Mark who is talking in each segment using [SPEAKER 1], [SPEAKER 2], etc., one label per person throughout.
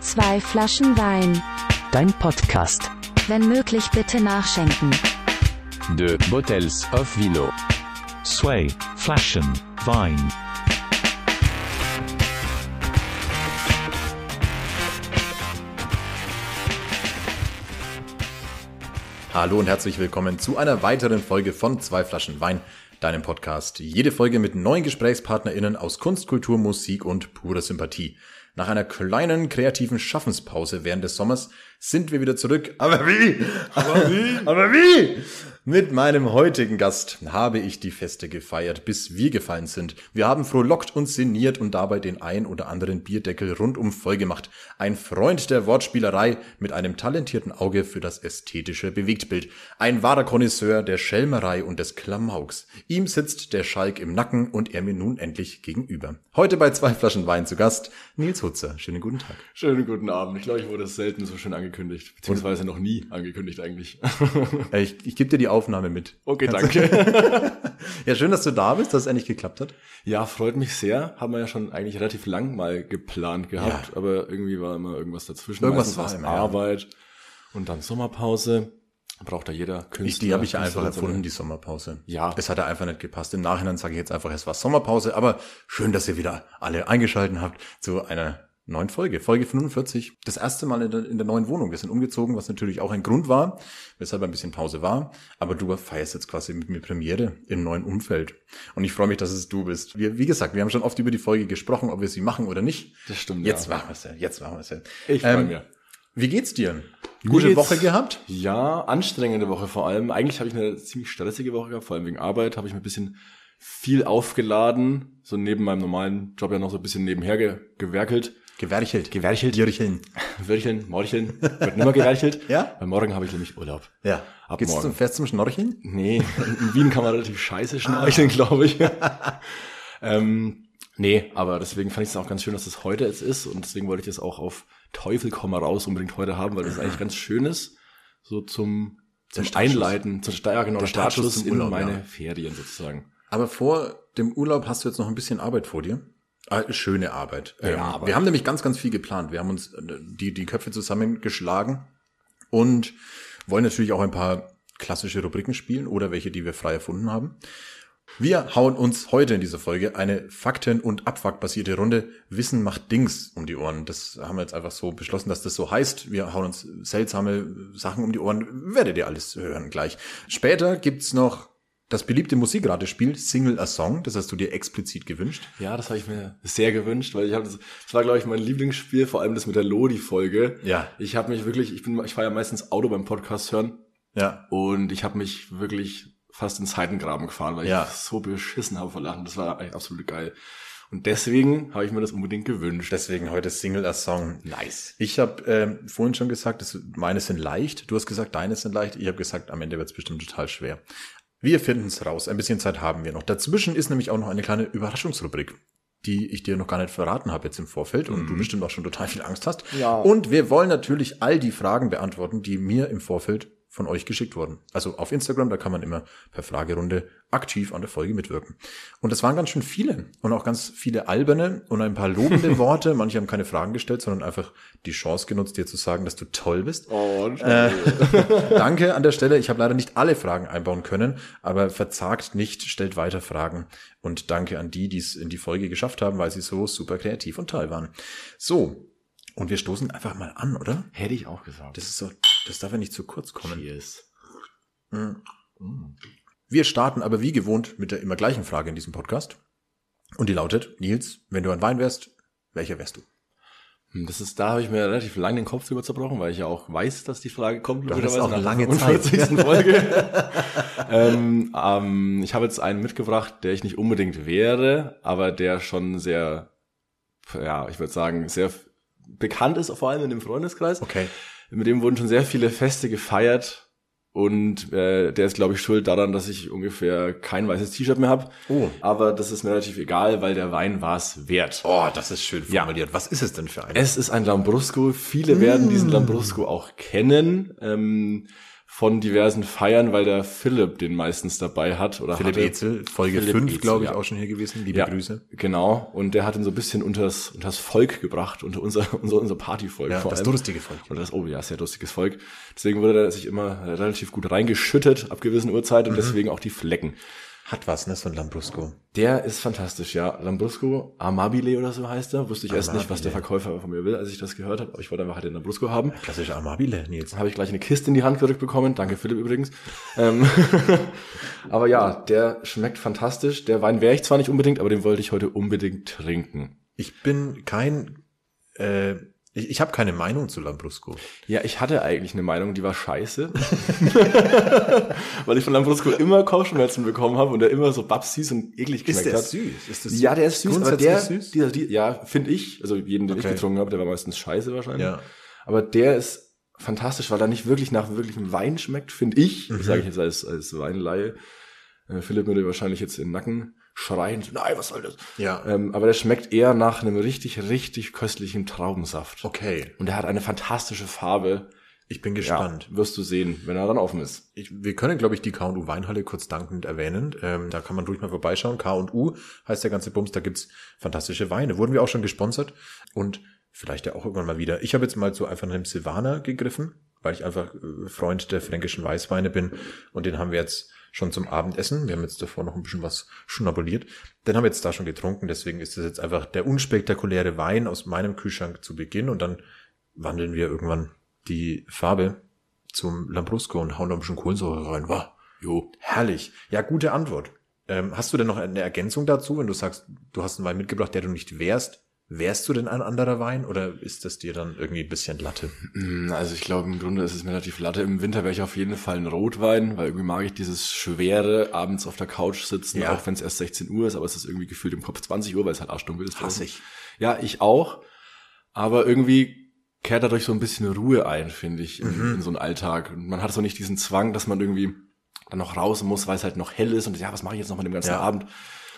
[SPEAKER 1] Zwei Flaschen Wein.
[SPEAKER 2] Dein Podcast.
[SPEAKER 1] Wenn möglich, bitte nachschenken.
[SPEAKER 3] de Bottles of Vino.
[SPEAKER 4] Sway, Flaschen, Wein,
[SPEAKER 5] Hallo und herzlich willkommen zu einer weiteren Folge von Zwei Flaschen Wein, deinem Podcast. Jede Folge mit neuen GesprächspartnerInnen aus Kunst, Kultur, Musik und purer Sympathie. Nach einer kleinen kreativen Schaffenspause während des Sommers sind wir wieder zurück. Aber wie? Aber wie? Aber wie? Mit meinem heutigen Gast habe ich die Feste gefeiert, bis wir gefallen sind. Wir haben frohlockt und sinniert und dabei den ein oder anderen Bierdeckel rundum voll gemacht. Ein Freund der Wortspielerei mit einem talentierten Auge für das ästhetische Bewegtbild. Ein wahrer Connoisseur der Schelmerei und des Klamauks. Ihm sitzt der Schalk im Nacken und er mir nun endlich gegenüber. Heute bei zwei Flaschen Wein zu Gast, Nils Hutzer. Schönen guten Tag.
[SPEAKER 6] Schönen guten Abend. Ich glaube, ich wurde selten so schön angekündigt. Beziehungsweise noch nie angekündigt eigentlich.
[SPEAKER 5] Äh, Ich, ich gebe dir die Aufnahme mit.
[SPEAKER 6] Okay, danke.
[SPEAKER 5] Ja, schön, dass du da bist, dass es endlich geklappt hat.
[SPEAKER 6] ja, freut mich sehr. Haben wir ja schon eigentlich relativ lang mal geplant gehabt, aber irgendwie war immer irgendwas dazwischen.
[SPEAKER 5] Irgendwas
[SPEAKER 6] Meistens
[SPEAKER 5] war
[SPEAKER 6] es
[SPEAKER 5] immer, ja.
[SPEAKER 6] Arbeit und dann Sommerpause. Braucht da jeder Künstler.
[SPEAKER 5] Ich, die habe ich ja einfach
[SPEAKER 6] Künstlerin
[SPEAKER 5] erfunden, die Sommerpause.
[SPEAKER 6] Ja.
[SPEAKER 5] Es hat ja einfach nicht gepasst. Im Nachhinein sage ich jetzt einfach, es war Sommerpause, aber schön, dass ihr wieder alle eingeschalten habt zu einer neuen Folge. Folge 45. Das erste Mal in der, in der neuen Wohnung. Wir sind umgezogen, was natürlich auch ein Grund war, weshalb ein bisschen Pause war. Aber du feierst jetzt quasi mit mir Premiere im neuen Umfeld. Und ich freue mich, dass es du bist. Wir, wie gesagt, wir haben schon oft über die Folge gesprochen, ob wir sie machen oder nicht.
[SPEAKER 6] Das stimmt,
[SPEAKER 5] Jetzt
[SPEAKER 6] ja.
[SPEAKER 5] machen wir es ja. Jetzt machen wir es ja.
[SPEAKER 6] Ich freue
[SPEAKER 5] Ähm,
[SPEAKER 6] mich.
[SPEAKER 5] Wie geht's dir?
[SPEAKER 6] Mir
[SPEAKER 5] Gute
[SPEAKER 6] geht's-
[SPEAKER 5] Woche gehabt?
[SPEAKER 6] Ja, anstrengende Woche vor allem. Eigentlich habe ich eine ziemlich stressige Woche gehabt, vor allem wegen Arbeit. Habe ich mir ein bisschen viel aufgeladen. So neben meinem normalen Job ja noch so ein bisschen nebenher ge gewerkelt.
[SPEAKER 5] Gewerchelt.
[SPEAKER 6] Gewerchelt.
[SPEAKER 5] Jürcheln.
[SPEAKER 6] Wörcheln, Morcheln, wird nimmer gereichelt.
[SPEAKER 5] Ja?
[SPEAKER 6] Weil morgen habe ich nämlich Urlaub.
[SPEAKER 5] Ja.
[SPEAKER 6] Ab
[SPEAKER 5] Geht's
[SPEAKER 6] morgen.
[SPEAKER 5] zum Fest zum Schnorcheln?
[SPEAKER 6] Nee, in Wien kann man relativ
[SPEAKER 5] Ah.
[SPEAKER 6] scheiße schnorcheln, glaube ich. ähm, nee, aber deswegen fand ich es auch ganz schön, dass das heute jetzt ist und deswegen wollte ich das auch auf Teufel komm raus unbedingt heute haben, weil das eigentlich ganz schön ist, so zum, zum
[SPEAKER 5] Startschuss.
[SPEAKER 6] Einleiten, zum Start, ja, genau,
[SPEAKER 5] Der
[SPEAKER 6] der Startschuss,
[SPEAKER 5] Startschuss zum
[SPEAKER 6] in
[SPEAKER 5] Urlaub,
[SPEAKER 6] meine
[SPEAKER 5] ja.
[SPEAKER 6] Ferien sozusagen.
[SPEAKER 5] Aber vor dem Urlaub hast du jetzt noch ein bisschen Arbeit vor dir. Ah, schöne Arbeit. Ähm,
[SPEAKER 6] aber-
[SPEAKER 5] Wir haben nämlich ganz, ganz viel geplant. Wir haben uns äh, die, die Köpfe zusammengeschlagen und wollen natürlich auch ein paar klassische Rubriken spielen oder welche, die wir frei erfunden haben. Wir hauen uns heute in dieser Folge eine Fakten- und Abfuck-basierte Runde Wissen macht Dings um die Ohren. Das haben wir jetzt einfach so beschlossen, dass das so heißt. Wir hauen uns seltsame Sachen um die Ohren. Werdet ihr alles hören gleich. Später gibt's noch das beliebte Musikratespiel Single a Song. Das hast du dir explizit gewünscht.
[SPEAKER 6] Ja, das habe ich mir sehr gewünscht, weil ich habe das, das war glaube ich mein Lieblingsspiel, vor allem das mit der Lodi-Folge.
[SPEAKER 5] Ja.
[SPEAKER 6] Ich habe mich wirklich, ich bin, ich fahre ja meistens Auto beim Podcast hören
[SPEAKER 5] Ja.
[SPEAKER 6] Und ich habe mich wirklich fast ins Heidengraben gefahren, weil
[SPEAKER 5] Ja.
[SPEAKER 6] ich so beschissen habe vor Lachen. Das war eigentlich absolut geil. Und deswegen habe ich mir das unbedingt gewünscht.
[SPEAKER 5] Deswegen heute Single a Song.
[SPEAKER 6] nice.
[SPEAKER 5] Ich habe ähm, vorhin schon gesagt, dass meine sind leicht. Du hast gesagt, deine sind leicht. Ich habe gesagt, am Ende wird es bestimmt total schwer. Wir finden es raus. Ein bisschen Zeit haben wir noch. Dazwischen ist nämlich auch noch eine kleine Überraschungsrubrik, die ich dir noch gar nicht verraten habe jetzt im Vorfeld und du bestimmt auch schon total viel Angst hast.
[SPEAKER 6] Mhm. Ja.
[SPEAKER 5] Und wir wollen natürlich all die Fragen beantworten, die mir im Vorfeld von euch geschickt wurden. Also auf Instagram, da kann man immer per Fragerunde aktiv an der Folge mitwirken. Und das waren ganz schön viele und auch ganz viele alberne und ein paar lobende Worte. Manche haben keine Fragen gestellt, sondern einfach die Chance genutzt, dir zu sagen, dass du toll bist.
[SPEAKER 6] Oh,
[SPEAKER 5] Äh, danke an der Stelle. Ich habe leider nicht alle Fragen einbauen können, aber verzagt nicht, stellt weiter Fragen. Und danke an die, die es in die Folge geschafft haben, weil sie so super kreativ und toll waren. So, und wir stoßen einfach mal an, oder?
[SPEAKER 6] hätte ich auch gesagt.
[SPEAKER 5] Das ist so, das darf ja nicht zu kurz kommen. Hm.
[SPEAKER 6] Cheers. Hm.
[SPEAKER 5] Wir starten aber wie gewohnt mit der immer gleichen Frage in diesem Podcast. Und die lautet, Nils, wenn du ein Wein wärst, welcher wärst du?
[SPEAKER 6] Hm, Das ist, da habe ich mir relativ lang den Kopf drüber zerbrochen, weil ich ja auch weiß, dass die Frage kommt.
[SPEAKER 5] Du hattest
[SPEAKER 6] logischerweise,
[SPEAKER 5] auch
[SPEAKER 6] nach der
[SPEAKER 5] lange Zeit.
[SPEAKER 6] 45. Folge. ähm, ähm, ich habe jetzt einen mitgebracht, der ich nicht unbedingt wäre, aber der schon sehr, ja, ich würde sagen, sehr bekannt ist, vor allem in dem Freundeskreis.
[SPEAKER 5] Okay.
[SPEAKER 6] Mit dem wurden schon sehr viele Feste gefeiert Und äh, der ist, glaube ich, schuld daran, dass ich ungefähr kein weißes T-Shirt mehr habe.
[SPEAKER 5] Oh.
[SPEAKER 6] Aber das ist mir relativ egal, weil der Wein war es wert.
[SPEAKER 5] Oh, das ist schön formuliert. Was ist es denn für ein? Mm.
[SPEAKER 6] Es ist ein Lambrusco. Viele werden diesen Lambrusco auch kennen ähm, von diversen Feiern, weil der Philipp den meistens dabei hat. Oder
[SPEAKER 5] Philipp
[SPEAKER 6] hatte.
[SPEAKER 5] Ezel, Folge
[SPEAKER 6] Philipp
[SPEAKER 5] fünf,
[SPEAKER 6] Ezel,
[SPEAKER 5] glaube ich,
[SPEAKER 6] ja.
[SPEAKER 5] auch schon hier gewesen. Liebe
[SPEAKER 6] Ja,
[SPEAKER 5] Grüße.
[SPEAKER 6] Genau. Und der hat ihn so ein bisschen unters, unters Volk gebracht, unter unser, unser, unser Partyvolk
[SPEAKER 5] Ja, das durstige Volk.
[SPEAKER 6] Oder das, oh ja, sehr durstiges Volk. Deswegen wurde er sich immer relativ gut reingeschüttet ab gewissen Uhrzeit
[SPEAKER 5] Mhm.
[SPEAKER 6] und deswegen auch die Flecken.
[SPEAKER 5] Hat was, ne, so ein Lambrusco.
[SPEAKER 6] Der ist fantastisch, ja. Lambrusco Amabile oder so heißt er. Wusste ich erst nicht, was der Verkäufer von mir will, als ich das gehört habe. Aber ich wollte einfach halt den Lambrusco haben.
[SPEAKER 5] Klassische Amabile, Nils.
[SPEAKER 6] Habe ich gleich eine Kiste in die Hand gedrückt bekommen. Danke, Philipp, übrigens. Ähm, aber ja, der schmeckt fantastisch. Der Wein wäre ich zwar nicht unbedingt, aber den wollte ich heute unbedingt trinken.
[SPEAKER 5] Ich bin kein, äh, ich, ich habe keine Meinung zu Lambrusco.
[SPEAKER 6] Ja, ich hatte eigentlich eine Meinung, die war scheiße. Weil ich von Lambrusco immer Kopfschmerzen bekommen habe und der immer so babsüß und eklig geschmeckt hat.
[SPEAKER 5] Ist das
[SPEAKER 6] Ja, der ist süß, aber
[SPEAKER 5] grundsätzlich
[SPEAKER 6] der,
[SPEAKER 5] süß?
[SPEAKER 6] Dieser, die, ja, finde ich, also jeden, den
[SPEAKER 5] Okay.
[SPEAKER 6] ich getrunken habe, der war meistens scheiße wahrscheinlich.
[SPEAKER 5] Ja.
[SPEAKER 6] Aber der ist fantastisch, weil er nicht wirklich nach wirklichem Wein schmeckt, finde ich.
[SPEAKER 5] Mhm.
[SPEAKER 6] Das sage ich jetzt als, als Weinlaie. Äh, Philipp würde wahrscheinlich jetzt in den Nacken schreien, so, nein, was soll das?
[SPEAKER 5] Ja.
[SPEAKER 6] Ähm, aber der schmeckt eher nach einem richtig, richtig köstlichen Traubensaft.
[SPEAKER 5] Okay,
[SPEAKER 6] Und er hat eine fantastische Farbe.
[SPEAKER 5] ich bin
[SPEAKER 6] Ja,
[SPEAKER 5] gespannt.
[SPEAKER 6] wirst du sehen, wenn er dann offen ist.
[SPEAKER 5] Ich, wir können, glaube ich, die K&U Weinhalle kurz dankend erwähnen. Ähm, da kann man ruhig mal vorbeischauen. K&U heißt der ganze Bums. Da gibt's fantastische Weine. Wurden wir auch schon gesponsert und vielleicht ja auch irgendwann mal wieder. Ich habe jetzt mal zu einfach einem Silvaner gegriffen, weil ich einfach äh, Freund der fränkischen Weißweine bin und den haben wir jetzt schon zum Abendessen. Wir haben jetzt davor noch ein bisschen was schnabuliert. Den haben wir jetzt da schon getrunken. Deswegen ist das jetzt einfach der unspektakuläre Wein aus meinem Kühlschrank zu Beginn und dann wandeln wir irgendwann die Farbe zum Lambrusco und hauen da ein bisschen Kohlensäure rein. Wow. Jo. Herrlich. Ja, gute Antwort. Ähm, hast du denn noch eine Ergänzung dazu, wenn du sagst, du hast einen Wein mitgebracht, der du nicht wärst? Wärst du denn ein anderer Wein oder ist das dir dann irgendwie ein bisschen Latte?
[SPEAKER 6] Also ich glaube, im Grunde ist es mir relativ latte. Im Winter wäre ich auf jeden Fall ein Rotwein, weil irgendwie mag ich dieses schwere abends auf der Couch sitzen,
[SPEAKER 5] Ja.
[SPEAKER 6] auch wenn es erst 16 Uhr ist, aber es ist irgendwie gefühlt im Kopf 20 Uhr, weil es halt arschdunkel ist.
[SPEAKER 5] Hass
[SPEAKER 6] draußen.
[SPEAKER 5] ich.
[SPEAKER 6] Ja, ich auch. Aber irgendwie kehrt dadurch so ein bisschen Ruhe ein, finde ich, in, in so einen Alltag. Und man hat so nicht diesen Zwang, dass man irgendwie dann noch raus muss, weil es halt noch hell ist und ja, was mache ich jetzt noch mit dem ganzen
[SPEAKER 5] Ja.
[SPEAKER 6] Abend?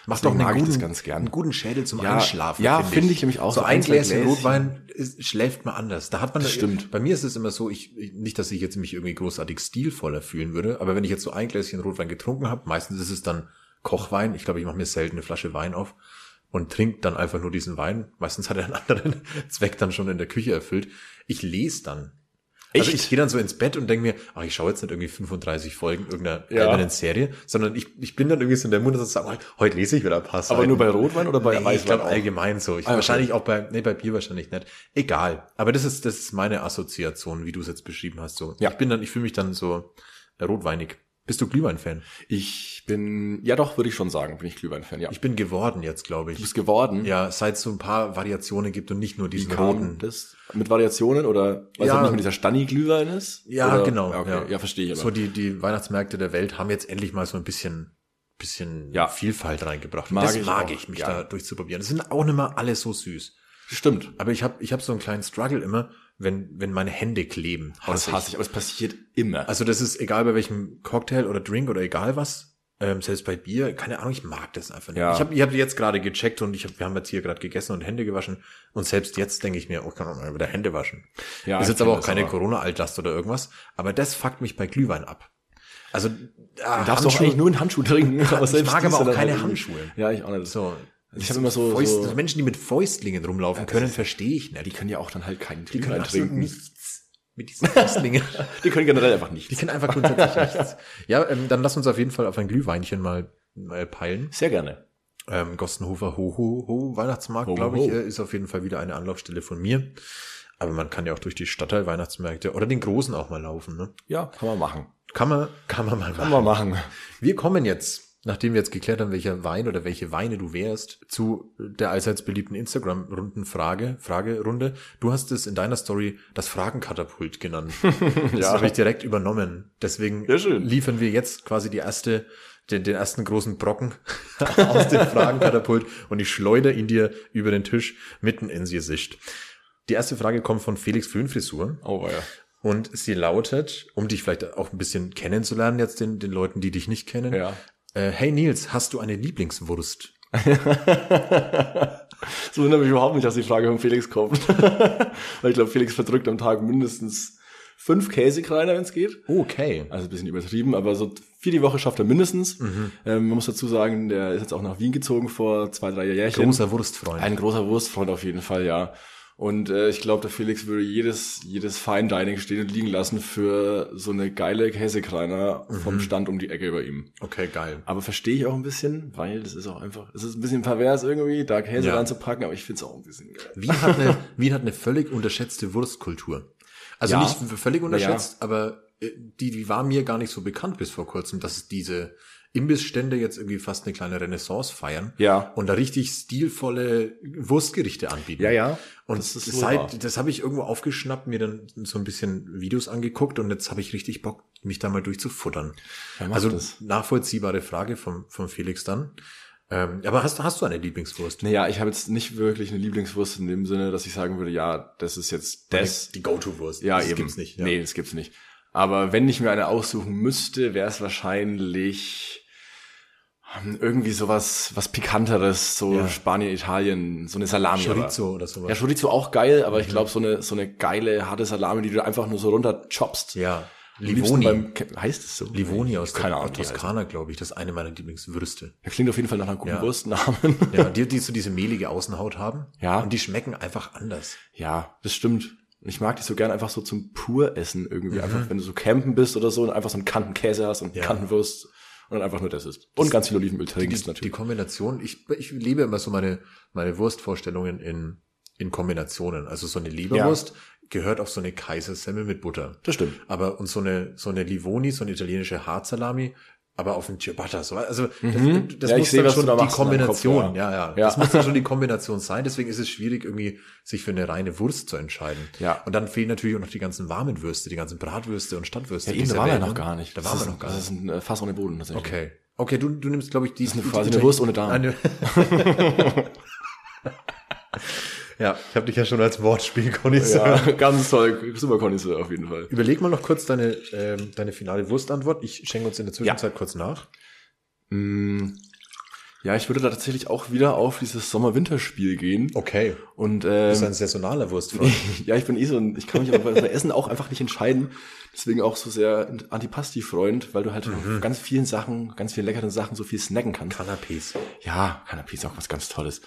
[SPEAKER 5] Macht
[SPEAKER 6] Deswegen
[SPEAKER 5] doch einen
[SPEAKER 6] mag ich
[SPEAKER 5] guten,
[SPEAKER 6] das ganz gern.
[SPEAKER 5] einen guten Schädel zum
[SPEAKER 6] Ja,
[SPEAKER 5] Einschlafen.
[SPEAKER 6] ja, finde ich nämlich auch.
[SPEAKER 5] So,
[SPEAKER 6] So
[SPEAKER 5] ein
[SPEAKER 6] ein, zwei
[SPEAKER 5] Gläschen
[SPEAKER 6] Gläschen.
[SPEAKER 5] Rotwein ist, schläft mal anders. Da hat man
[SPEAKER 6] Das stimmt.
[SPEAKER 5] Bei mir ist es immer so, ich ich- nicht, dass ich jetzt mich irgendwie großartig stilvoller fühlen würde, aber wenn ich jetzt so ein Gläschen Rotwein getrunken habe, meistens ist es dann Kochwein. Ich glaube, ich mache mir selten eine Flasche Wein auf und trinke dann einfach nur diesen Wein. Meistens hat er einen anderen Zweck dann schon in der Küche erfüllt. Ich lese dann. Also
[SPEAKER 6] Echt?
[SPEAKER 5] ich gehe dann so ins Bett und denke mir, ach, ich schaue jetzt nicht irgendwie 35 Folgen irgendeiner
[SPEAKER 6] Ja.
[SPEAKER 5] ja. Serie, sondern ich, ich bin dann irgendwie so in der Mund, dass ich sage, oh, heute lese ich wieder ein paar
[SPEAKER 6] Aber nur bei Rotwein oder bei
[SPEAKER 5] nee,
[SPEAKER 6] Weißwein
[SPEAKER 5] Ich glaube
[SPEAKER 6] auch? Ah,
[SPEAKER 5] allgemein so. Ich,
[SPEAKER 6] okay.
[SPEAKER 5] Wahrscheinlich auch bei, nee, bei Bier wahrscheinlich nicht. Egal. Aber das ist, das ist meine Assoziation, wie du es jetzt beschrieben hast. So.
[SPEAKER 6] Ja.
[SPEAKER 5] Ich bin dann, ich fühle mich dann so äh, rotweinig. Bist du Glühwein-Fan?
[SPEAKER 6] Ich bin, ja doch, würde ich schon sagen, bin ich Glühwein-Fan, ja.
[SPEAKER 5] Ich bin geworden jetzt, glaube
[SPEAKER 6] du bist
[SPEAKER 5] ich.
[SPEAKER 6] geworden.
[SPEAKER 5] Ja, seit es so ein paar Variationen gibt und nicht nur diesen roten.
[SPEAKER 6] Kam das mit Variationen oder weil
[SPEAKER 5] Ja.
[SPEAKER 6] es nicht mit dieser Stanni-Glühwein ist?
[SPEAKER 5] Ja,
[SPEAKER 6] oder?
[SPEAKER 5] genau.
[SPEAKER 6] Ja, okay. ja. verstehe ich. Aber.
[SPEAKER 5] So die, die Weihnachtsmärkte der Welt haben jetzt endlich mal so ein bisschen, bisschen
[SPEAKER 6] Ja.
[SPEAKER 5] Vielfalt reingebracht. Und
[SPEAKER 6] Mag
[SPEAKER 5] das
[SPEAKER 6] ich
[SPEAKER 5] mag
[SPEAKER 6] auch,
[SPEAKER 5] ich, mich
[SPEAKER 6] ja.
[SPEAKER 5] da durchzuprobieren. Das sind auch nicht mal alle so süß.
[SPEAKER 6] Stimmt.
[SPEAKER 5] Aber ich habe ich hab so einen kleinen Struggle immer, wenn, wenn meine Hände kleben.
[SPEAKER 6] Aber Oh, das hasse ich, aber es passiert immer.
[SPEAKER 5] Also das ist egal bei welchem Cocktail oder Drink oder egal was. Ähm, selbst bei Bier, keine Ahnung, ich mag das einfach nicht.
[SPEAKER 6] Ja.
[SPEAKER 5] Ich habe ich hab jetzt gerade gecheckt und ich hab, wir haben jetzt hier gerade gegessen und Hände gewaschen. Und selbst jetzt denke ich mir, oh, ich kann auch mal wieder Hände waschen.
[SPEAKER 6] Ja,
[SPEAKER 5] ist
[SPEAKER 6] ich
[SPEAKER 5] jetzt aber
[SPEAKER 6] kenn
[SPEAKER 5] auch
[SPEAKER 6] das
[SPEAKER 5] keine
[SPEAKER 6] aber.
[SPEAKER 5] Corona-Altlast oder irgendwas. Aber das fuckt mich bei Glühwein ab. Also ah,
[SPEAKER 6] du darfst doch
[SPEAKER 5] Handschuhe-
[SPEAKER 6] eigentlich nur einen Handschuh trinken. Aber
[SPEAKER 5] Ich mag
[SPEAKER 6] dies
[SPEAKER 5] aber auch
[SPEAKER 6] dann
[SPEAKER 5] keine
[SPEAKER 6] halt irgendwie-
[SPEAKER 5] Handschuhe.
[SPEAKER 6] Ja, ich auch nicht.
[SPEAKER 5] So,
[SPEAKER 6] Ich habe immer so,
[SPEAKER 5] Fäust,
[SPEAKER 6] so,
[SPEAKER 5] Menschen, die mit Fäustlingen rumlaufen können, verstehe ich nicht.
[SPEAKER 6] die können ja auch dann halt keinen
[SPEAKER 5] Die
[SPEAKER 6] Glühwein
[SPEAKER 5] absolut
[SPEAKER 6] trinken.
[SPEAKER 5] nichts mit diesen Fäustlingen.
[SPEAKER 6] Die können generell einfach
[SPEAKER 5] Die
[SPEAKER 6] nicht.
[SPEAKER 5] kennen einfach grundsätzlich nichts. Ja, ähm, dann lass uns auf jeden Fall auf ein Glühweinchen mal äh, peilen.
[SPEAKER 6] Sehr gerne.
[SPEAKER 5] Ähm, Gostenhofer Ho Ho Ho Weihnachtsmarkt,
[SPEAKER 6] Ho, ho,
[SPEAKER 5] glaube ich,
[SPEAKER 6] ho.
[SPEAKER 5] äh, ist auf jeden Fall wieder eine Anlaufstelle von mir. Aber man kann ja auch durch die Stadtteil Weihnachtsmärkte oder den großen auch mal laufen. Ne?
[SPEAKER 6] Ja, kann man machen.
[SPEAKER 5] Kann man, kann man mal machen.
[SPEAKER 6] Kann man machen.
[SPEAKER 5] Wir kommen jetzt, nachdem wir jetzt geklärt haben, welcher Wein oder welche Weine du wärst, zu der allseits beliebten Instagram-Rundenfrage, Fragerunde. Du hast es in deiner Story das Fragenkatapult genannt. Das
[SPEAKER 6] Ja.
[SPEAKER 5] habe ich direkt übernommen. Deswegen
[SPEAKER 6] Ja, schön.
[SPEAKER 5] liefern wir jetzt quasi die erste, den, den ersten großen Brocken aus dem Fragenkatapult und ich schleudere ihn dir über den Tisch mitten ins Gesicht. Die erste Frage kommt von Felix Föhnfrisur.
[SPEAKER 6] Oh, ja.
[SPEAKER 5] Und sie lautet, um dich vielleicht auch ein bisschen kennenzulernen jetzt den, den Leuten, die dich nicht kennen.
[SPEAKER 6] Ja.
[SPEAKER 5] Äh, hey Nils, hast du eine Lieblingswurst?
[SPEAKER 6] So wundert mich überhaupt nicht, dass die Frage von Felix kommt. Weil ich glaube, Felix verdrückt am Tag mindestens fünf Käsekreiner, wenn es geht.
[SPEAKER 5] Okay.
[SPEAKER 6] Also ein bisschen übertrieben, aber so vier die Woche schafft er mindestens.
[SPEAKER 5] Mhm.
[SPEAKER 6] Ähm, man muss dazu sagen, der ist jetzt auch nach Wien gezogen vor zwei, drei Jährchen.
[SPEAKER 5] Großer Wurstfreund.
[SPEAKER 6] Ein großer Wurstfreund auf jeden Fall, ja. Und äh, ich glaube, der Felix würde jedes, jedes Fine Dining stehen und liegen lassen für so eine geile Käsekreiner vom Stand um die Ecke über ihm.
[SPEAKER 5] Mhm. okay, geil.
[SPEAKER 6] Aber verstehe ich auch ein bisschen, weil das ist auch einfach, es ist ein bisschen pervers irgendwie, da Käse
[SPEAKER 5] Ja.
[SPEAKER 6] ranzupacken, aber ich finde es auch ein bisschen geil.
[SPEAKER 5] Wien hat, eine, Wien hat eine völlig unterschätzte Wurstkultur. Also
[SPEAKER 6] Ja.
[SPEAKER 5] nicht völlig unterschätzt,
[SPEAKER 6] Naja.
[SPEAKER 5] aber äh, die, die war mir gar nicht so bekannt bis vor kurzem, dass diese Imbissstände jetzt irgendwie fast eine kleine Renaissance feiern.
[SPEAKER 6] Ja.
[SPEAKER 5] Und da richtig stilvolle Wurstgerichte anbieten.
[SPEAKER 6] Ja, ja.
[SPEAKER 5] Und
[SPEAKER 6] Das ist wohl wahr.
[SPEAKER 5] seit, das habe ich irgendwo aufgeschnappt, mir dann so ein bisschen Videos angeguckt und jetzt habe ich richtig Bock, mich da mal durchzufuttern.
[SPEAKER 6] Ja, mach
[SPEAKER 5] also
[SPEAKER 6] das.
[SPEAKER 5] nachvollziehbare Frage vom, vom Felix dann. Ähm, aber hast, hast du eine Lieblingswurst?
[SPEAKER 6] Naja, ich habe jetzt nicht wirklich eine Lieblingswurst in dem Sinne, dass ich sagen würde, ja, das ist jetzt das.
[SPEAKER 5] die Go-To-Wurst.
[SPEAKER 6] Ja,
[SPEAKER 5] das
[SPEAKER 6] eben.
[SPEAKER 5] gibt's nicht. Ja.
[SPEAKER 6] Nee, das gibt's nicht. Aber wenn ich mir eine aussuchen müsste, wäre es wahrscheinlich hm, irgendwie sowas, was Pikanteres, so
[SPEAKER 5] Ja.
[SPEAKER 6] Spanien, Italien, so eine Salami. aber-
[SPEAKER 5] Chorizo Mhm. oder sowas.
[SPEAKER 6] Ja, Chorizo auch geil, aber ich glaube, so eine, so eine geile, harte Salami, die du einfach nur so runter choppst.
[SPEAKER 5] Ja,
[SPEAKER 6] Am liebsten
[SPEAKER 5] Livoni.
[SPEAKER 6] Beim, Ke- heißt es so?
[SPEAKER 5] Livoni aus
[SPEAKER 6] Keine
[SPEAKER 5] der
[SPEAKER 6] Ahnung, wie die heißen.
[SPEAKER 5] Toskana, glaube ich. Das ist eine meiner Lieblingswürste.
[SPEAKER 6] Ja, klingt auf jeden Fall nach einem guten
[SPEAKER 5] Ja.
[SPEAKER 6] Wurstnamen.
[SPEAKER 5] Ja, die, die so diese mehlige Außenhaut haben.
[SPEAKER 6] Ja.
[SPEAKER 5] Und die schmecken einfach anders.
[SPEAKER 6] Ja, das stimmt. Und Ich mag die so gern einfach so zum Pur-Essen irgendwie. Einfach, wenn du so campen bist oder so und einfach so einen Kantenkäse hast und
[SPEAKER 5] Ja.
[SPEAKER 6] Kantenwurst und dann einfach nur das isst. Und ganz viel Olivenöl trinkst
[SPEAKER 5] Die, die
[SPEAKER 6] natürlich.
[SPEAKER 5] Kombination, ich, ich liebe immer so meine, meine Wurstvorstellungen in, in Kombinationen. Also so eine Leberwurst gehört auf so eine Kaisersemmel mit Butter.
[SPEAKER 6] Das stimmt.
[SPEAKER 5] Aber und so eine, so eine Livoni, so eine italienische Hartsalami, aber auf dem Ciabatta. So, also das, das
[SPEAKER 6] Mhm. Ja, ich
[SPEAKER 5] muss
[SPEAKER 6] sehe,
[SPEAKER 5] dann
[SPEAKER 6] was du
[SPEAKER 5] schon
[SPEAKER 6] da
[SPEAKER 5] die
[SPEAKER 6] machst in deinem
[SPEAKER 5] Kombination.
[SPEAKER 6] Kopf,
[SPEAKER 5] ja.
[SPEAKER 6] ja.
[SPEAKER 5] Ja,
[SPEAKER 6] Ja.
[SPEAKER 5] Das muss dann schon die Kombination sein. Deswegen ist es schwierig, irgendwie sich für eine reine Wurst zu entscheiden.
[SPEAKER 6] Ja.
[SPEAKER 5] Und dann fehlen natürlich auch noch die ganzen warmen Würste, die ganzen Bratwürste und Standwürste.
[SPEAKER 6] Ja, eben, da
[SPEAKER 5] dieser
[SPEAKER 6] waren wir
[SPEAKER 5] Welt,
[SPEAKER 6] noch
[SPEAKER 5] ne?
[SPEAKER 6] gar nicht.
[SPEAKER 5] Da waren
[SPEAKER 6] Das
[SPEAKER 5] wir
[SPEAKER 6] ist-
[SPEAKER 5] noch gar
[SPEAKER 6] Das
[SPEAKER 5] nicht.
[SPEAKER 6] ist ein äh, Fass ohne Boden tatsächlich.
[SPEAKER 5] Okay. Okay, du, du nimmst, glaube ich, die. Das
[SPEAKER 6] ist eine- quasi eine Wurst ohne Darm.
[SPEAKER 5] ja, ich habe dich ja schon als Wortspiel
[SPEAKER 6] Ja,
[SPEAKER 5] konnotiert.
[SPEAKER 6] ganz toll. Super Connoisseur auf jeden Fall.
[SPEAKER 5] Überleg mal noch kurz deine, ähm, deine finale Wurstantwort. Ich schenke uns in der Zwischenzeit kurz nach.
[SPEAKER 6] Mm. Ja, ich würde da tatsächlich auch wieder auf dieses Sommer-Winterspiel gehen.
[SPEAKER 5] Okay.
[SPEAKER 6] Und
[SPEAKER 5] Du bist
[SPEAKER 6] ähm,
[SPEAKER 5] ein saisonaler Wurstfreund.
[SPEAKER 6] ja, ich bin eh so ein, ich kann mich aber bei Essen auch einfach nicht entscheiden. Deswegen auch so sehr Antipasti-Freund, weil du halt
[SPEAKER 5] Mhm.
[SPEAKER 6] auf ganz vielen Sachen, ganz vielen leckeren Sachen so viel snacken kannst.
[SPEAKER 5] Canapés.
[SPEAKER 6] Ja, Canapé ist auch was ganz Tolles.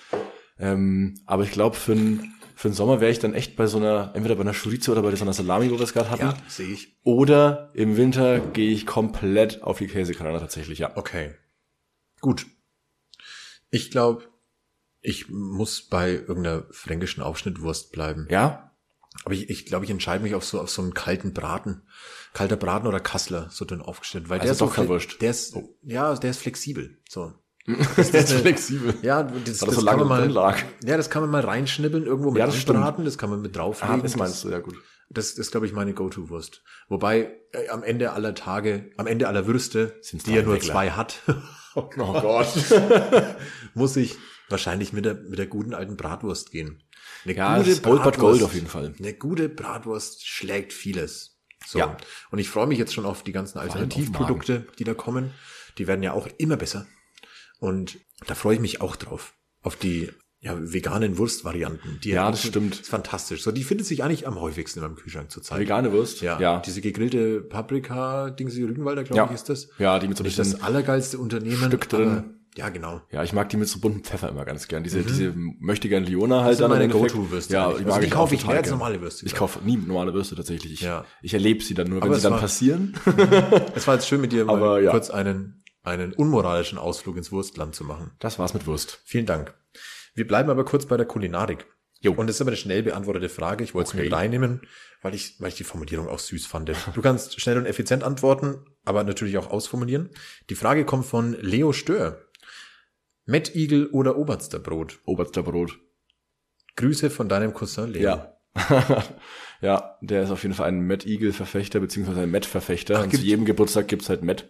[SPEAKER 6] Ähm, aber ich glaube, für den für den Sommer wäre ich dann echt bei so einer, entweder bei einer Chorizo oder bei so einer Salami, wo wir es gerade hatten.
[SPEAKER 5] Ja, sehe ich.
[SPEAKER 6] Oder im Winter gehe ich komplett auf die Käsekanaler tatsächlich, ja.
[SPEAKER 5] Okay. Gut. Ich glaube, ich muss bei irgendeiner fränkischen Aufschnittwurst bleiben.
[SPEAKER 6] Ja?
[SPEAKER 5] Aber ich, ich glaube, ich entscheide mich auf so, auf so einen kalten Braten. Kalter Braten oder Kassler, so dünn aufgeschnitten. Weil
[SPEAKER 6] Also
[SPEAKER 5] der ist
[SPEAKER 6] doch
[SPEAKER 5] so
[SPEAKER 6] keine
[SPEAKER 5] fle-
[SPEAKER 6] Wurst.
[SPEAKER 5] Der ist, ja, der ist flexibel. So.
[SPEAKER 6] Das ist flexibel.
[SPEAKER 5] Ja, das,
[SPEAKER 6] Weil
[SPEAKER 5] das
[SPEAKER 6] das so
[SPEAKER 5] kann
[SPEAKER 6] lange
[SPEAKER 5] man mal,
[SPEAKER 6] drin lag.
[SPEAKER 5] ja, das kann man mal reinschnibbeln, irgendwo mit
[SPEAKER 6] Ja, das stimmt.
[SPEAKER 5] anbraten, das kann man mit drauflegen.
[SPEAKER 6] Ah, das meinst du, ja gut.
[SPEAKER 5] Das ist, glaube ich, meine Go-To-Wurst. Wobei äh, am Ende aller Tage, am Ende aller Würste,
[SPEAKER 6] Sind's
[SPEAKER 5] die ja
[SPEAKER 6] drei
[SPEAKER 5] nur
[SPEAKER 6] Weckler.
[SPEAKER 5] zwei hat,
[SPEAKER 6] Oh Gott.
[SPEAKER 5] muss ich wahrscheinlich mit der, mit der guten alten Bratwurst gehen. Eine
[SPEAKER 6] Ja, das ist Gold but Gold auf jeden Fall.
[SPEAKER 5] Eine gute Bratwurst schlägt vieles. So.
[SPEAKER 6] Ja.
[SPEAKER 5] Und ich freue mich jetzt schon auf die ganzen
[SPEAKER 6] allem auf
[SPEAKER 5] Alternativprodukte, die da kommen. Die werden ja auch immer besser. Und da freue ich mich auch drauf. Auf die ja, veganen Wurstvarianten. Die
[SPEAKER 6] Ja, das stimmt.
[SPEAKER 5] Ist fantastisch. So, die findet sich eigentlich am häufigsten in meinem Kühlschrank zurzeit.
[SPEAKER 6] Vegane Wurst?
[SPEAKER 5] Ja, diese gegrillte paprika dingsy Rügenwalder, glaube
[SPEAKER 6] Ja.
[SPEAKER 5] ich, ist das.
[SPEAKER 6] Ja, die mit so
[SPEAKER 5] Nicht
[SPEAKER 6] bisschen
[SPEAKER 5] das allergeilste Unternehmen.
[SPEAKER 6] Stück drin.
[SPEAKER 5] aber- Ja, genau.
[SPEAKER 6] Ja, ich mag die mit so buntem Pfeffer immer ganz gern. Diese, diese möchte gern Liona halt
[SPEAKER 5] Mhm. Das sind meine
[SPEAKER 6] im Endeffekt.
[SPEAKER 5] Go-To-Würste
[SPEAKER 6] Ja,
[SPEAKER 5] eigentlich.
[SPEAKER 6] die
[SPEAKER 5] Also
[SPEAKER 6] mag
[SPEAKER 5] die
[SPEAKER 6] ich
[SPEAKER 5] kaufe
[SPEAKER 6] auch
[SPEAKER 5] ich
[SPEAKER 6] total
[SPEAKER 5] mehr als
[SPEAKER 6] gern.
[SPEAKER 5] normale Würste,
[SPEAKER 6] Ich
[SPEAKER 5] glaub
[SPEAKER 6] kaufe nie normale Würste tatsächlich. Ich,
[SPEAKER 5] Ja.
[SPEAKER 6] ich erlebe sie dann nur, wenn
[SPEAKER 5] Aber es
[SPEAKER 6] sie dann
[SPEAKER 5] war-
[SPEAKER 6] passieren.
[SPEAKER 5] Es war jetzt schön mit dir mal
[SPEAKER 6] Aber ja.
[SPEAKER 5] kurz einen, einen unmoralischen Ausflug ins Wurstland zu machen.
[SPEAKER 6] Das war's mit Wurst.
[SPEAKER 5] Vielen Dank. Wir bleiben aber kurz bei der Kulinarik.
[SPEAKER 6] Jo.
[SPEAKER 5] Und das ist aber eine schnell beantwortete Frage. Ich wollte es
[SPEAKER 6] Okay.
[SPEAKER 5] mit reinnehmen, weil ich, weil ich die Formulierung auch süß fand. Du kannst schnell und effizient antworten, aber natürlich auch ausformulieren. Die Frage kommt von Leo Stör. Mettigel oder Obersterbrot?
[SPEAKER 6] Oberster Brot.
[SPEAKER 5] Grüße von deinem Cousin Leo.
[SPEAKER 6] Ja. ja, der ist auf jeden Fall ein Matt Eagle Verfechter, beziehungsweise ein Matt Verfechter. Und zu
[SPEAKER 5] gibt's-
[SPEAKER 6] jedem Geburtstag gibt's halt Matt,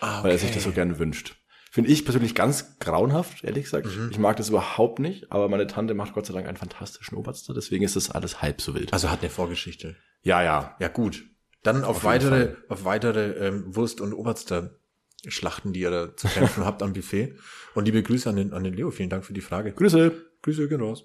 [SPEAKER 5] Ah, okay.
[SPEAKER 6] weil er sich das so gerne wünscht. Finde ich persönlich ganz grauenhaft, ehrlich gesagt.
[SPEAKER 5] Mhm.
[SPEAKER 6] Ich mag das überhaupt nicht, aber meine Tante macht Gott sei Dank einen fantastischen Oberster, deswegen ist das alles halb so wild.
[SPEAKER 5] Also hat eine Vorgeschichte.
[SPEAKER 6] Ja, ja.
[SPEAKER 5] Ja, gut. Dann auf, weitere, auf weitere ähm, Wurst- und Oberster-Schlachten, die ihr da zu kämpfen habt am Buffet. Und liebe Grüße an den, an den Leo. Vielen Dank für die Frage.
[SPEAKER 6] Grüße.
[SPEAKER 5] Grüße gehen raus.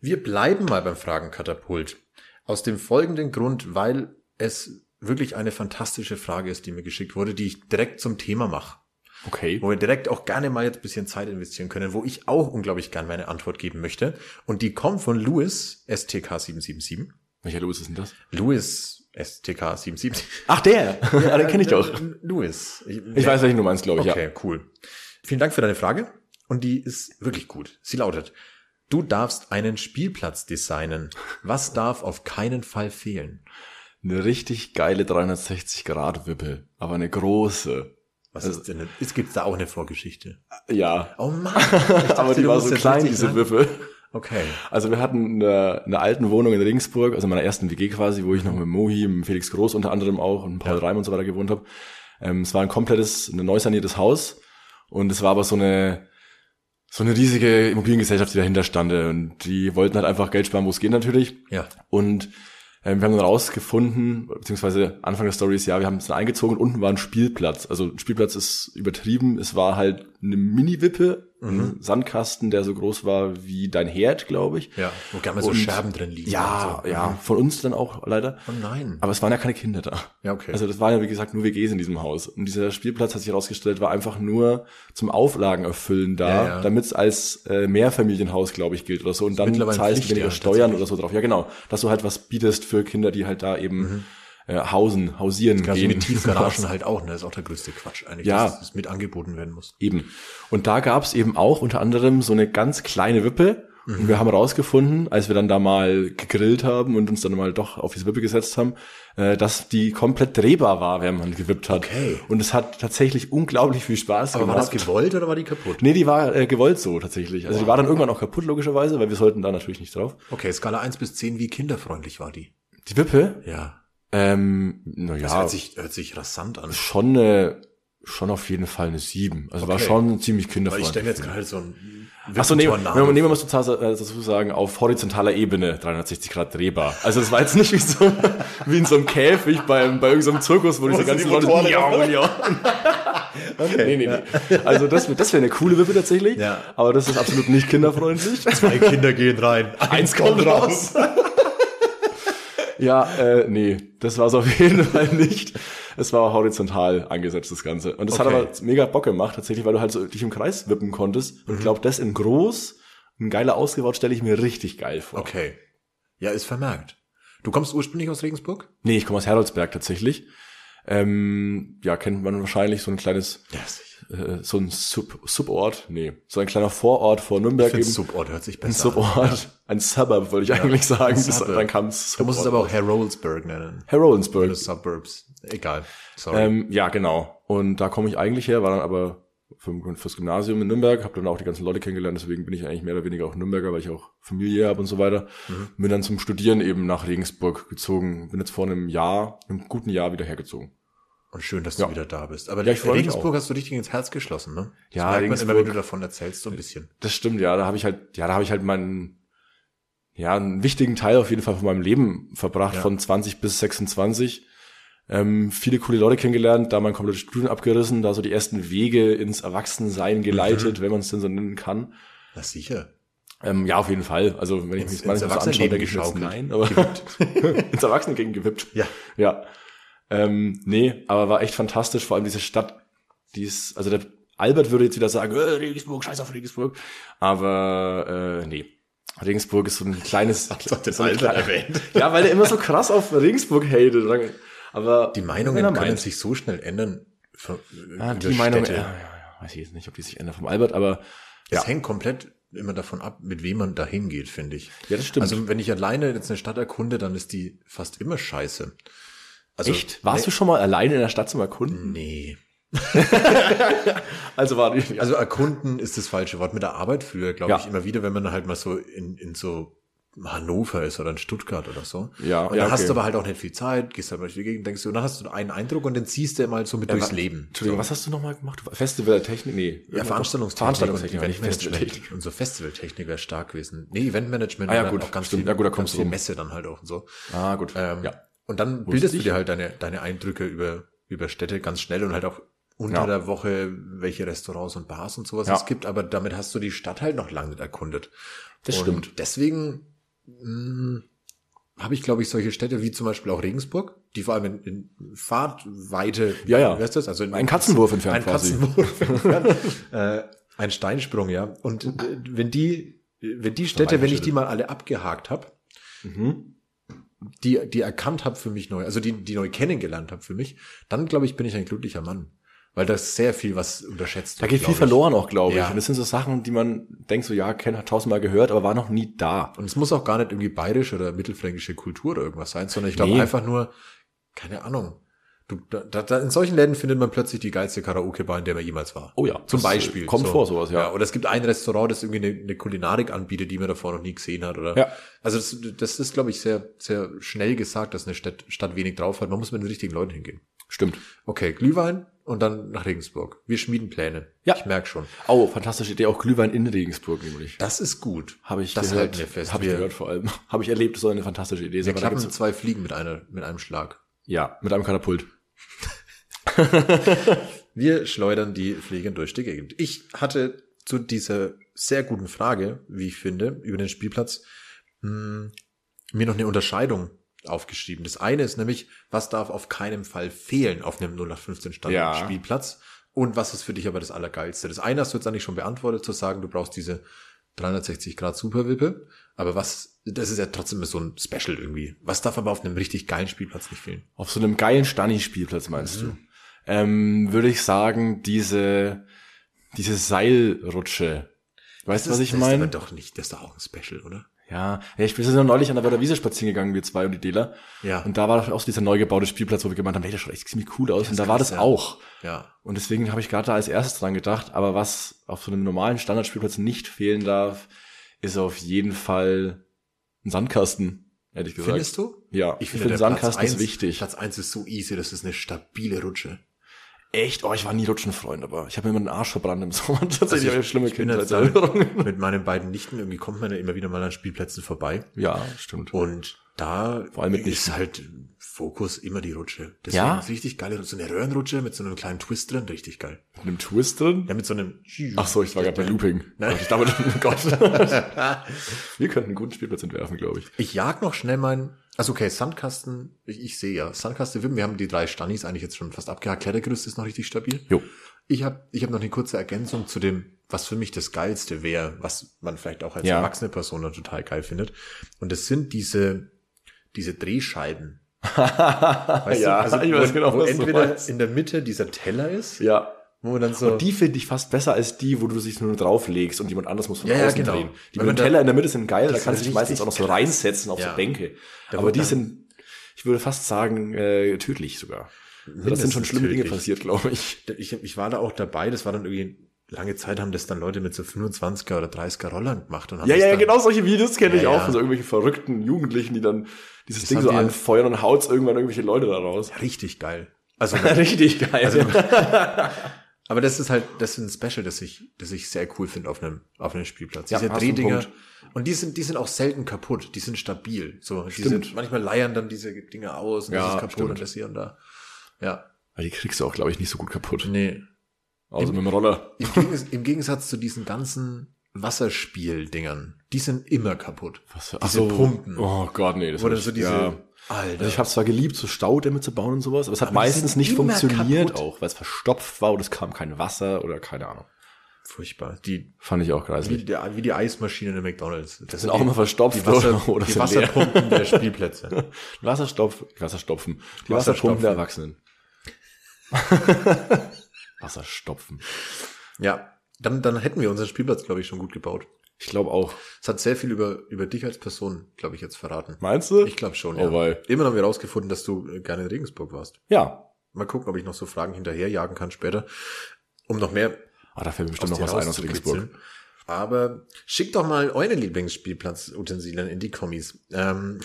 [SPEAKER 5] Wir bleiben mal beim Fragenkatapult. Aus dem folgenden Grund, weil es wirklich eine fantastische Frage ist, die mir geschickt wurde, die ich direkt zum Thema mache.
[SPEAKER 6] Okay.
[SPEAKER 5] Wo wir direkt auch gerne mal jetzt ein bisschen Zeit investieren können, wo ich auch unglaublich gern meine Antwort geben möchte. Und die kommt von Louis STK777.
[SPEAKER 6] Welcher Louis ist denn das?
[SPEAKER 5] Louis STK777.
[SPEAKER 6] Ach, der. Ja, den kenne ich doch.
[SPEAKER 5] Louis.
[SPEAKER 6] Ich weiß, welchen du meinst, glaube ich.
[SPEAKER 5] Okay, cool. Vielen Dank für deine Frage. Und die ist wirklich gut. Sie lautet, du darfst einen Spielplatz designen. Was darf auf keinen Fall fehlen?
[SPEAKER 6] Ja. Eine richtig geile 360-Grad-Wippe. Aber eine große.
[SPEAKER 5] Was
[SPEAKER 6] Also
[SPEAKER 5] ist denn? Es gibt da auch eine Vorgeschichte.
[SPEAKER 6] Ja.
[SPEAKER 5] Oh Mann. ich dachte,
[SPEAKER 6] Aber die
[SPEAKER 5] du
[SPEAKER 6] war
[SPEAKER 5] musst
[SPEAKER 6] so
[SPEAKER 5] jetzt
[SPEAKER 6] klein,
[SPEAKER 5] richtig
[SPEAKER 6] diese
[SPEAKER 5] lang-
[SPEAKER 6] Wippe.
[SPEAKER 5] Okay.
[SPEAKER 6] Also wir hatten in der, in der alten Wohnung in Regensburg, also in meiner ersten WG quasi, wo ich noch mit Mohi, mit Felix Groß unter anderem auch und Paul Reim und so weiter gewohnt habe. Ähm, es war ein komplettes, ein neu saniertes Haus und es war aber so eine so eine riesige Immobiliengesellschaft, die dahinter stand und die wollten halt einfach Geld sparen, wo es geht natürlich.
[SPEAKER 5] Ja.
[SPEAKER 6] Und ähm, wir haben dann rausgefunden, beziehungsweise Anfang der Story ist ja, wir haben uns dann eingezogen und unten war ein Spielplatz. Also ein Spielplatz ist übertrieben. Es war halt eine Mini-Wippe,
[SPEAKER 5] Mhm.
[SPEAKER 6] ein Sandkasten, der so groß war wie dein Herd, glaube ich.
[SPEAKER 5] Ja. Wo gerne mal so
[SPEAKER 6] Und-
[SPEAKER 5] Scherben drin liegen.
[SPEAKER 6] Ja,
[SPEAKER 5] und so. Mhm.
[SPEAKER 6] ja, von uns dann auch leider.
[SPEAKER 5] Oh nein.
[SPEAKER 6] Aber es waren ja keine Kinder da.
[SPEAKER 5] Ja, okay.
[SPEAKER 6] Also das waren ja, wie gesagt, nur WGs in diesem Haus. Und dieser Spielplatz, hat sich herausgestellt, war einfach nur zum Auflagen erfüllen da,
[SPEAKER 5] Ja, ja.
[SPEAKER 6] damit es als äh, Mehrfamilienhaus, glaube ich, gilt oder so. Und dann
[SPEAKER 5] mittlerweile
[SPEAKER 6] zahlst
[SPEAKER 5] Pflicht,
[SPEAKER 6] du weniger
[SPEAKER 5] ja,
[SPEAKER 6] Steuern oder so drauf. Ja, genau. Dass du halt was bietest für Kinder, die halt da eben
[SPEAKER 5] Mhm.
[SPEAKER 6] äh, hausen, hausieren
[SPEAKER 5] Also
[SPEAKER 6] gehen.
[SPEAKER 5] die Tiefgaragen halt auch, ne? Das ist auch der größte Quatsch eigentlich,
[SPEAKER 6] Ja.
[SPEAKER 5] dass das mit angeboten werden muss.
[SPEAKER 6] Eben. Und da gab's eben auch unter anderem so eine ganz kleine Wippe.
[SPEAKER 5] Mhm.
[SPEAKER 6] Und wir haben herausgefunden, als wir dann da mal gegrillt haben und uns dann mal doch auf diese Wippe gesetzt haben, äh, dass die komplett drehbar war, wenn man gewippt hat.
[SPEAKER 5] Okay.
[SPEAKER 6] Und es hat tatsächlich unglaublich viel Spaß
[SPEAKER 5] Aber war
[SPEAKER 6] gemacht.
[SPEAKER 5] das gewollt oder war die kaputt?
[SPEAKER 6] Nee, die war äh, gewollt so tatsächlich. Also die war dann irgendwann auch kaputt, logischerweise, weil wir sollten da natürlich nicht drauf.
[SPEAKER 5] Okay, Skala 1 bis 10, wie kinderfreundlich war die?
[SPEAKER 6] Die Wippe,
[SPEAKER 5] Ja.
[SPEAKER 6] ähm, naja.
[SPEAKER 5] Das hört, sich, hört sich rasant an.
[SPEAKER 6] schon eine, schon auf jeden Fall eine 7. Also war
[SPEAKER 5] Okay.
[SPEAKER 6] schon ziemlich
[SPEAKER 5] Weil
[SPEAKER 6] kinderfreundlich.
[SPEAKER 5] ich stelle mir jetzt gerade so ein
[SPEAKER 6] Achso, nee,
[SPEAKER 5] Wippentornado
[SPEAKER 6] nehmen wir nehmen wir muss dazu äh, dazu sagen, auf horizontaler Ebene 360 Grad drehbar. Also das war jetzt nicht wie, so, wie in so einem Käfig beim, bei irgendeinem Zirkus, wo diese
[SPEAKER 5] sind
[SPEAKER 6] ganzen
[SPEAKER 5] die
[SPEAKER 6] Leute
[SPEAKER 5] Motoren?
[SPEAKER 6] miauen, miauen. Nee, nee, nee. Also das, wär- das wäre eine coole Wippe tatsächlich,
[SPEAKER 5] Ja.
[SPEAKER 6] aber das ist absolut nicht kinderfreundlich.
[SPEAKER 5] Zwei Kinder gehen rein. Eins kommt raus.
[SPEAKER 6] Ja, äh, nee, das war es auf jeden Fall nicht. Es war horizontal angesetzt, das Ganze. Und das
[SPEAKER 5] Okay.
[SPEAKER 6] hat aber mega Bock gemacht, tatsächlich, weil du halt so dich im Kreis wippen konntest.
[SPEAKER 5] Mhm.
[SPEAKER 6] Und ich glaube, das in groß, ein geiler ausgebaut, stelle ich mir richtig geil vor.
[SPEAKER 5] Okay. Ja, ist vermerkt. Du kommst ursprünglich aus Regensburg?
[SPEAKER 6] Nee, ich komme aus Heroldsberg tatsächlich. Ähm, ja, kennt man wahrscheinlich so ein kleines,
[SPEAKER 5] Ja,
[SPEAKER 6] äh, so ein Sub Subort, nee, so ein kleiner Vorort vor Nürnberg
[SPEAKER 5] ich
[SPEAKER 6] eben.
[SPEAKER 5] finde Subort hört sich
[SPEAKER 6] ein
[SPEAKER 5] besser an.
[SPEAKER 6] Subort, ein Suburb wollte ich eigentlich sagen. Das,
[SPEAKER 5] Suburb.
[SPEAKER 6] dann kam es.
[SPEAKER 5] Du musst es aber auch Heroldsburg nennen.
[SPEAKER 6] Heroldsburg.
[SPEAKER 5] Oder Suburbs. Egal. Sorry.
[SPEAKER 6] Ähm, ja, genau. Und da komme ich eigentlich her, war dann aber für, fürs Gymnasium in Nürnberg, habe dann auch die ganzen Leute kennengelernt, deswegen bin ich eigentlich mehr oder weniger auch Nürnberger, weil ich auch Familie habe und so weiter.
[SPEAKER 5] Mhm.
[SPEAKER 6] Bin dann zum Studieren eben nach Regensburg gezogen, bin jetzt vor einem Jahr, einem guten Jahr wieder hergezogen.
[SPEAKER 5] Und schön, dass du
[SPEAKER 6] ja.
[SPEAKER 5] wieder da bist. Aber
[SPEAKER 6] Ja, ich freu mich
[SPEAKER 5] Regensburg hast du richtig ins Herz geschlossen, ne? Das
[SPEAKER 6] Ja,
[SPEAKER 5] merkt man immer,
[SPEAKER 6] Regensburg-
[SPEAKER 5] wenn du davon erzählst, so ein bisschen.
[SPEAKER 6] Das stimmt, ja. Da habe ich halt, ja, da habe ich halt meinen, ja, einen wichtigen Teil auf jeden Fall von meinem Leben verbracht,
[SPEAKER 5] Ja.
[SPEAKER 6] von 20 bis 26. Ähm, viele coole Leute kennengelernt, da mein komplettes Studium abgerissen, da so die ersten Wege ins Erwachsensein geleitet,
[SPEAKER 5] Mhm.
[SPEAKER 6] wenn man es denn so nennen kann.
[SPEAKER 5] Na sicher.
[SPEAKER 6] Ähm, ja, auf jeden Fall. Also wenn ich mich
[SPEAKER 5] Ins-
[SPEAKER 6] manchmal
[SPEAKER 5] ins
[SPEAKER 6] so anschaue, denke ich jetzt,
[SPEAKER 5] Erwachsenenleben
[SPEAKER 6] nein, aber ins Erwachsenen gegen gewippt.
[SPEAKER 5] Ja.
[SPEAKER 6] Ja. Ähm, nee, aber war echt fantastisch, vor allem diese Stadt, die ist, also der Albert würde jetzt wieder sagen, äh, Regensburg, scheiß auf Regensburg. Aber äh, nee. Regensburg ist so ein kleines.
[SPEAKER 5] hat der
[SPEAKER 6] so eine
[SPEAKER 5] Albert
[SPEAKER 6] kleine-
[SPEAKER 5] erwähnt?
[SPEAKER 6] Ja, weil er immer so krass auf Regensburg hatet. Aber
[SPEAKER 5] Die Meinungen
[SPEAKER 6] Wenn er
[SPEAKER 5] können
[SPEAKER 6] meint.
[SPEAKER 5] sich so schnell ändern. Für, äh,
[SPEAKER 6] Ah,
[SPEAKER 5] über
[SPEAKER 6] die Meinung, ja,
[SPEAKER 5] Städte.
[SPEAKER 6] ja, ja, weiß ich jetzt nicht, ob die sich ändert vom Albert, aber
[SPEAKER 5] Es
[SPEAKER 6] ja.
[SPEAKER 5] hängt komplett immer davon ab, mit wem man da hingeht, finde ich.
[SPEAKER 6] Ja, das stimmt.
[SPEAKER 5] Also wenn ich alleine jetzt eine Stadt erkunde, dann ist die fast immer scheiße. Also,
[SPEAKER 6] Echt? Warst du schon mal alleine in der Stadt zum Erkunden?
[SPEAKER 5] Nee. Mhm.
[SPEAKER 6] Also war die,
[SPEAKER 5] Also erkunden ist das falsche Wort. Mit der Arbeit früher, glaube
[SPEAKER 6] Ja.
[SPEAKER 5] ich, immer wieder, wenn man halt mal so in, in so Hannover ist oder in Stuttgart oder so.
[SPEAKER 6] Ja,
[SPEAKER 5] Und
[SPEAKER 6] ja,
[SPEAKER 5] dann hast
[SPEAKER 6] okay.
[SPEAKER 5] du aber halt auch nicht viel Zeit, gehst halt mal durch die Gegend, denkst du, und dann hast du einen Eindruck und den ziehst du mal so mit durchs
[SPEAKER 6] wa-
[SPEAKER 5] Leben.
[SPEAKER 6] Entschuldigung, was hast du nochmal gemacht? Festival der Technik? Nee.
[SPEAKER 5] Ja, Veranstaltungstechnik.
[SPEAKER 6] Veranstaltungstechnik,
[SPEAKER 5] und
[SPEAKER 6] nicht Festivaltechnik.
[SPEAKER 5] Eventmanagement. Unser Festivaltechnik wäre stark gewesen. Nee, Eventmanagement.
[SPEAKER 6] Ah ja,
[SPEAKER 5] und dann
[SPEAKER 6] gut,
[SPEAKER 5] Auch ganz
[SPEAKER 6] stimmt.
[SPEAKER 5] viel,
[SPEAKER 6] Ja, gut, da
[SPEAKER 5] ganz
[SPEAKER 6] kommst du
[SPEAKER 5] viel
[SPEAKER 6] rum.
[SPEAKER 5] Messe dann halt auch und so.
[SPEAKER 6] Ah, gut.
[SPEAKER 5] Ähm,
[SPEAKER 6] ja.
[SPEAKER 5] Und dann bildest du
[SPEAKER 6] ich.
[SPEAKER 5] dir halt deine, deine Eindrücke über, über Städte ganz schnell und halt auch unter
[SPEAKER 6] Ja.
[SPEAKER 5] der Woche, welche Restaurants und Bars und sowas
[SPEAKER 6] Ja.
[SPEAKER 5] es gibt. Aber damit hast du die Stadt halt noch lange nicht erkundet.
[SPEAKER 6] Das
[SPEAKER 5] und
[SPEAKER 6] stimmt.
[SPEAKER 5] deswegen mh, habe ich, glaube ich, solche Städte wie zum Beispiel auch Regensburg, die vor allem in, in Fahrtweite,
[SPEAKER 6] Ja, ja.
[SPEAKER 5] Weißt du das? Also in,
[SPEAKER 6] Ein Katzenwurf entfernt
[SPEAKER 5] ein
[SPEAKER 6] quasi.
[SPEAKER 5] Katzenwurf entfernt. äh, ein Steinsprung, ja. Und äh, wenn die, wenn die Städte, wenn ich die mal alle abgehakt habe,
[SPEAKER 6] Mhm.
[SPEAKER 5] die, die erkannt habe für mich neu, also die, die neu kennengelernt habe für mich, dann glaube ich, bin ich ein glücklicher Mann. Weil da ist sehr viel, was unterschätzt
[SPEAKER 6] Da geht
[SPEAKER 5] glaub
[SPEAKER 6] viel
[SPEAKER 5] ich.
[SPEAKER 6] verloren auch, glaube ich.
[SPEAKER 5] Ja.
[SPEAKER 6] Und das sind so Sachen, die man denkt so, ja, kennt, hat tausendmal gehört, aber war noch nie da.
[SPEAKER 5] Und es muss auch gar nicht irgendwie bayerische oder mittelfränkische Kultur oder irgendwas sein, sondern ich glaube
[SPEAKER 6] Nee.
[SPEAKER 5] einfach nur, keine Ahnung. Du, da, da, da, in solchen Läden findet man plötzlich die geilste Karaoke-Bar, in der man jemals war.
[SPEAKER 6] Oh ja,
[SPEAKER 5] Zum
[SPEAKER 6] das, äh,
[SPEAKER 5] Beispiel.
[SPEAKER 6] kommt vor, sowas, ja.
[SPEAKER 5] Oder es gibt ein Restaurant, das irgendwie eine, eine Kulinarik anbietet, die man davor noch nie gesehen hat. Oder?
[SPEAKER 6] Ja.
[SPEAKER 5] Also das, das ist, glaube ich, sehr, sehr schnell gesagt, dass eine Stadt, Stadt wenig drauf hat. Man muss mit den richtigen Leuten hingehen.
[SPEAKER 6] Stimmt.
[SPEAKER 5] Okay, Glühwein und dann nach Regensburg. Wir schmieden Pläne.
[SPEAKER 6] Ja.
[SPEAKER 5] Ich merk schon.
[SPEAKER 6] Oh, fantastische Idee, auch Glühwein in Regensburg nämlich.
[SPEAKER 5] Das ist gut.
[SPEAKER 6] Habe ich
[SPEAKER 5] das
[SPEAKER 6] gehört.
[SPEAKER 5] halten wir fest.
[SPEAKER 6] Habe ich
[SPEAKER 5] wir,
[SPEAKER 6] gehört vor allem. Habe ich erlebt, soll eine fantastische Idee
[SPEAKER 5] wir
[SPEAKER 6] sein. aber da
[SPEAKER 5] klappen
[SPEAKER 6] gibt's-
[SPEAKER 5] zwei Fliegen mit, einer, mit einem Schlag.
[SPEAKER 6] ja, mit einem Katapult.
[SPEAKER 5] Wir schleudern die Fliegen durch die Gegend. Ich hatte zu dieser sehr guten Frage, wie ich finde, über den Spielplatz, mh, mir noch eine Unterscheidung aufgeschrieben. Das eine ist nämlich, was darf auf keinen Fall fehlen auf einem 0815 Stand
[SPEAKER 6] Ja.
[SPEAKER 5] Spielplatz und was ist für dich aber das Allergeilste? Das eine hast du jetzt eigentlich schon beantwortet, zu sagen, du brauchst diese 360 Grad Superwippe, aber was, das ist ja trotzdem so ein Special irgendwie. Was darf aber auf einem richtig geilen Spielplatz nicht fehlen?
[SPEAKER 6] Auf so einem geilen Stani-Spielplatz meinst du?
[SPEAKER 5] Mhm.
[SPEAKER 6] Ähm, würde ich sagen, diese, diese Seilrutsche. Weißt du, was ich
[SPEAKER 5] das Ist
[SPEAKER 6] meine?
[SPEAKER 5] aber doch nicht, das ist doch auch ein Special, oder?
[SPEAKER 6] Ja, ja, ich bin sind ja neulich an der Wörter Wiese spazieren gegangen, wir zwei und die Dela.
[SPEAKER 5] Ja.
[SPEAKER 6] Und da war auch so dieser neu gebaute Spielplatz, wo wir gemeint haben, hey, das schaut echt ziemlich cool aus. und da war
[SPEAKER 5] krass,
[SPEAKER 6] das
[SPEAKER 5] ja.
[SPEAKER 6] auch.
[SPEAKER 5] Ja.
[SPEAKER 6] Und deswegen habe ich gerade da als erstes dran gedacht. Aber was auf so einem normalen Standardspielplatz nicht fehlen darf, ist auf jeden Fall ein Sandkasten, ehrlich gesagt.
[SPEAKER 5] Findest du?
[SPEAKER 6] Ja,
[SPEAKER 5] Ich finde,
[SPEAKER 6] den
[SPEAKER 5] der
[SPEAKER 6] Sandkasten
[SPEAKER 5] Platz
[SPEAKER 6] ist
[SPEAKER 5] eins-
[SPEAKER 6] wichtig.
[SPEAKER 5] Platz 1 ist so easy, das ist eine stabile Rutsche.
[SPEAKER 6] Echt? Oh, ich war nie Rutschenfreund, aber ich habe mir immer den Arsch verbrannt im Sommer. Tatsächlich
[SPEAKER 5] Also
[SPEAKER 6] also eine schlimme
[SPEAKER 5] bin jetzt
[SPEAKER 6] Kindheitserinnerung.
[SPEAKER 5] da mit meinen beiden Nichten, irgendwie kommt man ja immer wieder mal an Spielplätzen vorbei.
[SPEAKER 6] Ja, stimmt.
[SPEAKER 5] Und da
[SPEAKER 6] Vor allem mit
[SPEAKER 5] ist
[SPEAKER 6] Nichten.
[SPEAKER 5] halt Fokus immer die Rutsche. Deswegen
[SPEAKER 6] Ja?
[SPEAKER 5] ist richtig geil. So eine Röhrenrutsche mit so einem kleinen Twist drin, richtig geil.
[SPEAKER 6] Mit einem Twist drin?
[SPEAKER 5] Ja, mit so einem
[SPEAKER 6] Ach so, ich war gerade bei Looping.
[SPEAKER 5] Nein.
[SPEAKER 6] Ich glaube, oh Gott. wir könnten einen guten Spielplatz entwerfen, glaube ich.
[SPEAKER 5] Ich jag noch schnell mein. Also okay, Sandkasten, ich, ich sehe ja. Sandkasten, Wippen, wir haben die drei Stannis eigentlich jetzt schon fast abgehakt. Klettergerüst ist noch richtig stabil.
[SPEAKER 6] Jo.
[SPEAKER 5] Ich habe ich hab noch eine kurze Ergänzung zu dem, was für mich das Geilste wäre, was man vielleicht auch als
[SPEAKER 6] Ja.
[SPEAKER 5] erwachsene Person dann total geil findet. Und das sind diese, diese Drehscheiben. Weißt
[SPEAKER 6] ja,
[SPEAKER 5] du? Also,
[SPEAKER 6] ich weiß
[SPEAKER 5] wo,
[SPEAKER 6] genau,
[SPEAKER 5] wo
[SPEAKER 6] was du
[SPEAKER 5] entweder
[SPEAKER 6] meinst.
[SPEAKER 5] in der Mitte dieser Teller ist,
[SPEAKER 6] Ja.
[SPEAKER 5] wo man dann so.
[SPEAKER 6] Die finde ich fast besser als die, wo du dich nur drauflegst und jemand anderes muss von
[SPEAKER 5] Ja, ja,
[SPEAKER 6] außen
[SPEAKER 5] genau.
[SPEAKER 6] drehen. Die
[SPEAKER 5] Weil
[SPEAKER 6] mit dem
[SPEAKER 5] man da-
[SPEAKER 6] Teller in der Mitte sind geil, da
[SPEAKER 5] sind
[SPEAKER 6] kannst du dich
[SPEAKER 5] richtig
[SPEAKER 6] meistens auch noch so
[SPEAKER 5] krass.
[SPEAKER 6] reinsetzen auf
[SPEAKER 5] Ja.
[SPEAKER 6] so Bänke.
[SPEAKER 5] Da
[SPEAKER 6] Aber
[SPEAKER 5] wird
[SPEAKER 6] die
[SPEAKER 5] dann-
[SPEAKER 6] sind, ich würde fast sagen, äh, tödlich sogar. Also das sind schon
[SPEAKER 5] Mindestens
[SPEAKER 6] schlimme
[SPEAKER 5] tödlich.
[SPEAKER 6] Dinge passiert, glaube ich.
[SPEAKER 5] ich, ich war da auch dabei, das war dann irgendwie, lange Zeit haben das dann Leute mit so 25er oder 30er Rollern gemacht. Und haben
[SPEAKER 6] Ja,
[SPEAKER 5] das
[SPEAKER 6] ja, ja,
[SPEAKER 5] dann,
[SPEAKER 6] genau solche Videos kenne
[SPEAKER 5] Ja,
[SPEAKER 6] ich auch
[SPEAKER 5] ja.
[SPEAKER 6] von so irgendwelchen verrückten Jugendlichen, die dann dieses Ding
[SPEAKER 5] haben
[SPEAKER 6] so
[SPEAKER 5] wir-
[SPEAKER 6] anfeuern und haut's irgendwann irgendwelche Leute da raus.
[SPEAKER 5] Richtig geil. Also,
[SPEAKER 6] Richtig geil.
[SPEAKER 5] Also- aber das ist halt, das ist ein Special, das ich, das ich sehr cool finde auf einem, auf einem Spielplatz.
[SPEAKER 6] Ja,
[SPEAKER 5] Diese
[SPEAKER 6] hast einen
[SPEAKER 5] Drehdinger.
[SPEAKER 6] Punkt.
[SPEAKER 5] Und die sind, die sind auch selten kaputt. Die sind stabil. So, die
[SPEAKER 6] Stimmt.
[SPEAKER 5] sind, manchmal leiern dann diese Dinge aus und
[SPEAKER 6] Ja,
[SPEAKER 5] das ist kaputt
[SPEAKER 6] stimmt.
[SPEAKER 5] und das hier und da. Ja.
[SPEAKER 6] die kriegst du auch, glaube ich, nicht so gut kaputt.
[SPEAKER 5] Nee.
[SPEAKER 6] Außer mit dem Roller.
[SPEAKER 5] Im, Gegens Im Gegensatz zu diesen ganzen Wasserspiel-Dingern. Die sind immer kaputt.
[SPEAKER 6] für
[SPEAKER 5] Diese Pumpen.
[SPEAKER 6] Oh Gott, nee. Das
[SPEAKER 5] Oder
[SPEAKER 6] hab ich-
[SPEAKER 5] so diese,
[SPEAKER 6] ja.
[SPEAKER 5] Alter.
[SPEAKER 6] Also ich habe zwar geliebt, so Staudämme zu bauen und sowas, aber es hat
[SPEAKER 5] die
[SPEAKER 6] meistens
[SPEAKER 5] sind
[SPEAKER 6] nicht
[SPEAKER 5] immer
[SPEAKER 6] funktioniert
[SPEAKER 5] kaputt.
[SPEAKER 6] auch, weil es verstopft war oder es kam kein Wasser oder keine Ahnung.
[SPEAKER 5] furchtbar. Die,
[SPEAKER 6] Fand ich auch Also,
[SPEAKER 5] wie,
[SPEAKER 6] kreislich.
[SPEAKER 5] die, wie die Eismaschinen in McDonalds. Das
[SPEAKER 6] sind auch immer verstopft
[SPEAKER 5] die Wasser,
[SPEAKER 6] oder- oder
[SPEAKER 5] die
[SPEAKER 6] sind leer.
[SPEAKER 5] Wasserpumpen der Spielplätze.
[SPEAKER 6] Wasserstopf, Wasserstopfen. Die
[SPEAKER 5] Wasserstopfen.
[SPEAKER 6] Wasserpumpen der Erwachsenen. Wasserstopfen.
[SPEAKER 5] Ja, dann, dann hätten wir unseren Spielplatz, glaube ich, schon gut gebaut.
[SPEAKER 6] Ich glaube auch.
[SPEAKER 5] Es hat sehr viel über, über dich als Person, glaube ich, jetzt verraten.
[SPEAKER 6] Meinst du?
[SPEAKER 5] Ich glaube schon,
[SPEAKER 6] Oh, wei.
[SPEAKER 5] Immer haben wir rausgefunden, dass du äh, gerne in Regensburg warst.
[SPEAKER 6] Ja.
[SPEAKER 5] Mal gucken, ob ich noch so Fragen hinterherjagen kann später, um noch mehr
[SPEAKER 6] Ah, da fällt mir
[SPEAKER 5] aus
[SPEAKER 6] bestimmt noch
[SPEAKER 5] dir
[SPEAKER 6] was ein aus
[SPEAKER 5] rauszukitzeln.
[SPEAKER 6] Regensburg.
[SPEAKER 5] Aber schickt doch mal eure Lieblingsspielplatzutensilien in die Kommis. Ähm,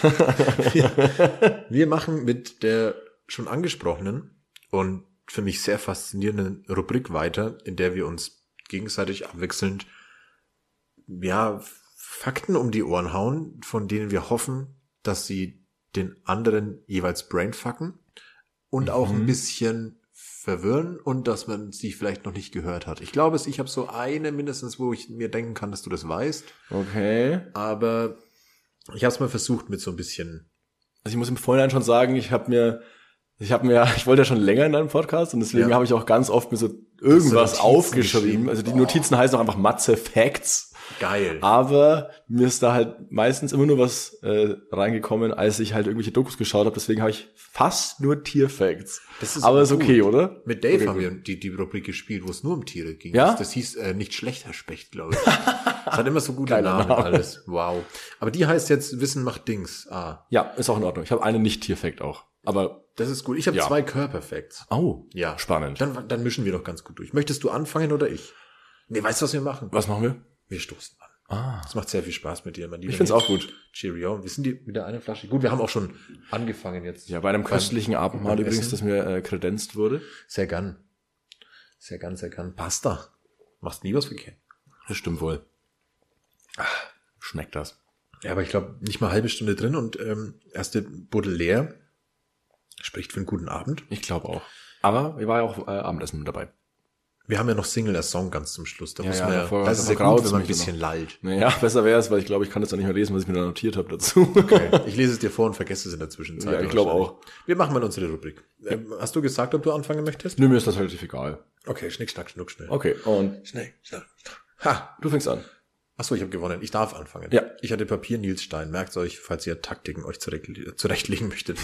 [SPEAKER 5] wir, wir machen mit der schon angesprochenen und für mich sehr faszinierenden Rubrik weiter, in der wir uns gegenseitig abwechselnd ja, Fakten um die Ohren hauen, von denen wir hoffen, dass sie den anderen jeweils brainfucken und auch
[SPEAKER 6] Mhm.
[SPEAKER 5] ein bisschen verwirren und dass man sie vielleicht noch nicht gehört hat. Ich glaube, es- ich habe so eine mindestens, wo ich mir denken kann, dass du das weißt,
[SPEAKER 6] Okay.
[SPEAKER 5] aber ich habe es mal versucht mit so ein bisschen.
[SPEAKER 6] Also ich muss im Vorhinein schon sagen, ich habe mir, ich habe mir, ich wollte ja schon länger in deinem Podcast und deswegen
[SPEAKER 5] Ja.
[SPEAKER 6] habe ich auch ganz oft mir so irgendwas
[SPEAKER 5] Notizen geschrieben.
[SPEAKER 6] aufgeschrieben. Also die
[SPEAKER 5] Boah.
[SPEAKER 6] Notizen heißen auch einfach Matze Facts.
[SPEAKER 5] Geil.
[SPEAKER 6] Ah. Aber mir ist da halt meistens immer nur was äh, reingekommen, als ich halt irgendwelche Dokus geschaut habe. Deswegen habe ich fast nur Tierfacts.
[SPEAKER 5] Das ist
[SPEAKER 6] aber ist
[SPEAKER 5] gut.
[SPEAKER 6] okay, oder?
[SPEAKER 5] Mit Dave
[SPEAKER 6] okay,
[SPEAKER 5] haben
[SPEAKER 6] gut.
[SPEAKER 5] wir die, die Rubrik gespielt, wo es nur um Tiere ging.
[SPEAKER 6] Ja?
[SPEAKER 5] Das, das hieß äh, nicht schlechter Specht, glaube ich. Das hat immer so gute
[SPEAKER 6] Geiler
[SPEAKER 5] Namen
[SPEAKER 6] Name.
[SPEAKER 5] alles. Wow. Aber die heißt jetzt Wissen macht Dings. Ah,
[SPEAKER 6] Ja, ist auch in Ordnung. Ich habe einen Nicht-Tierfact auch. Aber
[SPEAKER 5] das ist gut. Ich habe
[SPEAKER 6] Ja.
[SPEAKER 5] zwei Körperfacts.
[SPEAKER 6] oh,
[SPEAKER 5] Ja.
[SPEAKER 6] spannend.
[SPEAKER 5] Dann, dann mischen wir doch ganz gut durch. Möchtest du anfangen oder ich? Nee, weißt du, was wir machen?
[SPEAKER 6] was machen wir?
[SPEAKER 5] Wir stoßen an.
[SPEAKER 6] Ah,
[SPEAKER 5] Es macht sehr viel Spaß mit dir, mein Lieber.
[SPEAKER 6] ich find's auch gut.
[SPEAKER 5] Cheerio. Wissen die wieder eine Flasche? Gut, wir haben auch schon angefangen jetzt.
[SPEAKER 6] Ja, bei einem köstlichen Abendmahl
[SPEAKER 5] Ähm, beim
[SPEAKER 6] übrigens,
[SPEAKER 5] Essen.
[SPEAKER 6] das mir äh, kredenzt wurde.
[SPEAKER 5] Sehr gern. Sehr gern, sehr gern. Pasta. Machst nie was verkehrt.
[SPEAKER 6] Das stimmt wohl. Ah, Schmeckt das.
[SPEAKER 5] Ja, aber ich glaube, nicht mal halbe Stunde drin und ähm, erste Buddel leer. Spricht für einen guten Abend.
[SPEAKER 6] Ich glaube auch. Aber wir waren ja auch äh, Abendessen dabei.
[SPEAKER 5] Wir haben ja noch Single als Song ganz zum Schluss. Da
[SPEAKER 6] Ja,
[SPEAKER 5] muss
[SPEAKER 6] ja,
[SPEAKER 5] man ja,
[SPEAKER 6] davor-
[SPEAKER 5] das ist ja gut,
[SPEAKER 6] davor graut's
[SPEAKER 5] wenn man ein
[SPEAKER 6] mich
[SPEAKER 5] bisschen lallt.
[SPEAKER 6] Naja, besser wäre es, weil ich glaube, ich kann jetzt auch nicht mehr lesen, was ich mir da notiert habe dazu.
[SPEAKER 5] Okay. Ich lese es dir vor und vergesse es in der Zwischenzeit.
[SPEAKER 6] Ja, ich glaube auch.
[SPEAKER 5] Wir machen mal unsere Rubrik. Ähm, hast du gesagt, ob du anfangen möchtest?
[SPEAKER 6] Nö, mir ist das relativ egal.
[SPEAKER 5] Okay, schnick, schnack, schnuck, schnell.
[SPEAKER 6] Okay, und
[SPEAKER 5] Schnell, schnell, schnack.
[SPEAKER 6] ha, du fängst an.
[SPEAKER 5] Achso, ich habe gewonnen. Ich darf anfangen.
[SPEAKER 6] Ja.
[SPEAKER 5] Ich hatte Papier Nils Stein. Merkt euch, falls ihr Taktiken euch zurecht, zurechtlegen möchtet.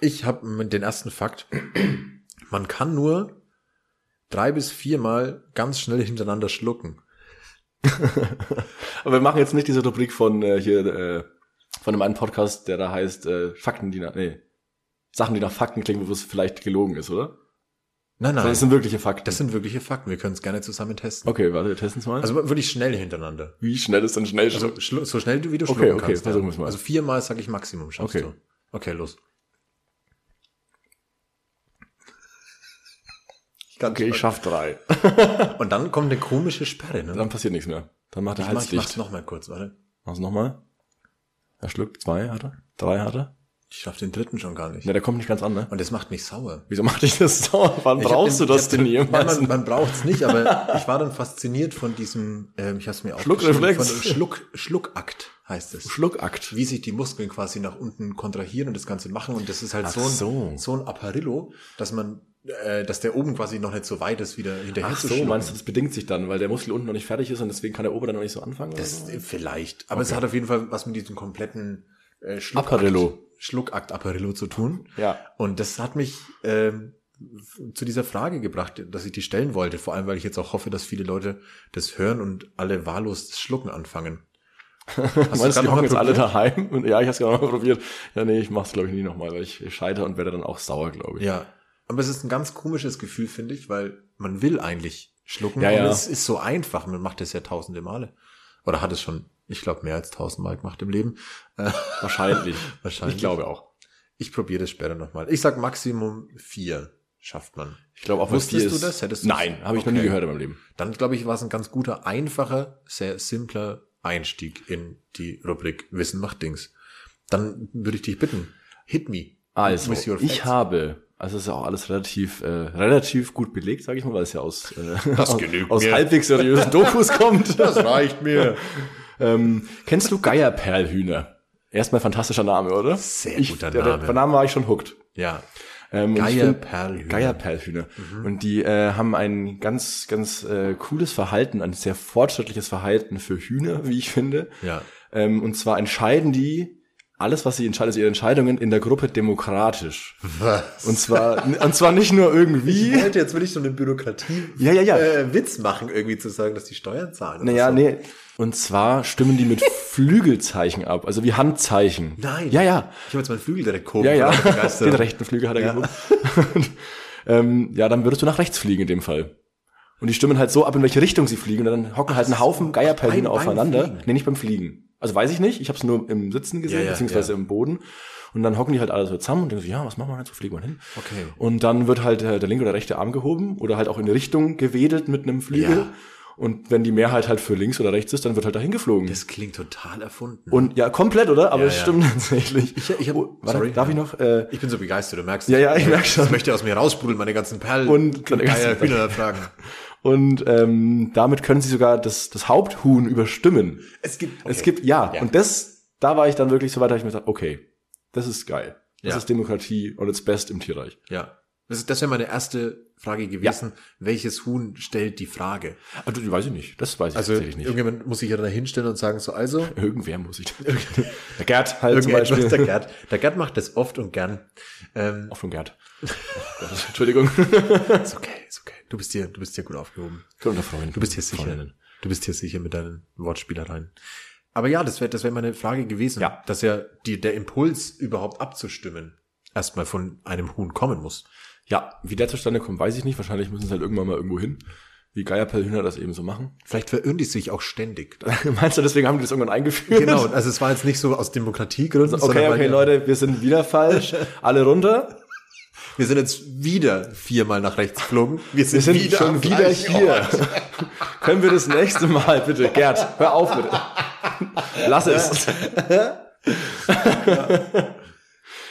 [SPEAKER 5] ich habe den ersten Fakt. Man kann nur drei bis viermal ganz schnell hintereinander schlucken.
[SPEAKER 6] Aber wir machen jetzt nicht diese Rubrik von äh, hier, äh, von einem anderen Podcast, der da heißt äh, Fakten, die nach, nee, Sachen, die nach Fakten klingen, wo es vielleicht gelogen ist, oder? Also,
[SPEAKER 5] Nein, nein.
[SPEAKER 6] Das sind wirkliche Fakten.
[SPEAKER 5] Das sind wirkliche Fakten. Wir können es gerne zusammen testen.
[SPEAKER 6] okay, warte, wir testen es mal.
[SPEAKER 5] Also wirklich schnell hintereinander.
[SPEAKER 6] wie schnell ist denn schnell?
[SPEAKER 5] Also schlu- so schnell du wie du
[SPEAKER 6] Okay,
[SPEAKER 5] schlucken
[SPEAKER 6] okay,
[SPEAKER 5] kannst.
[SPEAKER 6] versuchen wir's mal.
[SPEAKER 5] Also viermal sage ich Maximum schaffst
[SPEAKER 6] Okay.
[SPEAKER 5] du. Okay, los. Ich kann
[SPEAKER 6] okay, ich schaff drei.
[SPEAKER 5] Und dann kommt eine komische Sperre. Ne?
[SPEAKER 6] Also, Dann passiert nichts mehr. Dann macht er
[SPEAKER 5] Ich,
[SPEAKER 6] halt
[SPEAKER 5] mach, ich mach's
[SPEAKER 6] dicht.
[SPEAKER 5] noch mal kurz, warte.
[SPEAKER 6] Mach's nochmal. Er schluckt zwei, hat er? Drei hat er?
[SPEAKER 5] Ich schaff den dritten schon gar nicht.
[SPEAKER 6] Ne, der kommt nicht ganz an, ne?
[SPEAKER 5] Und das macht mich sauer.
[SPEAKER 6] Wieso macht ich das dauer? Wann
[SPEAKER 5] Ich hab
[SPEAKER 6] brauchst
[SPEAKER 5] den-
[SPEAKER 6] du
[SPEAKER 5] ich
[SPEAKER 6] das
[SPEAKER 5] hab
[SPEAKER 6] denn
[SPEAKER 5] den-
[SPEAKER 6] jemals?
[SPEAKER 5] Nein, man, man braucht's nicht, aber ich war dann fasziniert von diesem, ähm, ich hab's mir auch
[SPEAKER 6] Schluckreflex.
[SPEAKER 5] von dem Schluck, Schluckakt heißt es.
[SPEAKER 6] Schluckakt.
[SPEAKER 5] wie sich die Muskeln quasi nach unten kontrahieren und das Ganze machen. Und das ist halt
[SPEAKER 6] Ach
[SPEAKER 5] so ein,
[SPEAKER 6] so.
[SPEAKER 5] so. ein Apparillo, dass man, äh, dass der oben quasi noch nicht so weit ist, wieder hinterher
[SPEAKER 6] Ach
[SPEAKER 5] zu
[SPEAKER 6] so,
[SPEAKER 5] schlucken.
[SPEAKER 6] meinst du, das bedingt sich dann, weil der Muskel unten noch nicht fertig ist und deswegen kann der obere dann noch nicht so anfangen? oder
[SPEAKER 5] Das,
[SPEAKER 6] so?
[SPEAKER 5] äh, vielleicht. Aber es hat auf jeden Fall was mit diesem kompletten äh, Schluckakt,
[SPEAKER 6] Apparillo.
[SPEAKER 5] Schluckakt Apparillo zu tun.
[SPEAKER 6] Ja.
[SPEAKER 5] Und das hat mich ähm, f- zu dieser Frage gebracht, dass ich die stellen wollte. Vor allem, weil ich jetzt auch hoffe, dass viele Leute das hören und alle wahllos das Schlucken anfangen. Hast
[SPEAKER 6] Meinst
[SPEAKER 5] grad
[SPEAKER 6] du, die
[SPEAKER 5] noch mal
[SPEAKER 6] hocken jetzt alle
[SPEAKER 5] probiert?
[SPEAKER 6] daheim? Und, ja, ich hab's gerade mal probiert. Ja, nee, ich mach's glaube ich nie nochmal, weil ich, ich scheitere und werde dann auch sauer, glaube ich.
[SPEAKER 5] Ja. Aber es ist ein ganz komisches Gefühl, finde ich, weil man will eigentlich schlucken.
[SPEAKER 6] Ja, ja.
[SPEAKER 5] Und es ist so einfach. Man macht das ja tausende Male. Oder hat es schon, ich glaube, mehr als tausendmal gemacht im Leben.
[SPEAKER 6] Wahrscheinlich.
[SPEAKER 5] Wahrscheinlich.
[SPEAKER 6] Ich glaube auch.
[SPEAKER 5] Ich probiere das später nochmal. Ich sag Maximum vier schafft man.
[SPEAKER 6] Ich glaube auch, was
[SPEAKER 5] Wusstest
[SPEAKER 6] die
[SPEAKER 5] du
[SPEAKER 6] ist-
[SPEAKER 5] das? Hättest du
[SPEAKER 6] Nein,
[SPEAKER 5] das-
[SPEAKER 6] habe ich noch
[SPEAKER 5] Okay.
[SPEAKER 6] nie gehört in meinem Leben.
[SPEAKER 5] Dann, glaube ich, war es ein ganz guter, einfacher, sehr simpler Einstieg in die Rubrik Wissen macht Dings. Dann würde ich dich bitten, hit me.
[SPEAKER 6] Also,
[SPEAKER 5] with your
[SPEAKER 6] ich
[SPEAKER 5] facts.
[SPEAKER 6] habe, also es ist auch alles relativ, äh, relativ gut belegt, sage ich mal, weil es ja aus, äh,
[SPEAKER 5] Das
[SPEAKER 6] aus,
[SPEAKER 5] genügt
[SPEAKER 6] aus
[SPEAKER 5] mir.
[SPEAKER 6] halbwegs seriösen Dokus kommt.
[SPEAKER 5] Das reicht mir.
[SPEAKER 6] ähm, kennst du Geierperlhühner? Erstmal fantastischer Name, oder?
[SPEAKER 5] Sehr
[SPEAKER 6] ich,
[SPEAKER 5] guter
[SPEAKER 6] Der,
[SPEAKER 5] Name.
[SPEAKER 6] der, beim Namen war ich schon hooked.
[SPEAKER 5] Ja.
[SPEAKER 6] Ähm, und ich find-
[SPEAKER 5] Geierperlhühner.
[SPEAKER 6] Geierperlhühner.
[SPEAKER 5] Mhm.
[SPEAKER 6] Und die äh, haben ein ganz, ganz äh, cooles Verhalten, ein sehr fortschrittliches Verhalten für Hühner, wie ich finde.
[SPEAKER 5] Ja.
[SPEAKER 6] Ähm, und zwar entscheiden die alles, was sie entscheiden, also ihre Entscheidungen in der Gruppe demokratisch.
[SPEAKER 5] Was?
[SPEAKER 6] Und zwar, und zwar nicht nur irgendwie.
[SPEAKER 5] Alter, Halt, jetzt will ich so eine Bürokratie.
[SPEAKER 6] Ja, ja, ja.
[SPEAKER 5] Äh, Witz machen, irgendwie zu sagen, dass die Steuern zahlen. oder
[SPEAKER 6] naja,
[SPEAKER 5] so.
[SPEAKER 6] nee. Und zwar stimmen die mit Flügelzeichen ab, also wie Handzeichen.
[SPEAKER 5] Nein.
[SPEAKER 6] Ja, ja.
[SPEAKER 5] Ich habe jetzt meinen Flügel direkt komisch.
[SPEAKER 6] Ja, ja.
[SPEAKER 5] vor lauter Begeisterung.
[SPEAKER 6] Den rechten Flügel hat er ja. ähm, ja, dann würdest du nach rechts fliegen in dem Fall. Und die stimmen halt so ab, in welche Richtung sie fliegen. Und dann hocken halt ein Haufen Geierperlen
[SPEAKER 5] beim- beim
[SPEAKER 6] aufeinander.
[SPEAKER 5] Fliegen.
[SPEAKER 6] Nee, nicht beim Fliegen. Also weiß ich nicht. Ich habe es nur im Sitzen gesehen,
[SPEAKER 5] ja,
[SPEAKER 6] beziehungsweise im Boden. Und dann hocken die halt alle so zusammen und denken so, ja, was machen wir jetzt? Wo fliegen wir hin?
[SPEAKER 5] Okay.
[SPEAKER 6] Und dann wird halt äh, der linke oder rechte Arm gehoben oder halt auch in eine Richtung gewedelt mit einem Flügel.
[SPEAKER 5] Ja.
[SPEAKER 6] Und wenn die Mehrheit halt für links oder rechts ist, dann wird halt dahin geflogen.
[SPEAKER 5] Das klingt total erfunden.
[SPEAKER 6] und ja, komplett, oder? Aber
[SPEAKER 5] Ja,
[SPEAKER 6] es
[SPEAKER 5] ja.
[SPEAKER 6] stimmt tatsächlich.
[SPEAKER 5] Ich- ich hab-
[SPEAKER 6] oh, warte,
[SPEAKER 5] sorry.
[SPEAKER 6] darf ich noch? Äh,
[SPEAKER 5] ich bin so begeistert, du merkst.
[SPEAKER 6] Ja, ja, ich merk schon.
[SPEAKER 5] Ich möchte aus mir raussprudeln, meine ganzen Perlen.
[SPEAKER 6] Und-
[SPEAKER 5] meine ganzen Hühner fragen.
[SPEAKER 6] und ähm, damit können sie sogar das, das Haupthuhn überstimmen.
[SPEAKER 5] Es gibt,
[SPEAKER 6] Es gibt, ja,
[SPEAKER 5] Ja.
[SPEAKER 6] Und das, da war ich dann wirklich so weit, dass ich mir dachte, okay, das ist geil. Das
[SPEAKER 5] Ja.
[SPEAKER 6] ist Demokratie und it's best im Tierreich.
[SPEAKER 5] Ja. Das, ist- das wäre meine erste Frage gewesen. Welches Huhn stellt die Frage?
[SPEAKER 6] Also, die weiß ich nicht. Das weiß ich
[SPEAKER 5] Also,
[SPEAKER 6] tatsächlich nicht.
[SPEAKER 5] irgendjemand muss sich ja da hinstellen und sagen, so, also,
[SPEAKER 6] Irgendwer muss ich. der Gerd halt zum
[SPEAKER 5] irgendetwas,
[SPEAKER 6] Beispiel.
[SPEAKER 5] der Gerd. Der Gerd macht das oft und gern. Ähm,
[SPEAKER 6] Auch von Gerd. Ach Gott, Entschuldigung.
[SPEAKER 5] ist okay, ist okay. Du bist hier, du bist hier gut aufgehoben.
[SPEAKER 6] Guter Freund.
[SPEAKER 5] Du bist hier sicher.
[SPEAKER 6] Freundinnen.
[SPEAKER 5] Du bist hier sicher mit deinen Wortspielereien. Aber ja, das wäre das wäre meine Frage gewesen,
[SPEAKER 6] Ja.
[SPEAKER 5] dass ja die, der Impuls überhaupt abzustimmen erstmal von einem Huhn kommen muss.
[SPEAKER 6] Ja, wie der zustande kommt, weiß ich nicht. Wahrscheinlich müssen sie halt irgendwann mal irgendwo hin. Wie Geierpellhühner das eben so machen.
[SPEAKER 5] Vielleicht verirren die sich auch ständig.
[SPEAKER 6] Meinst du, deswegen haben die das irgendwann eingeführt?
[SPEAKER 5] genau, also es war jetzt nicht so aus Demokratiegründen. sondern
[SPEAKER 6] Okay,
[SPEAKER 5] weil
[SPEAKER 6] okay,
[SPEAKER 5] wir-
[SPEAKER 6] Leute, wir sind wieder falsch. Alle runter.
[SPEAKER 5] Wir sind jetzt wieder viermal nach rechts geflogen.
[SPEAKER 6] Wir sind
[SPEAKER 5] am
[SPEAKER 6] schon wieder
[SPEAKER 5] gleichen
[SPEAKER 6] hier.
[SPEAKER 5] Ort.
[SPEAKER 6] Können wir das nächste Mal bitte, Gerd, hör auf bitte. Lass es.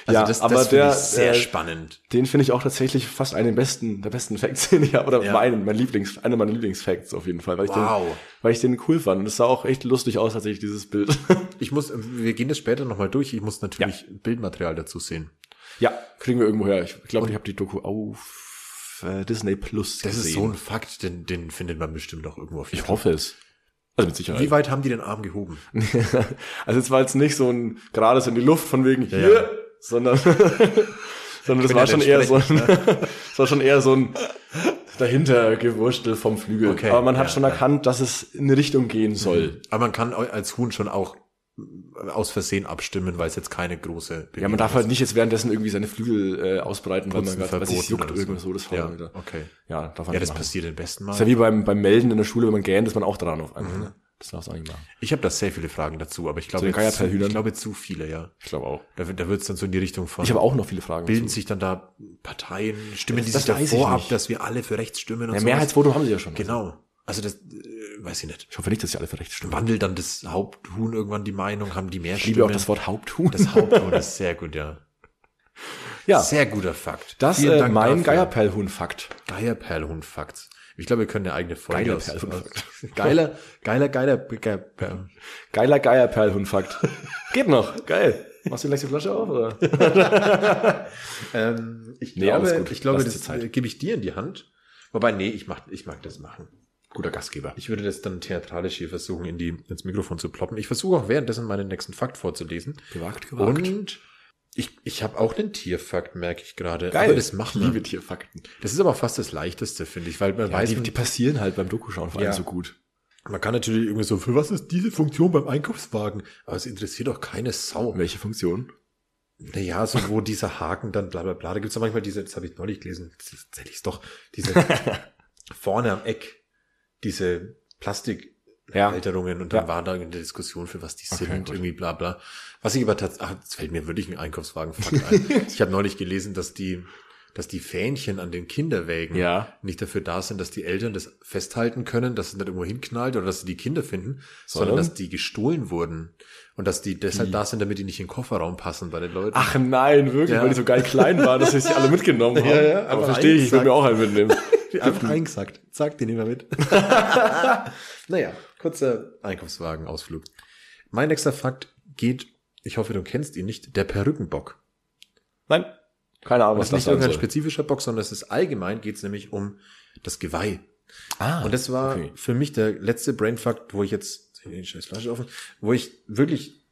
[SPEAKER 5] Also
[SPEAKER 6] ja,
[SPEAKER 5] das, das
[SPEAKER 6] aber
[SPEAKER 5] aber
[SPEAKER 6] der,
[SPEAKER 5] ich sehr
[SPEAKER 6] äh,
[SPEAKER 5] spannend.
[SPEAKER 6] Den finde ich auch tatsächlich fast einen der besten, der besten Facts, den ich habe. Oder
[SPEAKER 5] Ja.
[SPEAKER 6] meinen, mein Lieblings, einer meiner Lieblingsfacts auf jeden Fall, weil ich, den,
[SPEAKER 5] Wow.
[SPEAKER 6] weil ich den cool fand. Und es sah auch echt lustig aus, tatsächlich, dieses Bild.
[SPEAKER 5] Ich muss, wir gehen das später nochmal durch. Ich muss natürlich Bildmaterial dazu sehen.
[SPEAKER 6] ja, kriegen wir irgendwo her. Ich glaube, ich habe die Doku auf äh, Disney Plus
[SPEAKER 5] Das
[SPEAKER 6] gesehen.
[SPEAKER 5] ist so ein Fakt, den, den findet man bestimmt auch irgendwo auf
[SPEAKER 6] ich hoffe es. Also mit Sicherheit.
[SPEAKER 5] Wie weit haben die den Arm gehoben?
[SPEAKER 6] Also es war jetzt nicht so ein gerades in die Luft von wegen hier,
[SPEAKER 5] ja.
[SPEAKER 6] sondern, sondern das war schon eher so ein,
[SPEAKER 5] ne?
[SPEAKER 6] das war schon eher so ein dahinter gewurstel vom Flügel.
[SPEAKER 5] Okay,
[SPEAKER 6] Aber man hat
[SPEAKER 5] ja,
[SPEAKER 6] schon
[SPEAKER 5] ja. Mhm.
[SPEAKER 6] erkannt, dass es in eine Richtung gehen soll.
[SPEAKER 5] Aber man kann als Huhn schon auch äh, aus Versehen abstimmen, weil es jetzt keine große
[SPEAKER 6] Ja, man darf halt nicht jetzt währenddessen irgendwie seine Flügel äh, ausbreiten, weil man
[SPEAKER 5] Putzen
[SPEAKER 6] gerade weil es sich
[SPEAKER 5] verboten
[SPEAKER 6] juckt
[SPEAKER 5] oder so.
[SPEAKER 6] irgendwas so das
[SPEAKER 5] Ja,
[SPEAKER 6] Feuer wieder.
[SPEAKER 5] okay.
[SPEAKER 6] Ja, darf
[SPEAKER 5] Ja,
[SPEAKER 6] man nicht
[SPEAKER 5] das
[SPEAKER 6] machen.
[SPEAKER 5] passiert den besten
[SPEAKER 6] Das ist ja
[SPEAKER 5] Mal.
[SPEAKER 6] wie beim, beim Melden in der Schule, wenn man gähnt, ist man auch dran auf
[SPEAKER 5] Mhm.
[SPEAKER 6] einmal. Ne? Das darfst du auch nicht machen.
[SPEAKER 5] Ich habe da sehr viele Fragen dazu, aber ich glaube,
[SPEAKER 6] den
[SPEAKER 5] zu,
[SPEAKER 6] Geierteilhühnern?
[SPEAKER 5] ich glaube zu viele, ja.
[SPEAKER 6] Ich glaube auch.
[SPEAKER 5] Da, da wird es dann so in die Richtung von.
[SPEAKER 6] Ich habe auch noch viele Fragen.
[SPEAKER 5] Bilden
[SPEAKER 6] dazu.
[SPEAKER 5] sich dann da Parteien, stimmen die
[SPEAKER 6] das
[SPEAKER 5] sich
[SPEAKER 6] weiß ich
[SPEAKER 5] davor ab,
[SPEAKER 6] nicht.
[SPEAKER 5] dass wir alle für rechts stimmen und
[SPEAKER 6] Ja,
[SPEAKER 5] sowas?
[SPEAKER 6] Mehrheitsvotum haben sie ja schon.
[SPEAKER 5] Genau. Also das äh, weiß ich nicht.
[SPEAKER 6] Ich hoffe nicht, dass sie alle für recht stimmen.
[SPEAKER 5] Wandelt dann das Haupthuhn irgendwann die Meinung, haben die mehr
[SPEAKER 6] Ich liebe auch das Wort Haupthuhn.
[SPEAKER 5] Das Haupthuhn ist sehr gut, ja.
[SPEAKER 6] ja.
[SPEAKER 5] Sehr guter Fakt.
[SPEAKER 6] Das
[SPEAKER 5] Vielen
[SPEAKER 6] äh,
[SPEAKER 5] Dank
[SPEAKER 6] mein
[SPEAKER 5] dafür.
[SPEAKER 6] Geierperlhuhn-Fakt.
[SPEAKER 5] Geierperlhuhn-Fakt. Ich glaube, wir können eine eigene Folge
[SPEAKER 6] Geiler
[SPEAKER 5] aus-
[SPEAKER 6] Perlhuhn-Fakt.
[SPEAKER 5] aus- Geiler, geiler, geiler, geiler, geiler.
[SPEAKER 6] Geiler Geierperlhuhn-Fakt. Geht noch. Geil. Machst du gleich die Flasche auf? Oder?
[SPEAKER 5] Ähm, ich
[SPEAKER 6] Nee, alles
[SPEAKER 5] glaube,
[SPEAKER 6] gut.
[SPEAKER 5] ich glaube
[SPEAKER 6] Lass dir
[SPEAKER 5] das
[SPEAKER 6] Zeit.
[SPEAKER 5] äh, gebe ich dir in die Hand. Wobei, nee, ich mag, ich mag das machen.
[SPEAKER 6] Guter Gastgeber.
[SPEAKER 5] Ich würde das dann theatralisch hier versuchen, in die, ins Mikrofon zu ploppen. Ich versuche auch währenddessen meinen nächsten Fakt vorzulesen.
[SPEAKER 6] Gewagt,
[SPEAKER 5] Und ich, ich habe auch einen Tierfakt, merke ich gerade.
[SPEAKER 6] Geil.
[SPEAKER 5] Aber das machen
[SPEAKER 6] ich liebe
[SPEAKER 5] wir.
[SPEAKER 6] Tierfakten.
[SPEAKER 5] Das ist aber fast das Leichteste, finde ich, weil man
[SPEAKER 6] Ja,
[SPEAKER 5] weiß,
[SPEAKER 6] die, die passieren halt beim Dokuschauen vor allem
[SPEAKER 5] Ja.
[SPEAKER 6] so gut.
[SPEAKER 5] man kann natürlich irgendwie so, für was ist diese Funktion beim Einkaufswagen? Aber es interessiert doch keine Sau.
[SPEAKER 6] Welche Funktion?
[SPEAKER 5] Naja, so wo dieser Haken dann bla bla bla. Da gibt's ja manchmal diese, das habe ich neulich gelesen, jetzt erzähl ich's doch, diese vorne am Eck, diese Plastik.
[SPEAKER 6] Ja.
[SPEAKER 5] Halterungen und dann
[SPEAKER 6] Ja.
[SPEAKER 5] war da eine Diskussion, für was die
[SPEAKER 6] Okay,
[SPEAKER 5] sind,
[SPEAKER 6] gut.
[SPEAKER 5] irgendwie bla bla. Was ich aber tatsächlich, das fällt mir wirklich ein Einkaufswagen ein. ich habe neulich gelesen, dass die, dass die Fähnchen an den Kinderwägen
[SPEAKER 6] Ja.
[SPEAKER 5] nicht dafür da sind, dass die Eltern das festhalten können, dass es nicht irgendwo hinknallt oder dass sie die Kinder finden, sondern, Hm.
[SPEAKER 6] Sondern?
[SPEAKER 5] dass die gestohlen wurden und dass die deshalb da sind, damit die nicht in den Kofferraum passen bei den Leuten.
[SPEAKER 6] Ach nein, wirklich,
[SPEAKER 5] Ja.
[SPEAKER 6] weil die so geil klein waren, dass ich sie alle mitgenommen habe.
[SPEAKER 5] Ja, ja,
[SPEAKER 6] Aber
[SPEAKER 5] einfach
[SPEAKER 6] verstehe ich, ich will
[SPEAKER 5] eingesackt.
[SPEAKER 6] mir auch einen mitnehmen.
[SPEAKER 5] Einfach eingesackt. Zack, den nehmen wir mit. naja, kurzer Einkaufswagenausflug. Mein nächster Fakt geht, ich hoffe, du kennst ihn nicht, der Perückenbock.
[SPEAKER 6] Nein, keine Ahnung,
[SPEAKER 5] Das
[SPEAKER 6] was
[SPEAKER 5] ist nicht
[SPEAKER 6] das sein
[SPEAKER 5] irgendein
[SPEAKER 6] soll.
[SPEAKER 5] spezifischer Bock, sondern es ist allgemein, geht es nämlich um das Geweih.
[SPEAKER 6] Ah,
[SPEAKER 5] Und das war
[SPEAKER 6] okay.
[SPEAKER 5] für mich der letzte Brainfuck, wo ich jetzt, die scheiß Flasche offen, wo ich wirklich,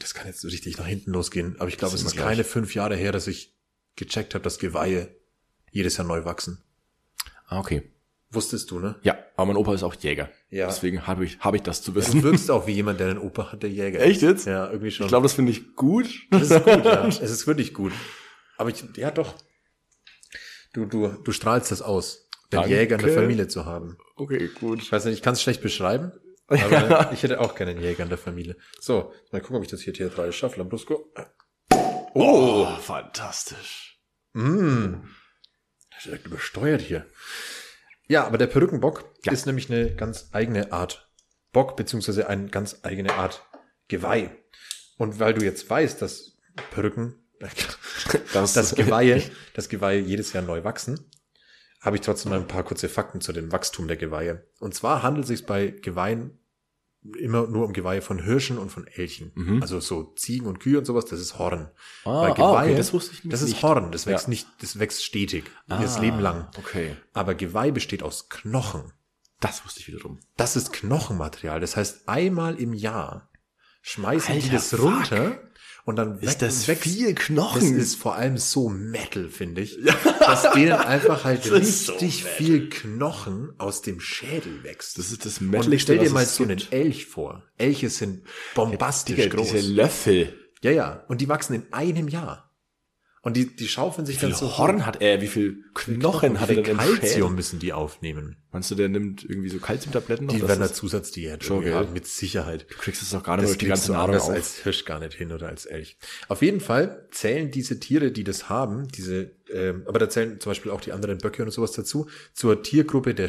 [SPEAKER 5] das kann jetzt so richtig nach hinten losgehen, aber ich glaube, es
[SPEAKER 6] Das sehen
[SPEAKER 5] ist
[SPEAKER 6] wir gleich.
[SPEAKER 5] keine fünf Jahre her, dass ich gecheckt habe, dass Geweihe jedes Jahr neu wachsen.
[SPEAKER 6] Ah, okay.
[SPEAKER 5] Wusstest du, ne?
[SPEAKER 6] Ja, aber mein Opa ist auch Jäger.
[SPEAKER 5] Ja.
[SPEAKER 6] Deswegen habe ich, habe ich das zu
[SPEAKER 5] Du
[SPEAKER 6] wissen.
[SPEAKER 5] wirkst auch wie jemand, der einen Opa hat, der Jäger
[SPEAKER 6] Echt jetzt?
[SPEAKER 5] Ja, irgendwie schon.
[SPEAKER 6] Ich glaube, das finde ich gut.
[SPEAKER 5] das ist gut, ja. Es ist wirklich gut. Aber ich, ja doch. Du, du, du strahlst das aus. den
[SPEAKER 6] Danke.
[SPEAKER 5] Jäger in der Familie zu haben.
[SPEAKER 6] Okay,
[SPEAKER 5] Ich
[SPEAKER 6] gut.
[SPEAKER 5] weiß nicht, ich kann es schlecht beschreiben, aber ich hätte auch gerne einen Jäger in der Familie. So, mal gucken, ob ich das hier theatralisch schaffe. Lambrusco.
[SPEAKER 6] Oh, fantastisch. Hm.
[SPEAKER 5] Mm. Das ist direkt übersteuert hier. Ja, aber der Perückenbock ist nämlich eine ganz eigene Art Bock, beziehungsweise eine ganz eigene Art Geweih. Und weil du jetzt weißt, dass Perücken,
[SPEAKER 6] Das-
[SPEAKER 5] das Geweihe, das Geweihe jedes Jahr neu wachsen, habe ich trotzdem mal ein paar kurze Fakten zu dem Wachstum der Geweihe. Und zwar handelt es sich bei Geweihen immer nur um Geweihe von Hirschen und von Elchen.
[SPEAKER 6] Mhm.
[SPEAKER 5] Also so Ziegen und Kühe und sowas, das ist Horn.
[SPEAKER 6] Ah,
[SPEAKER 5] Weil
[SPEAKER 6] ah,
[SPEAKER 5] Geweihe,
[SPEAKER 6] okay, das wusste ich
[SPEAKER 5] Das
[SPEAKER 6] nicht.
[SPEAKER 5] ist Horn, das wächst
[SPEAKER 6] Ja. Ah,
[SPEAKER 5] nicht, das wächst stetig, das Leben lang.
[SPEAKER 6] Okay.
[SPEAKER 5] Aber Geweih besteht aus Knochen.
[SPEAKER 6] Das wusste ich wiederum.
[SPEAKER 5] Das ist Knochenmaterial. Das heißt, einmal im Jahr schmeißen die
[SPEAKER 6] Alter,
[SPEAKER 5] das
[SPEAKER 6] fuck.
[SPEAKER 5] runter und dann
[SPEAKER 6] Ist
[SPEAKER 5] wä-
[SPEAKER 6] das viel Knochen?
[SPEAKER 5] Das ist vor allem so Metal, finde ich. Dass denen einfach halt
[SPEAKER 6] ist so
[SPEAKER 5] richtig viel Knochen aus dem Schädel wächst.
[SPEAKER 6] Das ist das
[SPEAKER 5] und
[SPEAKER 6] Metalligste,
[SPEAKER 5] stell dir
[SPEAKER 6] was
[SPEAKER 5] mal
[SPEAKER 6] es
[SPEAKER 5] so einen
[SPEAKER 6] gibt.
[SPEAKER 5] Elch vor. Elche sind bombastisch groß.
[SPEAKER 6] Diese Löffel.
[SPEAKER 5] Ja, ja. Und die wachsen in einem Jahr. Und die, die schaufeln sich
[SPEAKER 6] Wie
[SPEAKER 5] dann
[SPEAKER 6] viel
[SPEAKER 5] so
[SPEAKER 6] Horn hat er? Wie viel Knochen hat er denn im
[SPEAKER 5] Kalzium
[SPEAKER 6] Schädel?
[SPEAKER 5] müssen die aufnehmen.
[SPEAKER 6] Meinst du, der nimmt irgendwie so Kalziumtabletten noch?
[SPEAKER 5] Die
[SPEAKER 6] dass
[SPEAKER 5] werden
[SPEAKER 6] das-
[SPEAKER 5] da Zusatzdiät
[SPEAKER 6] Schon,
[SPEAKER 5] irgendwie
[SPEAKER 6] gell?
[SPEAKER 5] haben, mit Sicherheit.
[SPEAKER 6] Du kriegst es doch gar nicht mehr
[SPEAKER 5] Das
[SPEAKER 6] durch die
[SPEAKER 5] kriegst
[SPEAKER 6] ganze
[SPEAKER 5] du
[SPEAKER 6] Nahrung
[SPEAKER 5] anders
[SPEAKER 6] auf.
[SPEAKER 5] als Hirsch gar nicht hin oder als Elch. Auf jeden Fall zählen diese Tiere, die das haben, diese, ähm, aber da zählen zum Beispiel auch die anderen Böcke und sowas dazu, zur Tiergruppe der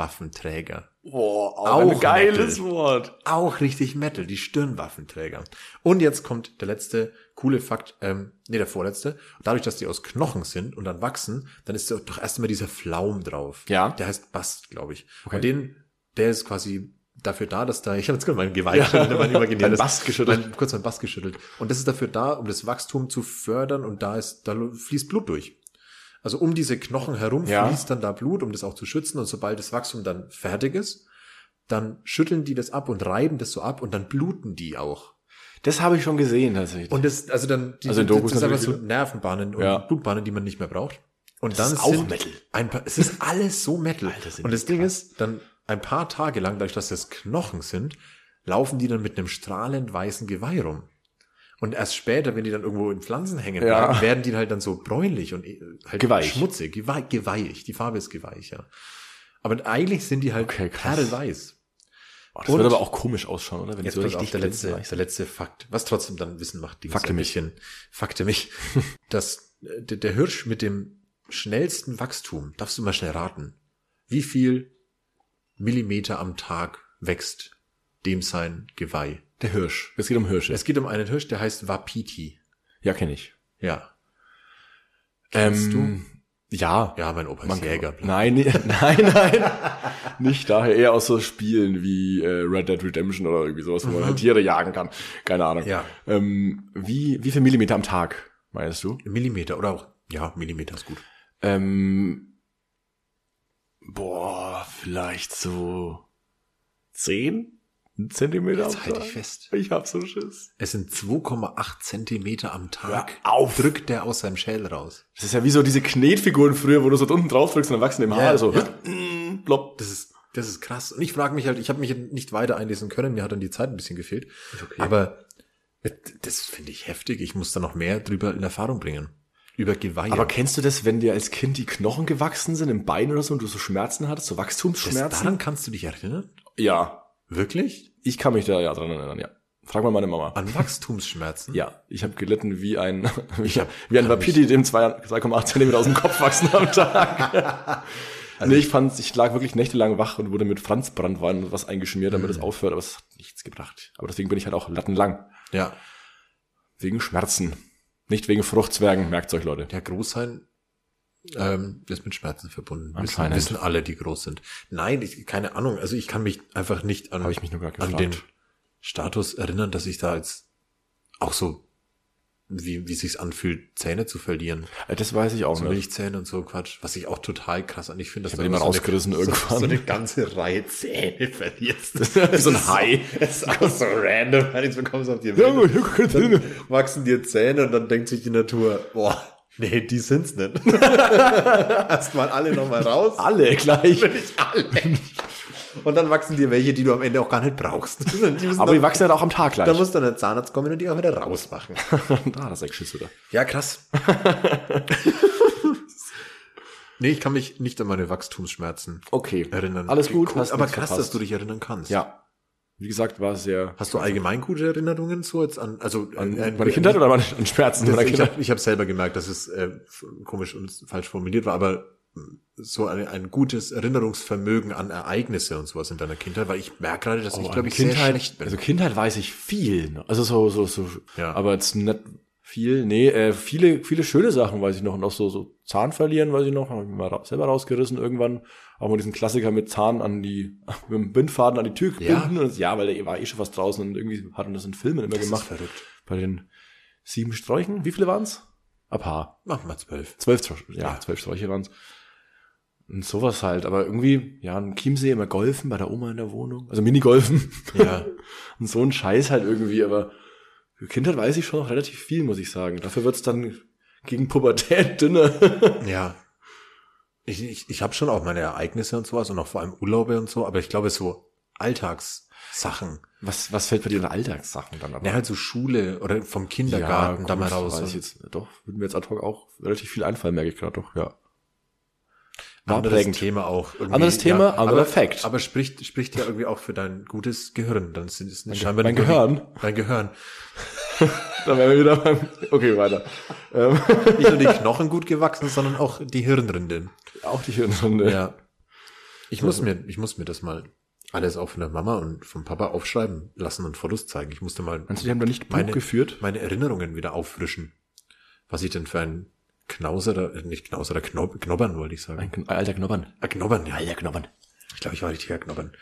[SPEAKER 5] Stirnwaffenträger.
[SPEAKER 6] Boah,
[SPEAKER 5] auch ein geiles
[SPEAKER 6] Wort.
[SPEAKER 5] Auch richtig Metal, die Stirnwaffenträger. Und jetzt kommt der letzte coole Fakt, ähm, nee, der vorletzte. Dadurch, dass die aus Knochen sind und dann wachsen, dann ist doch erst einmal dieser Flaum drauf.
[SPEAKER 6] Ja.
[SPEAKER 5] Der heißt Bast, glaube ich.
[SPEAKER 6] Okay.
[SPEAKER 5] Und den, der ist quasi dafür da, dass da, ich habe jetzt gerade mein Geweih geschüttelt, mein imaginäres.
[SPEAKER 6] Dein Bast geschüttelt.
[SPEAKER 5] Mein, kurz mein Bast geschüttelt. Und das ist dafür da, um das Wachstum zu fördern und da ist, da fließt Blut durch. Also um diese Knochen herum
[SPEAKER 6] Ja.
[SPEAKER 5] fließt dann da Blut, um das auch zu schützen. Und sobald das Wachstum dann fertig ist, dann schütteln die das ab und reiben das so ab und dann bluten die auch.
[SPEAKER 6] Das habe ich schon gesehen tatsächlich.
[SPEAKER 5] Und das, also dann, die,
[SPEAKER 6] Also in
[SPEAKER 5] das
[SPEAKER 6] Dokus
[SPEAKER 5] ist einfach so
[SPEAKER 6] natürlich wieder.
[SPEAKER 5] Nervenbahnen und
[SPEAKER 6] Ja.
[SPEAKER 5] Blutbahnen, die man nicht mehr braucht. Und
[SPEAKER 6] Das
[SPEAKER 5] dann
[SPEAKER 6] ist auch
[SPEAKER 5] sind
[SPEAKER 6] Metal.
[SPEAKER 5] Ein paar, es ist alles so Metal.
[SPEAKER 6] Alter, sind
[SPEAKER 5] und
[SPEAKER 6] die
[SPEAKER 5] das Ding
[SPEAKER 6] krass.
[SPEAKER 5] ist, dann ein paar Tage lang, dadurch, dass das Knochen sind, laufen die dann mit einem strahlend weißen Geweih rum. Und erst später, wenn die dann irgendwo in Pflanzen hängen
[SPEAKER 6] Ja.
[SPEAKER 5] bleiben, werden die halt dann so bräunlich und eh- halt
[SPEAKER 6] Geweicht.
[SPEAKER 5] schmutzig, gewei geweihig. Die Farbe ist geweich, ja. Aber eigentlich sind die halt
[SPEAKER 6] Okay, krass.
[SPEAKER 5] perlweiß.
[SPEAKER 6] oh, das
[SPEAKER 5] und-
[SPEAKER 6] würde aber auch komisch ausschauen, oder? Wenn
[SPEAKER 5] Jetzt
[SPEAKER 6] die
[SPEAKER 5] pass auf, der letzte,
[SPEAKER 6] glänzen, weißt
[SPEAKER 5] der letzte Fakt, was trotzdem dann Wissen macht, Dings
[SPEAKER 6] Fakte
[SPEAKER 5] ein
[SPEAKER 6] mich.
[SPEAKER 5] bisschen, Fakte mich, dass äh, der, der Hirsch mit dem schnellsten Wachstum, darfst du mal schnell raten, wie viel Millimeter am Tag wächst dem sein Geweih?
[SPEAKER 6] du. der Hirsch. Es geht um Hirsche.
[SPEAKER 5] Es geht um einen Hirsch, der heißt Wapiti.
[SPEAKER 6] ja, kenne ich.
[SPEAKER 5] Ja. Kennst
[SPEAKER 6] Ähm, Ja.
[SPEAKER 5] Ja, mein Opa ist
[SPEAKER 6] Man-
[SPEAKER 5] Jäger.
[SPEAKER 6] Nein, nee, nein, nein. Nicht daher, eher aus so Spielen wie äh, Red Dead Redemption oder irgendwie sowas, wo man halt Tiere jagen kann. Keine Ahnung.
[SPEAKER 5] Mhm. Ja.
[SPEAKER 6] Ähm, wie, wie viel Millimeter am Tag, meinst du?
[SPEAKER 5] Millimeter oder auch, ja, Millimeter ist gut.
[SPEAKER 6] Ähm, boah, vielleicht so zehn Zentimeter.
[SPEAKER 5] Jetzt
[SPEAKER 6] am
[SPEAKER 5] halt
[SPEAKER 6] Tag?
[SPEAKER 5] dich fest.
[SPEAKER 6] Ich hab so Schiss.
[SPEAKER 5] Es sind 2,8 Zentimeter am Tag.
[SPEAKER 6] Hör auf.
[SPEAKER 5] Drückt der aus seinem Schädel raus.
[SPEAKER 6] Das ist ja wie so diese Knetfiguren früher, wo du so unten drauf drückst und dann wachsen im Haar
[SPEAKER 5] Ja,
[SPEAKER 6] so.
[SPEAKER 5] ja.
[SPEAKER 6] mm, Plopp.
[SPEAKER 5] Das ist, das ist krass. Und ich frage mich halt, ich habe mich nicht weiter einlesen können, mir hat dann die Zeit ein bisschen gefehlt. Aber das finde ich heftig. Ich muss da noch mehr drüber in Erfahrung bringen. Über Geweih.
[SPEAKER 6] Aber kennst du das, wenn dir als Kind die Knochen gewachsen sind im Bein oder so und du so Schmerzen hattest, so
[SPEAKER 5] das,
[SPEAKER 6] Wachstumsschmerzen?
[SPEAKER 5] daran kannst du dich erinnern?
[SPEAKER 6] Ja,
[SPEAKER 5] Wirklich?
[SPEAKER 6] ich kann mich da ja dran erinnern, ja. Frag mal meine Mama.
[SPEAKER 5] An Wachstumsschmerzen?
[SPEAKER 6] Ja, ich habe gelitten wie ein wie,
[SPEAKER 5] hab-
[SPEAKER 6] wie ein
[SPEAKER 5] Äh. kann
[SPEAKER 6] Wapiti, dem zwei- 2,8 Zentimeter aus dem Kopf wachsen am Tag.
[SPEAKER 5] Also
[SPEAKER 6] nee, ich fand, ich lag wirklich nächtelang wach und wurde mit Franzbranntwein und was eingeschmiert, damit
[SPEAKER 5] Äh.
[SPEAKER 6] es aufhört, aber es hat nichts gebracht. Aber deswegen bin ich halt auch lattenlang.
[SPEAKER 5] Ja.
[SPEAKER 6] Wegen Schmerzen. Nicht wegen Fruchtzwergen, merkt's euch, Leute.
[SPEAKER 5] Ja, groß sein Äh, ähm, ist mit Schmerzen verbunden. Wissen,
[SPEAKER 6] Anscheinend.
[SPEAKER 5] wissen alle, die groß sind. Nein, ich, keine Ahnung. Also ich kann mich einfach nicht an,
[SPEAKER 6] Hab ich mich nur grad
[SPEAKER 5] an den
[SPEAKER 6] gefragt.
[SPEAKER 5] Status erinnern, dass ich da jetzt auch so, wie, wie sich's anfühlt, Zähne zu verlieren.
[SPEAKER 6] Äh, Das weiß ich auch
[SPEAKER 5] So
[SPEAKER 6] nicht.
[SPEAKER 5] Milchzähne und so Quatsch, was ich auch total krass an. Ich finde, dass
[SPEAKER 6] Ich hab die
[SPEAKER 5] immer
[SPEAKER 6] mal
[SPEAKER 5] so
[SPEAKER 6] rausgerissen
[SPEAKER 5] eine, So,
[SPEAKER 6] irgendwann.
[SPEAKER 5] so eine ganze Reihe Zähne verlierst.
[SPEAKER 6] Wie so ein Hai.
[SPEAKER 5] Das ist auch so random. Jetzt bekommst du auf die
[SPEAKER 6] Ja,
[SPEAKER 5] Welt.
[SPEAKER 6] ich hab keine
[SPEAKER 5] Dann
[SPEAKER 6] Zähne.
[SPEAKER 5] wachsen dir Zähne und dann denkt sich die Natur, boah, nee, die sind's nicht. Erstmal alle nochmal raus.
[SPEAKER 6] Alle gleich.
[SPEAKER 5] Alle. Und dann wachsen dir welche, die du am Ende auch gar nicht brauchst. Die müssen
[SPEAKER 6] Aber die
[SPEAKER 5] dann,
[SPEAKER 6] wachsen halt auch am Tag gleich.
[SPEAKER 5] da muss dann der Zahnarzt kommen und die auch wieder rausmachen.
[SPEAKER 6] ah, das ist ein Schiss, oder?
[SPEAKER 5] Ja, krass. Nee, ich kann mich nicht an meine Wachstumsschmerzen
[SPEAKER 6] Okay.
[SPEAKER 5] erinnern.
[SPEAKER 6] Alles gut.
[SPEAKER 5] Cool,
[SPEAKER 6] hast
[SPEAKER 5] aber
[SPEAKER 6] nichts
[SPEAKER 5] krass, dass
[SPEAKER 6] verpasst.
[SPEAKER 5] du dich erinnern kannst.
[SPEAKER 6] Ja. Wie gesagt, war sehr.
[SPEAKER 5] Hast du allgemein gute Erinnerungen so jetzt an, also
[SPEAKER 6] An,
[SPEAKER 5] äh,
[SPEAKER 6] an
[SPEAKER 5] an-
[SPEAKER 6] meine Kindheit oder an, an Schmerzen
[SPEAKER 5] Das,
[SPEAKER 6] meiner
[SPEAKER 5] ich
[SPEAKER 6] Kindheit?
[SPEAKER 5] habe ich hab selber gemerkt, dass es äh, f- komisch und falsch formuliert war, aber hm, so ein, ein gutes Erinnerungsvermögen an Ereignisse und sowas in deiner Kindheit, weil ich merke gerade, dass ich, glaube ich, sehr schlecht bin.
[SPEAKER 6] Also Oh, Kindheit weiß ich viel. ne? Also so, so, so.
[SPEAKER 5] Ja.
[SPEAKER 6] Aber jetzt nicht viel. Nee, äh, viele, viele schöne Sachen weiß ich noch. Und auch so, so Zahn verlieren weiß ich noch. Habe ich mir mal ra selber rausgerissen irgendwann. Auch mal diesen Klassiker mit Zahn an die, mit dem Bindfaden an die Tür
[SPEAKER 5] Ja.
[SPEAKER 6] binden. Und, ja, weil der war eh schon fast draußen und irgendwie hatten das in Filmen immer gemacht. Bei den sieben Sträuchen. Wie viele waren's? Ein paar.
[SPEAKER 5] Mach mal zwölf.
[SPEAKER 6] Zwölf Sträuche, ja, zwölf Sträuche waren's Und sowas halt, aber irgendwie, ja, in Chiemsee immer golfen bei der Oma in der Wohnung. Also Minigolfen.
[SPEAKER 5] Ja.
[SPEAKER 6] Und so ein Scheiß halt irgendwie, aber für Kindheit weiß ich schon noch relativ viel, muss ich sagen. Dafür wird's dann gegen Pubertät dünner.
[SPEAKER 5] Ja. Ich, ich, ich habe schon auch meine Ereignisse und sowas und auch vor allem Urlaube und so, aber ich glaube so Alltagssachen.
[SPEAKER 6] Was, was fällt bei dir in Alltagssachen dann ab?
[SPEAKER 5] Ja, halt so Schule oder vom Kindergarten da mal raus.
[SPEAKER 6] Weiß ich jetzt, doch, würden mir jetzt ad hoc auch relativ viel einfallen, merke ich gerade doch, ja. War
[SPEAKER 5] anderes
[SPEAKER 6] prägend.
[SPEAKER 5] Thema auch. irgendwie,
[SPEAKER 6] Anderes Thema, anderer
[SPEAKER 5] aber
[SPEAKER 6] Fact.
[SPEAKER 5] Aber spricht, spricht ja irgendwie auch für dein gutes Gehirn. Dann sind es nicht
[SPEAKER 6] mein Gehirn?
[SPEAKER 5] Dein Gehirn.
[SPEAKER 6] Dann wären wir wieder beim, okay, weiter. Ähm,
[SPEAKER 5] Nicht nur die Knochen gut gewachsen, sondern auch die Hirnrinde.
[SPEAKER 6] auch die Hirnrunde.
[SPEAKER 5] Ja. Ich muss mir, ich muss mir das mal alles auch von der Mama und vom Papa aufschreiben lassen und Fotos zeigen. Ich musste mal
[SPEAKER 6] Meinst du, die haben da nicht Buch
[SPEAKER 5] meine,
[SPEAKER 6] geführt?
[SPEAKER 5] meine Erinnerungen wieder auffrischen. Was ich denn für ein Knauserer, äh, nicht Knauserer, Knob, Knobbern wollte ich sagen.
[SPEAKER 6] Ein Kn- alter Knobbern.
[SPEAKER 5] Ah, Knobbern, ja.
[SPEAKER 6] Alter Knobbern.
[SPEAKER 5] Ich glaube, ich war richtiger Knobbern.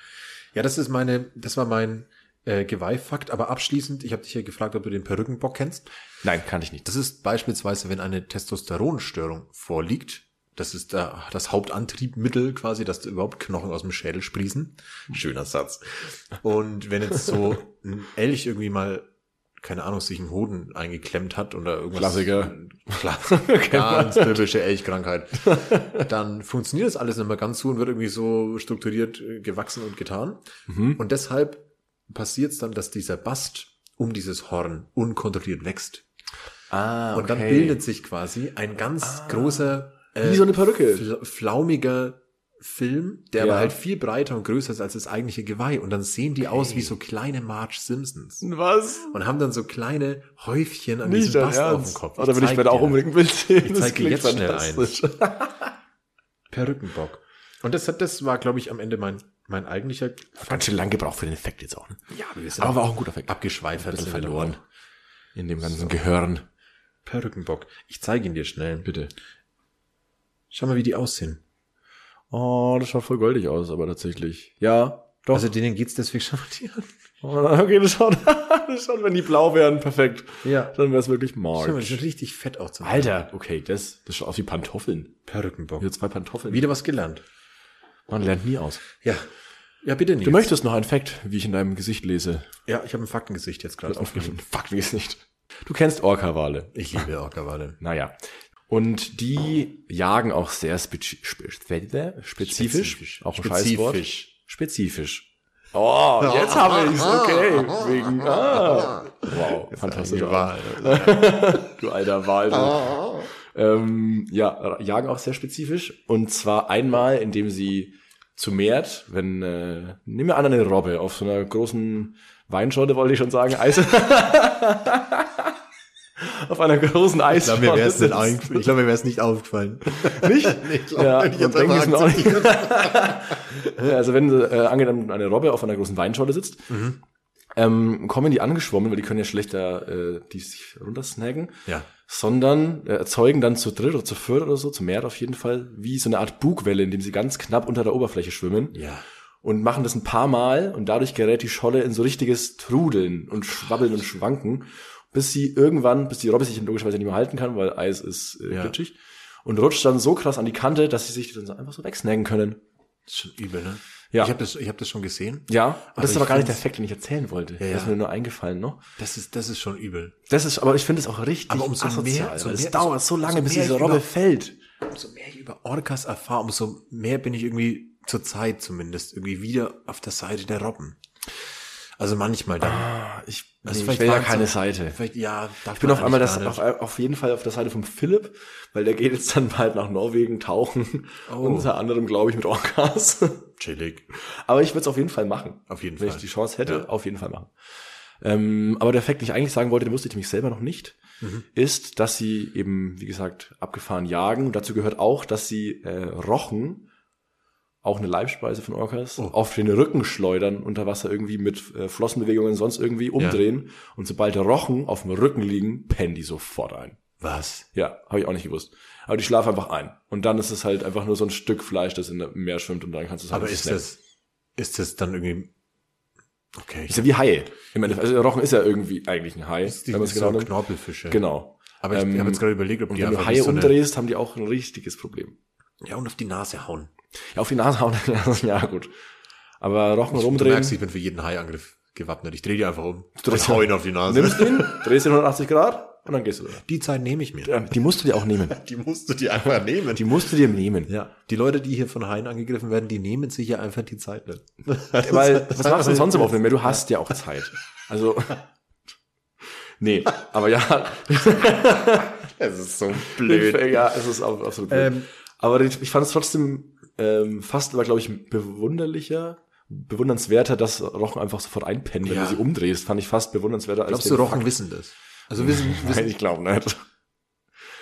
[SPEAKER 5] Ja, das ist meine, das war mein äh, Geweihfakt. Aber abschließend, ich habe dich ja gefragt, ob du den Perückenbock kennst.
[SPEAKER 6] Nein, kann ich nicht.
[SPEAKER 5] Das ist beispielsweise, wenn eine Testosteronstörung vorliegt. Das ist da das Hauptantriebmittel quasi, dass da überhaupt Knochen aus dem Schädel sprießen. Schöner Satz. Und wenn jetzt so ein Elch irgendwie mal, keine Ahnung, sich einen Hoden eingeklemmt hat oder irgendwas.
[SPEAKER 6] Klassiker.
[SPEAKER 5] Klassiker. Ganz typische Elchkrankheit. Dann funktioniert das alles nicht mehr ganz so und wird irgendwie so strukturiert äh, gewachsen und getan. Und deshalb passiert es dann, dass dieser Bast um dieses Horn unkontrolliert wächst.
[SPEAKER 6] Ah,
[SPEAKER 5] Und dann bildet sich quasi ein ganz großer, äh,
[SPEAKER 6] Wie so eine Perücke.
[SPEAKER 5] fla- flaumiger Film, der
[SPEAKER 6] Ja.
[SPEAKER 5] aber halt viel breiter und größer ist als das eigentliche Geweih. Und dann sehen die aus wie so kleine Marge Simpsons.
[SPEAKER 6] was?
[SPEAKER 5] Und haben dann so kleine Häufchen an
[SPEAKER 6] Nicht
[SPEAKER 5] diesem
[SPEAKER 6] dein
[SPEAKER 5] Bast auf dem
[SPEAKER 6] Ernst.
[SPEAKER 5] Kopf.
[SPEAKER 6] Oder will ich
[SPEAKER 5] zeig
[SPEAKER 6] mir da auch
[SPEAKER 5] dir.
[SPEAKER 6] unbedingt ein Bild sehen?
[SPEAKER 5] Ich
[SPEAKER 6] Das
[SPEAKER 5] zeig dir
[SPEAKER 6] klingt
[SPEAKER 5] jetzt schnell
[SPEAKER 6] fantastisch.
[SPEAKER 5] Perückenbock. Und das, hat, das war, glaube ich, am Ende mein, mein eigentlicher
[SPEAKER 6] Ganz schön lang gebraucht für den Effekt jetzt auch. Ne?
[SPEAKER 5] Ja, wir sind
[SPEAKER 6] Aber war auch ein guter Effekt.
[SPEAKER 5] abgeschweift,
[SPEAKER 6] bisschen verloren. In dem ganzen Gehirn.
[SPEAKER 5] Perückenbock. Ich zeige ihn dir schnell. Bitte. Schau mal, wie die aussehen.
[SPEAKER 6] Oh, das schaut voll goldig aus, aber tatsächlich. Ja, doch.
[SPEAKER 5] Also denen geht's deswegen schon mal die an.
[SPEAKER 6] Oh, okay, das schaut, das schaut, wenn die blau wären, perfekt.
[SPEAKER 5] Ja.
[SPEAKER 6] Dann wäre es wirklich
[SPEAKER 5] Schau mal,
[SPEAKER 6] Mark.
[SPEAKER 5] die sind richtig fett auch zum
[SPEAKER 6] Alter, okay, das, das schaut aus wie Pantoffeln.
[SPEAKER 5] Perückenbock.
[SPEAKER 6] Hier zwei Pantoffeln.
[SPEAKER 5] Wieder was gelernt.
[SPEAKER 6] Man lernt nie aus.
[SPEAKER 5] Ja. Ja, bitte nicht.
[SPEAKER 6] Du möchtest noch einen Fact, wie ich in deinem Gesicht lese.
[SPEAKER 5] Ja, ich habe ein Fackengesicht jetzt gerade aufgenommen.
[SPEAKER 6] Fuck, wie es nicht. Du kennst Orca-Wale.
[SPEAKER 5] Ich liebe Orca-Wale.
[SPEAKER 6] Naja. Und die jagen auch sehr spezi spe spe spezifisch.
[SPEAKER 5] Spezifisch.
[SPEAKER 6] Auch ein
[SPEAKER 5] Spezifisch.
[SPEAKER 6] Scheißwort. Spezifisch. Oh, jetzt habe ich's. Okay. Wegen, ah. Wow, fantastisch. Du alter Wal. du. Ah. ähm, ja, jagen auch sehr spezifisch. Und zwar einmal, indem sie zu mehrt, wenn, äh, nehmen wir an, eine Robbe auf so einer großen Weinschorte, wollte ich schon sagen, Eis. auf einer großen
[SPEAKER 5] Ich
[SPEAKER 6] Eisschorte.
[SPEAKER 5] glaube, mir wäre es nicht,
[SPEAKER 6] sitzt.
[SPEAKER 5] eingef- ich glaub, mir wär's nicht aufgefallen.
[SPEAKER 6] Nicht?
[SPEAKER 5] Ich glaub,
[SPEAKER 6] Ja,
[SPEAKER 5] wenn ich jetzt
[SPEAKER 6] dann denke
[SPEAKER 5] einfach
[SPEAKER 6] ich's mir auch nicht.
[SPEAKER 5] akzeptiere-
[SPEAKER 6] Also wenn äh, angenommen eine Robbe auf einer großen Weinschorle sitzt,
[SPEAKER 5] Mhm.
[SPEAKER 6] ähm, kommen die angeschwommen, weil die können ja schlechter äh, die sich runtersnaggen,
[SPEAKER 5] Ja.
[SPEAKER 6] sondern äh, erzeugen dann zu dritt oder zu viert oder so, zu mehr auf jeden Fall, wie so eine Art Bugwelle, indem sie ganz knapp unter der Oberfläche schwimmen
[SPEAKER 5] Ja.
[SPEAKER 6] und machen das ein paar Mal und dadurch gerät die Scholle in so richtiges Trudeln und Schwabbeln und Schwanken, bis sie irgendwann, bis die Robbe sich logischerweise nicht mehr halten kann, weil Eis ist äh,
[SPEAKER 5] Ja.
[SPEAKER 6] glitschig und rutscht dann so krass an die Kante, dass sie sich dann so einfach so wegsnaggen können.
[SPEAKER 5] Das ist schon übel, ne?
[SPEAKER 6] Ja.
[SPEAKER 5] Ich habe das, ich hab das schon gesehen.
[SPEAKER 6] Ja, und das ist
[SPEAKER 5] ich
[SPEAKER 6] aber gar nicht der
[SPEAKER 5] find's-
[SPEAKER 6] Effekt, den ich erzählen wollte.
[SPEAKER 5] Ja,
[SPEAKER 6] Das ist
[SPEAKER 5] ja.
[SPEAKER 6] mir nur eingefallen noch.
[SPEAKER 5] Das ist, das ist schon übel.
[SPEAKER 6] Das ist, aber ich finde es auch richtig
[SPEAKER 5] Aber umso mehr-
[SPEAKER 6] weil
[SPEAKER 5] so
[SPEAKER 6] es
[SPEAKER 5] mehr-
[SPEAKER 6] dauert so lange,
[SPEAKER 5] so
[SPEAKER 6] bis
[SPEAKER 5] mehr
[SPEAKER 6] diese
[SPEAKER 5] ich
[SPEAKER 6] Robbe
[SPEAKER 5] über-
[SPEAKER 6] fällt.
[SPEAKER 5] Umso mehr ich über Orcas erfahre, umso mehr bin ich irgendwie zur Zeit zumindest irgendwie wieder auf der Seite der Robben. Also manchmal dann.
[SPEAKER 6] Ich,
[SPEAKER 5] Also
[SPEAKER 6] Ah, nee, ich
[SPEAKER 5] vielleicht
[SPEAKER 6] wähle ja
[SPEAKER 5] waren's
[SPEAKER 6] keine
[SPEAKER 5] so-
[SPEAKER 6] Seite.
[SPEAKER 5] Vielleicht, ja, darf
[SPEAKER 6] Ich bin auf einmal das, auf,
[SPEAKER 5] Auch,
[SPEAKER 6] auf jeden Fall auf der Seite vom Philipp, weil der geht jetzt dann bald nach Norwegen tauchen. Unter anderem, glaube ich, mit Orcas.
[SPEAKER 5] chillig.
[SPEAKER 6] Aber ich würde es auf jeden Fall machen.
[SPEAKER 5] Auf jeden
[SPEAKER 6] Wenn
[SPEAKER 5] Fall.
[SPEAKER 6] ich die Chance hätte,
[SPEAKER 5] Ja.
[SPEAKER 6] auf jeden Fall machen. Ähm, aber der Fakt, den ich eigentlich sagen wollte, den wusste ich nämlich selber noch nicht,
[SPEAKER 5] Mhm.
[SPEAKER 6] ist, dass sie eben, wie gesagt, abgefahren jagen. Und dazu gehört auch, dass sie äh, Rochen, auch eine Leibspeise von Orcas,
[SPEAKER 5] Oh.
[SPEAKER 6] auf den Rücken schleudern, unter Wasser irgendwie mit äh, Flossenbewegungen sonst irgendwie umdrehen. Und sobald Rochen auf dem Rücken liegen, pennen die sofort ein.
[SPEAKER 5] Was?
[SPEAKER 6] Ja, habe ich auch nicht gewusst. Aber die schlafen einfach ein. Und dann ist es halt einfach nur so ein Stück Fleisch, das in der- im Meer schwimmt und dann kannst du es halt
[SPEAKER 5] Aber ist
[SPEAKER 6] snacken.
[SPEAKER 5] das, ist das dann irgendwie, okay.
[SPEAKER 6] Ist ja wie Haie. Im Endeffekt, also Rochen ist ja irgendwie eigentlich ein Hai.
[SPEAKER 5] die
[SPEAKER 6] wenn man es
[SPEAKER 5] sind
[SPEAKER 6] genau
[SPEAKER 5] so
[SPEAKER 6] nimmt.
[SPEAKER 5] Knorpelfische.
[SPEAKER 6] Genau.
[SPEAKER 5] Aber ich
[SPEAKER 6] Ähm,
[SPEAKER 5] habe jetzt gerade überlegt, ob
[SPEAKER 6] Und
[SPEAKER 5] die
[SPEAKER 6] wenn du
[SPEAKER 5] einfach
[SPEAKER 6] Haie
[SPEAKER 5] nicht so eine,
[SPEAKER 6] umdrehst, haben die auch ein richtiges Problem.
[SPEAKER 5] ja, und auf die Nase hauen.
[SPEAKER 6] Ja, auf die Nase hauen, ja gut. Aber Rochen
[SPEAKER 5] Du merkst,
[SPEAKER 6] rumdrehen,
[SPEAKER 5] ich bin für jeden Haiangriff gewappnet. Ich drehe die einfach um.
[SPEAKER 6] Du drehst-
[SPEAKER 5] Und hau ihn auf die Nase.
[SPEAKER 6] nimmst ihn, drehst ihn 180 Grad und dann gehst du wieder.
[SPEAKER 5] Die Zeit nehme ich mir.
[SPEAKER 6] Ähm, Die musst du dir auch nehmen.
[SPEAKER 5] Die musst du dir einfach nehmen.
[SPEAKER 6] Die musst du dir nehmen.
[SPEAKER 5] ja. Die Leute, die hier von Haien angegriffen werden, die nehmen sich ja einfach die Zeit nicht.
[SPEAKER 6] Weil, was machst du denn sonst im Wochenende mehr? Du hast ja auch Zeit. Also, nee, aber ja,
[SPEAKER 5] Es ist so
[SPEAKER 6] ja, es ist ab- absolut blöd.
[SPEAKER 5] Ähm,
[SPEAKER 6] aber ich ich fand es trotzdem ähm, fast, aber glaube ich, bewunderlicher, bewundernswerter, dass Rochen einfach sofort einpennt, wenn
[SPEAKER 5] Ja.
[SPEAKER 6] du sie umdrehst. Fand ich fast bewundernswerter
[SPEAKER 5] Glaubst du,
[SPEAKER 6] den
[SPEAKER 5] Rochen wissen das? Also wissen,
[SPEAKER 6] Fakt. Nein,
[SPEAKER 5] wissen
[SPEAKER 6] ich glaube nicht.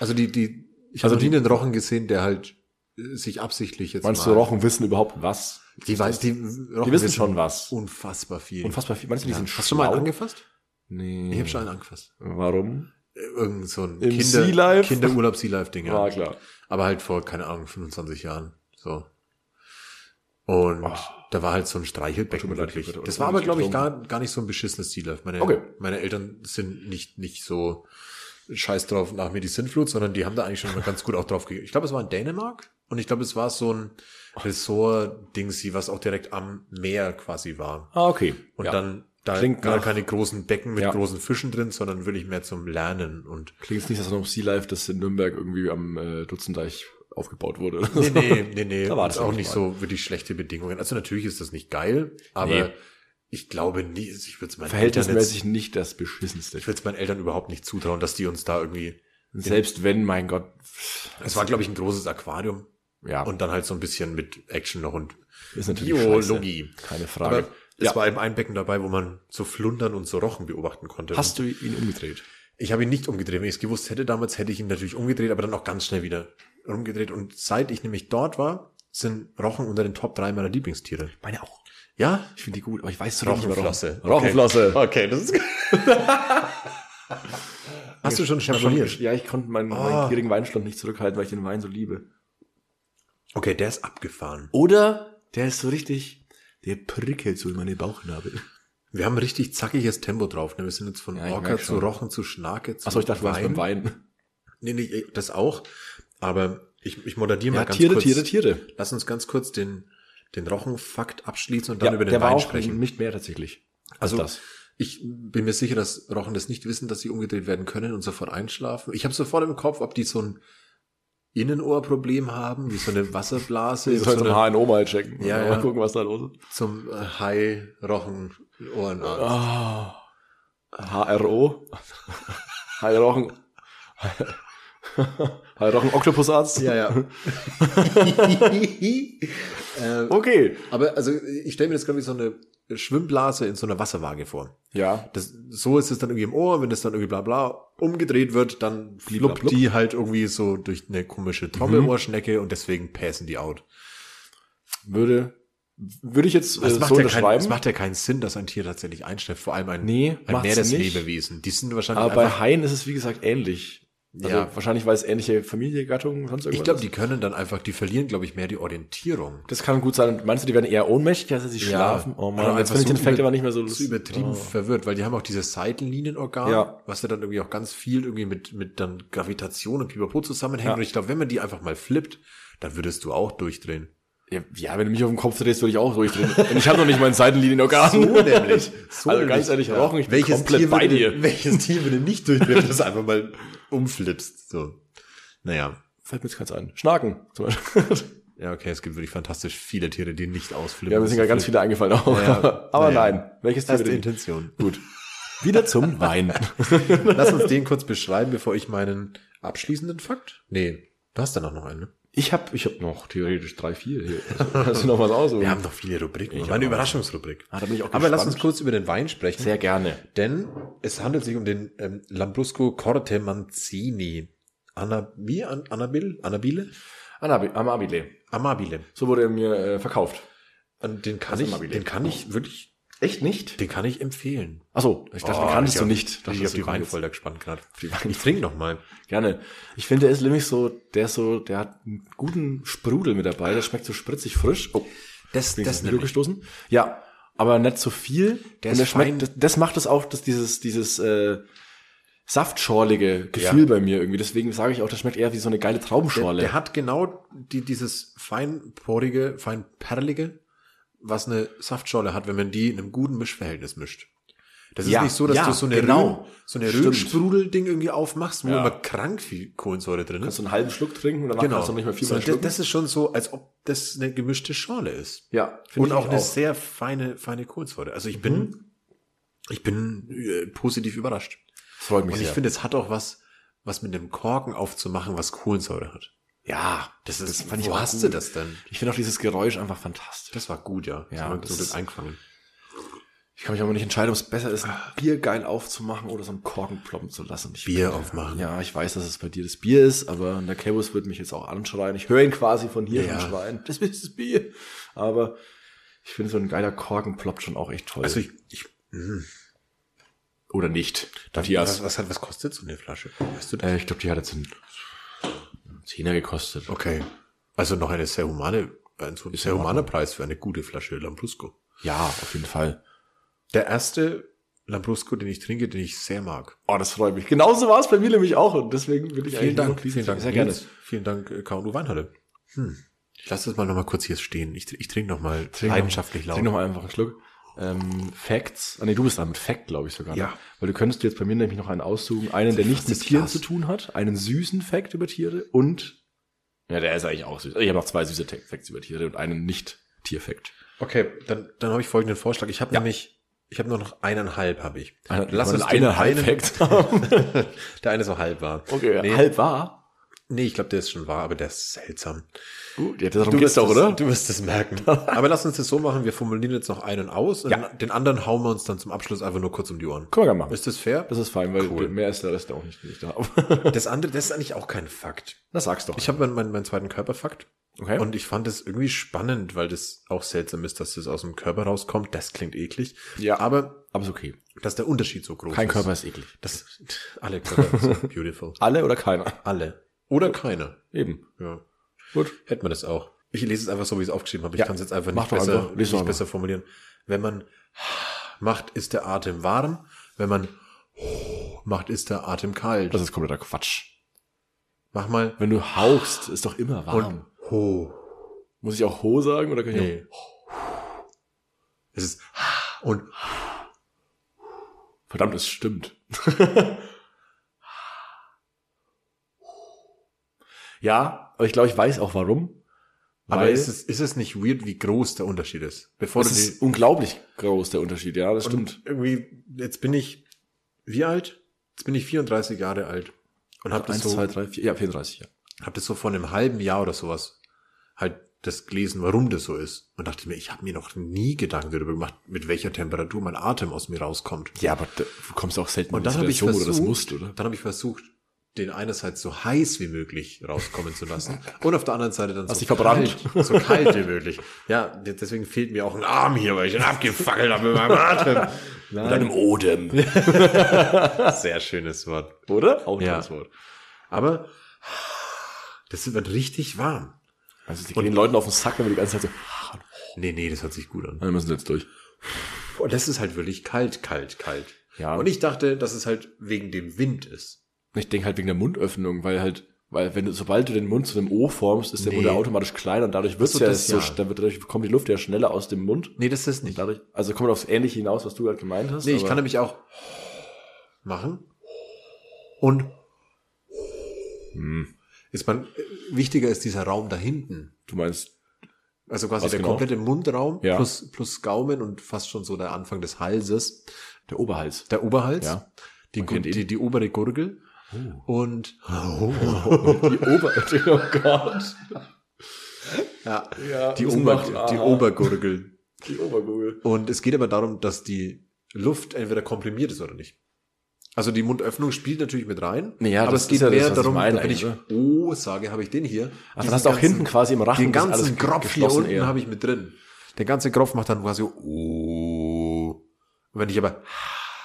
[SPEAKER 5] also die, die, ich habe
[SPEAKER 6] Also
[SPEAKER 5] noch nie
[SPEAKER 6] die-
[SPEAKER 5] einen Rochen gesehen, der halt äh, sich absichtlich jetzt
[SPEAKER 6] Meinst
[SPEAKER 5] mal-
[SPEAKER 6] du, Rochen wissen überhaupt was?
[SPEAKER 5] Die weiß, die, Rochen
[SPEAKER 6] Die wissen schon was.
[SPEAKER 5] Unfassbar viel.
[SPEAKER 6] Unfassbar viel. Meinst du, die
[SPEAKER 5] Ja.
[SPEAKER 6] sind
[SPEAKER 5] Hast du mal einen
[SPEAKER 6] schlau?
[SPEAKER 5] angefasst?
[SPEAKER 6] Nee.
[SPEAKER 5] Ich habe schon einen angefasst.
[SPEAKER 6] Warum?
[SPEAKER 5] Irgend so ein
[SPEAKER 6] Im
[SPEAKER 5] Kinder,
[SPEAKER 6] Sea Life?
[SPEAKER 5] Kinderurlaub Sea Life Ding, ja.
[SPEAKER 6] War klar.
[SPEAKER 5] Aber halt vor, keine Ahnung, 25 Jahren. So. Und da war halt so ein
[SPEAKER 6] Tut
[SPEAKER 5] Streichelbecken
[SPEAKER 6] mir leid,
[SPEAKER 5] wirklich.
[SPEAKER 6] Leute,
[SPEAKER 5] das
[SPEAKER 6] ich
[SPEAKER 5] war
[SPEAKER 6] bin
[SPEAKER 5] aber,
[SPEAKER 6] nicht
[SPEAKER 5] glaube ich, gar, gar nicht so ein beschissenes Sea Life. Meine,
[SPEAKER 6] Okay.
[SPEAKER 5] meine Eltern sind nicht, nicht so scheiß drauf nach mir die Sintflut, sondern die haben da eigentlich schon mal ganz gut auch drauf gegeben. Ich glaube, es war in Dänemark und ich glaube, es war so ein Ressort-Dingsi, was auch direkt am Meer quasi war.
[SPEAKER 6] Ah, okay.
[SPEAKER 5] Und
[SPEAKER 6] Ja.
[SPEAKER 5] dann da
[SPEAKER 6] Klingt
[SPEAKER 5] gar
[SPEAKER 6] nach-
[SPEAKER 5] keine großen Becken mit
[SPEAKER 6] Ja.
[SPEAKER 5] großen Fischen drin, sondern wirklich mehr zum Lernen und
[SPEAKER 6] Klingt es nicht, dass noch Sea Life, das in Nürnberg irgendwie am äh, Dutzendeich aufgebaut wurde.
[SPEAKER 5] Nee, nee, nee, nee.
[SPEAKER 6] Da war
[SPEAKER 5] Und
[SPEAKER 6] das
[SPEAKER 5] auch
[SPEAKER 6] auch
[SPEAKER 5] nicht so wirklich schlechte Bedingungen. Also natürlich ist das nicht geil, aber
[SPEAKER 6] Nee.
[SPEAKER 5] ich glaube nie, ich würde es meinen Eltern jetzt,
[SPEAKER 6] Verhältnismäßig nicht das Beschissenste.
[SPEAKER 5] ich würde es meinen Eltern überhaupt nicht zutrauen, dass die uns da irgendwie.
[SPEAKER 6] Selbst wenn, mein Gott.
[SPEAKER 5] Es war, glaube ich, ein großes Aquarium
[SPEAKER 6] Ja,
[SPEAKER 5] und dann halt so ein bisschen mit Action noch und
[SPEAKER 6] ist natürlich
[SPEAKER 5] Biologie.
[SPEAKER 6] Scheiße. Keine Frage.
[SPEAKER 5] Aber es
[SPEAKER 6] Ja.
[SPEAKER 5] war eben ein Becken dabei, wo man so Flundern und so Rochen beobachten konnte.
[SPEAKER 6] Hast du ihn umgedreht?
[SPEAKER 5] Ich habe ihn nicht umgedreht. Wenn ich es gewusst hätte damals, hätte ich ihn natürlich umgedreht, aber dann auch ganz schnell wieder rumgedreht. Und seit ich nämlich dort war, sind Rochen unter den Top drei meiner Lieblingstiere.
[SPEAKER 6] Meine auch.
[SPEAKER 5] Ja,
[SPEAKER 6] Ich finde die gut, aber ich weiß noch nicht, warum.
[SPEAKER 5] Rochenflosse.
[SPEAKER 6] Rochenflosse.
[SPEAKER 5] Okay, okay das ist Hast du schon
[SPEAKER 6] Ich hab schon, Ah.
[SPEAKER 5] schnabuliert?
[SPEAKER 6] ja, ich konnte meinen, meinen gierigen Weinschlund nicht zurückhalten, weil ich den Wein so liebe.
[SPEAKER 5] Okay, der ist abgefahren.
[SPEAKER 6] Oder der ist so richtig, der prickelt so in meine Bauchnabel.
[SPEAKER 5] Wir haben richtig zackiges Tempo drauf. Ne? Wir sind jetzt von
[SPEAKER 6] Ja, ich
[SPEAKER 5] Orca
[SPEAKER 6] merk
[SPEAKER 5] zu
[SPEAKER 6] schon.
[SPEAKER 5] Rochen zu Schnake zu
[SPEAKER 6] Achso, ich dachte, du warst
[SPEAKER 5] Wein.
[SPEAKER 6] beim Wein.
[SPEAKER 5] Nee, nee, das auch. Aber ich, ich moderiere mal
[SPEAKER 6] Ja,
[SPEAKER 5] ganz
[SPEAKER 6] Tiere,
[SPEAKER 5] kurz.
[SPEAKER 6] Tiere, Tiere.
[SPEAKER 5] Lass uns ganz kurz den, den Rochen-Fakt abschließen und dann
[SPEAKER 6] Ja,
[SPEAKER 5] über den
[SPEAKER 6] der war
[SPEAKER 5] Wein
[SPEAKER 6] auch
[SPEAKER 5] sprechen.
[SPEAKER 6] nicht mehr tatsächlich.
[SPEAKER 5] Also
[SPEAKER 6] das.
[SPEAKER 5] ich bin mir sicher, dass Rochen das nicht wissen, dass sie umgedreht werden können und sofort einschlafen. Ich habe sofort im Kopf, ob die so ein Innenohrproblem haben, wie so eine Wasserblase,
[SPEAKER 6] Wir
[SPEAKER 5] so
[SPEAKER 6] sollten
[SPEAKER 5] eine,
[SPEAKER 6] am HNO mal checken.
[SPEAKER 5] Ja,
[SPEAKER 6] mal
[SPEAKER 5] ja.
[SPEAKER 6] gucken, was da los ist.
[SPEAKER 5] zum äh, Hai-Rochen-Ohrenarzt.
[SPEAKER 6] Ah. HRO. Heirochen. Heirochen Oktopusarzt.
[SPEAKER 5] Ja, ja.
[SPEAKER 6] Okay.
[SPEAKER 5] Äh, Aber also ich stelle mir das, glaube ich, so eine Schwimmblase in so einer Wasserwaage vor.
[SPEAKER 6] Ja.
[SPEAKER 5] Das, so ist es dann irgendwie im Ohr, wenn das dann irgendwie bla bla umgedreht wird, dann fluppt
[SPEAKER 6] blub.
[SPEAKER 5] die halt irgendwie so durch eine komische
[SPEAKER 6] Mhm.
[SPEAKER 5] Trommelohrschnecke und deswegen passen die out.
[SPEAKER 6] Würde, würde ich jetzt äh,
[SPEAKER 5] Das macht,
[SPEAKER 6] so
[SPEAKER 5] ja keinen,
[SPEAKER 6] unterschreiben.
[SPEAKER 5] das macht ja keinen Sinn, dass ein Tier tatsächlich einschläft, vor allem ein,
[SPEAKER 6] Nee,
[SPEAKER 5] ein
[SPEAKER 6] macht's
[SPEAKER 5] näheres
[SPEAKER 6] nicht.
[SPEAKER 5] Lebewesen. Die sind wahrscheinlich
[SPEAKER 6] Aber bei
[SPEAKER 5] einfach,
[SPEAKER 6] Haien ist es, wie gesagt, ähnlich. Also
[SPEAKER 5] Ja.
[SPEAKER 6] wahrscheinlich, weil es ähnliche Familie, Gattung, sonst irgendwas
[SPEAKER 5] ich glaube,
[SPEAKER 6] ist.
[SPEAKER 5] die können dann einfach, die verlieren, glaube ich, mehr die Orientierung.
[SPEAKER 6] Das kann gut sein. Und Meinst du, die werden eher ohnmächtig, als dass sie schlafen? Oh
[SPEAKER 5] Oder
[SPEAKER 6] Mann, jetzt
[SPEAKER 5] einfach
[SPEAKER 6] finde ich
[SPEAKER 5] so
[SPEAKER 6] den Fact
[SPEAKER 5] über-
[SPEAKER 6] aber nicht mehr so
[SPEAKER 5] so
[SPEAKER 6] lustig.
[SPEAKER 5] übertrieben verwirrt, weil die haben auch dieses Seitenlinienorgan,
[SPEAKER 6] Ja.
[SPEAKER 5] was ja dann irgendwie auch ganz viel irgendwie mit, mit dann Gravitation und Pipapo zusammenhängt. Und ich glaube, wenn man die einfach mal flippt, dann würdest du auch durchdrehen.
[SPEAKER 6] Ja, ja, wenn du mich auf den Kopf drehst, würde ich auch durchdrehen. Und ich habe noch nicht meinen Seitenlinienorgan.
[SPEAKER 5] So
[SPEAKER 6] also ganz
[SPEAKER 5] nämlich.
[SPEAKER 6] ehrlich,
[SPEAKER 5] Ja.
[SPEAKER 6] Rochen, ich bin
[SPEAKER 5] welches
[SPEAKER 6] komplett
[SPEAKER 5] Tier
[SPEAKER 6] bei
[SPEAKER 5] würde,
[SPEAKER 6] dir.
[SPEAKER 5] Welches Tier würde nicht durchdrehen, wenn du das einfach mal umflippst? So. Naja.
[SPEAKER 6] Oh, Fällt mir jetzt keins ein. Schnaken zum Beispiel.
[SPEAKER 5] Ja, okay, es gibt wirklich fantastisch viele Tiere, die nicht ausflippen.
[SPEAKER 6] Ja, mir sind ja ganz viele eingefallen. auch.
[SPEAKER 5] Ja,
[SPEAKER 6] Aber
[SPEAKER 5] naja.
[SPEAKER 6] nein, welches Tier
[SPEAKER 5] Erste
[SPEAKER 6] würde die-
[SPEAKER 5] Intention.
[SPEAKER 6] Gut. Wieder zum Wein.
[SPEAKER 5] Lass uns den kurz beschreiben, bevor ich meinen abschließenden Fakt. Nee, du hast danach noch einen. ne?
[SPEAKER 6] Ich habe ich hab noch theoretisch drei, vier hier. Kannst du noch was aussuchen?
[SPEAKER 5] Wir haben noch viele Rubriken.
[SPEAKER 6] Ich
[SPEAKER 5] Meine
[SPEAKER 6] auch.
[SPEAKER 5] Überraschungsrubrik.
[SPEAKER 6] Ah, da bin ich auch
[SPEAKER 5] Aber lass
[SPEAKER 6] gespannt.
[SPEAKER 5] uns kurz über den Wein sprechen.
[SPEAKER 6] Sehr gerne.
[SPEAKER 5] Denn es handelt sich um den ähm, Lambrusco Corte Manzini. Ana, wie? An, Anabil? Anabile?
[SPEAKER 6] Anabi Amabile.
[SPEAKER 5] Amabile.
[SPEAKER 6] So wurde er mir äh, verkauft.
[SPEAKER 5] Und den kann ich,
[SPEAKER 6] Das Amabile.
[SPEAKER 5] den kann ich wirklich,
[SPEAKER 6] Echt nicht?
[SPEAKER 5] den kann ich empfehlen.
[SPEAKER 6] Achso, ich dachte,
[SPEAKER 5] Oh,
[SPEAKER 6] den kanntest
[SPEAKER 5] ich
[SPEAKER 6] du
[SPEAKER 5] hab-
[SPEAKER 6] nicht.
[SPEAKER 5] Ich habe
[SPEAKER 6] Dachte,
[SPEAKER 5] die
[SPEAKER 6] du kommst.
[SPEAKER 5] Weinfolder gespannt gerade.
[SPEAKER 6] Die Weinfolder.
[SPEAKER 5] Ich trinke noch mal.
[SPEAKER 6] Gerne. Ich finde, er ist nämlich so, der ist so, der hat einen guten Sprudel mit dabei. Der schmeckt so spritzig frisch. Oh,
[SPEAKER 5] Das,
[SPEAKER 6] bin ich
[SPEAKER 5] das
[SPEAKER 6] ins Mikro
[SPEAKER 5] nämlich.
[SPEAKER 6] gestoßen. Ja, aber nicht so viel.
[SPEAKER 5] Der ist
[SPEAKER 6] Und
[SPEAKER 5] fein.
[SPEAKER 6] der schmeckt, das, das macht es auch, dass dieses, dieses äh, saftschorlige Gefühl
[SPEAKER 5] Ja.
[SPEAKER 6] bei mir irgendwie. Deswegen sage ich auch, das schmeckt eher wie so eine geile
[SPEAKER 5] Der,
[SPEAKER 6] Traubenschorle.
[SPEAKER 5] der hat genau die, dieses feinporige, feinperlige, was eine Saftschorle hat, wenn man die in einem guten Mischverhältnis mischt. Das ist
[SPEAKER 6] Ja,
[SPEAKER 5] nicht so, dass
[SPEAKER 6] ja,
[SPEAKER 5] du so eine
[SPEAKER 6] genau.
[SPEAKER 5] Rühren- so eine
[SPEAKER 6] Stimmt.
[SPEAKER 5] Rühnsprudel-Ding irgendwie aufmachst, wo
[SPEAKER 6] Ja.
[SPEAKER 5] immer krank viel Kohlensäure drin ist.
[SPEAKER 6] kannst
[SPEAKER 5] Genau.
[SPEAKER 6] du einen halben Schluck trinken und danach kannst du nicht mehr viel
[SPEAKER 5] so,
[SPEAKER 6] mehr
[SPEAKER 5] das,
[SPEAKER 6] schlucken.
[SPEAKER 5] das ist schon so, als ob das eine gemischte Schorle ist.
[SPEAKER 6] ja, finde
[SPEAKER 5] Und
[SPEAKER 6] ich Mhm.
[SPEAKER 5] auch eine sehr feine, feine Kohlensäure. Also ich bin, ich bin äh, positiv überrascht.
[SPEAKER 6] freut mich
[SPEAKER 5] Und ich
[SPEAKER 6] sehr.
[SPEAKER 5] finde, es hat auch was, was mit dem Korken aufzumachen, was Kohlensäure hat.
[SPEAKER 6] ja,
[SPEAKER 5] Das ist,
[SPEAKER 6] fand ich
[SPEAKER 5] wo
[SPEAKER 6] auch
[SPEAKER 5] hast
[SPEAKER 6] gut.
[SPEAKER 5] du das denn?
[SPEAKER 6] ich finde auch dieses Geräusch einfach fantastisch.
[SPEAKER 5] Das war gut, ja.
[SPEAKER 6] Ja,
[SPEAKER 5] das,
[SPEAKER 6] das
[SPEAKER 5] das,
[SPEAKER 6] ist-
[SPEAKER 5] einfangen.
[SPEAKER 6] Ich kann mich aber nicht entscheiden, ob es besser ist, ein Bier geil aufzumachen oder so einen Korken ploppen zu lassen. Ich
[SPEAKER 5] Bier aufmachen.
[SPEAKER 6] Ja, ich weiß, dass es bei dir das Bier ist, aber der Kebus wird mich jetzt auch anschreien. Ich höre ihn quasi von hier
[SPEAKER 5] Ja.
[SPEAKER 6] schon schreien. Das ist das Bier. Aber ich finde, so ein geiler Korken ploppt schon auch echt toll.
[SPEAKER 5] Also ich, ich
[SPEAKER 6] Oder nicht.
[SPEAKER 5] was,
[SPEAKER 6] Matthias.
[SPEAKER 5] was, hat, was kostet so eine Flasche? Weißt du das?
[SPEAKER 6] Äh, ich glaube, die hat jetzt einen Zehner gekostet.
[SPEAKER 5] Okay. Also noch eine sehr humane, ein so sehr humaner Preis für eine gute Flasche Lambrusco.
[SPEAKER 6] Ja, auf jeden Fall.
[SPEAKER 5] Der erste Lambrusco, den ich trinke, den ich sehr mag.
[SPEAKER 6] Oh, das freut mich. Genauso war es bei mir nämlich auch. Und deswegen will ich eigentlich nur noch diesen-
[SPEAKER 5] vielen Dank,
[SPEAKER 6] Sehr gerne.
[SPEAKER 5] Nils. Vielen Dank, äh, K&U Weinhalle. Hm. Ich lasse das mal nochmal kurz hier stehen. Ich, tr- ich trinke nochmal leidenschaftlich
[SPEAKER 6] laut.
[SPEAKER 5] laut.
[SPEAKER 6] Trink noch mal einfach einen Schluck. Ähm, Facts. Ah, nee, du bist da mit Fact, glaube ich sogar. ne?
[SPEAKER 5] Ja.
[SPEAKER 6] Weil du könntest dir jetzt bei mir nämlich noch einen aussuchen. Einen, der nichts mit
[SPEAKER 5] ist
[SPEAKER 6] Tieren
[SPEAKER 5] Glas.
[SPEAKER 6] zu tun hat. Einen süßen Fact über Tiere und... Ja, der ist eigentlich auch süß. Ich habe noch zwei süße Te- Facts über Tiere und einen Nicht-Tier-Fact.
[SPEAKER 5] Okay, dann, dann habe ich folgenden Vorschlag. Ich habe nämlich, ich habe nur noch eineinhalb, habe ich.
[SPEAKER 6] Lass uns
[SPEAKER 5] den
[SPEAKER 6] eine Halb-Fact haben.
[SPEAKER 5] Der eine so halb war.
[SPEAKER 6] okay,
[SPEAKER 5] Nee,
[SPEAKER 6] halb wahr.
[SPEAKER 5] nee ich glaube, der ist schon wahr, aber der ist seltsam.
[SPEAKER 6] Gut, ja, darum
[SPEAKER 5] Du
[SPEAKER 6] geht's
[SPEAKER 5] wirst
[SPEAKER 6] doch,
[SPEAKER 5] es-
[SPEAKER 6] oder?
[SPEAKER 5] Du wirst es merken. aber lass uns das so machen, wir formulieren jetzt noch einen aus und
[SPEAKER 6] Ja.
[SPEAKER 5] den anderen hauen wir uns dann zum Abschluss einfach nur kurz um die Ohren.
[SPEAKER 6] Können wir gerne machen.
[SPEAKER 5] Ist das fair?
[SPEAKER 6] Das ist fein, weil
[SPEAKER 5] Cool.
[SPEAKER 6] mehr ist der Rest auch nicht, nicht da.
[SPEAKER 5] Das andere, das ist eigentlich auch kein Fakt.
[SPEAKER 6] das sagst doch.
[SPEAKER 5] Ich habe meinen, meinen, meinen zweiten Körperfakt.
[SPEAKER 6] Okay.
[SPEAKER 5] Und ich fand es irgendwie spannend, weil das auch seltsam ist, dass das aus dem Körper rauskommt. Das klingt eklig.
[SPEAKER 6] Ja.
[SPEAKER 5] Aber
[SPEAKER 6] aber ist okay.
[SPEAKER 5] dass der Unterschied so groß
[SPEAKER 6] Kein
[SPEAKER 5] ist.
[SPEAKER 6] Körper Oh, ist eklig.
[SPEAKER 5] Das, alle Körper sind beautiful.
[SPEAKER 6] Alle oder keiner?
[SPEAKER 5] Alle. Oder keiner.
[SPEAKER 6] Eben.
[SPEAKER 5] Ja.
[SPEAKER 6] Gut.
[SPEAKER 5] Hätten wir das auch. Ich lese es einfach so, wie ich es aufgeschrieben habe. Ich
[SPEAKER 6] Ja.
[SPEAKER 5] kann es jetzt einfach
[SPEAKER 6] Mach
[SPEAKER 5] nicht,
[SPEAKER 6] doch
[SPEAKER 5] besser,
[SPEAKER 6] einfach. Lies doch
[SPEAKER 5] nicht
[SPEAKER 6] einfach.
[SPEAKER 5] besser formulieren. Wenn man macht, ist der Atem warm. Wenn man macht, ist der Atem kalt.
[SPEAKER 6] Das ist kompletter Quatsch.
[SPEAKER 5] Mach mal.
[SPEAKER 6] Wenn du hauchst, ist doch immer warm.
[SPEAKER 5] Und ho.
[SPEAKER 6] Muss ich auch Ho sagen oder kann ich
[SPEAKER 5] Nee. Es ist und
[SPEAKER 6] auch, Verdammt, es stimmt. ja, aber ich glaube, ich weiß auch warum.
[SPEAKER 5] aber
[SPEAKER 6] Weil
[SPEAKER 5] ist es, ist es nicht weird, wie groß der Unterschied ist? Bevor
[SPEAKER 6] es
[SPEAKER 5] du
[SPEAKER 6] ist unglaublich groß, der Unterschied. Ja, das
[SPEAKER 5] die,
[SPEAKER 6] stimmt.
[SPEAKER 5] und irgendwie, jetzt bin ich wie alt? Jetzt bin ich 34 Jahre alt und habe das
[SPEAKER 6] Eins,
[SPEAKER 5] so
[SPEAKER 6] zwei, drei, vier. Ja, 34, ja.
[SPEAKER 5] habe das so vor einem halben Jahr oder sowas halt das gelesen, warum das so ist. Und dachte mir, ich habe mir noch nie Gedanken darüber gemacht, mit welcher Temperatur mein Atem aus mir rauskommt.
[SPEAKER 6] Ja, aber du kommst auch selten
[SPEAKER 5] Und dann habe ich
[SPEAKER 6] Situation,
[SPEAKER 5] versucht,
[SPEAKER 6] wo du das musst, oder?
[SPEAKER 5] dann habe ich versucht, den einerseits so heiß wie möglich rauskommen zu lassen und auf der anderen Seite dann
[SPEAKER 6] Hast
[SPEAKER 5] so
[SPEAKER 6] dich verbrannt.
[SPEAKER 5] kalt, so kalt wie möglich. Ja, de- deswegen fehlt mir auch ein Arm hier, weil ich ihn abgefackelt habe mit meinem Atem.
[SPEAKER 6] Mit einem Odem.
[SPEAKER 5] Sehr schönes Wort.
[SPEAKER 6] Oder? Auch ein
[SPEAKER 5] Ja.
[SPEAKER 6] tolles Wort.
[SPEAKER 5] Aber das wird richtig warm.
[SPEAKER 6] Also, die gehen den Leuten auf den Sack, wenn wir die ganze Zeit so.
[SPEAKER 5] Nee, nee, das hört sich gut an.
[SPEAKER 6] Dann müssen sie jetzt durch.
[SPEAKER 5] Und das ist halt wirklich kalt, kalt, kalt.
[SPEAKER 6] Ja.
[SPEAKER 5] Und ich dachte, dass es halt wegen dem Wind ist.
[SPEAKER 6] Ich denke halt wegen der Mundöffnung, weil halt, weil wenn du, sobald du den Mund zu einem O formst, ist der
[SPEAKER 5] Nee.
[SPEAKER 6] Mund ja automatisch kleiner und dadurch wird's
[SPEAKER 5] Ach so,
[SPEAKER 6] ja,
[SPEAKER 5] das
[SPEAKER 6] so,
[SPEAKER 5] ja.
[SPEAKER 6] dann wird, dadurch kommt die Luft ja schneller aus dem Mund.
[SPEAKER 5] Nee, das ist nicht.
[SPEAKER 6] Dadurch, also kommt aufs Ähnliche hinaus, was du halt gemeint hast.
[SPEAKER 5] Nee, ich
[SPEAKER 6] aber-
[SPEAKER 5] kann nämlich auch
[SPEAKER 6] Hm.
[SPEAKER 5] machen. Und Ist man, wichtiger ist dieser Raum da hinten.
[SPEAKER 6] Du meinst,
[SPEAKER 5] Also quasi
[SPEAKER 6] Was
[SPEAKER 5] der
[SPEAKER 6] genau?
[SPEAKER 5] komplette Mundraum
[SPEAKER 6] Ja.
[SPEAKER 5] plus, plus Gaumen und fast schon so der Anfang des Halses.
[SPEAKER 6] der Oberhals.
[SPEAKER 5] Der Oberhals.
[SPEAKER 6] Ja.
[SPEAKER 5] Die,
[SPEAKER 6] Man kennt ihn. Oh.
[SPEAKER 5] die, die obere Gurgel. Und
[SPEAKER 6] Die Ober... oh Gott.
[SPEAKER 5] ja,
[SPEAKER 6] Ja,
[SPEAKER 5] die,
[SPEAKER 6] das
[SPEAKER 5] Ober,
[SPEAKER 6] macht-
[SPEAKER 5] die
[SPEAKER 6] aha.
[SPEAKER 5] Obergurgel.
[SPEAKER 6] Die Obergurgel.
[SPEAKER 5] Und es geht aber darum, dass die Luft entweder komprimiert ist oder nicht. Also die Mundöffnung spielt natürlich mit rein,
[SPEAKER 6] Nee, ja,
[SPEAKER 5] aber
[SPEAKER 6] das
[SPEAKER 5] es
[SPEAKER 6] ist
[SPEAKER 5] geht
[SPEAKER 6] ja das,
[SPEAKER 5] mehr
[SPEAKER 6] was ich
[SPEAKER 5] darum,
[SPEAKER 6] meine
[SPEAKER 5] wenn ich
[SPEAKER 6] eigentlich,
[SPEAKER 5] O sage, habe ich den hier.
[SPEAKER 6] Ach, dann
[SPEAKER 5] Diesen
[SPEAKER 6] hast du auch
[SPEAKER 5] ganzen-
[SPEAKER 6] hinten quasi im Rachen
[SPEAKER 5] Den
[SPEAKER 6] das
[SPEAKER 5] ganzen
[SPEAKER 6] alles
[SPEAKER 5] Kropf hier
[SPEAKER 6] geschlossen
[SPEAKER 5] unten
[SPEAKER 6] eher.
[SPEAKER 5] habe ich mit drin. Der ganze Kropf macht dann quasi O. Und wenn ich aber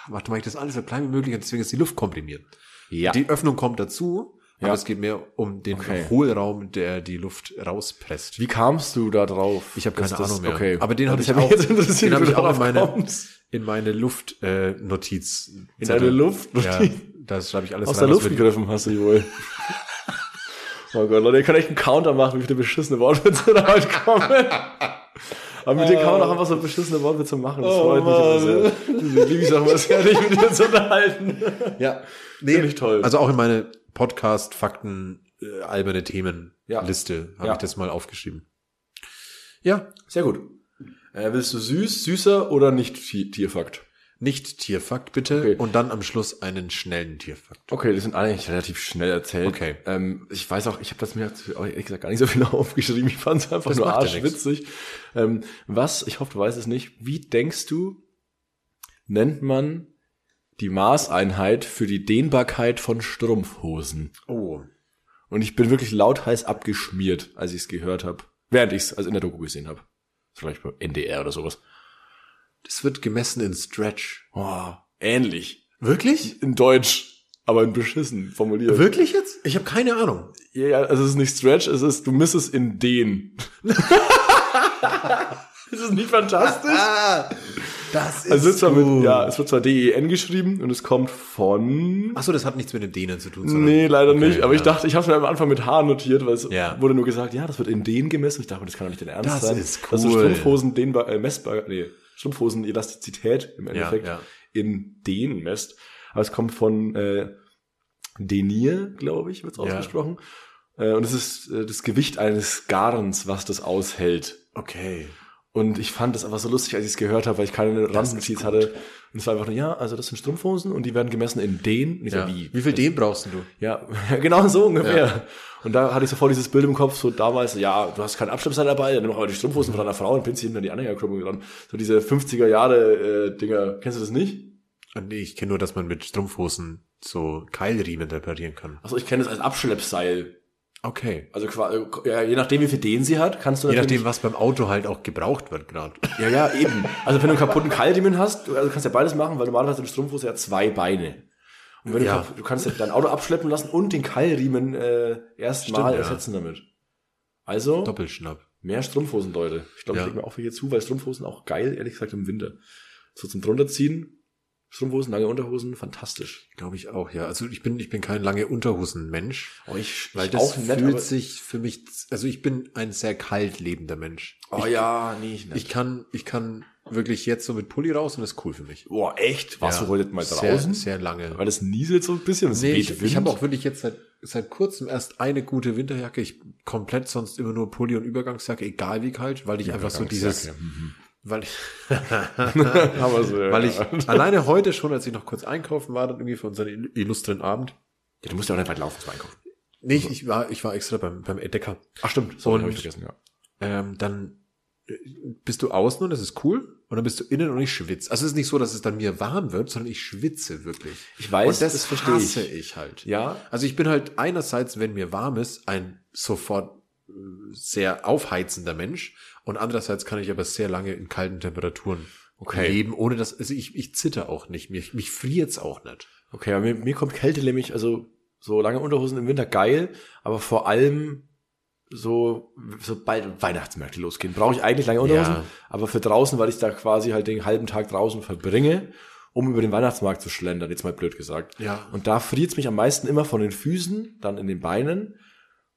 [SPEAKER 5] warte, mache ich das alles so klein wie möglich und deswegen ist die Luft komprimiert.
[SPEAKER 6] Ja.
[SPEAKER 5] Die Öffnung kommt dazu, aber
[SPEAKER 6] Ja.
[SPEAKER 5] es geht mehr um den
[SPEAKER 6] Okay.
[SPEAKER 5] Hohlraum, der die Luft rauspresst.
[SPEAKER 6] Wie kamst du da drauf?
[SPEAKER 5] Ich habe
[SPEAKER 6] dass
[SPEAKER 5] keine
[SPEAKER 6] das-
[SPEAKER 5] Ahnung mehr.
[SPEAKER 6] Okay.
[SPEAKER 5] Aber den
[SPEAKER 6] Ja,
[SPEAKER 5] habe
[SPEAKER 6] das
[SPEAKER 5] ich
[SPEAKER 6] hat
[SPEAKER 5] auch,
[SPEAKER 6] mich jetzt interessiert,
[SPEAKER 5] den hab ich
[SPEAKER 6] wie du
[SPEAKER 5] auch in
[SPEAKER 6] darauf
[SPEAKER 5] meine,
[SPEAKER 6] kommst.
[SPEAKER 5] in meine Luft äh, Notiz.
[SPEAKER 6] In deine Luft?
[SPEAKER 5] Ja, das schreibe ich alles
[SPEAKER 6] Aus
[SPEAKER 5] rein,
[SPEAKER 6] der
[SPEAKER 5] was
[SPEAKER 6] Luft
[SPEAKER 5] wir-
[SPEAKER 6] gegriffen hast du wohl. oh Gott, Leute, ihr könnt echt einen Counter machen, wie viele beschissene Wortwitze da heute kommen. Aber mit dir kann man auch einfach so beschissene Wortwitze machen. Das freut mich immer sehr. Das liebe ich auch immer sehr, dich mit dir zu unterhalten.
[SPEAKER 5] Ja,
[SPEAKER 6] Finde ich toll.
[SPEAKER 5] Also auch in meine Podcast-Fakten, äh, alberne Themen-Liste habe
[SPEAKER 6] Ja.
[SPEAKER 5] ich das mal aufgeschrieben. Ja,
[SPEAKER 6] Sehr gut. Äh, willst du süß, süßer oder nicht Ti- Tierfakt?
[SPEAKER 5] nicht Tierfakt bitte
[SPEAKER 6] Okay.
[SPEAKER 5] und dann am Schluss einen schnellen Tierfakt.
[SPEAKER 6] Okay, die sind alle eigentlich relativ schnell erzählt.
[SPEAKER 5] Okay.
[SPEAKER 6] Ähm, ich weiß auch, ich habe das mir jetzt auch ehrlich gesagt gar nicht so viel aufgeschrieben. Ich fand es einfach
[SPEAKER 5] Das
[SPEAKER 6] nur
[SPEAKER 5] macht ja nix.
[SPEAKER 6] arschwitzig. Ähm, was, ich hoffe, du weißt es nicht, wie denkst du, nennt man die Maßeinheit für die Dehnbarkeit von Strumpfhosen?
[SPEAKER 5] Oh,
[SPEAKER 6] Und ich bin wirklich laut heiß abgeschmiert, als ich es gehört habe. Während ich es, also in der Doku gesehen habe. Vielleicht beim NDR oder sowas.
[SPEAKER 5] das wird gemessen in Stretch.
[SPEAKER 6] Oh, ähnlich.
[SPEAKER 5] Wirklich?
[SPEAKER 6] In Deutsch, aber in beschissen formuliert.
[SPEAKER 5] Wirklich jetzt? Ich habe keine Ahnung.
[SPEAKER 6] Ja, ja, also es ist nicht Stretch, es ist, du misst es in den. ist es nicht fantastisch?
[SPEAKER 5] Das ist
[SPEAKER 6] Ah. Also es wird zwar mit,
[SPEAKER 5] gut.
[SPEAKER 6] ja, es wird zwar D-E-N geschrieben und es kommt von.
[SPEAKER 5] Ach so, das hat nichts mit dem Dänen zu tun. sondern-
[SPEAKER 6] Nee, leider nicht. Aber ich
[SPEAKER 5] ja.
[SPEAKER 6] dachte, ich habe es mir am Anfang mit H notiert, weil es
[SPEAKER 5] Ja.
[SPEAKER 6] wurde nur gesagt, ja, das wird in den gemessen. Ich dachte, das kann doch nicht dein Ernst
[SPEAKER 5] Das
[SPEAKER 6] sein.
[SPEAKER 5] ist
[SPEAKER 6] Dass du
[SPEAKER 5] cool.
[SPEAKER 6] Strumpfhosen dehnbar, äh, messbar, nee, Strumpfhosen Elastizität im Endeffekt
[SPEAKER 5] ja.
[SPEAKER 6] in den messt. Aber es kommt von äh, Denier, glaube ich, wird es
[SPEAKER 5] Ja.
[SPEAKER 6] ausgesprochen. Äh, und es ist äh, das Gewicht eines Garns, was das aushält.
[SPEAKER 5] Okay.
[SPEAKER 6] Und ich fand das einfach so lustig, als ich es gehört habe, weil ich keine Randnotiz hatte. Und es war einfach nur, ja, also das sind Strumpfhosen und die werden gemessen in den. Und ich
[SPEAKER 5] Ja.
[SPEAKER 6] so,
[SPEAKER 5] Wie?
[SPEAKER 6] wie?
[SPEAKER 5] viel Dänen brauchst denn du?
[SPEAKER 6] Ja, genau so ungefähr. Und da hatte ich sofort dieses Bild im Kopf, so damals, ja, du hast keinen Abschleppseil dabei, dann nimm aber die Strumpfhosen von deiner Frau und pinst sie hinter die Anhängerkrümmung dran. So diese 50er Jahre äh, Dinger, kennst du das nicht?
[SPEAKER 5] Ah, Nee, ich kenne nur, dass man mit Strumpfhosen so Keilriemen reparieren kann.
[SPEAKER 6] Achso, ich kenne das als Abschleppseil.
[SPEAKER 5] Okay.
[SPEAKER 6] Also quasi, ja, je nachdem, wie viel den sie hat, kannst du
[SPEAKER 5] Je nachdem, was beim Auto halt auch gebraucht wird gerade.
[SPEAKER 6] Ja, ja, eben. Also wenn du einen kaputten Keilriemen hast, du also kannst ja beides machen, weil normalerweise hat eine Strumpfhose ja zwei Beine. Und wenn
[SPEAKER 5] Ja.
[SPEAKER 6] du, kap- du kannst ja dein Auto abschleppen lassen und den Keilriemen äh, erstmal
[SPEAKER 5] Stimmt, ja.
[SPEAKER 6] ersetzen damit. Also
[SPEAKER 5] Doppelschnapp.
[SPEAKER 6] mehr Strumpfhosen, Leute. Ich glaube,
[SPEAKER 5] Ja.
[SPEAKER 6] ich leg mir auch welche zu, weil Strumpfhosen auch geil, ehrlich gesagt, im Winter. So zum drunterziehen, Strumpfhosen, lange Unterhosen, fantastisch.
[SPEAKER 5] Glaube ich auch, ja. Also ich bin, ich bin kein lange Unterhosen-Mensch.
[SPEAKER 6] Oh, ich,
[SPEAKER 5] Weil
[SPEAKER 6] ich
[SPEAKER 5] das fühlt
[SPEAKER 6] aber-
[SPEAKER 5] sich für mich, also ich bin ein sehr kalt lebender Mensch.
[SPEAKER 6] Oh ja, nee, ich
[SPEAKER 5] Ich kann, ich kann wirklich jetzt so mit Pulli raus und das ist cool für mich.
[SPEAKER 6] Boah, echt? Warst
[SPEAKER 5] Ja.
[SPEAKER 6] du heute mal
[SPEAKER 5] Sehr,
[SPEAKER 6] draußen?
[SPEAKER 5] sehr lange.
[SPEAKER 6] Weil das nieselt so ein bisschen. Es
[SPEAKER 5] Nee,
[SPEAKER 6] weht
[SPEAKER 5] ich,
[SPEAKER 6] Wind.
[SPEAKER 5] ich habe auch wirklich jetzt seit, seit kurzem erst eine gute Winterjacke. Ich komplett sonst immer nur Pulli und Übergangsjacke, egal wie kalt, weil ich einfach so dieses, weil ich,
[SPEAKER 6] aber so, ja.
[SPEAKER 5] weil ich alleine heute schon, als ich noch kurz einkaufen war, dann irgendwie für unseren il- illustren Abend.
[SPEAKER 6] Ja, du musst ja auch nicht weit laufen zum Einkaufen.
[SPEAKER 5] Nee, ich- ich war, ich war extra beim, beim Edeka.
[SPEAKER 6] Ach stimmt,
[SPEAKER 5] sorry,
[SPEAKER 6] und
[SPEAKER 5] hab ich vergessen, ähm, dann äh, bist du außen und das ist cool. Und dann bist du innen und ich schwitze. Also es ist nicht so, dass es dann mir warm wird, sondern ich schwitze wirklich.
[SPEAKER 6] Ich weiß,
[SPEAKER 5] und das,
[SPEAKER 6] das verstehe
[SPEAKER 5] hasse ich. halt.
[SPEAKER 6] Ja.
[SPEAKER 5] Also ich bin halt einerseits, wenn mir warm ist, ein sofort äh, sehr aufheizender Mensch und andererseits kann ich aber sehr lange in kalten Temperaturen
[SPEAKER 6] Okay.
[SPEAKER 5] leben, ohne dass, also ich, ich zitter auch nicht, mich, mich friert's auch nicht.
[SPEAKER 6] Okay, aber mir, mir kommt Kälte nämlich, also so lange Unterhosen im Winter geil, aber vor allem so sobald Weihnachtsmärkte losgehen, brauche ich eigentlich lange Unterhosen,
[SPEAKER 5] Ja.
[SPEAKER 6] aber für draußen, weil ich da quasi halt den halben Tag draußen verbringe, um über den Weihnachtsmarkt zu schlendern, jetzt mal blöd gesagt.
[SPEAKER 5] Ja.
[SPEAKER 6] Und da friert's mich am meisten immer von den Füßen, dann in den Beinen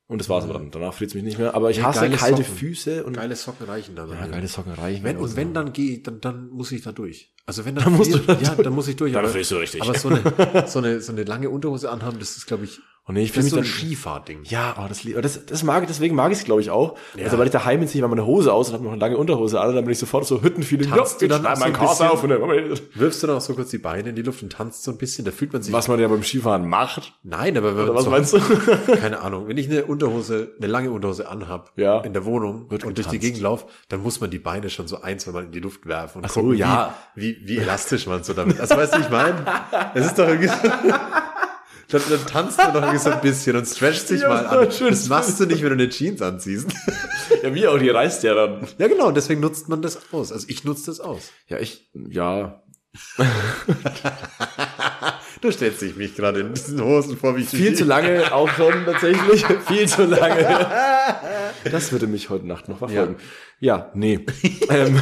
[SPEAKER 6] und das war's aber dann. Danach friert's mich nicht mehr, aber ich
[SPEAKER 5] Ja,
[SPEAKER 6] hasse
[SPEAKER 5] geile
[SPEAKER 6] kalte
[SPEAKER 5] Socken.
[SPEAKER 6] Füße und
[SPEAKER 5] Geile Socken reichen da. bei
[SPEAKER 6] ja,
[SPEAKER 5] mir.
[SPEAKER 6] geile Socken reichen.
[SPEAKER 5] Wenn, und wenn,
[SPEAKER 6] dann
[SPEAKER 5] dann gehe ich, dann, dann muss ich da durch. Also wenn dann,
[SPEAKER 6] musst du
[SPEAKER 5] friert-
[SPEAKER 6] da
[SPEAKER 5] ja,
[SPEAKER 6] durch.
[SPEAKER 5] dann muss ich durch.
[SPEAKER 6] Dann
[SPEAKER 5] aber,
[SPEAKER 6] frierst du richtig.
[SPEAKER 5] Aber so eine, so eine, so eine lange Unterhose anhaben, das ist, glaube ich,
[SPEAKER 6] Und nee, ich
[SPEAKER 5] Das
[SPEAKER 6] fühle
[SPEAKER 5] ist
[SPEAKER 6] mich
[SPEAKER 5] so ein
[SPEAKER 6] dann
[SPEAKER 5] Skifahrding.
[SPEAKER 6] ja, oh, das, lieb- das, das mag ich, deswegen mag ich es, glaube ich, auch. Also, weil ich daheim ziehe ich mal meine Hose aus und habe noch eine lange Unterhose an, dann bin ich sofort so Hüttenfeeling.
[SPEAKER 5] Tanzt du dann auch so ein
[SPEAKER 6] mein Korb
[SPEAKER 5] bisschen?
[SPEAKER 6] auf und dann,
[SPEAKER 5] Wirfst du dann auch so kurz die Beine in die Luft und tanzt so ein bisschen, da fühlt man sich.
[SPEAKER 6] was man ja beim Skifahren macht.
[SPEAKER 5] Nein, aber wenn man
[SPEAKER 6] Was
[SPEAKER 5] so-
[SPEAKER 6] meinst du?
[SPEAKER 5] Keine Ahnung. Wenn ich eine Unterhose, eine lange Unterhose anhab
[SPEAKER 6] Ja.
[SPEAKER 5] in der Wohnung
[SPEAKER 6] Wird
[SPEAKER 5] und durch die
[SPEAKER 6] getanzt.
[SPEAKER 5] Gegend laufe, dann muss man die Beine schon so ein, zwei Mal in die Luft werfen und
[SPEAKER 6] Ach so,
[SPEAKER 5] gucken,
[SPEAKER 6] ja.
[SPEAKER 5] wie, wie, wie elastisch man so damit. Also weißt du, ich meine, es ist doch irgendwie. so- Dann, dann tanzt man doch irgendwie so ein bisschen und stretcht sich
[SPEAKER 6] Ja,
[SPEAKER 5] mal
[SPEAKER 6] das war
[SPEAKER 5] an.
[SPEAKER 6] ein schönes
[SPEAKER 5] Das machst du nicht, wenn du eine Jeans anziehst.
[SPEAKER 6] Ja, wie auch, die reißt ja dann.
[SPEAKER 5] ja, genau, und deswegen nutzt man das aus. Also ich nutze das aus.
[SPEAKER 6] Ja, ich, ja.
[SPEAKER 5] Du stellst dich mich gerade in diesen Hosen vor, wie ich
[SPEAKER 6] Viel zu lange auch schon tatsächlich. Viel zu lange. Das würde mich heute Nacht noch verfolgen. Ja, nee. ähm,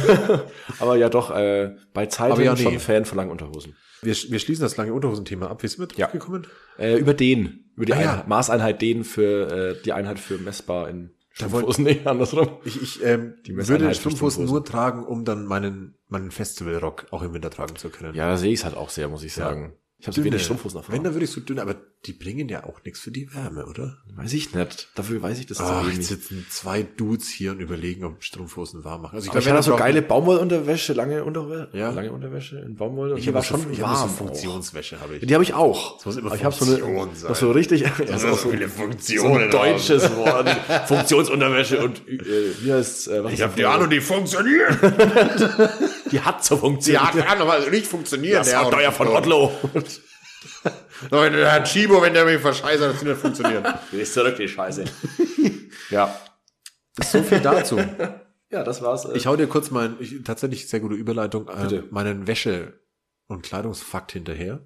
[SPEAKER 6] aber ja doch, äh, bei Zeit
[SPEAKER 5] Aber ja,
[SPEAKER 6] ja, schon
[SPEAKER 5] nee.
[SPEAKER 6] Fan von langen Unterhosen.
[SPEAKER 5] Wir, wir schließen das lange Unterhosenthema ab. Wie sind wir drauf
[SPEAKER 6] Ja.
[SPEAKER 5] gekommen?
[SPEAKER 6] Äh, über den, über die
[SPEAKER 5] Ah, ja.
[SPEAKER 6] Einheit, Maßeinheit den für äh, die Einheit für messbar in
[SPEAKER 5] Da wollt-
[SPEAKER 6] Strumpfhosen, nee, andersrum.
[SPEAKER 5] Ich, ich ähm,
[SPEAKER 6] Messeinheit
[SPEAKER 5] würde
[SPEAKER 6] für
[SPEAKER 5] Strumpfhosen
[SPEAKER 6] Strumpfhosen.
[SPEAKER 5] nur tragen, um dann meinen, meinen Festivalrock auch im Winter tragen zu können.
[SPEAKER 6] Ja, da sehe ich es halt auch sehr, muss ich sagen. Ich habe so wenig Strumpfhosen
[SPEAKER 5] äh,
[SPEAKER 6] ne?
[SPEAKER 5] Wenn,
[SPEAKER 6] erfahren.
[SPEAKER 5] dann würde ich so dünn, aber die bringen ja auch nichts für die Wärme, oder?
[SPEAKER 6] Weiß ich nicht. Dafür weiß ich das
[SPEAKER 5] Ach,
[SPEAKER 6] zu
[SPEAKER 5] jetzt
[SPEAKER 6] wenig.
[SPEAKER 5] sitzen zwei Dudes hier und überlegen, ob Strumpfhosen warm machen. Also
[SPEAKER 6] Aber ich
[SPEAKER 5] glaub,
[SPEAKER 6] hatte auch so
[SPEAKER 5] wir brauchen-
[SPEAKER 6] geile Baumwollunterwäsche, lange Unterwäsche,
[SPEAKER 5] Ja.
[SPEAKER 6] lange Unterwäsche in Baumwoll. Und
[SPEAKER 5] Ich
[SPEAKER 6] die
[SPEAKER 5] habe
[SPEAKER 6] war
[SPEAKER 5] so-
[SPEAKER 6] schon
[SPEAKER 5] ich habe
[SPEAKER 6] warm.
[SPEAKER 5] so
[SPEAKER 6] auch.
[SPEAKER 5] Funktionswäsche habe ich.
[SPEAKER 6] Die habe ich auch.
[SPEAKER 5] muss immer
[SPEAKER 6] Aber ich habe so eine,
[SPEAKER 5] Funktion sein.
[SPEAKER 6] noch so richtig, das ist auch so,
[SPEAKER 5] viele
[SPEAKER 6] so ein
[SPEAKER 5] Funktionen.
[SPEAKER 6] deutsches Wort. Funktionsunterwäsche und äh, wie heißt äh, was
[SPEAKER 5] Ich
[SPEAKER 6] ist
[SPEAKER 5] habe
[SPEAKER 6] das?
[SPEAKER 5] die Ahnung, die funktionieren.
[SPEAKER 6] Die hat so
[SPEAKER 5] Die
[SPEAKER 6] funktioniert.
[SPEAKER 5] hat kann aber nicht funktionieren.
[SPEAKER 6] das war teuer von
[SPEAKER 5] Otto.
[SPEAKER 6] Otlo.
[SPEAKER 5] Der Herr Chibo, wenn der mich verscheißert, das wird nicht funktionieren.
[SPEAKER 6] Ist zurück die Scheiße. ja.
[SPEAKER 5] So viel dazu.
[SPEAKER 6] Ja, das war's. äh,
[SPEAKER 5] Ich hau dir kurz mein, ich, tatsächlich sehr gute Überleitung, äh,
[SPEAKER 6] Bitte.
[SPEAKER 5] meinen Wäsche- und Kleidungsfakt hinterher.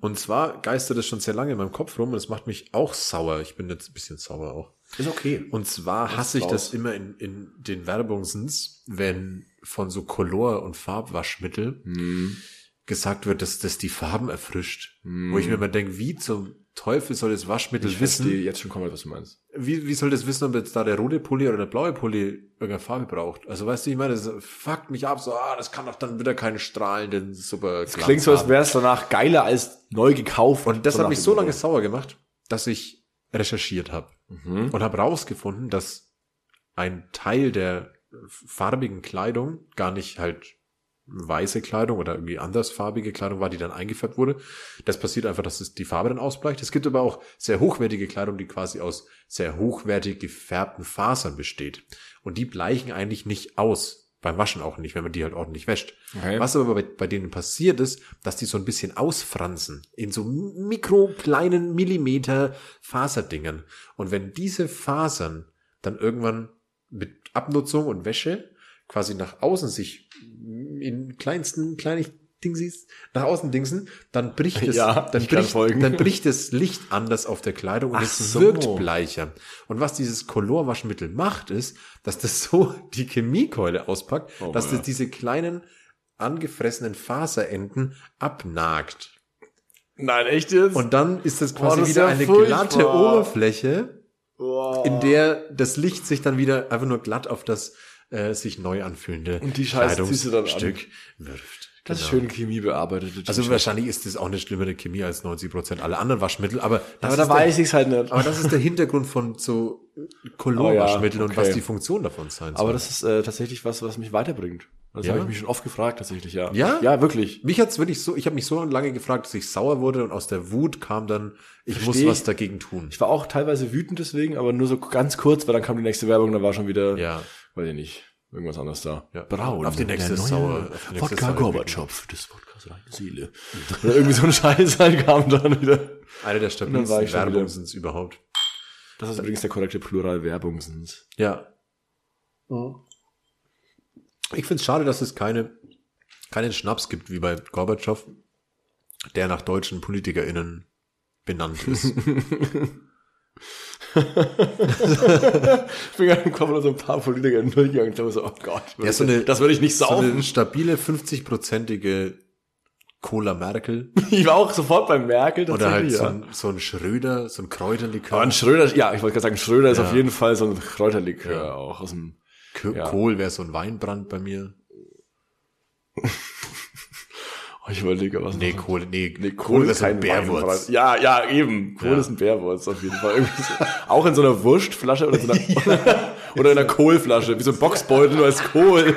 [SPEAKER 5] Und zwar geistert es schon sehr lange in meinem Kopf rum und es macht mich auch sauer. Ich bin jetzt ein bisschen sauer auch.
[SPEAKER 6] ist okay.
[SPEAKER 5] Und zwar hasse ich
[SPEAKER 6] raus.
[SPEAKER 5] das immer in, in den Werbungsens, wenn von so Color- und Farbwaschmittel gesagt wird, dass das die Farben erfrischt. Wo ich mir immer denke, wie zum Teufel soll das Waschmittel
[SPEAKER 6] Ich
[SPEAKER 5] wissen,
[SPEAKER 6] wissen die jetzt schon kommen, was du meinst.
[SPEAKER 5] wie, wie soll das wissen, ob jetzt da der rote Pulli oder der blaue Pulli irgendeine Farbe braucht? Also weißt du, ich meine, das fuckt mich ab, so, ah, das kann doch dann wieder keinen strahlenden super Das
[SPEAKER 6] Klingt so, als wäre es danach geiler als neu gekauft.
[SPEAKER 5] Und das
[SPEAKER 6] nach
[SPEAKER 5] hat mich
[SPEAKER 6] dem
[SPEAKER 5] so lange
[SPEAKER 6] Motto.
[SPEAKER 5] sauer gemacht, dass ich recherchiert habe
[SPEAKER 6] Mhm.
[SPEAKER 5] und habe rausgefunden, dass ein Teil der farbigen Kleidung gar nicht halt weiße Kleidung oder irgendwie andersfarbige Kleidung war, die dann eingefärbt wurde. Das passiert einfach, dass es die Farbe dann ausbleicht. Es gibt aber auch sehr hochwertige Kleidung, die quasi aus sehr hochwertig gefärbten Fasern besteht. Und die bleichen eigentlich nicht aus. Beim Waschen auch nicht, wenn man die halt ordentlich wäscht.
[SPEAKER 6] Okay.
[SPEAKER 5] Was aber bei, bei denen passiert ist, dass die so ein bisschen ausfransen. In so mikro kleinen Millimeter Faserdingen. Und wenn diese Fasern dann irgendwann mit Abnutzung und Wäsche quasi nach außen sich in kleinsten kleinen Dingsies nach außen dingsen, dann bricht es,
[SPEAKER 6] Ja,
[SPEAKER 5] dann,
[SPEAKER 6] ich kann
[SPEAKER 5] bricht,
[SPEAKER 6] folgen.
[SPEAKER 5] dann bricht das Licht anders auf der Kleidung und
[SPEAKER 6] Ach
[SPEAKER 5] es
[SPEAKER 6] so.
[SPEAKER 5] wirkt bleicher. Und was dieses Colorwaschmittel macht, ist, dass das so die Chemiekeule auspackt,
[SPEAKER 6] Oh,
[SPEAKER 5] dass das
[SPEAKER 6] ja.
[SPEAKER 5] diese kleinen angefressenen Faserenden abnagt.
[SPEAKER 6] Nein, echt jetzt?
[SPEAKER 5] Und dann ist das quasi
[SPEAKER 6] Oh, das ist
[SPEAKER 5] wieder
[SPEAKER 6] ja
[SPEAKER 5] eine
[SPEAKER 6] furchtbar.
[SPEAKER 5] glatte Oberfläche,
[SPEAKER 6] Boah.
[SPEAKER 5] in der das Licht sich dann wieder einfach nur glatt auf das äh, sich neu anfühlende
[SPEAKER 6] Und die Scheiße ziehst du dann an.
[SPEAKER 5] Kleidungsstück wirft.
[SPEAKER 6] das ist
[SPEAKER 5] Genau.
[SPEAKER 6] schön Chemie bearbeitet.
[SPEAKER 5] Also wahrscheinlich ist das auch eine schlimmere Chemie als 90% aller anderen Waschmittel, aber das,
[SPEAKER 6] aber da
[SPEAKER 5] ist, der,
[SPEAKER 6] weiß ich es halt nicht.
[SPEAKER 5] aber das ist der Hintergrund von so Colorwaschmitteln
[SPEAKER 6] Oh ja,
[SPEAKER 5] und was
[SPEAKER 6] okay.
[SPEAKER 5] die Funktion davon sein soll.
[SPEAKER 6] Aber das ist äh, tatsächlich was, was mich weiterbringt. Das
[SPEAKER 5] Ja?
[SPEAKER 6] habe ich mich schon oft gefragt, tatsächlich, ja.
[SPEAKER 5] Ja?
[SPEAKER 6] Ja, wirklich.
[SPEAKER 5] mich hat's wirklich so, ich habe mich so lange gefragt, dass ich sauer wurde und aus der Wut kam dann, ich
[SPEAKER 6] Versteh
[SPEAKER 5] muss
[SPEAKER 6] ich.
[SPEAKER 5] was dagegen tun.
[SPEAKER 6] Ich war auch teilweise wütend deswegen, aber nur so ganz kurz, weil dann kam die nächste Werbung, da war schon wieder,
[SPEAKER 5] Ja.
[SPEAKER 6] weiß ich nicht, irgendwas anderes da.
[SPEAKER 5] Ja.
[SPEAKER 6] Braun.
[SPEAKER 5] Auf die nächste
[SPEAKER 6] der neue
[SPEAKER 5] sauer- auf die nächste
[SPEAKER 6] Wodka
[SPEAKER 5] sauer-
[SPEAKER 6] Gorbatschow, des Wodkas reine Seele. Oder irgendwie so ein Scheiß halt kam dann wieder.
[SPEAKER 5] Eine der
[SPEAKER 6] Und dann war
[SPEAKER 5] stabilsten
[SPEAKER 6] ich schon
[SPEAKER 5] Werbungen
[SPEAKER 6] wieder-
[SPEAKER 5] sind's überhaupt.
[SPEAKER 6] Das ist übrigens der korrekte Plural Werbungsens.
[SPEAKER 5] Ja.
[SPEAKER 6] Mhm.
[SPEAKER 5] Ich finde es schade, dass es keine, keinen Schnaps gibt, wie bei Gorbatschow, der nach deutschen PolitikerInnen benannt ist.
[SPEAKER 6] Ich bin gerade im Kopf noch so ein paar Politiker durchgegangen und dachte so, oh Gott,
[SPEAKER 5] Ja, so eine-
[SPEAKER 6] das würde ich nicht
[SPEAKER 5] so
[SPEAKER 6] saufen.
[SPEAKER 5] eine stabile 50-prozentige Cola Merkel
[SPEAKER 6] ich war auch sofort bei Merkel
[SPEAKER 5] oder halt
[SPEAKER 6] tatsächlich,
[SPEAKER 5] so,
[SPEAKER 6] ja.
[SPEAKER 5] ein, so ein Schröder, so ein Kräuterlikör.
[SPEAKER 6] Aber Oh, ein Schröder, ja, ich wollte gerade sagen, Schröder ist
[SPEAKER 5] Ja.
[SPEAKER 6] auf jeden Fall so ein Kräuterlikör auch aus dem.
[SPEAKER 5] K-
[SPEAKER 6] ja.
[SPEAKER 5] Kohl wäre so ein Weinbrand bei mir.
[SPEAKER 6] oh, Ich überlege, was.
[SPEAKER 5] Nee,
[SPEAKER 6] noch-
[SPEAKER 5] Kohl, nee,
[SPEAKER 6] Nee,
[SPEAKER 5] Kohl, ist ein
[SPEAKER 6] kein
[SPEAKER 5] Bärwurz.
[SPEAKER 6] Weinbrand. Ja, ja, eben. Kohl
[SPEAKER 5] Ja.
[SPEAKER 6] ist ein Bärwurz auf jeden Fall. Irgendwie so. Auch in so einer Wurstflasche oder, so einer, oder in einer Kohlflasche, wie so ein Boxbeutel, nur als Kohl.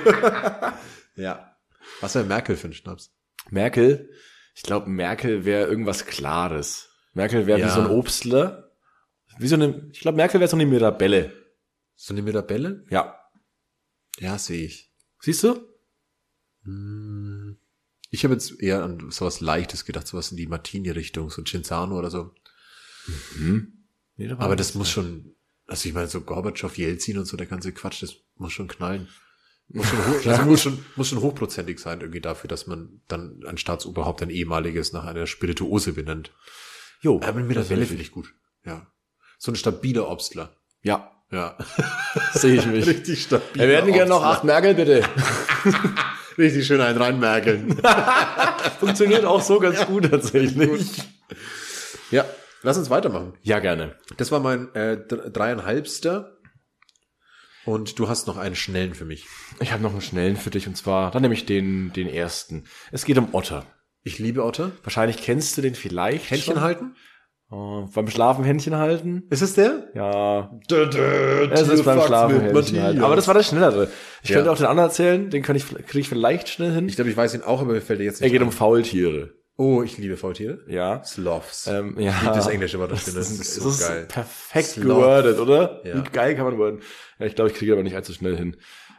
[SPEAKER 5] Ja. Was wäre Merkel für ein Schnaps?
[SPEAKER 6] Merkel, ich glaube, Merkel wäre irgendwas Klares. Merkel wäre
[SPEAKER 5] Ja.
[SPEAKER 6] wie so ein Obstler. Wie so eine, ich glaube, Merkel wäre so eine Mirabelle.
[SPEAKER 5] So eine Mirabelle?
[SPEAKER 6] Ja.
[SPEAKER 5] Ja, sehe ich.
[SPEAKER 6] Siehst du?
[SPEAKER 5] Ich habe jetzt eher an sowas Leichtes gedacht, sowas in die Martini-Richtung, so Cinzano oder so.
[SPEAKER 6] Mhm. Nee, da war
[SPEAKER 5] Aber das muss schon, also ich meine, so Gorbatschow, Jelzin und so, der ganze Quatsch, das muss schon knallen. Muss schon, hoch, das muss schon, muss schon hochprozentig sein, irgendwie dafür, dass man dann ein Staatsoberhaupt, ein ehemaliges, nach einer Spirituose benennt.
[SPEAKER 6] Jo.
[SPEAKER 5] Aber mit der Welle finde ich gut. Ja. So ein stabiler Obstler.
[SPEAKER 6] Ja,
[SPEAKER 5] Ja.
[SPEAKER 6] sehe ich mich.
[SPEAKER 5] Richtig stabil.
[SPEAKER 6] Wir werden gerne noch acht Merkel, bitte.
[SPEAKER 5] Richtig schön einen reinmerkeln.
[SPEAKER 6] Funktioniert auch so ganz gut tatsächlich.
[SPEAKER 5] ja. Lass uns weitermachen.
[SPEAKER 6] Ja, gerne.
[SPEAKER 5] Das war mein äh, dr- dreieinhalbster. Und du hast noch einen schnellen für mich.
[SPEAKER 6] Ich habe noch einen schnellen für dich und zwar, dann nehme ich den, den ersten. Es geht um Otter.
[SPEAKER 5] Ich liebe Otter.
[SPEAKER 6] Wahrscheinlich kennst du den vielleicht.
[SPEAKER 5] Händchen
[SPEAKER 6] schon.
[SPEAKER 5] halten?
[SPEAKER 6] Oh, beim Schlafen Händchen halten.
[SPEAKER 5] Ist es der?
[SPEAKER 6] Ja,
[SPEAKER 5] Es
[SPEAKER 6] es ist beim Schlafen Händchen halten. Aber das war der schnellere. Ich
[SPEAKER 5] Ja.
[SPEAKER 6] könnte auch den anderen erzählen, den kann ich, kriege ich vielleicht schnell hin.
[SPEAKER 5] Ich glaube, ich weiß ihn auch, aber mir fällt er jetzt
[SPEAKER 6] er
[SPEAKER 5] nicht.
[SPEAKER 6] geht um Faultiere.
[SPEAKER 5] Oh, ich liebe Faultiere.
[SPEAKER 6] Ja.
[SPEAKER 5] Sloths.
[SPEAKER 6] Ähm, ja.
[SPEAKER 5] Ich liebe das englische Wort dafür.
[SPEAKER 6] Das,
[SPEAKER 5] Das ist so
[SPEAKER 6] das ist
[SPEAKER 5] geil.
[SPEAKER 6] perfekt
[SPEAKER 5] Sloth.
[SPEAKER 6] gewordet, oder?
[SPEAKER 5] Ja.
[SPEAKER 6] Wie geil kann man worden? Ja, ich glaube, ich kriege aber nicht allzu schnell hin.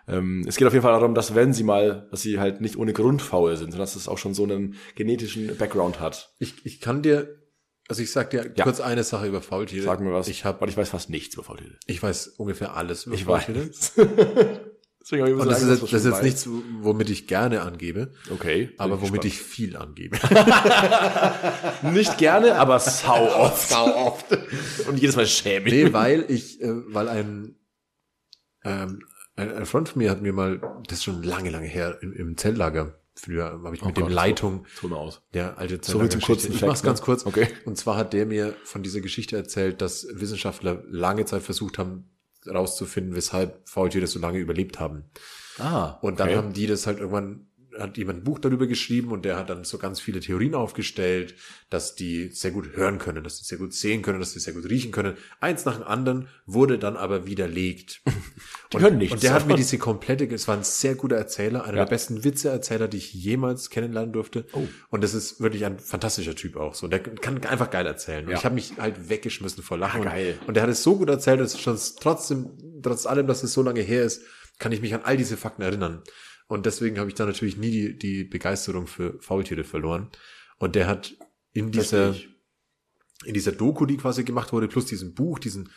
[SPEAKER 6] Ähm, es geht auf jeden Fall darum, dass wenn sie mal, dass sie halt nicht ohne Grund faul sind, sondern dass es auch schon so einen genetischen Background hat.
[SPEAKER 5] Ich, ich kann dir, also ich sag dir
[SPEAKER 6] Ja.
[SPEAKER 5] kurz eine Sache über Faultiere.
[SPEAKER 6] Sag mir was.
[SPEAKER 5] Ich habe,
[SPEAKER 6] weil ich weiß fast nichts über Faultiere.
[SPEAKER 5] ich weiß ungefähr alles über
[SPEAKER 6] Ich
[SPEAKER 5] Faultiere.
[SPEAKER 6] Deswegen habe ich
[SPEAKER 5] Und das ist,
[SPEAKER 6] gesagt,
[SPEAKER 5] jetzt, das
[SPEAKER 6] dass du
[SPEAKER 5] ist
[SPEAKER 6] schon
[SPEAKER 5] jetzt nichts, womit ich gerne angebe,
[SPEAKER 6] weißt. Okay.
[SPEAKER 5] aber womit ich viel angebe.
[SPEAKER 6] ich nicht gerne, aber sau oft.
[SPEAKER 5] oft.
[SPEAKER 6] Und jedes Mal schäme ich.
[SPEAKER 5] Nee, weil ich, äh, weil ein, ähm, ein, ein Freund von mir hat mir mal, das ist schon lange, lange her, im, im Zelllager, früher habe ich mit dem
[SPEAKER 6] Oh Gott, so-
[SPEAKER 5] Leitung,
[SPEAKER 6] Tu mal aus.
[SPEAKER 5] der alte
[SPEAKER 6] So viel zum kurzen
[SPEAKER 5] Ich
[SPEAKER 6] Fact,
[SPEAKER 5] mach's
[SPEAKER 6] ne?
[SPEAKER 5] ganz kurz.
[SPEAKER 6] Okay.
[SPEAKER 5] Und zwar hat der mir von dieser Geschichte erzählt, dass Wissenschaftler lange Zeit versucht haben, rauszufinden, weshalb Faultiere so lange überlebt haben.
[SPEAKER 6] Ah.
[SPEAKER 5] Und dann haben die das halt irgendwann, hat jemand ein Buch darüber geschrieben und der hat dann so ganz viele Theorien aufgestellt, dass die sehr gut hören können, dass die sehr gut sehen können, dass die sehr gut riechen können. Eins nach dem anderen wurde dann aber widerlegt.
[SPEAKER 6] die
[SPEAKER 5] und,
[SPEAKER 6] können nichts.
[SPEAKER 5] und der hat mir diese komplette, es war ein sehr guter Erzähler, einer
[SPEAKER 6] Ja. Oh.
[SPEAKER 5] der besten Witzeerzähler, die ich jemals kennenlernen durfte. Und das ist wirklich ein fantastischer Typ auch so. Der kann einfach geil erzählen. Und
[SPEAKER 6] Ja.
[SPEAKER 5] ich habe mich halt weggeschmissen vor Lachen.
[SPEAKER 6] Ah, geil.
[SPEAKER 5] Und, und der hat es so gut erzählt, dass schon trotzdem, trotz allem, dass es so lange her ist, kann ich mich an all diese Fakten erinnern. Und deswegen habe ich da natürlich nie die, die Begeisterung für Faultiere verloren. Und der hat in dieser,
[SPEAKER 6] nicht.
[SPEAKER 5] in dieser Doku, die quasi gemacht wurde, plus diesem Buch, diesen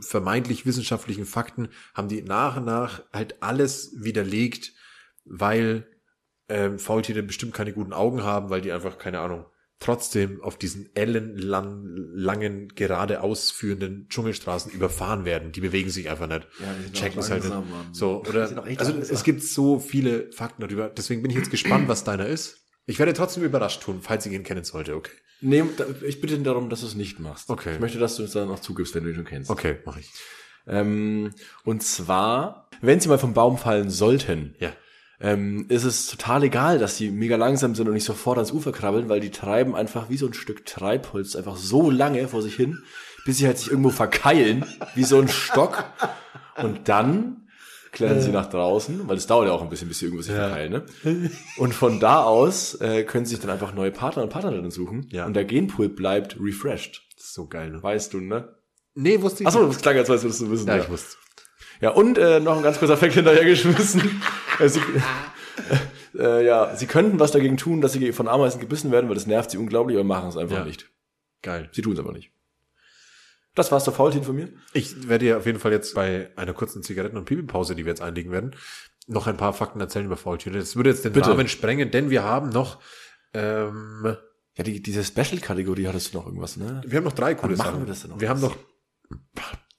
[SPEAKER 5] vermeintlich wissenschaftlichen Fakten, haben die nach und nach halt alles widerlegt, weil ähm, Faultiere bestimmt keine guten Augen haben, weil die einfach, keine Ahnung, trotzdem auf diesen ellenlangen, langen, geradeaus führenden Dschungelstraßen überfahren werden. Die bewegen sich einfach nicht.
[SPEAKER 6] Ja, die sind
[SPEAKER 5] Checken
[SPEAKER 6] auch
[SPEAKER 5] es halt nicht.
[SPEAKER 6] langsam, Mann.
[SPEAKER 5] So,
[SPEAKER 6] Die
[SPEAKER 5] oder?
[SPEAKER 6] sind auch echt
[SPEAKER 5] Also
[SPEAKER 6] langsam.
[SPEAKER 5] es gibt so viele Fakten darüber. Deswegen bin ich jetzt gespannt, was deiner ist. Ich werde trotzdem überrascht tun, falls ich ihn kennen sollte, okay?
[SPEAKER 6] Nee, da- ich bitte darum, dass du es nicht machst.
[SPEAKER 5] Okay.
[SPEAKER 6] Ich möchte, dass du es dann noch zugibst, wenn du ihn schon kennst.
[SPEAKER 5] Okay, mache ich.
[SPEAKER 6] Ähm, und zwar, wenn sie mal vom Baum fallen sollten,
[SPEAKER 5] Ja.
[SPEAKER 6] ähm, ist es total egal, dass sie mega langsam sind und nicht sofort ans Ufer krabbeln, weil die treiben einfach wie so ein Stück Treibholz einfach so lange vor sich hin, bis sie halt sich irgendwo verkeilen, wie so ein Stock. Und dann klettern sie nach draußen, weil es dauert ja auch ein bisschen, bis sie irgendwo sich verkeilen. Ne? Und von da aus äh, können sie sich dann einfach neue Partner und Partnerinnen suchen.
[SPEAKER 5] Ja.
[SPEAKER 6] Und der Genpool bleibt refreshed.
[SPEAKER 5] Das ist so geil, ne?
[SPEAKER 6] Weißt du, ne?
[SPEAKER 5] Nee, wusste ich
[SPEAKER 6] Achso, das klang, als würdest du wissen.
[SPEAKER 5] Ja, ich wusste.
[SPEAKER 6] Ja, und äh, noch ein ganz kurzer Fakt hinterhergeschmissen. Äh, sie, äh, ja, sie könnten was dagegen tun, dass sie von Ameisen gebissen werden, weil das nervt sie unglaublich, aber machen es einfach
[SPEAKER 5] Ja.
[SPEAKER 6] nicht.
[SPEAKER 5] Geil.
[SPEAKER 6] Sie tun es einfach nicht. Das war's zur Faultier von mir.
[SPEAKER 5] Ich werde dir auf jeden Fall jetzt bei einer kurzen Zigaretten- und Pipi-Pause, die wir jetzt einlegen werden, noch ein paar Fakten erzählen über Faultiere. Das würde jetzt den
[SPEAKER 6] Bitte.
[SPEAKER 5] Rahmen sprengen, denn wir haben noch, ähm,
[SPEAKER 6] Ja, die, diese Special-Kategorie hattest du noch irgendwas, ne?
[SPEAKER 5] wir haben noch drei coole
[SPEAKER 6] Wann machen
[SPEAKER 5] Sachen.
[SPEAKER 6] wir das denn noch?
[SPEAKER 5] wir haben noch,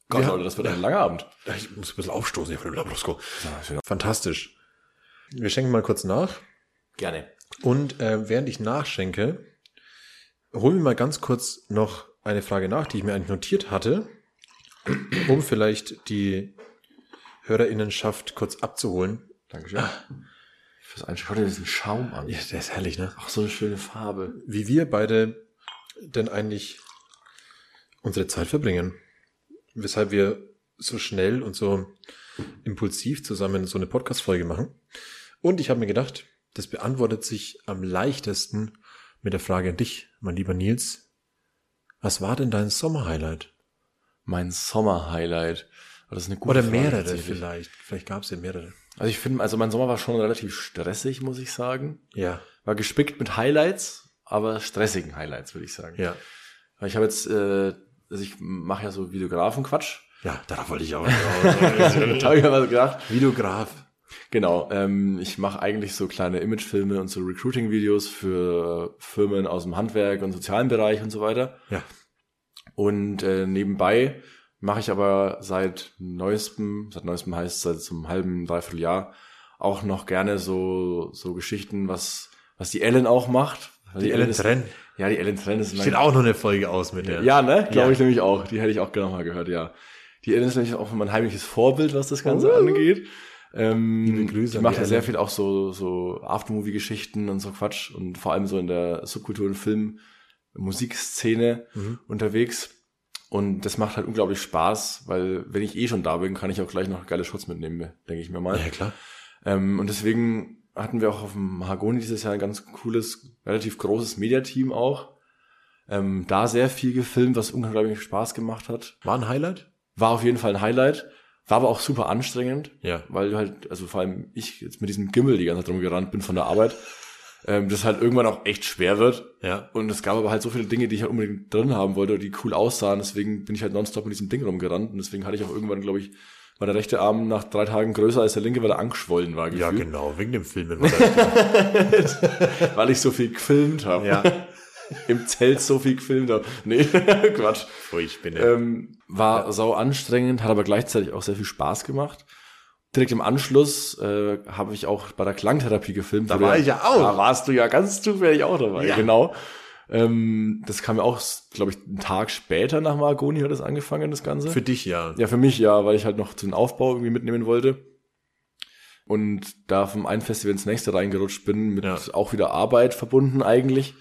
[SPEAKER 6] Gott,
[SPEAKER 5] Ja.
[SPEAKER 6] Leute, das wird ein langer Abend.
[SPEAKER 5] ich muss ein bisschen aufstoßen hier von dem Labrosko. Fantastisch. Wir schenken mal kurz nach.
[SPEAKER 6] Gerne.
[SPEAKER 5] Und äh, während ich nachschenke, hol mir mal ganz kurz noch eine Frage nach, die ich mir eigentlich notiert hatte, um vielleicht die HörerInnenschaft kurz abzuholen.
[SPEAKER 6] Dankeschön. Fürs Einschenken. Schau dir diesen Schaum an.
[SPEAKER 5] Ja, der ist herrlich, ne?
[SPEAKER 6] Auch so eine schöne Farbe.
[SPEAKER 5] Wie wir beide denn eigentlich unsere Zeit verbringen. Weshalb wir so schnell und so impulsiv zusammen so eine Podcast-Folge machen. Und ich habe mir gedacht, das beantwortet sich am leichtesten mit der Frage an dich, mein lieber Nils. Was war denn dein Sommerhighlight?
[SPEAKER 6] Mein Sommer-Highlight. Aber Das ist eine gute
[SPEAKER 5] Oder
[SPEAKER 6] Frage
[SPEAKER 5] mehrere
[SPEAKER 6] tatsächlich.
[SPEAKER 5] vielleicht. Vielleicht gab es ja mehrere.
[SPEAKER 6] Also ich finde, also mein Sommer war schon relativ stressig, muss ich sagen.
[SPEAKER 5] Ja,
[SPEAKER 6] War gespickt mit Highlights, aber stressigen Highlights, würde ich sagen.
[SPEAKER 5] ja.
[SPEAKER 6] Weil Ich habe jetzt, äh, also ich mache ja so Videografen-Quatsch.
[SPEAKER 5] Ja, darauf wollte ich auch. raus.
[SPEAKER 6] da habe ich mir was gedacht.
[SPEAKER 5] Videograf.
[SPEAKER 6] Genau, ähm, ich mache eigentlich so kleine Imagefilme und so Recruiting-Videos für Firmen aus dem Handwerk und sozialen Bereich und so weiter.
[SPEAKER 5] Ja.
[SPEAKER 6] Und äh, nebenbei mache ich aber seit neuestem, seit neuestem heißt seit so einem halben, dreiviertel Jahr, auch noch gerne so, so Geschichten, was, was die Ellen auch macht. Weil
[SPEAKER 5] Die Ellen
[SPEAKER 6] ist-
[SPEAKER 5] Trenn.
[SPEAKER 6] Ja, die Ellen Trenn ist
[SPEAKER 5] Steht auch noch eine Folge aus mit der.
[SPEAKER 6] Ja, ne? Glaube
[SPEAKER 5] Ja.
[SPEAKER 6] ich nämlich auch. Die hätte ich auch gerne mal gehört, ja. Die Ellen ist nämlich auch mein heimliches Vorbild, was das Ganze angeht. Ähm,
[SPEAKER 5] Oh. Liebe Grüße
[SPEAKER 6] die
[SPEAKER 5] an
[SPEAKER 6] macht
[SPEAKER 5] die
[SPEAKER 6] ja sehr
[SPEAKER 5] Ellen.
[SPEAKER 6] viel auch so, so Aftermovie-Geschichten und so Quatsch und vor allem so in der Subkultur- und Film-Musikszene
[SPEAKER 5] Mhm.
[SPEAKER 6] unterwegs. Und das macht halt unglaublich Spaß, weil wenn ich eh schon da bin, kann ich auch gleich noch geile Shots mitnehmen, denke ich mir mal.
[SPEAKER 5] ja klar.
[SPEAKER 6] Ähm, und deswegen hatten wir auch auf dem Mahagoni dieses Jahr ein ganz cooles, relativ großes Mediateam auch. Ähm, da sehr viel gefilmt, was unglaublich Spaß gemacht hat.
[SPEAKER 5] War ein Highlight?
[SPEAKER 6] War auf jeden Fall ein Highlight. War aber auch super anstrengend,
[SPEAKER 5] Ja.
[SPEAKER 6] weil halt, also vor allem ich jetzt mit diesem Gimbal die ganze Zeit rumgerannt bin von der Arbeit, ähm, das halt irgendwann auch echt schwer wird.
[SPEAKER 5] Ja.
[SPEAKER 6] Und es gab aber halt so viele Dinge, die ich halt unbedingt drin haben wollte, die cool aussahen. Deswegen bin ich halt nonstop mit diesem Ding rumgerannt. Und deswegen hatte ich auch irgendwann, glaube ich, war der rechte Arm nach drei Tagen größer als der linke, weil er angeschwollen war.
[SPEAKER 5] Ja,
[SPEAKER 6] gefühlt.
[SPEAKER 5] genau, wegen dem Film. war das-
[SPEAKER 6] weil ich so viel gefilmt habe.
[SPEAKER 5] ja.
[SPEAKER 6] Im Zelt so viel gefilmt habe. Nee, Quatsch.
[SPEAKER 5] Wo ich bin.
[SPEAKER 6] Ähm, war sau anstrengend, hat aber gleichzeitig auch sehr viel Spaß gemacht. Direkt im Anschluss äh, habe ich auch bei der Klangtherapie gefilmt.
[SPEAKER 5] Da
[SPEAKER 6] wo du
[SPEAKER 5] war ich ja auch.
[SPEAKER 6] Da warst du ja ganz zufällig auch dabei,
[SPEAKER 5] Ja.
[SPEAKER 6] genau. Ähm, das kam ja auch, glaube ich, einen Tag später nach Margoni hat es angefangen, das Ganze.
[SPEAKER 5] Für dich ja.
[SPEAKER 6] Ja, für mich ja, weil ich halt noch den Aufbau irgendwie mitnehmen wollte. Und da vom einen Festival ins nächste reingerutscht bin, mit
[SPEAKER 5] Ja.
[SPEAKER 6] auch wieder Arbeit verbunden eigentlich.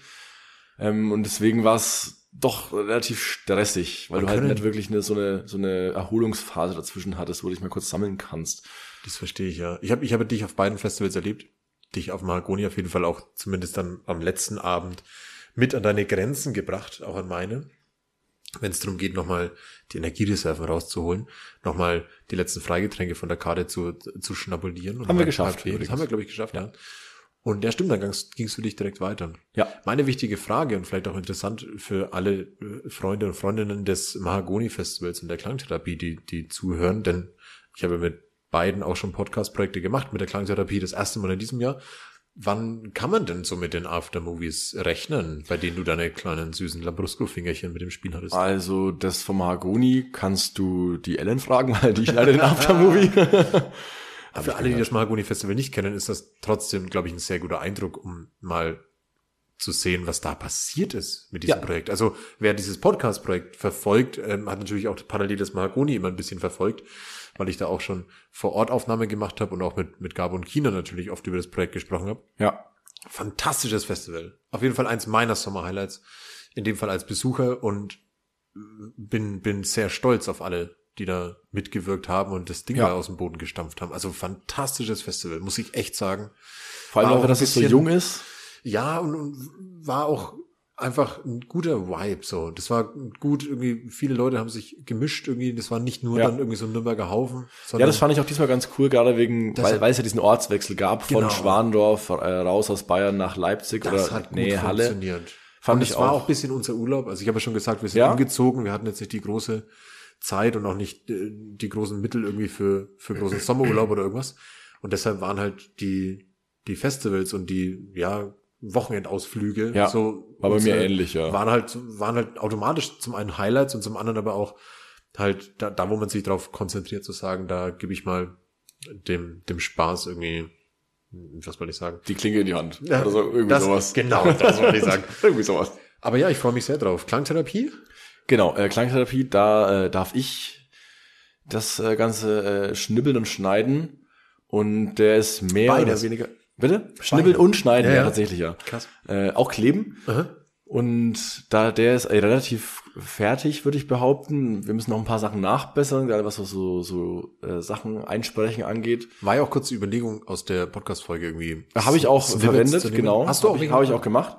[SPEAKER 6] Ähm, und deswegen war es doch relativ stressig, weil
[SPEAKER 5] Man
[SPEAKER 6] du halt
[SPEAKER 5] kann-
[SPEAKER 6] nicht wirklich eine, so, eine, so eine Erholungsphase dazwischen hattest, wo du dich mal kurz sammeln kannst.
[SPEAKER 5] Das verstehe ich ja. Ich habe ich hab dich auf beiden Festivals erlebt. Dich auf Mahagoni auf jeden Fall auch zumindest dann am letzten Abend mit an deine Grenzen gebracht, auch an meine. Wenn es darum geht, nochmal die Energiereserven rauszuholen, nochmal die letzten Freigetränke von der Karte zu, zu schnabulieren. Und
[SPEAKER 6] Haben wir
[SPEAKER 5] mal
[SPEAKER 6] geschafft,
[SPEAKER 5] Kaffee. Das
[SPEAKER 6] übrigens.
[SPEAKER 5] haben wir, glaube ich, geschafft, ja.
[SPEAKER 6] Ja.
[SPEAKER 5] Und ja, stimmt, dann gingst, gingst du dich direkt weiter.
[SPEAKER 6] Ja.
[SPEAKER 5] Meine wichtige Frage und vielleicht auch interessant für alle äh, Freunde und Freundinnen des Mahagoni-Festivals und der Klangtherapie, die, die zuhören, denn ich habe mit beiden auch schon Podcast-Projekte gemacht, mit der Klangtherapie das erste Mal in diesem Jahr. Wann kann man denn so mit den Aftermovies rechnen, bei denen du deine kleinen süßen Lambrusco-Fingerchen mit dem Spiel hattest?
[SPEAKER 6] Also das vom Mahagoni kannst du die Ellen fragen, weil die leider den Aftermovie.
[SPEAKER 5] Für alle, die das Mahagoni-Festival nicht kennen, ist das trotzdem, glaube ich, ein sehr guter Eindruck, um mal zu sehen, was da passiert ist mit diesem
[SPEAKER 6] Ja.
[SPEAKER 5] Projekt. Also wer dieses Podcast-Projekt verfolgt, ähm, hat natürlich auch parallel das Mahagoni immer ein bisschen verfolgt, weil ich da auch schon vor Ort Aufnahme gemacht habe und auch mit, mit Gabo und China natürlich oft über das Projekt gesprochen habe.
[SPEAKER 6] ja,
[SPEAKER 5] Fantastisches Festival. Auf jeden Fall eins meiner Sommer-Highlights. In dem Fall als Besucher und äh, bin, bin sehr stolz auf alle, die da mitgewirkt haben und das Ding
[SPEAKER 6] Ja.
[SPEAKER 5] da aus dem Boden gestampft haben. Also fantastisches Festival, muss ich echt sagen.
[SPEAKER 6] vor allem
[SPEAKER 5] War
[SPEAKER 6] auch,
[SPEAKER 5] auch
[SPEAKER 6] dass
[SPEAKER 5] ein
[SPEAKER 6] es so
[SPEAKER 5] bisschen-
[SPEAKER 6] jung ist.
[SPEAKER 5] Ja, und, und war auch einfach ein guter Vibe, so. Das war gut, irgendwie, viele Leute haben sich gemischt irgendwie, das war nicht nur
[SPEAKER 6] Ja.
[SPEAKER 5] dann irgendwie so ein Nürnberger Haufen,
[SPEAKER 6] Ja,
[SPEAKER 5] sondern
[SPEAKER 6] das fand ich auch diesmal ganz cool, gerade wegen,
[SPEAKER 5] Das
[SPEAKER 6] weil,
[SPEAKER 5] hat-
[SPEAKER 6] weil es ja diesen Ortswechsel gab von
[SPEAKER 5] Genau.
[SPEAKER 6] Schwandorf äh, raus aus Bayern nach Leipzig
[SPEAKER 5] das
[SPEAKER 6] oder
[SPEAKER 5] hat gut
[SPEAKER 6] nee, Halle.
[SPEAKER 5] funktioniert.
[SPEAKER 6] Fand
[SPEAKER 5] und
[SPEAKER 6] ich
[SPEAKER 5] das war
[SPEAKER 6] auch.
[SPEAKER 5] auch ein bisschen unser Urlaub. Also ich habe ja schon gesagt, wir sind
[SPEAKER 6] Ja?
[SPEAKER 5] umgezogen, wir hatten jetzt nicht die große Zeit und auch nicht äh, die großen Mittel irgendwie für, für großen Sommerurlaub oder irgendwas. Und deshalb waren halt die, die Festivals und die, ja, Wochenendausflüge.
[SPEAKER 6] Ja,
[SPEAKER 5] so
[SPEAKER 6] war bei
[SPEAKER 5] unsere-
[SPEAKER 6] mir ähnlich, ja.
[SPEAKER 5] Waren halt, waren halt automatisch zum einen Highlights und zum anderen aber auch halt da, da wo man sich drauf konzentriert zu sagen, da gebe ich mal dem, dem Spaß irgendwie, was soll ich sagen?
[SPEAKER 6] Die Klinge in die Hand.
[SPEAKER 5] Ja,
[SPEAKER 6] oder so, irgendwie
[SPEAKER 5] das-
[SPEAKER 6] sowas.
[SPEAKER 5] genau, das wollte ich sagen.
[SPEAKER 6] irgendwie sowas.
[SPEAKER 5] Aber ja, ich freue mich sehr drauf. Klangtherapie?
[SPEAKER 6] Genau, äh, Klangtherapie, da äh, darf ich das äh, Ganze äh, schnibbeln und schneiden. Und der ist mehr
[SPEAKER 5] Beides.
[SPEAKER 6] oder weniger. Bitte? Schnibbeln und schneiden,
[SPEAKER 5] Ja,
[SPEAKER 6] ja,
[SPEAKER 5] ja.
[SPEAKER 6] tatsächlich, ja.
[SPEAKER 5] Krass.
[SPEAKER 6] Äh, auch kleben. Und da der ist äh, relativ fertig, würde ich behaupten. Wir müssen noch ein paar Sachen nachbessern, gerade was so, so, so äh, Sachen einsprechen angeht.
[SPEAKER 5] War ja auch kurz die Überlegung aus der Podcast-Folge irgendwie.
[SPEAKER 6] Da Habe Äh, ich auch
[SPEAKER 5] Snippets
[SPEAKER 6] verwendet,
[SPEAKER 5] zu nehmen.
[SPEAKER 6] genau.
[SPEAKER 5] Hast du auch
[SPEAKER 6] Habe ich,
[SPEAKER 5] wegen-
[SPEAKER 6] hab ich auch gemacht.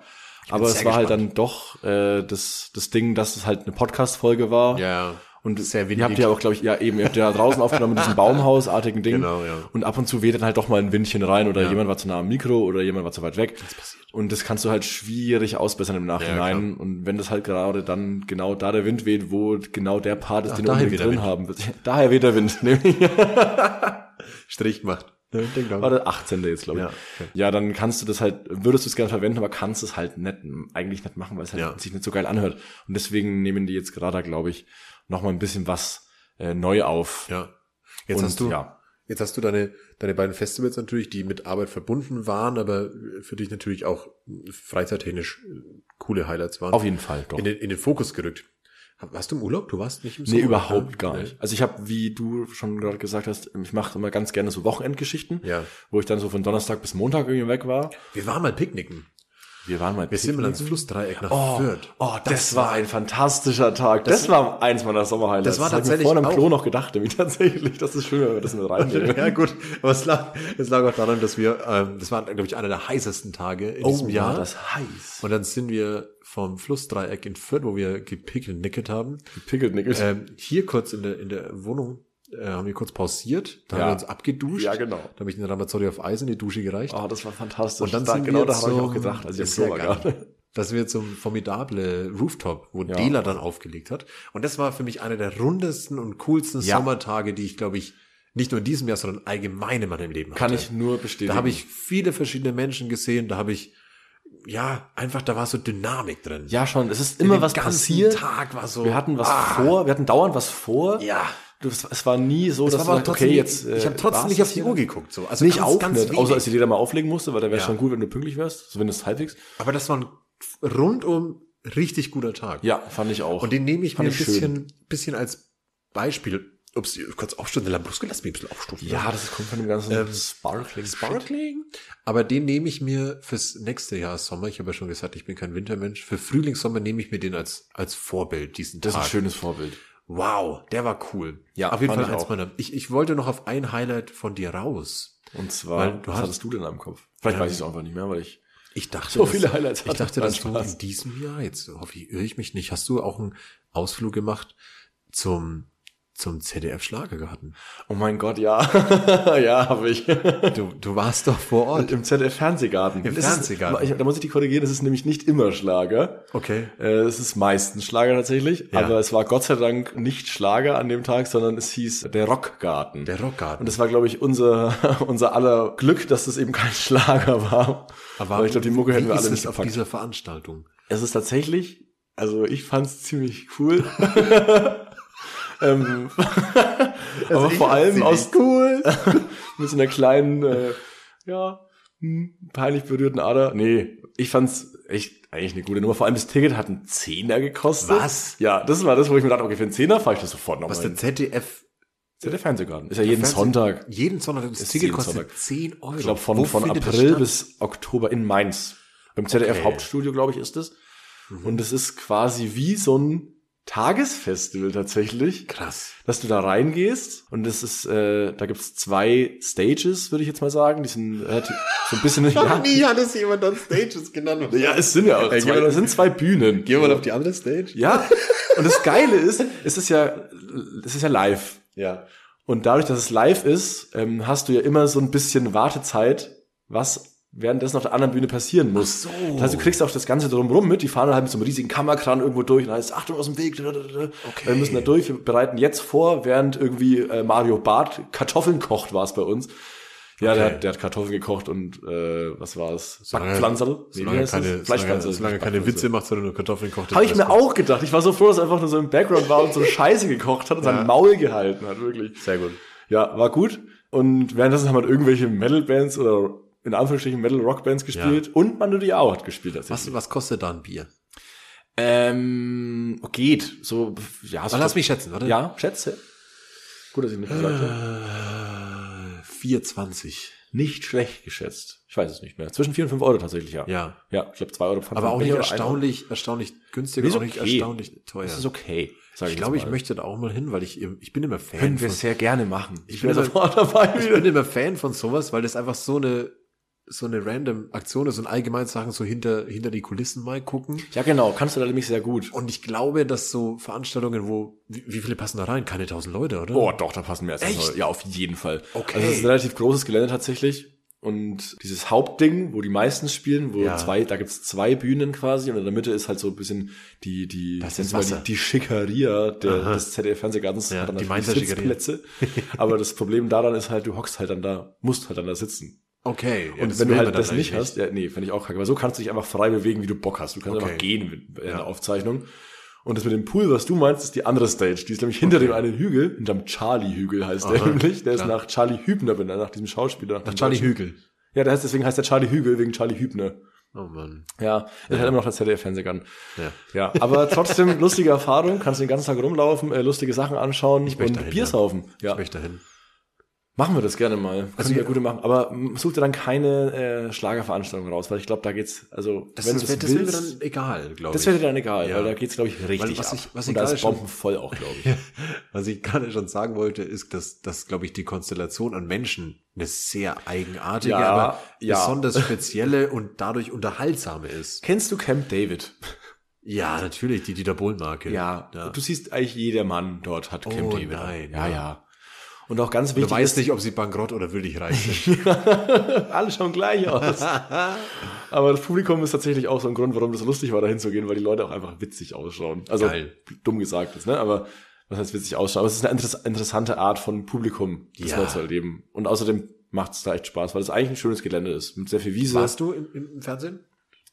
[SPEAKER 6] Aber es
[SPEAKER 5] sehr
[SPEAKER 6] war halt
[SPEAKER 5] gespannt.
[SPEAKER 6] dann doch äh, das, das Ding, dass es halt eine Podcast-Folge war.
[SPEAKER 5] Ja,
[SPEAKER 6] Und
[SPEAKER 5] sehr
[SPEAKER 6] ihr habt
[SPEAKER 5] windig.
[SPEAKER 6] ja auch, glaube ich, ja eben, ihr habt ja draußen aufgenommen mit diesem Baumhausartigen Ding.
[SPEAKER 5] Genau, ja.
[SPEAKER 6] Und ab und zu weht dann halt doch mal ein Windchen rein oder jemand war zu nah am Mikro oder jemand war zu weit weg. Das passiert. Und das kannst du halt schwierig ausbessern im Nachhinein. und wenn das halt gerade dann genau da der Wind weht, wo genau der Part ist, den du
[SPEAKER 5] daher
[SPEAKER 6] unbedingt
[SPEAKER 5] weht der
[SPEAKER 6] drin
[SPEAKER 5] Wind.
[SPEAKER 6] haben willst. Daher weht der Wind, nämlich.
[SPEAKER 5] Strich gemacht.
[SPEAKER 6] War der 18. jetzt, glaube ich.
[SPEAKER 5] Ja,
[SPEAKER 6] Ja,
[SPEAKER 5] okay.
[SPEAKER 6] dann kannst du das halt, würdest du es gerne verwenden, aber kannst es halt nicht, eigentlich nicht machen, weil es halt
[SPEAKER 5] Ja.
[SPEAKER 6] sich nicht so geil anhört. Und deswegen nehmen die jetzt gerade, glaube ich, nochmal ein bisschen was äh, neu auf.
[SPEAKER 5] Ja. Jetzt
[SPEAKER 6] Und
[SPEAKER 5] hast du,
[SPEAKER 6] ja.
[SPEAKER 5] jetzt hast du deine, deine beiden Festivals natürlich, die mit Arbeit verbunden waren, aber für dich natürlich auch freizeittechnisch äh, coole Highlights waren.
[SPEAKER 6] Auf jeden Fall, doch.
[SPEAKER 5] In den, in den Fokus gerückt. Ha- Warst du im Urlaub? Du warst nicht im
[SPEAKER 6] Nee,
[SPEAKER 5] Sommer,
[SPEAKER 6] überhaupt
[SPEAKER 5] ne?
[SPEAKER 6] gar
[SPEAKER 5] Nee.
[SPEAKER 6] nicht. Also ich habe, wie du schon gerade gesagt hast, ich mache immer ganz gerne so Wochenendgeschichten,
[SPEAKER 5] Ja.
[SPEAKER 6] wo ich dann so von Donnerstag bis Montag irgendwie weg war.
[SPEAKER 5] Wir waren mal picknicken.
[SPEAKER 6] Wir waren mal
[SPEAKER 5] Wir sind mal ans Flussdreieck nach
[SPEAKER 6] Oh,
[SPEAKER 5] Fürth.
[SPEAKER 6] oh, das, war ein fantastischer Tag. Das, war eins meiner Sommerhighlights.
[SPEAKER 5] das war
[SPEAKER 6] hab
[SPEAKER 5] tatsächlich
[SPEAKER 6] ich mir vorhin
[SPEAKER 5] auch-
[SPEAKER 6] am Klo noch gedacht, nämlich tatsächlich. Das ist schön, wenn wir das mit reinnehmen.
[SPEAKER 5] Ja gut, aber es lag, es lag auch daran, dass wir, ähm, das war, glaube ich, einer der heißesten Tage in diesem Jahr.
[SPEAKER 6] Oh, das heiß.
[SPEAKER 5] Und dann sind wir vom Flussdreieck in Fürth, wo wir gepickelt nicket haben,
[SPEAKER 6] Pickelt Nickels.
[SPEAKER 5] ähm, hier kurz in der, in der Wohnung äh, haben wir kurz pausiert, da
[SPEAKER 6] Ja.
[SPEAKER 5] haben wir uns abgeduscht.
[SPEAKER 6] Ja, genau.
[SPEAKER 5] Da habe ich den Ramazzoli auf Eis in die Dusche gereicht.
[SPEAKER 6] oh, das war fantastisch.
[SPEAKER 5] Und dann
[SPEAKER 6] da,
[SPEAKER 5] sind
[SPEAKER 6] genau
[SPEAKER 5] wir
[SPEAKER 6] da habe ich
[SPEAKER 5] zum-
[SPEAKER 6] auch gedacht, als ich
[SPEAKER 5] das
[SPEAKER 6] im
[SPEAKER 5] ist
[SPEAKER 6] Klo war
[SPEAKER 5] ja
[SPEAKER 6] gerade.
[SPEAKER 5] geil. dass wir zum formidable Rooftop, wo
[SPEAKER 6] Ja.
[SPEAKER 5] Dela dann aufgelegt hat. Und das war für mich einer der rundesten und coolsten
[SPEAKER 6] Ja.
[SPEAKER 5] Sommertage, die ich, glaube ich, nicht nur in diesem Jahr, sondern allgemein in meinem Leben
[SPEAKER 6] Kann
[SPEAKER 5] hatte.
[SPEAKER 6] ich nur bestätigen.
[SPEAKER 5] Da habe ich viele verschiedene Menschen gesehen, da habe ich, ja, einfach, da war so Dynamik drin.
[SPEAKER 6] ja schon, es ist
[SPEAKER 5] In
[SPEAKER 6] immer
[SPEAKER 5] dem
[SPEAKER 6] was
[SPEAKER 5] ganzen
[SPEAKER 6] passiert.
[SPEAKER 5] Tag war so. ah,
[SPEAKER 6] Wir hatten was vor, wir hatten dauernd was vor.
[SPEAKER 5] Ja.
[SPEAKER 6] Du, es, es war nie so, dass
[SPEAKER 5] war
[SPEAKER 6] du
[SPEAKER 5] aber
[SPEAKER 6] sagst,
[SPEAKER 5] trotzdem nicht-
[SPEAKER 6] okay, jetzt. äh,
[SPEAKER 5] ich habe trotzdem
[SPEAKER 6] war's
[SPEAKER 5] nicht auf
[SPEAKER 6] das
[SPEAKER 5] die
[SPEAKER 6] wieder?
[SPEAKER 5] Uhr geguckt, so. Also
[SPEAKER 6] nicht
[SPEAKER 5] ganz,
[SPEAKER 6] auch
[SPEAKER 5] ganz
[SPEAKER 6] nicht,
[SPEAKER 5] wenig.
[SPEAKER 6] außer als ich dir da mal auflegen musste, weil da wäre
[SPEAKER 5] Ja.
[SPEAKER 6] schon gut, wenn du pünktlich wärst, zumindest halbwegs.
[SPEAKER 5] Aber das war ein rundum richtig guter Tag.
[SPEAKER 6] Ja, fand ich auch.
[SPEAKER 5] Und den nehme ich
[SPEAKER 6] Fand
[SPEAKER 5] mir ein
[SPEAKER 6] ich schön.
[SPEAKER 5] bisschen, bisschen als Beispiel. Ups, kurz aufstoßen, der Lambrusco, lass mich ein bisschen aufstoßen.
[SPEAKER 6] Ja, das kommt von dem ganzen
[SPEAKER 5] Ähm,
[SPEAKER 6] Sparkling.
[SPEAKER 5] Sparkling. Aber den nehme ich mir fürs nächste Jahr Sommer. Ich habe ja schon gesagt, ich bin kein Wintermensch. Für Frühling, Sommer nehme ich mir den als, als Vorbild, diesen
[SPEAKER 6] Das ist
[SPEAKER 5] Tag.
[SPEAKER 6] ein schönes Vorbild.
[SPEAKER 5] Wow, der war cool.
[SPEAKER 6] Ja,
[SPEAKER 5] auf jeden
[SPEAKER 6] fand
[SPEAKER 5] Fall
[SPEAKER 6] ich
[SPEAKER 5] eins
[SPEAKER 6] auch.
[SPEAKER 5] meiner. Ich, ich wollte noch auf ein Highlight von dir raus.
[SPEAKER 6] Und zwar,
[SPEAKER 5] Weil du
[SPEAKER 6] was
[SPEAKER 5] hast-
[SPEAKER 6] hattest du denn am Kopf? Vielleicht weiß ich es einfach nicht mehr, weil ich.
[SPEAKER 5] Ich dachte,
[SPEAKER 6] So viele Highlights
[SPEAKER 5] Ich
[SPEAKER 6] hatte
[SPEAKER 5] dachte,
[SPEAKER 6] ich.
[SPEAKER 5] dass
[SPEAKER 6] Nein,
[SPEAKER 5] du
[SPEAKER 6] Spaß.
[SPEAKER 5] in diesem Jahr, jetzt hoffe ich, irre ich mich nicht, hast du auch einen Ausflug gemacht zum, zum ZDF-Schlagergarten.
[SPEAKER 6] Oh mein Gott, ja. ja, habe ich.
[SPEAKER 5] Du, du warst doch vor Ort.
[SPEAKER 6] Im ZDF-Fernsehgarten.
[SPEAKER 5] Im
[SPEAKER 6] Das
[SPEAKER 5] Fernsehgarten.
[SPEAKER 6] Ist, ich, da muss ich dich korrigieren, es ist nämlich nicht immer Schlager.
[SPEAKER 5] Okay.
[SPEAKER 6] Äh, es ist meistens Schlager tatsächlich,
[SPEAKER 5] Ja.
[SPEAKER 6] aber es war Gott sei Dank nicht Schlager an dem Tag, sondern es hieß der Rockgarten.
[SPEAKER 5] Der Rockgarten.
[SPEAKER 6] Und das war, glaube ich, unser, unser aller Glück, dass es eben kein Schlager war. Weil ich glaube, die Mucke
[SPEAKER 5] wie
[SPEAKER 6] hätten wir
[SPEAKER 5] ist
[SPEAKER 6] alle
[SPEAKER 5] es
[SPEAKER 6] nicht
[SPEAKER 5] auf
[SPEAKER 6] gepackt.
[SPEAKER 5] dieser Veranstaltung.
[SPEAKER 6] Es ist tatsächlich, also ich fand's ziemlich cool. ähm, aber vor allem aus cool mit so einer kleinen, äh, ja, hm, peinlich berührten Ader. Nee, ich fand's echt eigentlich eine gute Nummer. Vor allem das Ticket hat einen Zehner gekostet.
[SPEAKER 5] Was?
[SPEAKER 6] Ja, das war das, wo ich mir dachte, okay, für einen Zehner fahre ich das sofort noch
[SPEAKER 5] Was
[SPEAKER 6] mal
[SPEAKER 5] der
[SPEAKER 6] hin.
[SPEAKER 5] ZDF
[SPEAKER 6] Das ist ja der Fernsehgarten. Ist ja jeden
[SPEAKER 5] Fernseh-
[SPEAKER 6] Sonntag.
[SPEAKER 5] Jeden Sonntag. Das
[SPEAKER 6] Ist
[SPEAKER 5] Ticket
[SPEAKER 6] jeden
[SPEAKER 5] kostet
[SPEAKER 6] Sonntag.
[SPEAKER 5] 10 Euro.
[SPEAKER 6] Ah, Ich glaube,
[SPEAKER 5] Wo
[SPEAKER 6] von, von
[SPEAKER 5] findet das
[SPEAKER 6] April
[SPEAKER 5] statt?
[SPEAKER 6] bis Oktober in Mainz. Beim ZDF-Hauptstudio, glaube ich, ist es.
[SPEAKER 5] Mhm.
[SPEAKER 6] Und es ist quasi wie so ein Tagesfestival tatsächlich.
[SPEAKER 5] Krass.
[SPEAKER 6] Dass du da reingehst und das ist, äh, da gibt's zwei Stages, würde ich jetzt mal sagen. Die sind relativ, so ein bisschen, ja,
[SPEAKER 5] hat es jemand dann Stages genannt.
[SPEAKER 6] ja, es sind ja auch
[SPEAKER 5] Ey, geh
[SPEAKER 6] zwei,
[SPEAKER 5] mal auf-
[SPEAKER 6] es sind zwei Bühnen.
[SPEAKER 5] Geh mal auf die andere Stage.
[SPEAKER 6] Ja, und das Geile ist, es ist ja, es ist ja live.
[SPEAKER 5] Ja.
[SPEAKER 6] Und dadurch, dass es live ist, ähm, hast du ja immer so ein bisschen Wartezeit, was währenddessen auf der anderen Bühne passieren muss.
[SPEAKER 5] Ach so.
[SPEAKER 6] Das heißt, du kriegst auch das Ganze drumherum mit. Die fahren halt mit so einem riesigen Kammerkran irgendwo durch und heißt, Achtung aus dem Weg. Okay. Wir müssen da durch. Wir bereiten jetzt vor, während irgendwie äh, Mario Barth Kartoffeln kocht, war es bei uns. Ja, der,
[SPEAKER 5] Okay.
[SPEAKER 6] hat, der hat Kartoffeln gekocht und äh, was war es?
[SPEAKER 5] Solange-
[SPEAKER 6] Backpflanzerl? Nee, wie
[SPEAKER 5] Solange
[SPEAKER 6] heißt das?
[SPEAKER 5] keine, solange,
[SPEAKER 6] Fleischpflanzerl.
[SPEAKER 5] solange keine
[SPEAKER 6] Backpflanzerl.
[SPEAKER 5] Witze macht, sondern nur Kartoffeln kocht.
[SPEAKER 6] Habe ich mir auch gedacht. Ich war so froh, dass er einfach nur so im Background war und so Scheiße gekocht hat und sein Maul gehalten hat, wirklich.
[SPEAKER 5] Sehr gut.
[SPEAKER 6] Ja, war gut. Und währenddessen haben halt irgendwelche Metal-Bands oder in Anführungsstrichen Metal-Rock-Bands gespielt und Manu Diao hat gespielt.
[SPEAKER 5] Was,
[SPEAKER 6] tatsächlich.
[SPEAKER 5] was kostet da ein Bier?
[SPEAKER 6] Ähm, geht. So, ja. So
[SPEAKER 5] Dann lass mich schätzen, warte. Äh,
[SPEAKER 6] Ja, schätze. Gut, dass ich nicht gesagt habe.
[SPEAKER 5] 4,20.
[SPEAKER 6] nicht schlecht geschätzt. Ich weiß es nicht mehr. Zwischen 4 und 5 Euro tatsächlich, ja.
[SPEAKER 5] Ja.
[SPEAKER 6] Ja, ich glaube 2 Euro. fand
[SPEAKER 5] Aber
[SPEAKER 6] Also
[SPEAKER 5] auch
[SPEAKER 6] ich billig
[SPEAKER 5] nicht
[SPEAKER 6] oder ein Euro.
[SPEAKER 5] erstaunlich, erstaunlich günstig und
[SPEAKER 6] Nee, ist
[SPEAKER 5] auch nicht
[SPEAKER 6] okay.
[SPEAKER 5] erstaunlich teuer.
[SPEAKER 6] Das ist okay. sag
[SPEAKER 5] Ich
[SPEAKER 6] jetzt
[SPEAKER 5] glaube, ich
[SPEAKER 6] mal.
[SPEAKER 5] möchte da auch mal hin, weil ich, ich bin immer Fan.
[SPEAKER 6] Können wir
[SPEAKER 5] von-
[SPEAKER 6] sehr gerne machen.
[SPEAKER 5] Ich
[SPEAKER 6] Ich
[SPEAKER 5] bin
[SPEAKER 6] wäre
[SPEAKER 5] aber-
[SPEAKER 6] sofort dabei.
[SPEAKER 5] ich bin immer Fan von sowas, weil das einfach so eine, so eine random Aktion ist und allgemein Sachen so hinter, hinter die Kulissen mal gucken.
[SPEAKER 6] Ja, genau. Kannst du da nämlich sehr gut.
[SPEAKER 5] Und ich glaube, dass so Veranstaltungen, wo, wie, wie viele passen da rein? Keine tausend Leute, oder?
[SPEAKER 6] Oh, doch, da passen mehr als
[SPEAKER 5] Echt?
[SPEAKER 6] 100 Euro. Ja, auf jeden Fall.
[SPEAKER 5] Okay.
[SPEAKER 6] Also, es ist ein relativ großes Gelände tatsächlich. Und dieses Hauptding, wo die meisten spielen, wo
[SPEAKER 5] Ja.
[SPEAKER 6] zwei, da gibt's zwei Bühnen quasi und in der Mitte ist halt so ein bisschen die, die,
[SPEAKER 5] Das ist
[SPEAKER 6] nennen wir mal
[SPEAKER 5] Wasser.
[SPEAKER 6] die, die Schickeria der,
[SPEAKER 5] Aha.
[SPEAKER 6] des ZDF-Fernsehgartens.
[SPEAKER 5] Ja,
[SPEAKER 6] hat dann
[SPEAKER 5] die
[SPEAKER 6] natürlich
[SPEAKER 5] Mainzer Schickeria.
[SPEAKER 6] Sitzplätze. Aber das Problem daran ist halt, du hockst halt dann da, musst halt dann da sitzen.
[SPEAKER 5] Okay. ja,
[SPEAKER 6] Und
[SPEAKER 5] das
[SPEAKER 6] wenn du
[SPEAKER 5] will
[SPEAKER 6] halt
[SPEAKER 5] man
[SPEAKER 6] das
[SPEAKER 5] dann
[SPEAKER 6] nicht
[SPEAKER 5] eigentlich
[SPEAKER 6] hast, ja, nee, finde ich auch kacke. Aber so kannst du dich einfach frei bewegen, wie du Bock hast. Du kannst
[SPEAKER 5] Okay.
[SPEAKER 6] einfach gehen mit- äh, in
[SPEAKER 5] Ja.
[SPEAKER 6] der Aufzeichnung. Und das mit dem Pool, was du meinst, ist die andere Stage. Die ist nämlich hinter dem einen Hügel, hinterm Charlie-Hügel heißt der
[SPEAKER 5] Aha,
[SPEAKER 6] nämlich. Der ist
[SPEAKER 5] klar.
[SPEAKER 6] nach Charlie Hübner benannt, nach diesem Schauspieler.
[SPEAKER 5] Nach Charlie Hügel.
[SPEAKER 6] Ja, der heißt, deswegen heißt der Charlie Hügel, wegen Charlie Hübner.
[SPEAKER 5] Oh Mann.
[SPEAKER 6] Ja, das hat immer noch das ZDF-Fernsehgarten.
[SPEAKER 5] Ja.
[SPEAKER 6] Ja, aber trotzdem lustige Erfahrung. Kannst den ganzen Tag rumlaufen, äh, lustige Sachen anschauen ich
[SPEAKER 5] möchte
[SPEAKER 6] und
[SPEAKER 5] dahin,
[SPEAKER 6] Bier
[SPEAKER 5] ja.
[SPEAKER 6] saufen. Ja.
[SPEAKER 5] Ich möchte dahin.
[SPEAKER 6] Machen wir das gerne mal.
[SPEAKER 5] Also
[SPEAKER 6] Also wir
[SPEAKER 5] ja.
[SPEAKER 6] gute machen. Aber mm, such dir dann keine äh, Schlagerveranstaltung raus, weil ich glaube, da geht's, also
[SPEAKER 5] Das,
[SPEAKER 6] wenn
[SPEAKER 5] das,
[SPEAKER 6] du
[SPEAKER 5] wär-
[SPEAKER 6] es
[SPEAKER 5] das wäre mir
[SPEAKER 6] willst,
[SPEAKER 5] dann egal, glaube ich.
[SPEAKER 6] das wäre dir dann egal,
[SPEAKER 5] Ja.
[SPEAKER 6] weil da geht's, glaube ich, richtig
[SPEAKER 5] was
[SPEAKER 6] ab.
[SPEAKER 5] ich- was ich
[SPEAKER 6] Und da
[SPEAKER 5] gerade
[SPEAKER 6] ist
[SPEAKER 5] schon-
[SPEAKER 6] bombenvoll auch, glaube ich.
[SPEAKER 5] Was ich gerade schon sagen wollte, ist, dass, dass glaube ich, die Konstellation an Menschen eine sehr eigenartige,
[SPEAKER 6] Ja,
[SPEAKER 5] aber
[SPEAKER 6] ja.
[SPEAKER 5] besonders spezielle und dadurch unterhaltsame ist.
[SPEAKER 6] Kennst du Camp David?
[SPEAKER 5] Ja, natürlich, die Dieter Bohlen-Marke. ja.
[SPEAKER 6] Du siehst eigentlich jeder Mann dort hat Camp
[SPEAKER 5] Oh,
[SPEAKER 6] David.
[SPEAKER 5] nein,
[SPEAKER 6] ja,
[SPEAKER 5] ja.
[SPEAKER 6] ja. Und auch ganz
[SPEAKER 5] Du
[SPEAKER 6] wichtig
[SPEAKER 5] weißt nicht, ob sie bankrott oder würdig reich sind.
[SPEAKER 6] alle schauen gleich aus. Aber das Publikum ist tatsächlich auch so ein Grund, warum das lustig war, da hinzugehen, weil die Leute auch einfach witzig ausschauen. Also
[SPEAKER 5] Geil.
[SPEAKER 6] dumm gesagt ist, ne? Aber was heißt witzig ausschauen? Aber es ist eine interess interessante Art von Publikum, das
[SPEAKER 5] Ja.
[SPEAKER 6] mal zu erleben. Und außerdem macht es da echt Spaß, weil es eigentlich ein schönes Gelände ist. Mit sehr viel Wiese.
[SPEAKER 5] Warst du im, im Fernsehen?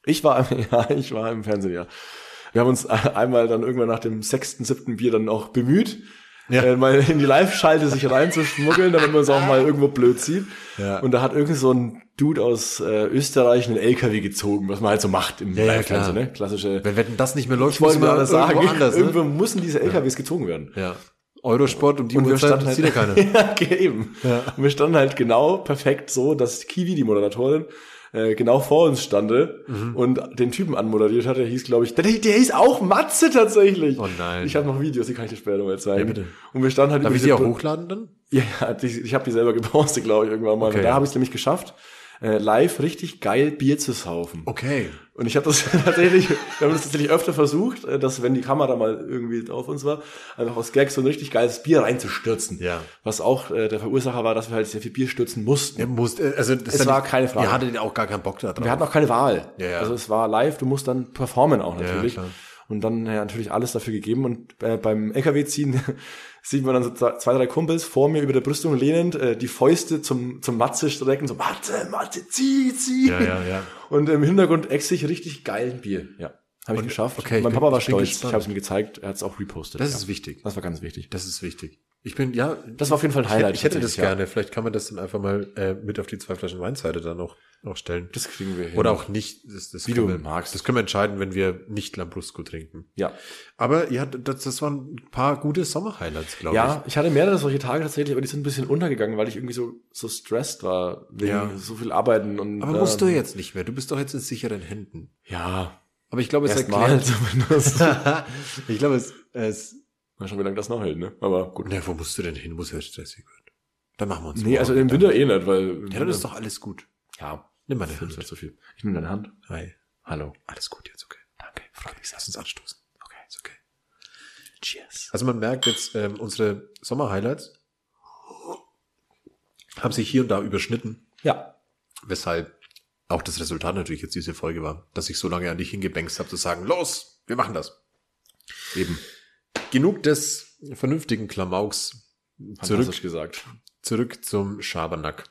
[SPEAKER 6] Ich war, ja, ich war im Fernsehen, ja. Wir haben uns einmal dann irgendwann nach dem sechsten, siebten Bier dann auch bemüht,
[SPEAKER 5] Ja.
[SPEAKER 6] äh, mal in die Live-Schalte sich reinzuschmuggeln, damit man es auch mal irgendwo blöd sieht.
[SPEAKER 5] Ja.
[SPEAKER 6] Und da hat irgend so ein Dude aus äh, Österreich einen LKW gezogen, was man halt so macht im
[SPEAKER 5] ja,
[SPEAKER 6] Live-Fernsehen,
[SPEAKER 5] klar.
[SPEAKER 6] ne? Klassische.
[SPEAKER 5] Wenn, wenn das nicht mehr läuft,
[SPEAKER 6] ich wollte mal das sagen,
[SPEAKER 5] irgendwo anders.
[SPEAKER 6] irgendwo
[SPEAKER 5] Ne?
[SPEAKER 6] müssen diese LKWs gezogen werden.
[SPEAKER 5] Ja. Eurosport um die
[SPEAKER 6] Und wir
[SPEAKER 5] Uhrzeit
[SPEAKER 6] standen
[SPEAKER 5] das
[SPEAKER 6] halt,
[SPEAKER 5] sieht ja keiner.
[SPEAKER 6] ja, okay, eben. Und wir standen halt genau perfekt so, dass Kiwi, die Moderatorin, äh, genau vor uns stande
[SPEAKER 5] Mhm.
[SPEAKER 6] und den Typen anmoderiert hat. Der hieß, glaube ich, der, der hieß auch Matze tatsächlich.
[SPEAKER 5] Oh nein.
[SPEAKER 6] Ich habe noch Videos, die kann ich dir später nochmal zeigen.
[SPEAKER 5] Ja, bitte.
[SPEAKER 6] Und wir standen halt
[SPEAKER 5] Darf
[SPEAKER 6] über
[SPEAKER 5] ich die auch
[SPEAKER 6] Pro-
[SPEAKER 5] hochladen dann?
[SPEAKER 6] Ja, ja, die, ich habe die selber gepostet, glaube ich, irgendwann mal.
[SPEAKER 5] Okay.
[SPEAKER 6] Und Da habe ich es nämlich geschafft, äh, live richtig geil Bier zu saufen.
[SPEAKER 5] Okay.
[SPEAKER 6] Und ich habe das tatsächlich, wir haben das tatsächlich öfter versucht, äh, dass wenn die Kamera mal irgendwie auf uns war, einfach aus Gag so ein richtig geiles Bier reinzustürzen.
[SPEAKER 5] Ja.
[SPEAKER 6] Was auch äh, der Verursacher war, dass wir halt sehr viel Bier stürzen mussten.
[SPEAKER 5] Ja, musst, äh, also das
[SPEAKER 6] Es
[SPEAKER 5] hat-
[SPEAKER 6] war keine Frage.
[SPEAKER 5] Ihr hattet auch gar keinen Bock da drauf.
[SPEAKER 6] Wir hatten auch keine Wahl.
[SPEAKER 5] Ja, ja.
[SPEAKER 6] Also es war live, du musst dann performen auch
[SPEAKER 5] ja,
[SPEAKER 6] natürlich.
[SPEAKER 5] klar.
[SPEAKER 6] und dann ja, natürlich alles dafür gegeben. Und äh, beim LKW-Ziehen sieht man dann so zwei, zwei, drei Kumpels vor mir über der Brüstung lehnend, äh, die Fäuste zum, zum Matze strecken, so Matze, Matze, zieh, zieh.
[SPEAKER 5] Ja, ja, ja.
[SPEAKER 6] Und im Hintergrund exe ich richtig geilen Bier. Ja. Habe ich
[SPEAKER 5] Und-
[SPEAKER 6] geschafft.
[SPEAKER 5] okay, ich
[SPEAKER 6] mein
[SPEAKER 5] bin-
[SPEAKER 6] Papa war
[SPEAKER 5] ich bin
[SPEAKER 6] stolz.
[SPEAKER 5] gespannt.
[SPEAKER 6] Ich habe es ihm gezeigt. Er hat es auch repostet.
[SPEAKER 5] Das
[SPEAKER 6] ja.
[SPEAKER 5] ist wichtig.
[SPEAKER 6] Das war ganz wichtig.
[SPEAKER 5] Das ist wichtig. Ich bin, ja.
[SPEAKER 6] Das war auf jeden Fall ein
[SPEAKER 5] ich hätte-
[SPEAKER 6] Highlight
[SPEAKER 5] Ich hätte das
[SPEAKER 6] tatsächlich, ja.
[SPEAKER 5] gerne. Vielleicht kann man das dann einfach mal äh, mit auf die zwei Flaschen Weinseite dann auch, auch stellen.
[SPEAKER 6] Das kriegen wir hin.
[SPEAKER 5] Oder auch nicht. Das, das
[SPEAKER 6] Wie
[SPEAKER 5] können
[SPEAKER 6] du
[SPEAKER 5] wir,
[SPEAKER 6] magst.
[SPEAKER 5] Das können wir entscheiden, wenn wir nicht Lambrusco trinken.
[SPEAKER 6] Ja.
[SPEAKER 5] Aber ja, das, das waren ein paar gute Sommer-Highlights, glaube
[SPEAKER 6] Ja, ich hatte mehrere solche Tage tatsächlich, aber die sind ein bisschen untergegangen, weil ich irgendwie so, so stressed war, wegen
[SPEAKER 5] Ja.
[SPEAKER 6] so viel Arbeiten und.
[SPEAKER 5] ich. Aber
[SPEAKER 6] äh,
[SPEAKER 5] musst du jetzt nicht mehr. Du bist doch jetzt in sicheren Händen.
[SPEAKER 6] Ja,
[SPEAKER 5] Aber ich glaube, es
[SPEAKER 6] erstmal
[SPEAKER 5] erklärt.
[SPEAKER 6] zumindest.
[SPEAKER 5] ich glaube, es, es.
[SPEAKER 6] Mal schauen, wie lange das noch hält, ne? Aber gut.
[SPEAKER 5] Na, wo musst du denn hin, wo es ja stressig wird? Dann machen wir uns.
[SPEAKER 6] Nee, also im Winter eh nicht, weil. im
[SPEAKER 5] Ja, dann ist
[SPEAKER 6] Winter-
[SPEAKER 5] doch alles gut.
[SPEAKER 6] Ja,
[SPEAKER 5] Nimm meine
[SPEAKER 6] das ist
[SPEAKER 5] Hand.
[SPEAKER 6] nicht so viel. Ich nehme deine Hand.
[SPEAKER 5] Hi.
[SPEAKER 6] Hallo.
[SPEAKER 5] Alles gut jetzt, okay. Danke. Freut mich. Lass uns anstoßen. Okay, ist okay. Cheers. Also man merkt jetzt, ähm, unsere Sommer-Highlights haben sich hier und da überschnitten,
[SPEAKER 6] Ja.
[SPEAKER 5] weshalb auch das Resultat natürlich jetzt diese Folge war, dass ich so lange an dich hingebängst habe, zu sagen, los, wir machen das.
[SPEAKER 6] Eben.
[SPEAKER 5] Genug des vernünftigen Klamauks.
[SPEAKER 6] Zurück
[SPEAKER 5] Zurück,
[SPEAKER 6] gesagt.
[SPEAKER 5] zurück zum Schabernack.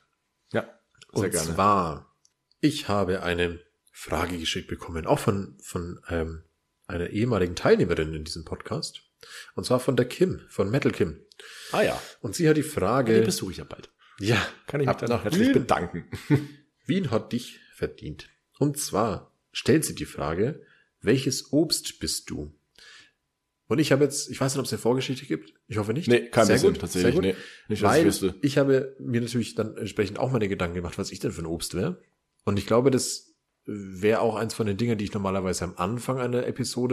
[SPEAKER 6] Ja.
[SPEAKER 5] und zwar, ich habe eine Frage geschickt bekommen, auch von, von ähm, einer ehemaligen Teilnehmerin in diesem Podcast. Und zwar von der Kim, von Metal Kim.
[SPEAKER 6] Ah ja.
[SPEAKER 5] Und sie hat die Frage,
[SPEAKER 6] Die besuche ich ja bald.
[SPEAKER 5] ja,
[SPEAKER 6] Kann ich mich
[SPEAKER 5] ab
[SPEAKER 6] dann
[SPEAKER 5] nach
[SPEAKER 6] herzlich
[SPEAKER 5] Wien.
[SPEAKER 6] bedanken.
[SPEAKER 5] Wien hat dich verdient. Und zwar stellt sie die Frage, welches Obst bist du? Und ich habe jetzt, ich weiß nicht, ob es eine Vorgeschichte gibt. Ich hoffe nicht.
[SPEAKER 6] Nee, kein
[SPEAKER 5] Sehr
[SPEAKER 6] bisschen
[SPEAKER 5] gut, sehr
[SPEAKER 6] tatsächlich.
[SPEAKER 5] gut.
[SPEAKER 6] Nee, nicht, dass ich
[SPEAKER 5] Weil
[SPEAKER 6] wüsste.
[SPEAKER 5] ich habe mir natürlich dann entsprechend auch meine Gedanken gemacht, was ich denn für ein Obst wäre. Und ich glaube, das wäre auch eins von den Dingen, die ich normalerweise am Anfang einer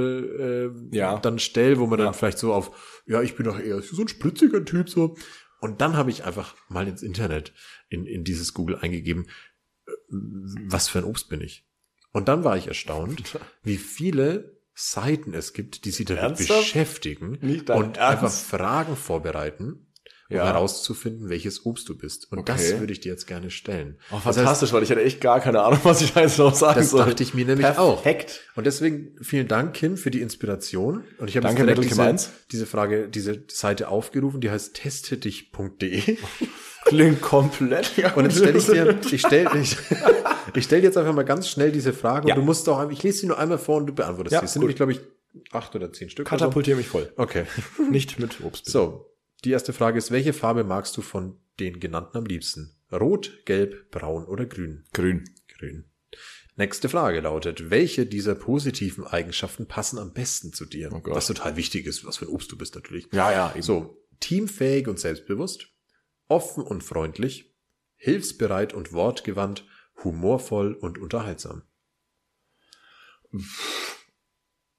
[SPEAKER 5] Episode äh,
[SPEAKER 6] Ja.
[SPEAKER 5] dann stelle, wo man dann vielleicht so auf, ja, ich bin doch eher so ein spritziger Typ so. Und dann habe ich einfach mal ins Internet, in, in dieses Google eingegeben, äh, was für ein Obst bin ich. Und dann war ich erstaunt, wie viele Seiten es gibt, die sich damit
[SPEAKER 6] Ernsthaft?
[SPEAKER 5] beschäftigen
[SPEAKER 6] Nicht dein
[SPEAKER 5] und einfach
[SPEAKER 6] Ernst?
[SPEAKER 5] Fragen vorbereiten, um
[SPEAKER 6] Ja.
[SPEAKER 5] herauszufinden, welches Obst du bist. Und das
[SPEAKER 6] Okay.
[SPEAKER 5] würde ich dir jetzt gerne stellen.
[SPEAKER 6] Oh,
[SPEAKER 5] Das
[SPEAKER 6] fantastisch, weil ich hatte echt gar keine Ahnung, was ich da jetzt noch sagen
[SPEAKER 5] Das
[SPEAKER 6] soll.
[SPEAKER 5] dachte ich mir nämlich
[SPEAKER 6] Perfekt.
[SPEAKER 5] auch.
[SPEAKER 6] Perfekt.
[SPEAKER 5] heißt, und deswegen vielen Dank, Kim, für die Inspiration. Und ich habe
[SPEAKER 6] Danke,
[SPEAKER 5] jetzt direkt
[SPEAKER 6] Metal Kim
[SPEAKER 5] diese,
[SPEAKER 6] 1.
[SPEAKER 5] diese Frage, diese Seite aufgerufen, die heißt testedich.de.
[SPEAKER 6] Klingt komplett. also
[SPEAKER 5] Und jetzt stelle ich dir, ich stelle ich, ich stell jetzt einfach mal ganz schnell diese Frage
[SPEAKER 6] Ja.
[SPEAKER 5] und du musst auch, ich lese sie nur einmal vor und du beantwortest
[SPEAKER 6] Ja,
[SPEAKER 5] sie. Es sind
[SPEAKER 6] gut.
[SPEAKER 5] nämlich, glaube ich, acht oder zehn Stück. oder so.
[SPEAKER 6] Katapultiere mich voll.
[SPEAKER 5] Okay.
[SPEAKER 6] Nicht mit Obst. bitte.
[SPEAKER 5] So, die erste Frage ist, welche Farbe magst du von den genannten am liebsten? Rot, gelb, braun oder grün?
[SPEAKER 6] Grün.
[SPEAKER 5] Grün. Nächste Frage lautet, welche dieser positiven Eigenschaften passen am besten zu dir?
[SPEAKER 6] Oh Gott.
[SPEAKER 5] was total wichtig ist, was für ein Obst du bist natürlich.
[SPEAKER 6] Ja, ja. So.
[SPEAKER 5] So, teamfähig und selbstbewusst, offen und freundlich, hilfsbereit und wortgewandt, humorvoll und unterhaltsam.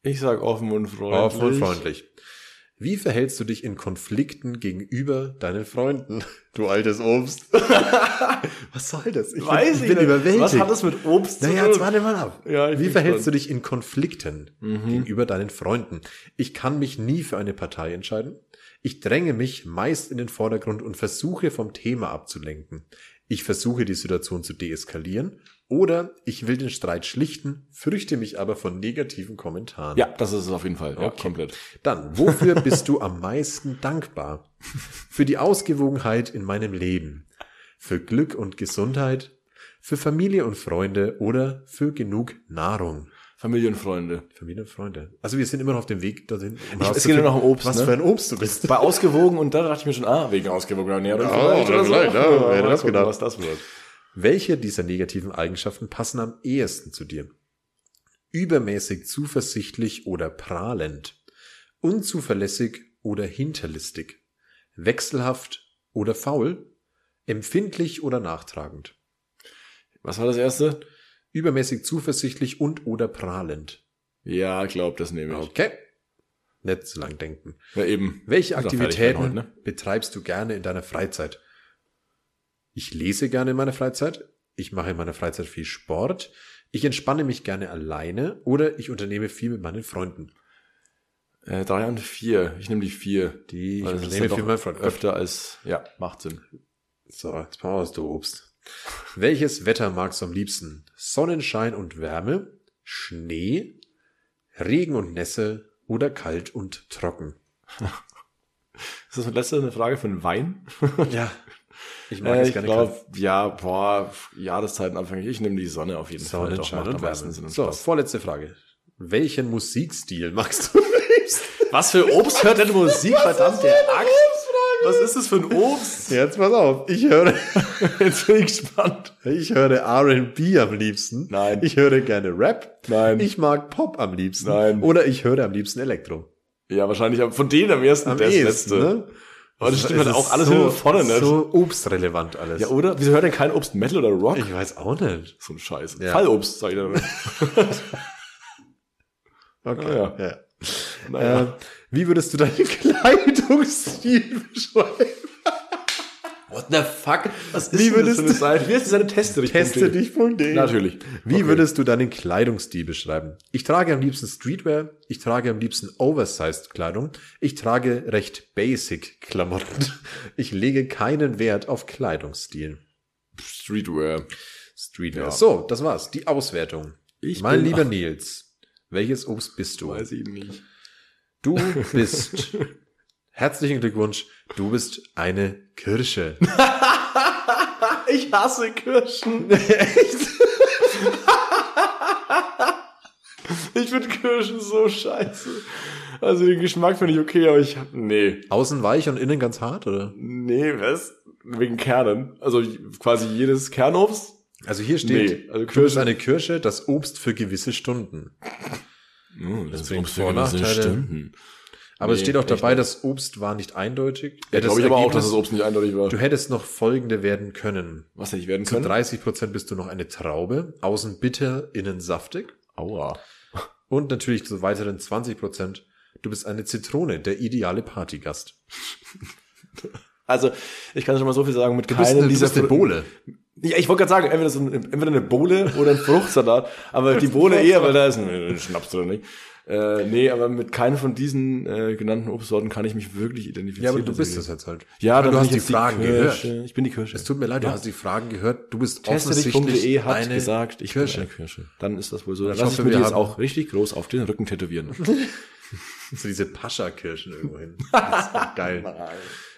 [SPEAKER 6] Ich sag offen und freundlich.
[SPEAKER 5] Offen und freundlich. Ah, Wie verhältst du dich in Konflikten gegenüber deinen Freunden? Du altes Obst. Was soll das? Ich
[SPEAKER 6] Weiß ich
[SPEAKER 5] bin
[SPEAKER 6] nicht.
[SPEAKER 5] überwältigt.
[SPEAKER 6] Was hat das mit Obst
[SPEAKER 5] Naja,
[SPEAKER 6] zu
[SPEAKER 5] jetzt
[SPEAKER 6] tun?
[SPEAKER 5] warte mal ab.
[SPEAKER 6] Ja, ich
[SPEAKER 5] Wie
[SPEAKER 6] bin Mhm.
[SPEAKER 5] verhältst du dich in Konflikten gegenüber deinen Freunden? Ich kann mich nie für eine Partei entscheiden. Ich dränge mich meist in den Vordergrund und versuche vom Thema abzulenken. Ich versuche die Situation zu deeskalieren oder ich will den Streit schlichten, fürchte mich aber von negativen Kommentaren.
[SPEAKER 6] Ja, das ist es auf jeden Fall. Ja, komplett.
[SPEAKER 5] Dann, wofür bist du am meisten dankbar? Für die Ausgewogenheit in meinem Leben, für Glück und Gesundheit, für Familie und Freunde oder für genug Nahrung.
[SPEAKER 6] Familie und Freunde.
[SPEAKER 5] Familie und Freunde. Also wir sind immer noch auf dem Weg dorthin. Um
[SPEAKER 6] Ich- es geht
[SPEAKER 5] herauszufinden,
[SPEAKER 6] nur noch um Obst,
[SPEAKER 5] Was
[SPEAKER 6] ne?
[SPEAKER 5] für ein Obst du bist.
[SPEAKER 6] Bei ausgewogen und da dachte ich mir schon, ah, wegen ausgewogener Ernährung.
[SPEAKER 5] Ja, oder vielleicht, ja, wer hätte das
[SPEAKER 6] Mal
[SPEAKER 5] genau.
[SPEAKER 6] gucken,
[SPEAKER 5] gedacht?
[SPEAKER 6] Was das wird.
[SPEAKER 5] Welche dieser negativen Eigenschaften passen am ehesten zu dir? Übermäßig zuversichtlich oder prahlend, unzuverlässig oder hinterlistig, wechselhaft oder faul, empfindlich oder nachtragend,
[SPEAKER 6] Was war das erste?
[SPEAKER 5] übermäßig zuversichtlich und oder prahlend.
[SPEAKER 6] Ja, glaub, das nehme ich.
[SPEAKER 5] Okay. Nicht zu lang denken.
[SPEAKER 6] Ja, eben.
[SPEAKER 5] Welche
[SPEAKER 6] Ist doch fertig
[SPEAKER 5] Aktivitäten
[SPEAKER 6] mit heute, ne?
[SPEAKER 5] betreibst du gerne in deiner Freizeit? Ich lese gerne in meiner Freizeit. Ich mache in meiner Freizeit viel Sport. Ich entspanne mich gerne alleine oder ich unternehme viel mit meinen Freunden.
[SPEAKER 6] Äh, drei und vier. Ich nehme die vier.
[SPEAKER 5] Die
[SPEAKER 6] Weil
[SPEAKER 5] ich
[SPEAKER 6] das
[SPEAKER 5] unternehme
[SPEAKER 6] ist ja
[SPEAKER 5] viel mit
[SPEAKER 6] doch
[SPEAKER 5] meinen Freunden.
[SPEAKER 6] Öfter als, ja, macht Sinn.
[SPEAKER 5] So, jetzt pass aus, du Obst. Welches Wetter magst du am liebsten? Sonnenschein und Wärme, Schnee, Regen und Nässe oder kalt und trocken?
[SPEAKER 6] Ist das letzte eine Frage für einen Wein?
[SPEAKER 5] Ja. Ich mag
[SPEAKER 6] Äh,
[SPEAKER 5] es
[SPEAKER 6] ich
[SPEAKER 5] gerne kalt.
[SPEAKER 6] glaube, ja, boah, Jahreszeiten anfänglich. Ich nehme die Sonne auf jeden Fall. Doch,
[SPEAKER 5] Sonnenschein
[SPEAKER 6] macht am
[SPEAKER 5] und
[SPEAKER 6] meisten
[SPEAKER 5] Wärme.
[SPEAKER 6] Sinn und
[SPEAKER 5] So,
[SPEAKER 6] Spaß.
[SPEAKER 5] vorletzte Frage. Welchen Musikstil magst du am liebsten?
[SPEAKER 6] Was für Obst hört denn Musik? Verdammt, der Axt. Was ist das für ein Obst?
[SPEAKER 5] Jetzt pass auf, ich höre,
[SPEAKER 6] Jetzt bin ich gespannt.
[SPEAKER 5] ich höre R&B am liebsten.
[SPEAKER 6] Nein.
[SPEAKER 5] Ich höre gerne Rap.
[SPEAKER 6] Nein.
[SPEAKER 5] Ich mag Pop am liebsten.
[SPEAKER 6] Nein.
[SPEAKER 5] Oder ich höre am liebsten Elektro.
[SPEAKER 6] Ja, wahrscheinlich am- von denen am ersten
[SPEAKER 5] Am
[SPEAKER 6] der
[SPEAKER 5] ehesten,
[SPEAKER 6] letzte.
[SPEAKER 5] ne?
[SPEAKER 6] Aber das
[SPEAKER 5] Es-
[SPEAKER 6] stimmt
[SPEAKER 5] es
[SPEAKER 6] halt
[SPEAKER 5] ist
[SPEAKER 6] auch alles
[SPEAKER 5] so,
[SPEAKER 6] so, vorne nicht.
[SPEAKER 5] So obstrelevant alles.
[SPEAKER 6] Ja, oder? Wieso hört denn kein Obst Metal oder Rock?
[SPEAKER 5] ich weiß auch nicht.
[SPEAKER 6] so ein Scheiß.
[SPEAKER 5] Ja.
[SPEAKER 6] Fallobst, sag ich dann.
[SPEAKER 5] Okay.
[SPEAKER 6] Ah,
[SPEAKER 5] ja.
[SPEAKER 6] Naja.
[SPEAKER 5] Äh, wie würdest du deinen Kleidungsstil beschreiben?
[SPEAKER 6] what the fuck? Was ist
[SPEAKER 5] Wie
[SPEAKER 6] denn das
[SPEAKER 5] würdest
[SPEAKER 6] für eine
[SPEAKER 5] du-
[SPEAKER 6] Seite? Wie ist denn deine Teste?
[SPEAKER 5] Teste dich von denen.
[SPEAKER 6] Natürlich.
[SPEAKER 5] Wie
[SPEAKER 6] Okay.
[SPEAKER 5] würdest du deinen Kleidungsstil beschreiben? Ich trage am liebsten Streetwear, ich trage am liebsten Oversized Kleidung, ich trage recht basic Klamotten. Ich lege keinen Wert auf Kleidungsstil.
[SPEAKER 6] Streetwear.
[SPEAKER 5] Streetwear.
[SPEAKER 6] Ja.
[SPEAKER 5] So, das war's. Die Auswertung.
[SPEAKER 6] Ich
[SPEAKER 5] mein
[SPEAKER 6] bin-
[SPEAKER 5] lieber Nils, welches Obst bist du?
[SPEAKER 6] Weiß ich nicht.
[SPEAKER 5] Du bist. Herzlichen Glückwunsch, du bist eine Kirsche.
[SPEAKER 6] Ich hasse Kirschen. ich finde Kirschen so scheiße. Also den Geschmack finde ich okay, aber ich hab. Nee.
[SPEAKER 5] Außen weich und innen ganz hart, oder?
[SPEAKER 6] Nee, was? Wegen Kernen. Also j- quasi jedes Kernobst.
[SPEAKER 5] Also hier steht,
[SPEAKER 6] Nee, also
[SPEAKER 5] du bist
[SPEAKER 6] Kirsche-
[SPEAKER 5] eine Kirsche, das Obst für gewisse Stunden.
[SPEAKER 6] Oh, das
[SPEAKER 5] bringt Vor- und Nachteile. Aber es
[SPEAKER 6] Nee,
[SPEAKER 5] steht auch
[SPEAKER 6] echt
[SPEAKER 5] dabei, das Obst war nicht eindeutig.
[SPEAKER 6] Ja,
[SPEAKER 5] Das
[SPEAKER 6] glaube ich aber auch,
[SPEAKER 5] Ergebnis-
[SPEAKER 6] dass das Obst nicht eindeutig war.
[SPEAKER 5] Du hättest noch folgende werden können.
[SPEAKER 6] Was hätte ich werden
[SPEAKER 5] Zu
[SPEAKER 6] können?
[SPEAKER 5] 30% bist du noch eine Traube, außen bitter, innen saftig.
[SPEAKER 6] Aua.
[SPEAKER 5] Und natürlich zu weiteren 20%, du bist eine Zitrone, der ideale Partygast.
[SPEAKER 6] Also, ich kann schon mal so viel sagen, mit
[SPEAKER 5] Du bist
[SPEAKER 6] keinem
[SPEAKER 5] eine, du
[SPEAKER 6] dieser
[SPEAKER 5] bist eine
[SPEAKER 6] Fr-
[SPEAKER 5] Bohle.
[SPEAKER 6] Ja, ich wollte gerade sagen, entweder, so ein, entweder eine Bohle oder ein Fruchtsalat, aber die Bohle eher, weil da ist ein, ein Schnaps drin, nicht? Äh, nee, aber mit keinem von diesen äh, genannten Obstsorten kann ich mich wirklich identifizieren.
[SPEAKER 5] Ja, aber du bist
[SPEAKER 6] Also,
[SPEAKER 5] es jetzt halt.
[SPEAKER 6] Ja,
[SPEAKER 5] du
[SPEAKER 6] dann bin
[SPEAKER 5] hast
[SPEAKER 6] ich
[SPEAKER 5] die
[SPEAKER 6] jetzt
[SPEAKER 5] Fragen
[SPEAKER 6] Kirsche.
[SPEAKER 5] gehört.
[SPEAKER 6] Ich bin die Kirsche.
[SPEAKER 5] Es tut mir leid, du hast die Fragen gehört. Du bist
[SPEAKER 6] Testedich.de
[SPEAKER 5] offensichtlich
[SPEAKER 6] hat
[SPEAKER 5] eine
[SPEAKER 6] E gesagt, ich
[SPEAKER 5] Kirsche.
[SPEAKER 6] bin eine Kirsche. Dann ist das wohl so. Dann
[SPEAKER 5] Ich
[SPEAKER 6] lass
[SPEAKER 5] hoffe,
[SPEAKER 6] ich mir
[SPEAKER 5] wir
[SPEAKER 6] die jetzt
[SPEAKER 5] haben-
[SPEAKER 6] auch richtig groß auf den Rücken tätowieren.
[SPEAKER 5] So diese Pascha-Kirschen irgendwo hin. Das ist doch geil.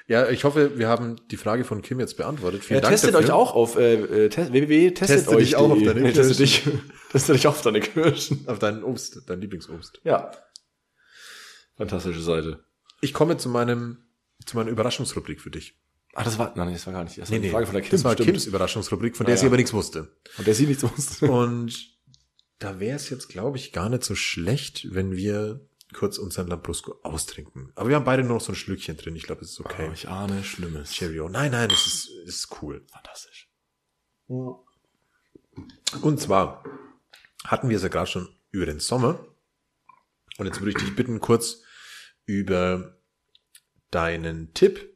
[SPEAKER 5] ja, ich hoffe, wir haben die Frage von Kim jetzt beantwortet. Vielen
[SPEAKER 6] Ja,
[SPEAKER 5] Dank
[SPEAKER 6] testet
[SPEAKER 5] dafür.
[SPEAKER 6] euch auch auf äh, äh, test, www.testet
[SPEAKER 5] Teste dich auch auf deine
[SPEAKER 6] testet dich, testet dich auf deine Kirschen.
[SPEAKER 5] Auf dein Obst, dein Lieblingsobst.
[SPEAKER 6] Ja. Fantastische Seite.
[SPEAKER 5] Ich komme zu meinem, zu meiner Überraschungsrubrik für dich.
[SPEAKER 6] Ah, das war, nein, das war gar nicht. Das war die Frage von der Kim.
[SPEAKER 5] das war
[SPEAKER 6] stimmt.
[SPEAKER 5] Kims Überraschungsrubrik, von der
[SPEAKER 6] Ah,
[SPEAKER 5] sie
[SPEAKER 6] ja.
[SPEAKER 5] aber nichts wusste.
[SPEAKER 6] Und der sieht nichts aus.
[SPEAKER 5] Und da wäre es jetzt, glaube ich, gar nicht so schlecht, wenn wir kurz unseren Lambrusco austrinken. Aber wir haben beide nur noch so ein Schlückchen drin. Ich glaube, es ist okay.
[SPEAKER 6] Oh, ich ahne Schlimmes.
[SPEAKER 5] Cheerio. Nein, nein, es ist, es ist cool.
[SPEAKER 6] Fantastisch.
[SPEAKER 5] Und zwar hatten wir es ja gerade schon über den Sommer. Und jetzt würde ich dich bitten, kurz über deinen Tipp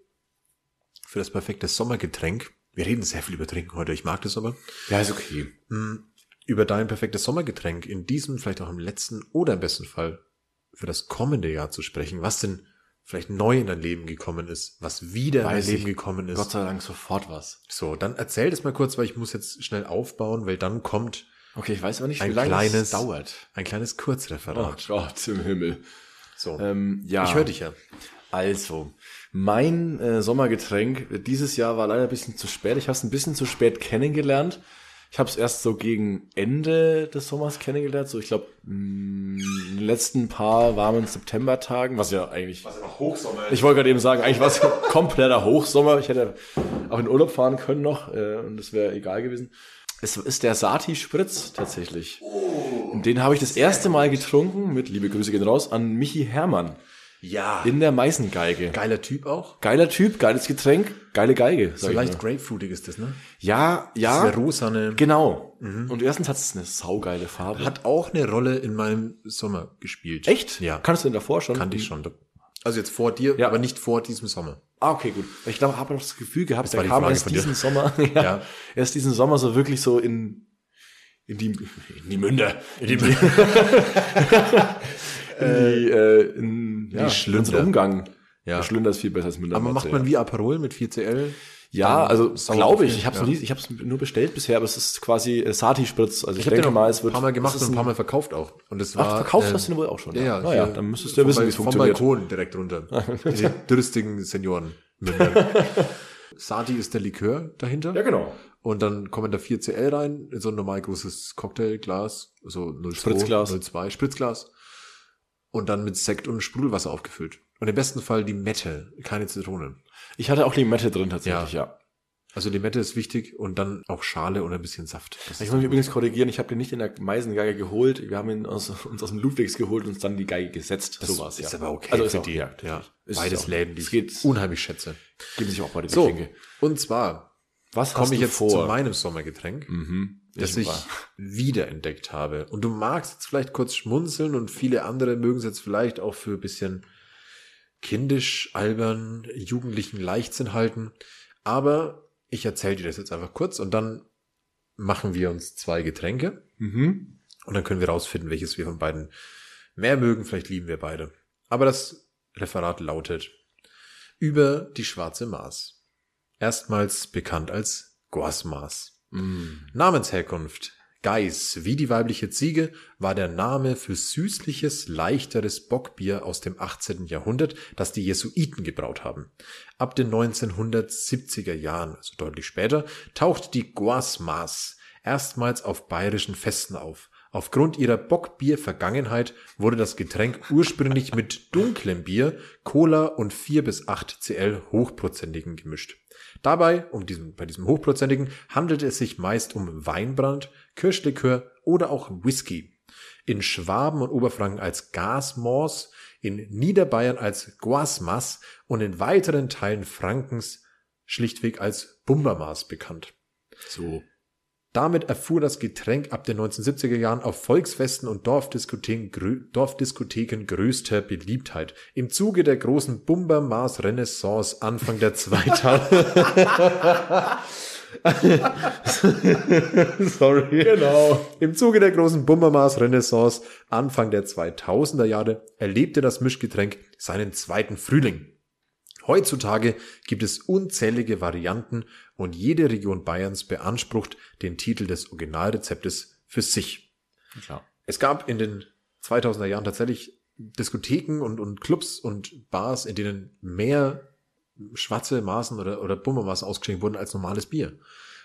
[SPEAKER 5] für das perfekte Sommergetränk. Wir reden sehr viel über Trinken heute, ich mag das aber.
[SPEAKER 6] Ja, ist okay.
[SPEAKER 5] Über dein perfektes Sommergetränk in diesem, vielleicht auch im letzten oder im besten Fall für das kommende Jahr zu sprechen. Was denn vielleicht neu in dein Leben gekommen ist, was wieder in
[SPEAKER 6] Weiß
[SPEAKER 5] dein Leben
[SPEAKER 6] ich.
[SPEAKER 5] gekommen ist.
[SPEAKER 6] Gott sei Dank sofort was.
[SPEAKER 5] So, dann erzähl das mal kurz, weil ich muss jetzt schnell aufbauen, weil dann kommt
[SPEAKER 6] Okay, ich weiß aber nicht,
[SPEAKER 5] Ein
[SPEAKER 6] wie lange
[SPEAKER 5] kleines-
[SPEAKER 6] es dauert. Oh
[SPEAKER 5] ein kleines Kurzreferat.
[SPEAKER 6] Gott im Himmel.
[SPEAKER 5] so,
[SPEAKER 6] Ähm, ja.
[SPEAKER 5] ich höre dich ja.
[SPEAKER 6] Also, mein äh, Sommergetränk dieses Jahr war leider ein bisschen zu spät. Ich habe es ein bisschen zu spät kennengelernt. Ich habe es erst so gegen Ende des Sommers kennengelernt. So, ich glaube, in den letzten paar warmen Septembertagen, was ja eigentlich. Was aber Hochsommer ist. Ich wollte gerade eben sagen, eigentlich war es kompletter Hochsommer. Ich hätte auch in Urlaub fahren können noch äh, und das wäre egal gewesen. Es ist der Sati-Spritz tatsächlich. Und den habe ich das erste Mal getrunken mit, liebe Grüße gehen raus, an Michi Herrmann
[SPEAKER 5] Ja,
[SPEAKER 6] in der Meißengeige.
[SPEAKER 5] geiler Typ auch.
[SPEAKER 6] Geiler Typ, geiles Getränk, geile Geige. Sag
[SPEAKER 5] So
[SPEAKER 6] ich
[SPEAKER 5] leicht
[SPEAKER 6] mal.
[SPEAKER 5] grapefruitig ist das, ne?
[SPEAKER 6] Ja,
[SPEAKER 5] Das
[SPEAKER 6] ja.
[SPEAKER 5] ist eine rosane.
[SPEAKER 6] Genau. Und erstens hat es eine saugeile Farbe.
[SPEAKER 5] Mhm. Hat auch eine Rolle in meinem Sommer gespielt.
[SPEAKER 6] Echt?
[SPEAKER 5] Ja.
[SPEAKER 6] Kannst du den davor schon?
[SPEAKER 5] kannte ich schon. Also jetzt vor dir,
[SPEAKER 6] Ja.
[SPEAKER 5] aber nicht vor diesem Sommer.
[SPEAKER 6] Ah, okay, gut. Ich glaube, habe noch das Gefühl gehabt,
[SPEAKER 5] war
[SPEAKER 6] der
[SPEAKER 5] die
[SPEAKER 6] kam
[SPEAKER 5] Frage
[SPEAKER 6] erst
[SPEAKER 5] von dir.
[SPEAKER 6] diesen Sommer, ja,
[SPEAKER 5] Ja.
[SPEAKER 6] erst diesen Sommer so wirklich so in, in die, in die Münder, in die, in die, äh, in, ja,
[SPEAKER 5] Schlünder.
[SPEAKER 6] unseren Umgang.
[SPEAKER 5] Ja.
[SPEAKER 6] Schlunder ist viel besser als Münder.
[SPEAKER 5] Aber macht
[SPEAKER 6] Matze,
[SPEAKER 5] man wie Aperol mit 4CL?
[SPEAKER 6] Ja, also
[SPEAKER 5] sauer
[SPEAKER 6] glaube
[SPEAKER 5] aufnehmen,
[SPEAKER 6] ich. Ich habe
[SPEAKER 5] ja.
[SPEAKER 6] es ich hab's nur bestellt bisher, aber es ist quasi äh, Sati-Spritz. Also ich,
[SPEAKER 5] hab
[SPEAKER 6] denke
[SPEAKER 5] den
[SPEAKER 6] mal, es wird
[SPEAKER 5] ein paar Mal gemacht
[SPEAKER 6] es
[SPEAKER 5] und
[SPEAKER 6] ist
[SPEAKER 5] ein
[SPEAKER 6] ein
[SPEAKER 5] paar Mal verkauft auch. Und es war,
[SPEAKER 6] Ach, verkauft
[SPEAKER 5] äh,
[SPEAKER 6] hast du den wohl auch schon.
[SPEAKER 5] Ja, ja.
[SPEAKER 6] Naja,
[SPEAKER 5] hier
[SPEAKER 6] dann müsstest du ja
[SPEAKER 5] vom
[SPEAKER 6] wissen,
[SPEAKER 5] Bal-
[SPEAKER 6] wie es funktioniert.
[SPEAKER 5] Vom Balkon direkt runter. Diese dürstigen Senioren. Sati ist der Likör dahinter.
[SPEAKER 6] Ja, genau.
[SPEAKER 5] Und dann kommen da 4CL rein, in so ein normal großes Cocktailglas, so 02,
[SPEAKER 6] Spritzglas.
[SPEAKER 5] 02, Spritzglas. Und dann mit Sekt und Sprudelwasser aufgefüllt. Und im besten Fall die Mette, keine Zitrone.
[SPEAKER 6] Ich hatte auch Limette drin tatsächlich, ja.
[SPEAKER 5] Also die Mette ist wichtig und dann auch Schale und ein bisschen Saft. Das
[SPEAKER 6] Ich
[SPEAKER 5] ist
[SPEAKER 6] muss mich übrigens korrigieren, ich habe den nicht in der Meisengeige geholt. Wir haben ihn aus, uns aus dem Ludwigs geholt und uns dann die Geige gesetzt. so war's,
[SPEAKER 5] ist
[SPEAKER 6] ja.
[SPEAKER 5] aber okay
[SPEAKER 6] Also ist
[SPEAKER 5] für
[SPEAKER 6] auch,
[SPEAKER 5] die.
[SPEAKER 6] ja.
[SPEAKER 5] ja.
[SPEAKER 6] Ist
[SPEAKER 5] Beides
[SPEAKER 6] auch.
[SPEAKER 5] Läden, die
[SPEAKER 6] Es
[SPEAKER 5] ich
[SPEAKER 6] geht-
[SPEAKER 5] unheimlich schätze.
[SPEAKER 6] Geben sich auch beide
[SPEAKER 5] So,
[SPEAKER 6] Geschenke.
[SPEAKER 5] und zwar
[SPEAKER 6] Was hast
[SPEAKER 5] komme ich
[SPEAKER 6] du
[SPEAKER 5] jetzt
[SPEAKER 6] vor?
[SPEAKER 5] zu meinem Sommergetränk,
[SPEAKER 6] mhm.
[SPEAKER 5] das
[SPEAKER 6] ich
[SPEAKER 5] ich wiederentdeckt habe. Und du magst jetzt vielleicht kurz schmunzeln und viele andere mögen es jetzt vielleicht auch für ein bisschen kindisch, albern, jugendlichen Leichtsinn halten. Aber ich erzähle dir das jetzt einfach kurz und dann machen wir uns zwei Getränke
[SPEAKER 6] mhm.
[SPEAKER 5] und dann können wir rausfinden, welches wir von beiden mehr mögen. Vielleicht lieben wir beide. Aber das Referat lautet über die schwarze Maß. Erstmals bekannt als Guasmaß.
[SPEAKER 6] Mhm.
[SPEAKER 5] Namensherkunft. Geiß, wie die weibliche Ziege, war der Name für süßliches, leichteres Bockbier aus dem 18. Jahrhundert, das die Jesuiten gebraut haben. Ab den 1970er Jahren, also deutlich später, taucht die Guasmas erstmals auf bayerischen Festen auf. Aufgrund ihrer Bockbier-Vergangenheit wurde das Getränk ursprünglich mit dunklem Bier, Cola und 4 bis 8 CL hochprozentigen gemischt. Dabei, um diesen, bei diesem hochprozentigen, handelt es sich meist um Weinbrand, Kirschlikör oder auch Whisky. in Schwaben und Oberfranken als Gasmors, in Niederbayern als Guasmas und in weiteren Teilen Frankens schlichtweg als Bumbermaß bekannt.
[SPEAKER 6] So.
[SPEAKER 5] Damit erfuhr das Getränk ab den 1970er Jahren auf Volksfesten und Dorfdiskotheken, grö Dorfdiskotheken größter Beliebtheit. Im Zuge der großen Bumbermaß Renaissance Anfang der 2000er.
[SPEAKER 6] Sorry.
[SPEAKER 5] genau. Im Zuge der großen Bumbermaß Renaissance Anfang der 2000er Jahre erlebte das Mischgetränk seinen zweiten Frühling. Heutzutage gibt es unzählige Varianten und jede Region Bayerns beansprucht den Titel des Originalrezeptes für sich.
[SPEAKER 6] Klar.
[SPEAKER 5] Es gab in den 2000er Jahren tatsächlich Diskotheken und, und Clubs und Bars, in denen mehr schwarze Maßen oder, oder Bummermaßen ausgeschenkt wurden als normales Bier.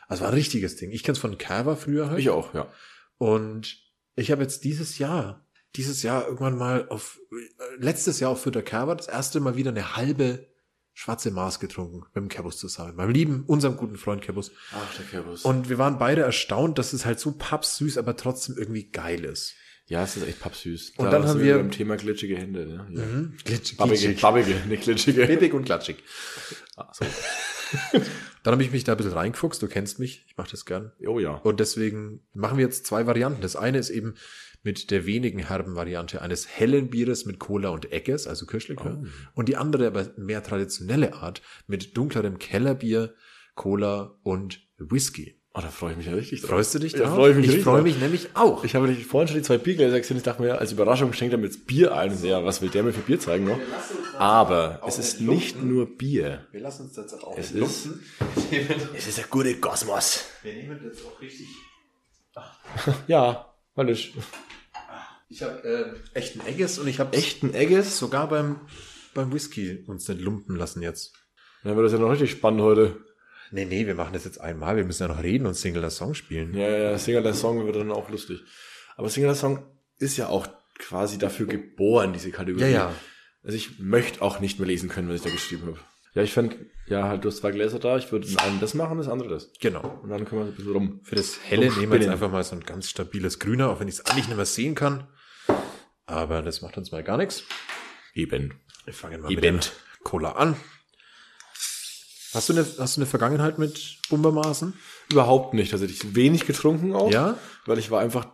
[SPEAKER 5] Also war ein richtiges Ding. Ich kenn's von Cava früher halt.
[SPEAKER 6] Ich auch, ja.
[SPEAKER 5] Und ich habe jetzt dieses Jahr, dieses Jahr irgendwann mal auf, äh, letztes Jahr auf Fütter Kerber das erste Mal wieder eine halbe schwarze Maß getrunken mit dem Kerbus zusammen. Meinem lieben, unserem guten Freund Kerbus.
[SPEAKER 6] Ach, der Kürbis.
[SPEAKER 5] Und wir waren beide erstaunt, dass es halt so pappsüß, aber trotzdem irgendwie geil ist.
[SPEAKER 6] ja, es ist echt pappsüß.
[SPEAKER 5] Und dann
[SPEAKER 6] sind
[SPEAKER 5] haben wir- Mhm.
[SPEAKER 6] beim Thema glitschige Hände. Ne? Ja.
[SPEAKER 5] Glitschig.
[SPEAKER 6] Babbige, babbige, nicht glitschige.
[SPEAKER 5] Klebig und klatschig.
[SPEAKER 6] Ach so.
[SPEAKER 5] Ah, Dann habe ich mich da ein bisschen reingefuchst, du kennst mich, ich mache das gern.
[SPEAKER 6] Oh ja.
[SPEAKER 5] Und deswegen machen wir jetzt zwei Varianten. Das eine ist eben mit der wenigen herben Variante eines hellen Bieres mit Cola und Eckes, also Kirschlikör. Und die andere aber mehr traditionelle Art mit dunklerem Kellerbier, Cola und Whisky.
[SPEAKER 6] Oh, da freue ich mich ja richtig drauf.
[SPEAKER 5] Freust du dich
[SPEAKER 6] Ja, freue ich mich
[SPEAKER 5] Ich
[SPEAKER 6] richtig
[SPEAKER 5] freue
[SPEAKER 6] drauf.
[SPEAKER 5] mich nämlich auch.
[SPEAKER 6] Ich habe nicht vorhin schon die zwei Biergläser gesehen. Ich dachte mir, als Überraschung schenkt er mir jetzt Bier ein. So, Ja, was will der mir für Bier zeigen noch? Aber es ist nicht nur Bier.
[SPEAKER 5] wir lassen uns jetzt auch
[SPEAKER 6] Es ist, es ist der gute Kosmos.
[SPEAKER 5] Wir nehmen jetzt auch richtig.
[SPEAKER 6] Ja, weil ich
[SPEAKER 5] Ich habe äh, echten Eckes und ich habe
[SPEAKER 6] echten Egges.
[SPEAKER 5] sogar beim, beim Whisky uns nicht lumpen lassen jetzt.
[SPEAKER 6] Dann wird das ja noch richtig spannend heute.
[SPEAKER 5] Nee, nee, wir machen das jetzt einmal. Wir müssen ja noch reden und Single Song spielen.
[SPEAKER 6] Ja, ja, Singular Song wird dann auch lustig. Aber Singular Song ist ja auch quasi dafür geboren, diese Kategorie.
[SPEAKER 5] Ja, ja.
[SPEAKER 6] Also ich möchte auch nicht mehr lesen können, was ich da geschrieben habe. Ja, ich fand, ja, halt, du hast zwei Gläser da. Ich würde in einem das machen, das andere das.
[SPEAKER 5] Genau.
[SPEAKER 6] Und dann können wir so ein bisschen rum.
[SPEAKER 5] Für das helle
[SPEAKER 6] Zum
[SPEAKER 5] nehmen wir jetzt
[SPEAKER 6] Spinnen.
[SPEAKER 5] einfach mal so ein ganz stabiles Grüner, auch wenn ich es eigentlich nicht mehr sehen kann. Aber das macht uns mal gar nichts.
[SPEAKER 6] Eben.
[SPEAKER 5] Wir fangen mal
[SPEAKER 6] Event.
[SPEAKER 5] mit der Cola an. Hast du eine, hast du eine Vergangenheit mit Bumbermaßen?
[SPEAKER 6] Überhaupt nicht. Also ich wenig getrunken auch.
[SPEAKER 5] Ja?
[SPEAKER 6] Weil ich war einfach.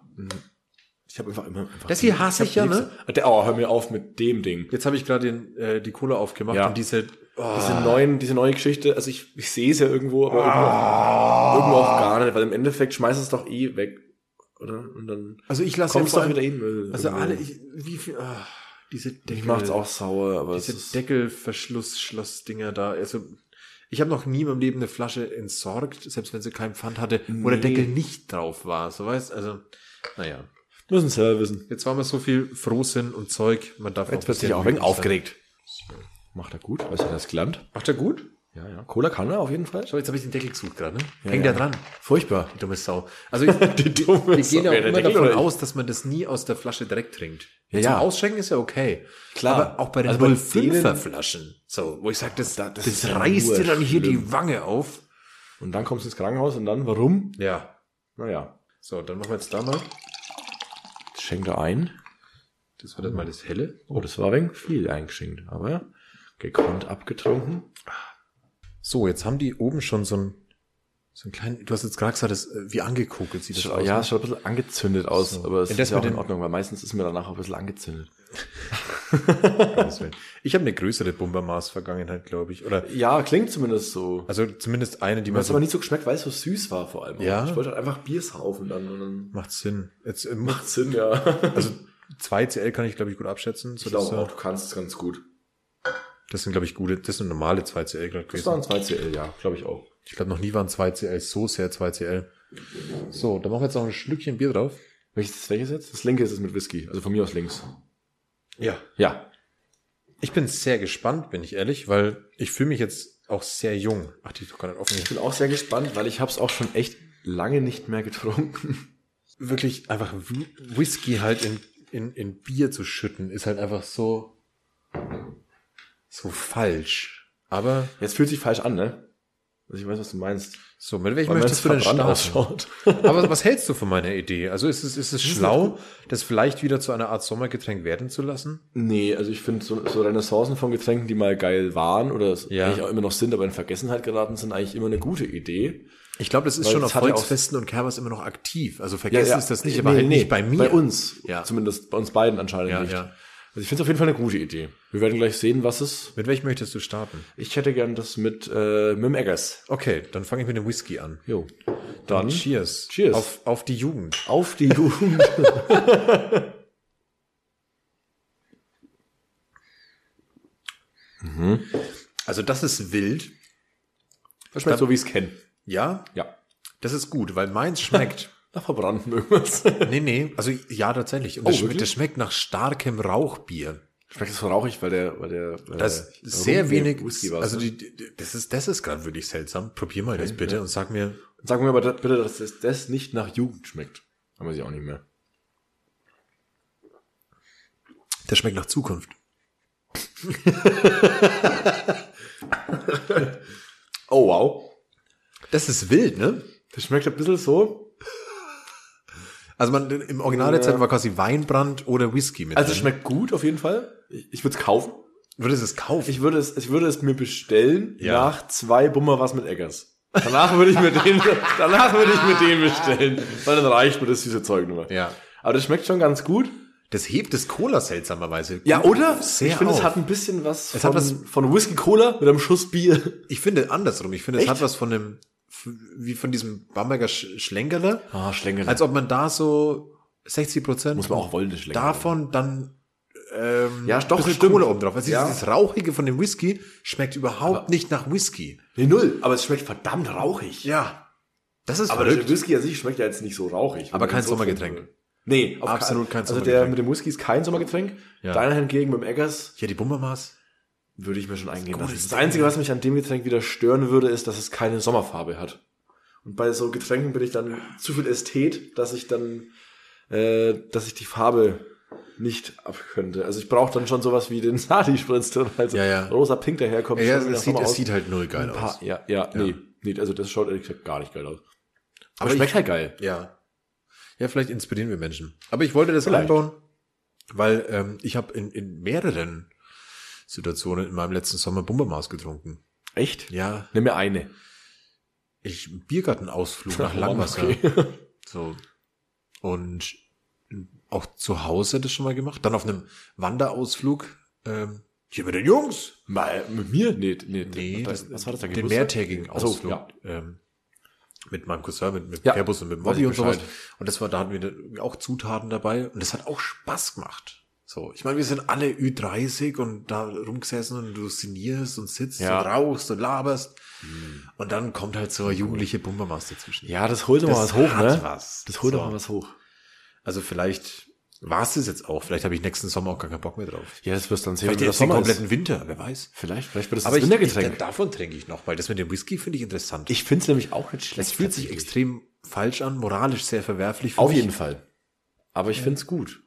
[SPEAKER 6] Ich habe einfach immer. Einfach
[SPEAKER 5] Das hier hasse ich ja,
[SPEAKER 6] hab
[SPEAKER 5] ne?
[SPEAKER 6] nichts- Der, oh, hör mir auf mit dem Ding.
[SPEAKER 5] Jetzt habe ich gerade den, äh, die Cola aufgemacht
[SPEAKER 6] Ja.
[SPEAKER 5] und diese. Oh,
[SPEAKER 6] Diese, neuen, diese neue Geschichte, also ich, ich sehe es ja irgendwo, aber irgendwo, auch, irgendwo auch gar nicht, weil im Endeffekt schmeißt es doch eh weg. Oder? Und dann
[SPEAKER 5] also ich lasse
[SPEAKER 6] kommst du
[SPEAKER 5] vor
[SPEAKER 6] auch
[SPEAKER 5] allem-
[SPEAKER 6] wieder eh in Müll.
[SPEAKER 5] Also
[SPEAKER 6] Irgendwo.
[SPEAKER 5] alle, ich, wie viel. ah, diese Deckel.
[SPEAKER 6] Ich mache es auch sauer, aber es
[SPEAKER 5] Diese
[SPEAKER 6] ist,
[SPEAKER 5] Deckelverschlussschlossdinger da. Also, ich habe noch nie in meinem Leben eine Flasche entsorgt, selbst wenn sie keinen Pfand hatte, wo der
[SPEAKER 6] Nee.
[SPEAKER 5] Deckel nicht drauf war. So weißt also, naja.
[SPEAKER 6] müssen selber wissen.
[SPEAKER 5] Jetzt war mal so viel Frohsinn und Zeug, man darf
[SPEAKER 6] Jetzt
[SPEAKER 5] ein
[SPEAKER 6] wird sich
[SPEAKER 5] bisschen
[SPEAKER 6] auch wegen
[SPEAKER 5] glücklich sein.
[SPEAKER 6] aufgeregt. Macht er gut, weiß er das gelernt.
[SPEAKER 5] Macht er gut?
[SPEAKER 6] Ja, ja. Cola kann er auf jeden Fall.
[SPEAKER 5] Schau, jetzt habe ich den Deckel gesucht gerade, ne?
[SPEAKER 6] Ja,
[SPEAKER 5] Hängt
[SPEAKER 6] ja.
[SPEAKER 5] da dran.
[SPEAKER 6] Furchtbar.
[SPEAKER 5] Die dumme Sau. Also, ich,
[SPEAKER 6] Die dumme
[SPEAKER 5] wir gehen ja auch
[SPEAKER 6] Sorry, der
[SPEAKER 5] immer
[SPEAKER 6] Deckel
[SPEAKER 5] davon
[SPEAKER 6] oder ich?
[SPEAKER 5] aus, dass man das nie aus der Flasche direkt trinkt.
[SPEAKER 6] Ja,
[SPEAKER 5] Zum
[SPEAKER 6] ja.
[SPEAKER 5] Ausschenken ist ja okay.
[SPEAKER 6] Klar.
[SPEAKER 5] Aber auch bei den
[SPEAKER 6] Also bei
[SPEAKER 5] 05er
[SPEAKER 6] denen-
[SPEAKER 5] Flaschen, so, wo ich sage, das,
[SPEAKER 6] Da-
[SPEAKER 5] das,
[SPEAKER 6] das ist ja
[SPEAKER 5] reißt
[SPEAKER 6] nur
[SPEAKER 5] dir dann hier die
[SPEAKER 6] schlimm.
[SPEAKER 5] Wange auf.
[SPEAKER 6] Und dann kommst du ins Krankenhaus und dann, warum?
[SPEAKER 5] Ja,
[SPEAKER 6] Naja,
[SPEAKER 5] So, dann machen wir jetzt da mal.
[SPEAKER 6] schenkt er ein.
[SPEAKER 5] Das war dann mal das Helle.
[SPEAKER 6] Oh, das war wegen viel eingeschenkt, aber gekonnt abgetrunken.
[SPEAKER 5] So, jetzt haben die oben schon so einen, so einen kleinen, du hast jetzt gerade gesagt, das, äh, wie angekokelt sieht das
[SPEAKER 6] Scha-
[SPEAKER 5] aus.
[SPEAKER 6] ja,
[SPEAKER 5] ne?
[SPEAKER 6] es schaut ein bisschen angezündet aus,
[SPEAKER 5] So.
[SPEAKER 6] aber es
[SPEAKER 5] Ja, das
[SPEAKER 6] ist ja auch
[SPEAKER 5] mit
[SPEAKER 6] in
[SPEAKER 5] dem-
[SPEAKER 6] Ordnung, weil meistens ist mir danach auch ein bisschen angezündet.
[SPEAKER 5] Gottes Willen. Ich habe eine größere Bumbermaß-Vergangenheit, glaube ich. Oder,
[SPEAKER 6] Ja, klingt zumindest so.
[SPEAKER 5] also zumindest eine, die
[SPEAKER 6] Mir
[SPEAKER 5] man
[SPEAKER 6] hat's aber
[SPEAKER 5] so,
[SPEAKER 6] nicht so geschmeckt, weil es so süß war vor allem.
[SPEAKER 5] Ja?
[SPEAKER 6] Ich wollte halt einfach Bier saufen dann und dann
[SPEAKER 5] macht Sinn. Jetzt, äh,
[SPEAKER 6] macht Sinn, ja.
[SPEAKER 5] also 2CL kann ich, glaube ich, gut abschätzen. So, das, äh,
[SPEAKER 6] du kannst es ganz gut.
[SPEAKER 5] das sind, glaube ich, gute, das sind normale 2CL gerade
[SPEAKER 6] Das war ein
[SPEAKER 5] gewesen.
[SPEAKER 6] 2CL, ja, glaube ich auch.
[SPEAKER 5] Ich glaube, noch nie waren 2CL so sehr 2CL. So, da machen wir jetzt noch ein Schlückchen Bier drauf.
[SPEAKER 6] Welches, welches jetzt? Das linke ist es mit Whisky, also von mir aus links.
[SPEAKER 5] Ja.
[SPEAKER 6] Ja.
[SPEAKER 5] Ich bin sehr gespannt, bin ich ehrlich, weil ich fühle mich jetzt auch sehr jung. Ach, die ist doch gar nicht offen.
[SPEAKER 6] Ich bin auch sehr gespannt, weil ich habe es auch schon echt lange nicht mehr getrunken.
[SPEAKER 5] Wirklich einfach Whi- Whisky halt in, in, in Bier zu schütten, ist halt einfach so, so falsch. Aber
[SPEAKER 6] Jetzt fühlt sich falsch an, ne? Also ich weiß, was du meinst.
[SPEAKER 5] So, mit welchem
[SPEAKER 6] Weil
[SPEAKER 5] möchtest du
[SPEAKER 6] wenn's
[SPEAKER 5] denn
[SPEAKER 6] verbrannt
[SPEAKER 5] starten? Aber was hältst du von meiner Idee? Also ist es, ist es schlau, das vielleicht wieder zu einer Art Sommergetränk werden zu lassen?
[SPEAKER 6] Nee, also ich finde so, so Renaissancen von Getränken, die mal geil waren oder es
[SPEAKER 5] Ja.
[SPEAKER 6] eigentlich auch immer noch sind, aber in Vergessenheit geraten sind, eigentlich immer eine gute Idee.
[SPEAKER 5] Ich glaube, das ist
[SPEAKER 6] Weil
[SPEAKER 5] schon
[SPEAKER 6] es
[SPEAKER 5] auf
[SPEAKER 6] hat ja auch-
[SPEAKER 5] Volksfesten und Kerbers immer noch aktiv. Also vergessen ist das nicht,
[SPEAKER 6] Äh, Nee,
[SPEAKER 5] aber halt
[SPEAKER 6] nee,
[SPEAKER 5] nicht bei mir.
[SPEAKER 6] Bei uns.
[SPEAKER 5] Ja.
[SPEAKER 6] Zumindest bei uns beiden anscheinend
[SPEAKER 5] Ja,
[SPEAKER 6] nicht.
[SPEAKER 5] ja.
[SPEAKER 6] Also ich finde es auf jeden Fall eine gute Idee. Wir werden gleich sehen, was es.
[SPEAKER 5] Mit welchem möchtest du starten?
[SPEAKER 6] Ich hätte gern das mit äh, Mim Eggers.
[SPEAKER 5] Okay, dann fange ich mit dem Whisky an.
[SPEAKER 6] Jo. Dann
[SPEAKER 5] Cheers.
[SPEAKER 6] Cheers.
[SPEAKER 5] Auf, auf die Jugend.
[SPEAKER 6] auf die Jugend.
[SPEAKER 5] Also das ist wild.
[SPEAKER 6] Das schmeckt so, wie ich es kenne.
[SPEAKER 5] Ja,
[SPEAKER 6] Ja.
[SPEAKER 5] das ist gut, weil meins schmeckt.
[SPEAKER 6] Nach verbranntem irgendwas.
[SPEAKER 5] nee, nee. Also ja, tatsächlich. Und
[SPEAKER 6] Oh,
[SPEAKER 5] das, schmeckt,
[SPEAKER 6] wirklich?
[SPEAKER 5] das schmeckt nach starkem Rauchbier.
[SPEAKER 6] Schmeckt es so rauchig, weil der, weil der.
[SPEAKER 5] Das
[SPEAKER 6] äh,
[SPEAKER 5] ist sehr
[SPEAKER 6] Rum-
[SPEAKER 5] wenig.
[SPEAKER 6] Whisky war.
[SPEAKER 5] also
[SPEAKER 6] Also
[SPEAKER 5] die, die, das ist, das ist gerade wirklich seltsam. Probier mal das bitte und sag mir.
[SPEAKER 6] Sag mir aber da- bitte, dass das, das nicht nach Jugend schmeckt. Haben wir sie auch nicht mehr.
[SPEAKER 5] Das schmeckt nach Zukunft.
[SPEAKER 6] Oh wow.
[SPEAKER 5] Das ist wild, ne?
[SPEAKER 6] Das schmeckt ein bisschen so.
[SPEAKER 5] Also man im Originalrezept war quasi Weinbrand oder Whisky mit.
[SPEAKER 6] Also es
[SPEAKER 5] drin.
[SPEAKER 6] schmeckt gut auf jeden Fall. Ich, ich würde es kaufen.
[SPEAKER 5] würdest du es kaufen?
[SPEAKER 6] Ich würde es, ich würde es mir bestellen
[SPEAKER 5] Ja.
[SPEAKER 6] nach zwei Bummer was mit Eggers. Danach würde ich mir den, danach würde ich mir den bestellen, weil dann reicht mir das süße Zeug nur.
[SPEAKER 5] Ja.
[SPEAKER 6] Aber das schmeckt schon ganz gut.
[SPEAKER 5] das hebt das Cola seltsamerweise. Oh, Sehr
[SPEAKER 6] ich finde, es
[SPEAKER 5] auf.
[SPEAKER 6] hat ein bisschen was
[SPEAKER 5] Es
[SPEAKER 6] von,
[SPEAKER 5] hat was-
[SPEAKER 6] von Whisky Cola mit einem Schuss Bier.
[SPEAKER 5] Ich finde andersrum. Ich finde, es
[SPEAKER 6] Echt?
[SPEAKER 5] hat was von dem, f- wie von diesem Bamberger Sch Schlenkerle.
[SPEAKER 6] Ah, Schlängel.
[SPEAKER 5] Als ob man da so 60 Prozent
[SPEAKER 6] muss man auch wollen, das Schlängel.
[SPEAKER 5] davon dann ähm,
[SPEAKER 6] Ja, doch,
[SPEAKER 5] bisschen
[SPEAKER 6] stimmt.
[SPEAKER 5] Kohle oben drauf. Also
[SPEAKER 6] Ja.
[SPEAKER 5] dieses Rauchige von dem Whisky schmeckt überhaupt nicht nach Whisky.
[SPEAKER 6] Nee, null. Aber es schmeckt verdammt rauchig.
[SPEAKER 5] Ja. Das ist
[SPEAKER 6] Aber der
[SPEAKER 5] verrückt.
[SPEAKER 6] Whisky an sich schmeckt ja jetzt nicht so rauchig.
[SPEAKER 5] Aber
[SPEAKER 6] Wenn man
[SPEAKER 5] kein
[SPEAKER 6] den so
[SPEAKER 5] Sommergetränk.
[SPEAKER 6] trinken will. Nee, auf
[SPEAKER 5] Absolut kein
[SPEAKER 6] Also der
[SPEAKER 5] Sommergetränk.
[SPEAKER 6] mit dem Whisky ist kein Sommergetränk.
[SPEAKER 5] Ja.
[SPEAKER 6] Deiner hingegen mit dem Eggers
[SPEAKER 5] Ja, die Bummermaß.
[SPEAKER 6] würde ich mir schon eingehen
[SPEAKER 5] gutes
[SPEAKER 6] lassen. Das Einzige, was mich an dem Getränk wieder stören würde, ist, dass es keine Sommerfarbe hat. Und bei so Getränken bin ich dann zu viel Ästhet, dass ich dann, äh, dass ich die Farbe nicht abkönnte. Also ich brauche dann schon sowas wie den Sadi-Spritz, der halt so
[SPEAKER 5] Ja, ja.
[SPEAKER 6] rosa Pink daherkommt.
[SPEAKER 5] Ja,
[SPEAKER 6] schon wieder
[SPEAKER 5] es sieht,
[SPEAKER 6] Sommer
[SPEAKER 5] es
[SPEAKER 6] aus.
[SPEAKER 5] sieht halt null geil
[SPEAKER 6] Ein paar-
[SPEAKER 5] aus.
[SPEAKER 6] Ja, ja,
[SPEAKER 5] Ja.
[SPEAKER 6] Nee, nee, also das schaut ehrlich gesagt gar nicht geil aus.
[SPEAKER 5] Aber
[SPEAKER 6] Aber,
[SPEAKER 5] ich-
[SPEAKER 6] schmeckt halt geil.
[SPEAKER 5] Ja. Ja, vielleicht inspirieren wir Menschen. Aber ich wollte das
[SPEAKER 6] Vielleicht.
[SPEAKER 5] einbauen, weil ähm, ich habe in, in mehreren Situationen in meinem letzten Sommer Bummermaß getrunken.
[SPEAKER 6] Echt?
[SPEAKER 5] Ja,
[SPEAKER 6] Nimm mir eine.
[SPEAKER 5] ich Biergartenausflug nach
[SPEAKER 6] Oh,
[SPEAKER 5] Langwasser.
[SPEAKER 6] okay.
[SPEAKER 5] So. Und auch zu Hause das schon mal gemacht. Dann auf einem Wanderausflug ähm, hier mit den Jungs.
[SPEAKER 6] Mal mit mir? Nee, nee.
[SPEAKER 5] Nee,
[SPEAKER 6] was, was war das da?
[SPEAKER 5] Den mehrtägigen
[SPEAKER 6] Ach so,
[SPEAKER 5] Ausflug.
[SPEAKER 6] ja.
[SPEAKER 5] ähm, mit meinem Cousin, mit, mit
[SPEAKER 6] Ja.
[SPEAKER 5] Kerbus und mit
[SPEAKER 6] Weiß
[SPEAKER 5] Bobby
[SPEAKER 6] ich
[SPEAKER 5] und sowas.
[SPEAKER 6] Bescheid.
[SPEAKER 5] Und das war, da hatten wir da auch Zutaten dabei und das hat auch Spaß gemacht. So, ich meine, wir sind alle Ü30 und da rumgesessen und du sinierst und sitzt
[SPEAKER 6] Ja.
[SPEAKER 5] und rauchst und laberst. Und dann kommt halt so eine jugendliche Bumpermaß dazwischen.
[SPEAKER 6] Ja, das holt doch mal
[SPEAKER 5] Das
[SPEAKER 6] was hoch,
[SPEAKER 5] hat
[SPEAKER 6] ne?
[SPEAKER 5] was.
[SPEAKER 6] Das holt doch
[SPEAKER 5] So.
[SPEAKER 6] mal was hoch.
[SPEAKER 5] Also vielleicht war es das jetzt auch. Vielleicht habe ich nächsten Sommer auch gar keinen Bock mehr drauf.
[SPEAKER 6] Ja, das wirst du dann sehen,
[SPEAKER 5] Vielleicht
[SPEAKER 6] wenn
[SPEAKER 5] jetzt
[SPEAKER 6] der
[SPEAKER 5] den
[SPEAKER 6] Sommer
[SPEAKER 5] kompletten
[SPEAKER 6] ist.
[SPEAKER 5] Winter, wer weiß.
[SPEAKER 6] Vielleicht, vielleicht wird das
[SPEAKER 5] Aber
[SPEAKER 6] das
[SPEAKER 5] ich, ich,
[SPEAKER 6] Wintergetränk.
[SPEAKER 5] davon trinke ich noch, weil das mit dem Whisky finde ich interessant.
[SPEAKER 6] Ich, finde es nämlich auch nicht schlecht.
[SPEAKER 5] Es fühlt sich
[SPEAKER 6] tatsächlich.
[SPEAKER 5] extrem falsch an, moralisch sehr verwerflich. für
[SPEAKER 6] Auf
[SPEAKER 5] mich.
[SPEAKER 6] jeden Fall. Aber ich finde es gut.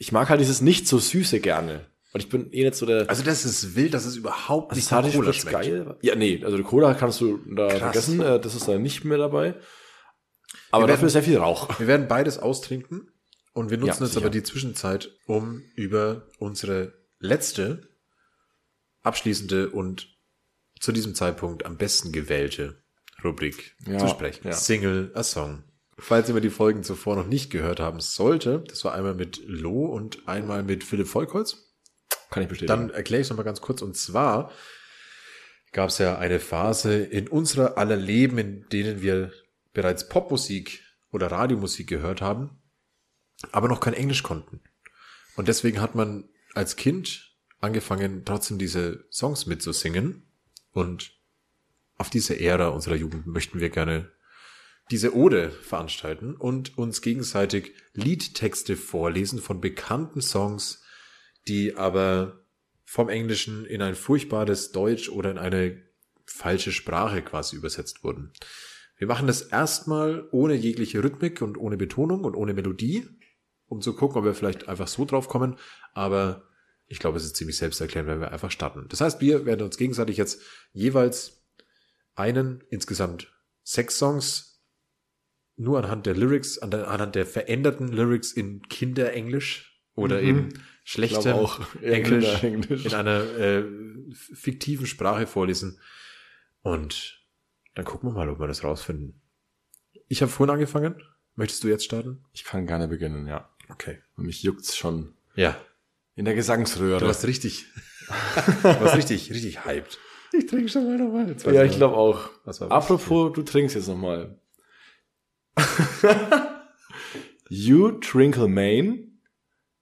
[SPEAKER 6] Ich mag halt dieses nicht so süße gerne. Und ich bin eh nicht so der.
[SPEAKER 5] Also das ist wild, dass es überhaupt
[SPEAKER 6] Also
[SPEAKER 5] nicht nach Cola
[SPEAKER 6] Sadi-Spritz
[SPEAKER 5] schmeckt.
[SPEAKER 6] geil. Ja, nee, also die Cola kannst du da vergessen. äh, Das ist da nicht mehr dabei. Aber
[SPEAKER 5] werden-
[SPEAKER 6] dafür ist ja viel Rauch.
[SPEAKER 5] Wir werden beides austrinken und wir nutzen
[SPEAKER 6] Ja,
[SPEAKER 5] jetzt
[SPEAKER 6] sicher.
[SPEAKER 5] aber die Zwischenzeit, um über unsere letzte, abschließende und zu diesem Zeitpunkt am besten gewählte Rubrik
[SPEAKER 6] Ja,
[SPEAKER 5] zu sprechen.
[SPEAKER 6] ja.
[SPEAKER 5] Single a Song. Falls ihr mir die Folgen zuvor noch nicht gehört haben sollte, das war einmal mit Lo und einmal mit Philipp Volkholz.
[SPEAKER 6] Kann ich bestätigen.
[SPEAKER 5] Dann erkläre ich es nochmal ganz kurz. Und zwar gab es ja eine Phase in unserer aller Leben, in denen wir bereits Popmusik oder Radiomusik gehört haben, aber noch kein Englisch konnten. Und deswegen hat man als Kind angefangen, trotzdem diese Songs mitzusingen. Und auf diese Ära unserer Jugend möchten wir gerne diese Ode veranstalten und uns gegenseitig Liedtexte vorlesen von bekannten Songs, die aber vom Englischen in ein furchtbares Deutsch oder in eine falsche Sprache quasi übersetzt wurden. Wir machen das erstmal ohne jegliche Rhythmik und ohne Betonung und ohne Melodie, um zu gucken, ob wir vielleicht einfach so drauf kommen. Aber ich glaube, es ist ziemlich selbsterklärend, wenn wir einfach starten. Das heißt, wir werden uns gegenseitig jetzt jeweils einen, insgesamt sechs Songs, nur anhand der Lyrics, an der, anhand der veränderten Lyrics in Kinderenglisch oder eben schlechtem
[SPEAKER 6] glaube auch, genau, eher
[SPEAKER 5] Englisch,
[SPEAKER 6] Kinderenglisch.
[SPEAKER 5] in einer äh, fiktiven Sprache vorlesen. Und dann gucken wir mal, ob wir das rausfinden. Ich habe vorhin angefangen. Möchtest du jetzt starten?
[SPEAKER 6] Ich kann gerne beginnen, ja.
[SPEAKER 5] Okay.
[SPEAKER 6] Und mich juckt's schon
[SPEAKER 5] Ja.
[SPEAKER 6] in der Gesangsröhre.
[SPEAKER 5] Du warst richtig, du warst richtig, richtig hyped. Ich trinke schon mal nochmal.
[SPEAKER 6] ja, ich glaube auch.
[SPEAKER 5] Was war-
[SPEAKER 6] Apropos, du trinkst jetzt nochmal. you trinkle mane,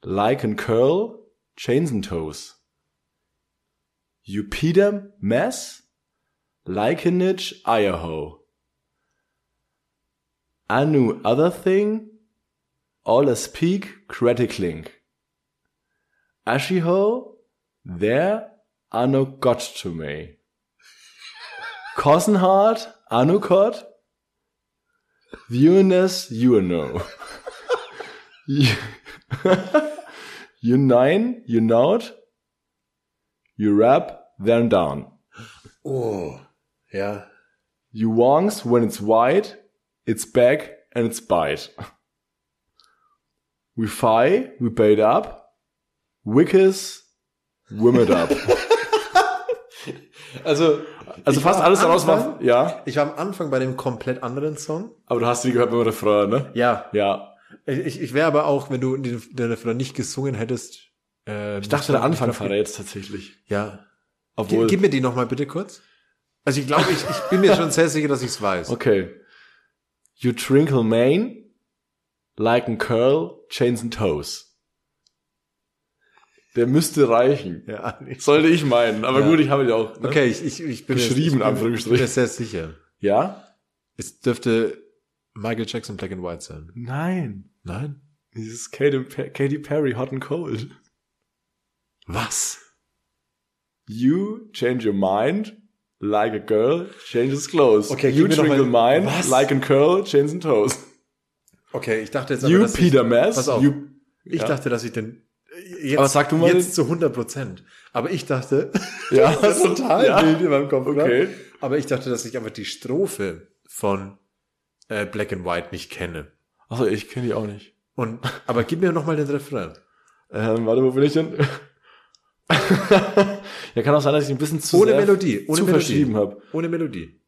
[SPEAKER 6] like and curl, chains and toes. You pedem mess, likenage Idaho. Anu other thing, all a speak cratic link. Ashiho, there, ano got to me. Kossenhard, Anukot, Viewiness, you know. You- you nine, you not, you rap, then down.
[SPEAKER 5] Oh, ja.
[SPEAKER 6] You wongs when it's white, it's back and it's bite. We fi, we bait up, wickes, wimmed up.
[SPEAKER 5] Also,
[SPEAKER 6] Also fast alles daraus war, ja.
[SPEAKER 5] Ich war am Anfang bei dem komplett anderen Song.
[SPEAKER 6] Aber du hast die gehört beim Refrain, ne?
[SPEAKER 5] Ja.
[SPEAKER 6] Ja.
[SPEAKER 5] Ich, ich wäre aber auch, wenn du den, den Refrain nicht gesungen hättest. ähm,
[SPEAKER 6] Ich dachte, der Anfang verrät's tatsächlich.
[SPEAKER 5] Ja.
[SPEAKER 6] Obwohl.
[SPEAKER 5] Gib, gib mir die nochmal bitte kurz. Also ich glaube, ich, ich bin mir schon sehr sicher, dass ich es weiß.
[SPEAKER 6] Okay. You trinkle mane, like and curl, chains and toes. Der müsste reichen.
[SPEAKER 5] Ja, ich-
[SPEAKER 6] Sollte ich meinen, aber
[SPEAKER 5] Ja.
[SPEAKER 6] gut, ich habe ihn auch. Ne?
[SPEAKER 5] okay, ich, ich, ich bin mir-
[SPEAKER 6] Geschrieben,
[SPEAKER 5] ich bin mir-
[SPEAKER 6] Anführungsstrich.
[SPEAKER 5] bin mir sehr sicher.
[SPEAKER 6] Ja?
[SPEAKER 5] Es dürfte Michael Jackson Black and White sein.
[SPEAKER 6] Nein.
[SPEAKER 5] Nein?
[SPEAKER 6] Dieses Katy, Pe- Katy Perry, hot and cold.
[SPEAKER 5] Was?
[SPEAKER 6] You change your mind, like a girl changes clothes.
[SPEAKER 5] Okay,
[SPEAKER 6] you
[SPEAKER 5] gib mir noch
[SPEAKER 6] trinkle
[SPEAKER 5] mal-
[SPEAKER 6] mine,
[SPEAKER 5] Was?
[SPEAKER 6] like and curl, chains and toes.
[SPEAKER 5] Okay, ich dachte jetzt aber,
[SPEAKER 6] You
[SPEAKER 5] dass
[SPEAKER 6] Peter
[SPEAKER 5] ich,
[SPEAKER 6] Mass,
[SPEAKER 5] Pass auf.
[SPEAKER 6] you
[SPEAKER 5] Ich
[SPEAKER 6] Ja.
[SPEAKER 5] dachte, dass ich den jetzt,
[SPEAKER 6] Aber sag du mal
[SPEAKER 5] jetzt
[SPEAKER 6] den-
[SPEAKER 5] zu 100 Prozent. Aber ich dachte,
[SPEAKER 6] Ja,
[SPEAKER 5] das ist total
[SPEAKER 6] ja.
[SPEAKER 5] wild in meinem Kopf. oder?
[SPEAKER 6] Okay.
[SPEAKER 5] Aber ich dachte, dass ich einfach die Strophe von äh, Black and White nicht kenne.
[SPEAKER 6] Achso, ich kenne die auch nicht.
[SPEAKER 5] Und aber gib mir noch mal den Refrain.
[SPEAKER 6] Ähm, warte, wo bin ich denn? ja, kann auch sein, dass ich ein bisschen zu
[SPEAKER 5] Ohne
[SPEAKER 6] sehr
[SPEAKER 5] Melodie, ohne
[SPEAKER 6] zu
[SPEAKER 5] Melodie.
[SPEAKER 6] verschrieben habe.
[SPEAKER 5] Ohne Melodie.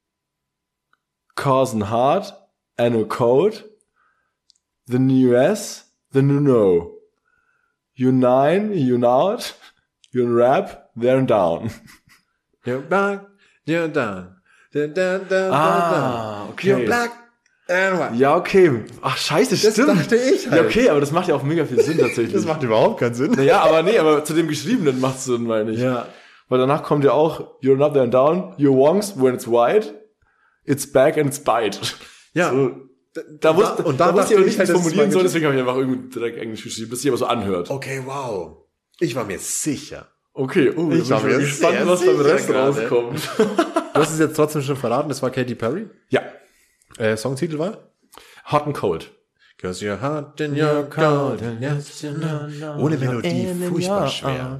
[SPEAKER 6] Carson Hart, Anno Code, The New S, The New No. You Nine, You Out, You Rap, There and Down.
[SPEAKER 5] You're black, you're down. Dun, dun, dun, dun,
[SPEAKER 6] Ah,
[SPEAKER 5] dun.
[SPEAKER 6] okay.
[SPEAKER 5] You're black and white.
[SPEAKER 6] Ja, okay. Ach, scheiße,
[SPEAKER 5] Das
[SPEAKER 6] stimmt.
[SPEAKER 5] dachte ich halt.
[SPEAKER 6] Ja, okay, aber das macht ja auch mega viel Sinn tatsächlich.
[SPEAKER 5] überhaupt keinen Sinn.
[SPEAKER 6] ja, aber nee, aber zu dem Geschriebenen macht Sinn, meine ich.
[SPEAKER 5] Ja.
[SPEAKER 6] Weil danach kommt ja auch You're not there and down, Your wongs when it's wide, it's back and it's bite.
[SPEAKER 5] Ja.
[SPEAKER 6] So, da wusste,
[SPEAKER 5] und da
[SPEAKER 6] da wusste
[SPEAKER 5] dachte
[SPEAKER 6] ich aber
[SPEAKER 5] ich
[SPEAKER 6] nicht, wie
[SPEAKER 5] halt,
[SPEAKER 6] ich
[SPEAKER 5] dass es
[SPEAKER 6] formulieren
[SPEAKER 5] mal
[SPEAKER 6] soll,
[SPEAKER 5] gesch-
[SPEAKER 6] deswegen habe ich einfach irgendwie direkt Englisch geschrieben, dass sich aber so anhört.
[SPEAKER 5] Okay, wow. Ich war mir sicher.
[SPEAKER 6] Okay, oh, ich
[SPEAKER 5] war
[SPEAKER 6] bin
[SPEAKER 5] mir
[SPEAKER 6] gespannt,
[SPEAKER 5] sehr
[SPEAKER 6] was beim
[SPEAKER 5] sicher
[SPEAKER 6] Rest
[SPEAKER 5] gerade.
[SPEAKER 6] rauskommt.
[SPEAKER 5] Du hast es jetzt trotzdem schon verraten, das war Katy Perry.
[SPEAKER 6] ja,
[SPEAKER 5] Äh, Songtitel war?
[SPEAKER 6] Hot and Cold.
[SPEAKER 5] Cause you're hot and you're cold and yes, you know. Ohne Melodie, furchtbar schwer.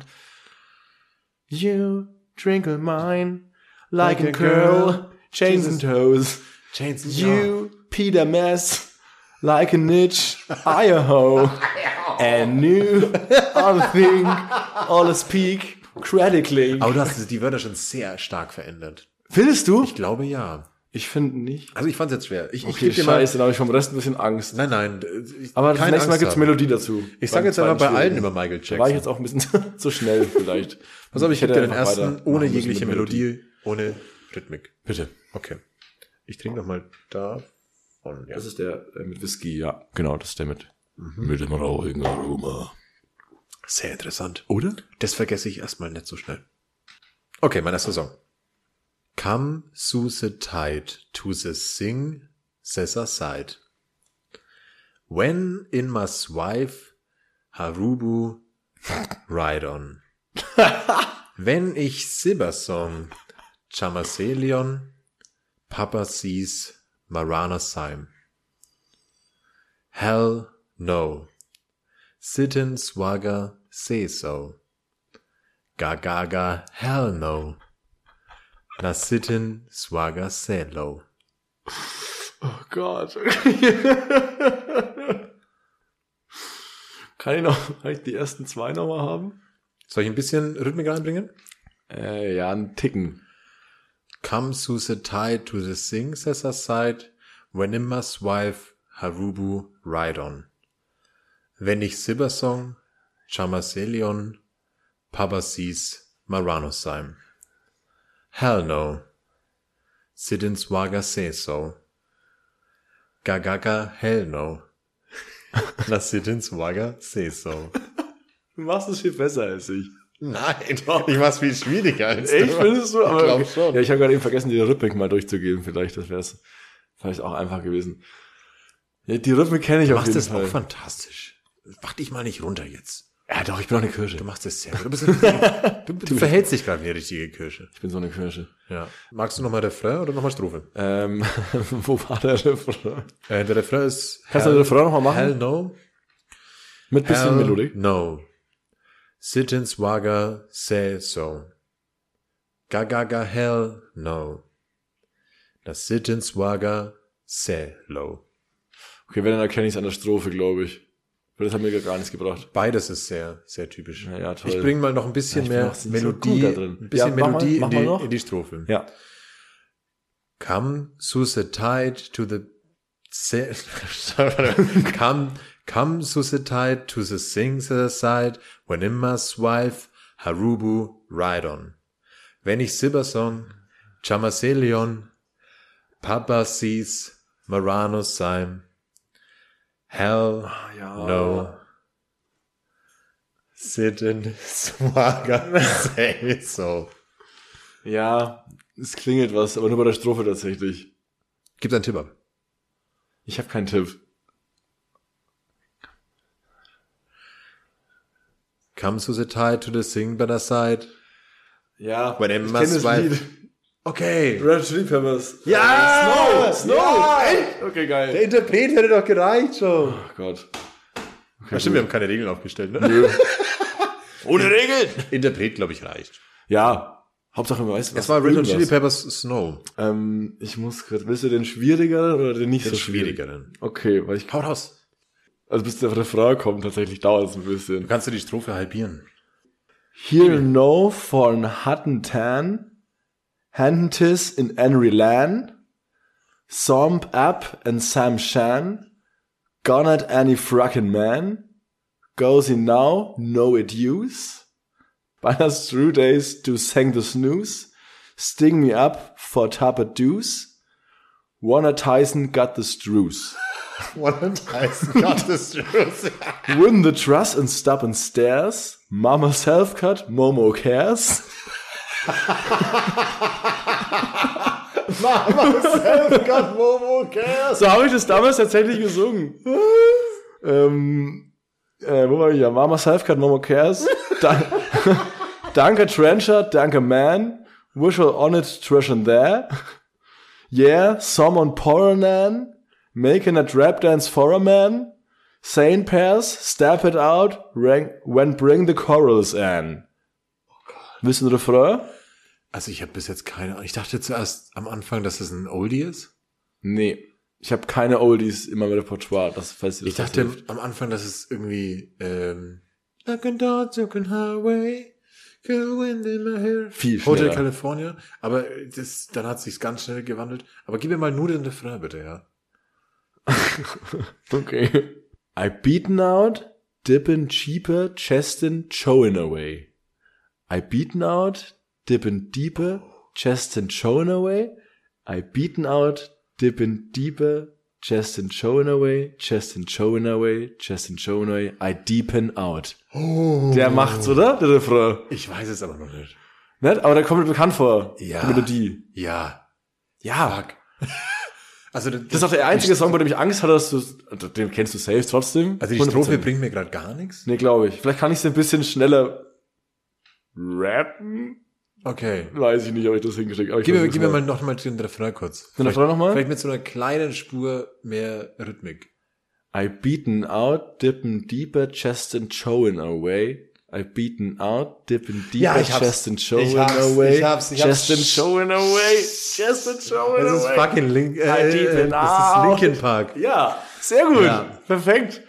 [SPEAKER 6] You drink a mine,
[SPEAKER 5] like
[SPEAKER 6] like
[SPEAKER 5] a
[SPEAKER 6] a girl, chains
[SPEAKER 5] Jesus.
[SPEAKER 6] and toes.
[SPEAKER 5] Chains and
[SPEAKER 6] You Peter Mess, like a niche, Idaho, and new other thing, all is peak, critically.
[SPEAKER 5] Aber du hast die Wörter schon sehr stark verändert.
[SPEAKER 6] Findest du?
[SPEAKER 5] Ich glaube ja.
[SPEAKER 6] Ich finde nicht.
[SPEAKER 5] Also ich fand's jetzt schwer. Ich, ich
[SPEAKER 6] Okay,
[SPEAKER 5] geb dir mal.
[SPEAKER 6] scheiße, dann habe ich vom Rest ein bisschen Angst.
[SPEAKER 5] Nein, nein. Ich,
[SPEAKER 6] Aber das
[SPEAKER 5] keine
[SPEAKER 6] nächste Mal
[SPEAKER 5] Angst
[SPEAKER 6] gibt's
[SPEAKER 5] haben.
[SPEAKER 6] Melodie dazu.
[SPEAKER 5] Ich
[SPEAKER 6] Beim
[SPEAKER 5] sage jetzt einfach
[SPEAKER 6] zweiten
[SPEAKER 5] bei allen
[SPEAKER 6] Schweden.
[SPEAKER 5] immer Michael
[SPEAKER 6] Da war ich
[SPEAKER 5] Jackson.
[SPEAKER 6] jetzt auch ein bisschen zu schnell vielleicht.
[SPEAKER 5] Pass auf, ich geb
[SPEAKER 6] hätte
[SPEAKER 5] dir den
[SPEAKER 6] einfach
[SPEAKER 5] ersten
[SPEAKER 6] weiter
[SPEAKER 5] ohne
[SPEAKER 6] machen müssen
[SPEAKER 5] jegliche
[SPEAKER 6] mit
[SPEAKER 5] Melodie, ohne Rhythmik.
[SPEAKER 6] Bitte.
[SPEAKER 5] Okay. Ich trinke nochmal da. Und ja.
[SPEAKER 6] Das ist der äh, mit Whisky, ja. Genau, das ist der mit,
[SPEAKER 5] Mhm.
[SPEAKER 6] mit dem rauchigen Aroma.
[SPEAKER 5] Sehr interessant.
[SPEAKER 6] Oder?
[SPEAKER 5] Das vergesse ich erstmal nicht so schnell. Okay, mein erster Song. Come through the tide to the sing Sessa side. When in my swife Harubu ride on. Wenn ich Silbersong Chamaselion Papa sees Marana Sime. Hell no. Sitten Swagger say so. Gagaga, hell no. La Sitten Swagacello.
[SPEAKER 6] Oh Gott. kann ich noch, kann ich die ersten zwei nochmal haben?
[SPEAKER 5] Soll ich ein bisschen Rhythmik reinbringen?
[SPEAKER 6] Äh, ja, einen Ticken.
[SPEAKER 5] Comes to the tide to the things as a sight, when in my wife Harubu ride on. Wenn ich Silbersong, Chamaselion, Pabasis, Maranusheim. Hell no. Sidin Swaga say so. Gagaga hell no. Na Sidin Swaga say so.
[SPEAKER 6] Du machst es viel besser als ich.
[SPEAKER 5] Nein, doch, ich mach's viel schwieriger als
[SPEAKER 6] Echt, findest du?
[SPEAKER 5] Ich glaub schon.
[SPEAKER 6] Ja, ich habe gerade eben vergessen, die Rhythmik mal durchzugeben. Vielleicht, das wäre es vielleicht auch einfach gewesen. Ja, die Rhythmik kenne ich
[SPEAKER 5] Du
[SPEAKER 6] auf
[SPEAKER 5] machst
[SPEAKER 6] jeden
[SPEAKER 5] das
[SPEAKER 6] Fall.
[SPEAKER 5] auch fantastisch. Mach dich mal nicht runter jetzt.
[SPEAKER 6] ja, doch, ich bin auch eine Kirsche.
[SPEAKER 5] Du machst das sehr gut. Du, bist ein- du, du verhältst dich gerade wie eine richtige Kirsche.
[SPEAKER 6] Ich bin so eine Kirsche.
[SPEAKER 5] Ja. Magst du nochmal Refrain oder nochmal Strophe?
[SPEAKER 6] Ähm, wo war der Refrain?
[SPEAKER 5] Äh, der Refrain ist
[SPEAKER 6] Kannst du den Refrain nochmal machen?
[SPEAKER 5] Hell no.
[SPEAKER 6] Mit bisschen
[SPEAKER 5] Hell
[SPEAKER 6] Melodik.
[SPEAKER 5] No. Sit and swagger, say so. Gagaga hell no. Das sit and swagger, say low.
[SPEAKER 6] Okay, wenn, dann erkenne ich es an der Strophe, glaube ich. Weil das hat mir gar nichts gebracht.
[SPEAKER 5] Beides ist sehr, sehr typisch.
[SPEAKER 6] Ja, ja, toll.
[SPEAKER 5] Ich bringe mal noch ein bisschen
[SPEAKER 6] Ja, ich bin
[SPEAKER 5] mehr
[SPEAKER 6] auch so
[SPEAKER 5] Melodie,
[SPEAKER 6] gut da drin.
[SPEAKER 5] ein bisschen
[SPEAKER 6] Ja, mach mal-
[SPEAKER 5] Melodie
[SPEAKER 6] mach
[SPEAKER 5] in,
[SPEAKER 6] mal
[SPEAKER 5] die,
[SPEAKER 6] noch.
[SPEAKER 5] in die Strophe.
[SPEAKER 6] Ja.
[SPEAKER 5] Come through the tide to the se- come come through the tide to the things at the side when Imma's wife Harubu ride on. Wenn ich Silbersong, Chamaselion, Papa sees Marano's Sime. Hell
[SPEAKER 6] ja.
[SPEAKER 5] no. Sit in Swagger say so.
[SPEAKER 6] Ja, es klingelt was, aber nur bei der Strophe tatsächlich.
[SPEAKER 5] Gib einen Tipp ab.
[SPEAKER 6] Ich habe keinen Tipp.
[SPEAKER 5] Come to the tide to the sing by the side.
[SPEAKER 6] Ja,
[SPEAKER 5] When Emma
[SPEAKER 6] ich kenne das
[SPEAKER 5] swipe-
[SPEAKER 6] Lied.
[SPEAKER 5] Okay.
[SPEAKER 6] Red Chili Peppers.
[SPEAKER 5] Ja!
[SPEAKER 6] Snow! Snow!
[SPEAKER 5] Ja!
[SPEAKER 6] Echt? Okay, geil.
[SPEAKER 5] Der Interpret hätte doch gereicht schon.
[SPEAKER 6] Oh Gott.
[SPEAKER 5] Ja, stimmt, wir haben keine Regeln aufgestellt, ne?
[SPEAKER 6] Ohne Regeln!
[SPEAKER 5] Interpret, glaube ich, reicht.
[SPEAKER 6] Ja, Hauptsache man weiß, was
[SPEAKER 5] Es war Red Hot Chili
[SPEAKER 6] irgendwas.
[SPEAKER 5] Peppers Snow.
[SPEAKER 6] Ähm, ich muss gerade, willst du den schwierigeren oder den nicht
[SPEAKER 5] Den
[SPEAKER 6] so schwieriger?
[SPEAKER 5] schwierigeren.
[SPEAKER 6] Okay, weil ich,
[SPEAKER 5] Haut raus.
[SPEAKER 6] also bis der Refrain kommt, tatsächlich dauert es ein
[SPEAKER 5] Du
[SPEAKER 6] bisschen.
[SPEAKER 5] kannst dir die Strophe halbieren.
[SPEAKER 6] Here no von Hutton Tan, Hantis in Henry Lan, Somp Up and Sam Shan, Gone at any fracking man, Goes in now, no it use, Banners through days to sang the snooze, Sting me up for tap at deuce, Warner Tyson got the strews.
[SPEAKER 5] What a nice Gottes Truth.
[SPEAKER 6] Win the truss and stop and stairs. Mama self cut, Momo cares.
[SPEAKER 5] God, Momo cares.
[SPEAKER 6] So habe ich das damals tatsächlich gesungen. ähm, äh, wo war ich ja? Mama self cut, Momo cares. Dan danke Trencher, danke Man. Wish all on it, trash and there. Yeah, someone poronan. Making a trap dance for a man. Saint pairs, step it out, rank, when bring the chorals in. Oh Wissen Refrain?
[SPEAKER 5] Also ich habe bis jetzt keine Ahnung. Ich dachte zuerst am Anfang, dass es ein Oldie ist.
[SPEAKER 6] Nee. Ich habe keine Oldies in meinem Repertoire. Das, falls dir das
[SPEAKER 5] Ich dachte
[SPEAKER 6] hilft.
[SPEAKER 5] am Anfang, dass es irgendwie ähm, Like a dog, took a highway, cool wind in my hair.
[SPEAKER 6] Viel
[SPEAKER 5] Hotel
[SPEAKER 6] schneller.
[SPEAKER 5] California. Aber das, dann hat sich's ganz schnell gewandelt. Aber gib mir mal nur den Refrain, bitte, ja.
[SPEAKER 6] Okay. I beaten out, dippin' cheaper, chestin' showin' away. I beaten out, dippin' deeper, chestin' showin' away. I beaten out, dippin' deeper, chestin' showin' away, chestin' showin' away, chestin' showin' away. I deepen out. Der macht's, oder? Der Refrain.
[SPEAKER 5] Ich weiß es aber noch nicht.
[SPEAKER 6] Nett? Aber der kommt mir bekannt vor.
[SPEAKER 5] Ja.
[SPEAKER 6] Die Melodie.
[SPEAKER 5] Ja.
[SPEAKER 6] Ja.
[SPEAKER 5] Fuck. Also, das,
[SPEAKER 6] Das ist auch der einzige Song, bei dem ich Angst hatte, dass du, den kennst du safe trotzdem.
[SPEAKER 5] also die Strophe
[SPEAKER 6] 100%.
[SPEAKER 5] bringt mir gerade gar nichts.
[SPEAKER 6] Nee, glaube ich. Vielleicht kann ich es ein bisschen schneller rappen.
[SPEAKER 5] Okay.
[SPEAKER 6] Weiß ich nicht, ob ich das hinkriege. aber ich
[SPEAKER 5] Gib mir,
[SPEAKER 6] versuch's
[SPEAKER 5] gib mir mal noch mal den Refrain kurz.
[SPEAKER 6] Den Refrain noch mal?
[SPEAKER 5] Vielleicht mit so einer kleinen Spur mehr Rhythmik.
[SPEAKER 6] I beaten out, dippen deeper, chest and showing away. I've beaten out, dipping deep,
[SPEAKER 5] Ja, ich hab's.
[SPEAKER 6] Justin Showing
[SPEAKER 5] Ich hab's,
[SPEAKER 6] away.
[SPEAKER 5] ich hab's, ich hab's.
[SPEAKER 6] Justin Showing away. Justin Showing
[SPEAKER 5] Das ist
[SPEAKER 6] away.
[SPEAKER 5] fucking Link,
[SPEAKER 6] I deep
[SPEAKER 5] äh,
[SPEAKER 6] in
[SPEAKER 5] das ist
[SPEAKER 6] out.
[SPEAKER 5] Linkin Park.
[SPEAKER 6] Ja, sehr gut.
[SPEAKER 5] Ja.
[SPEAKER 6] Perfekt.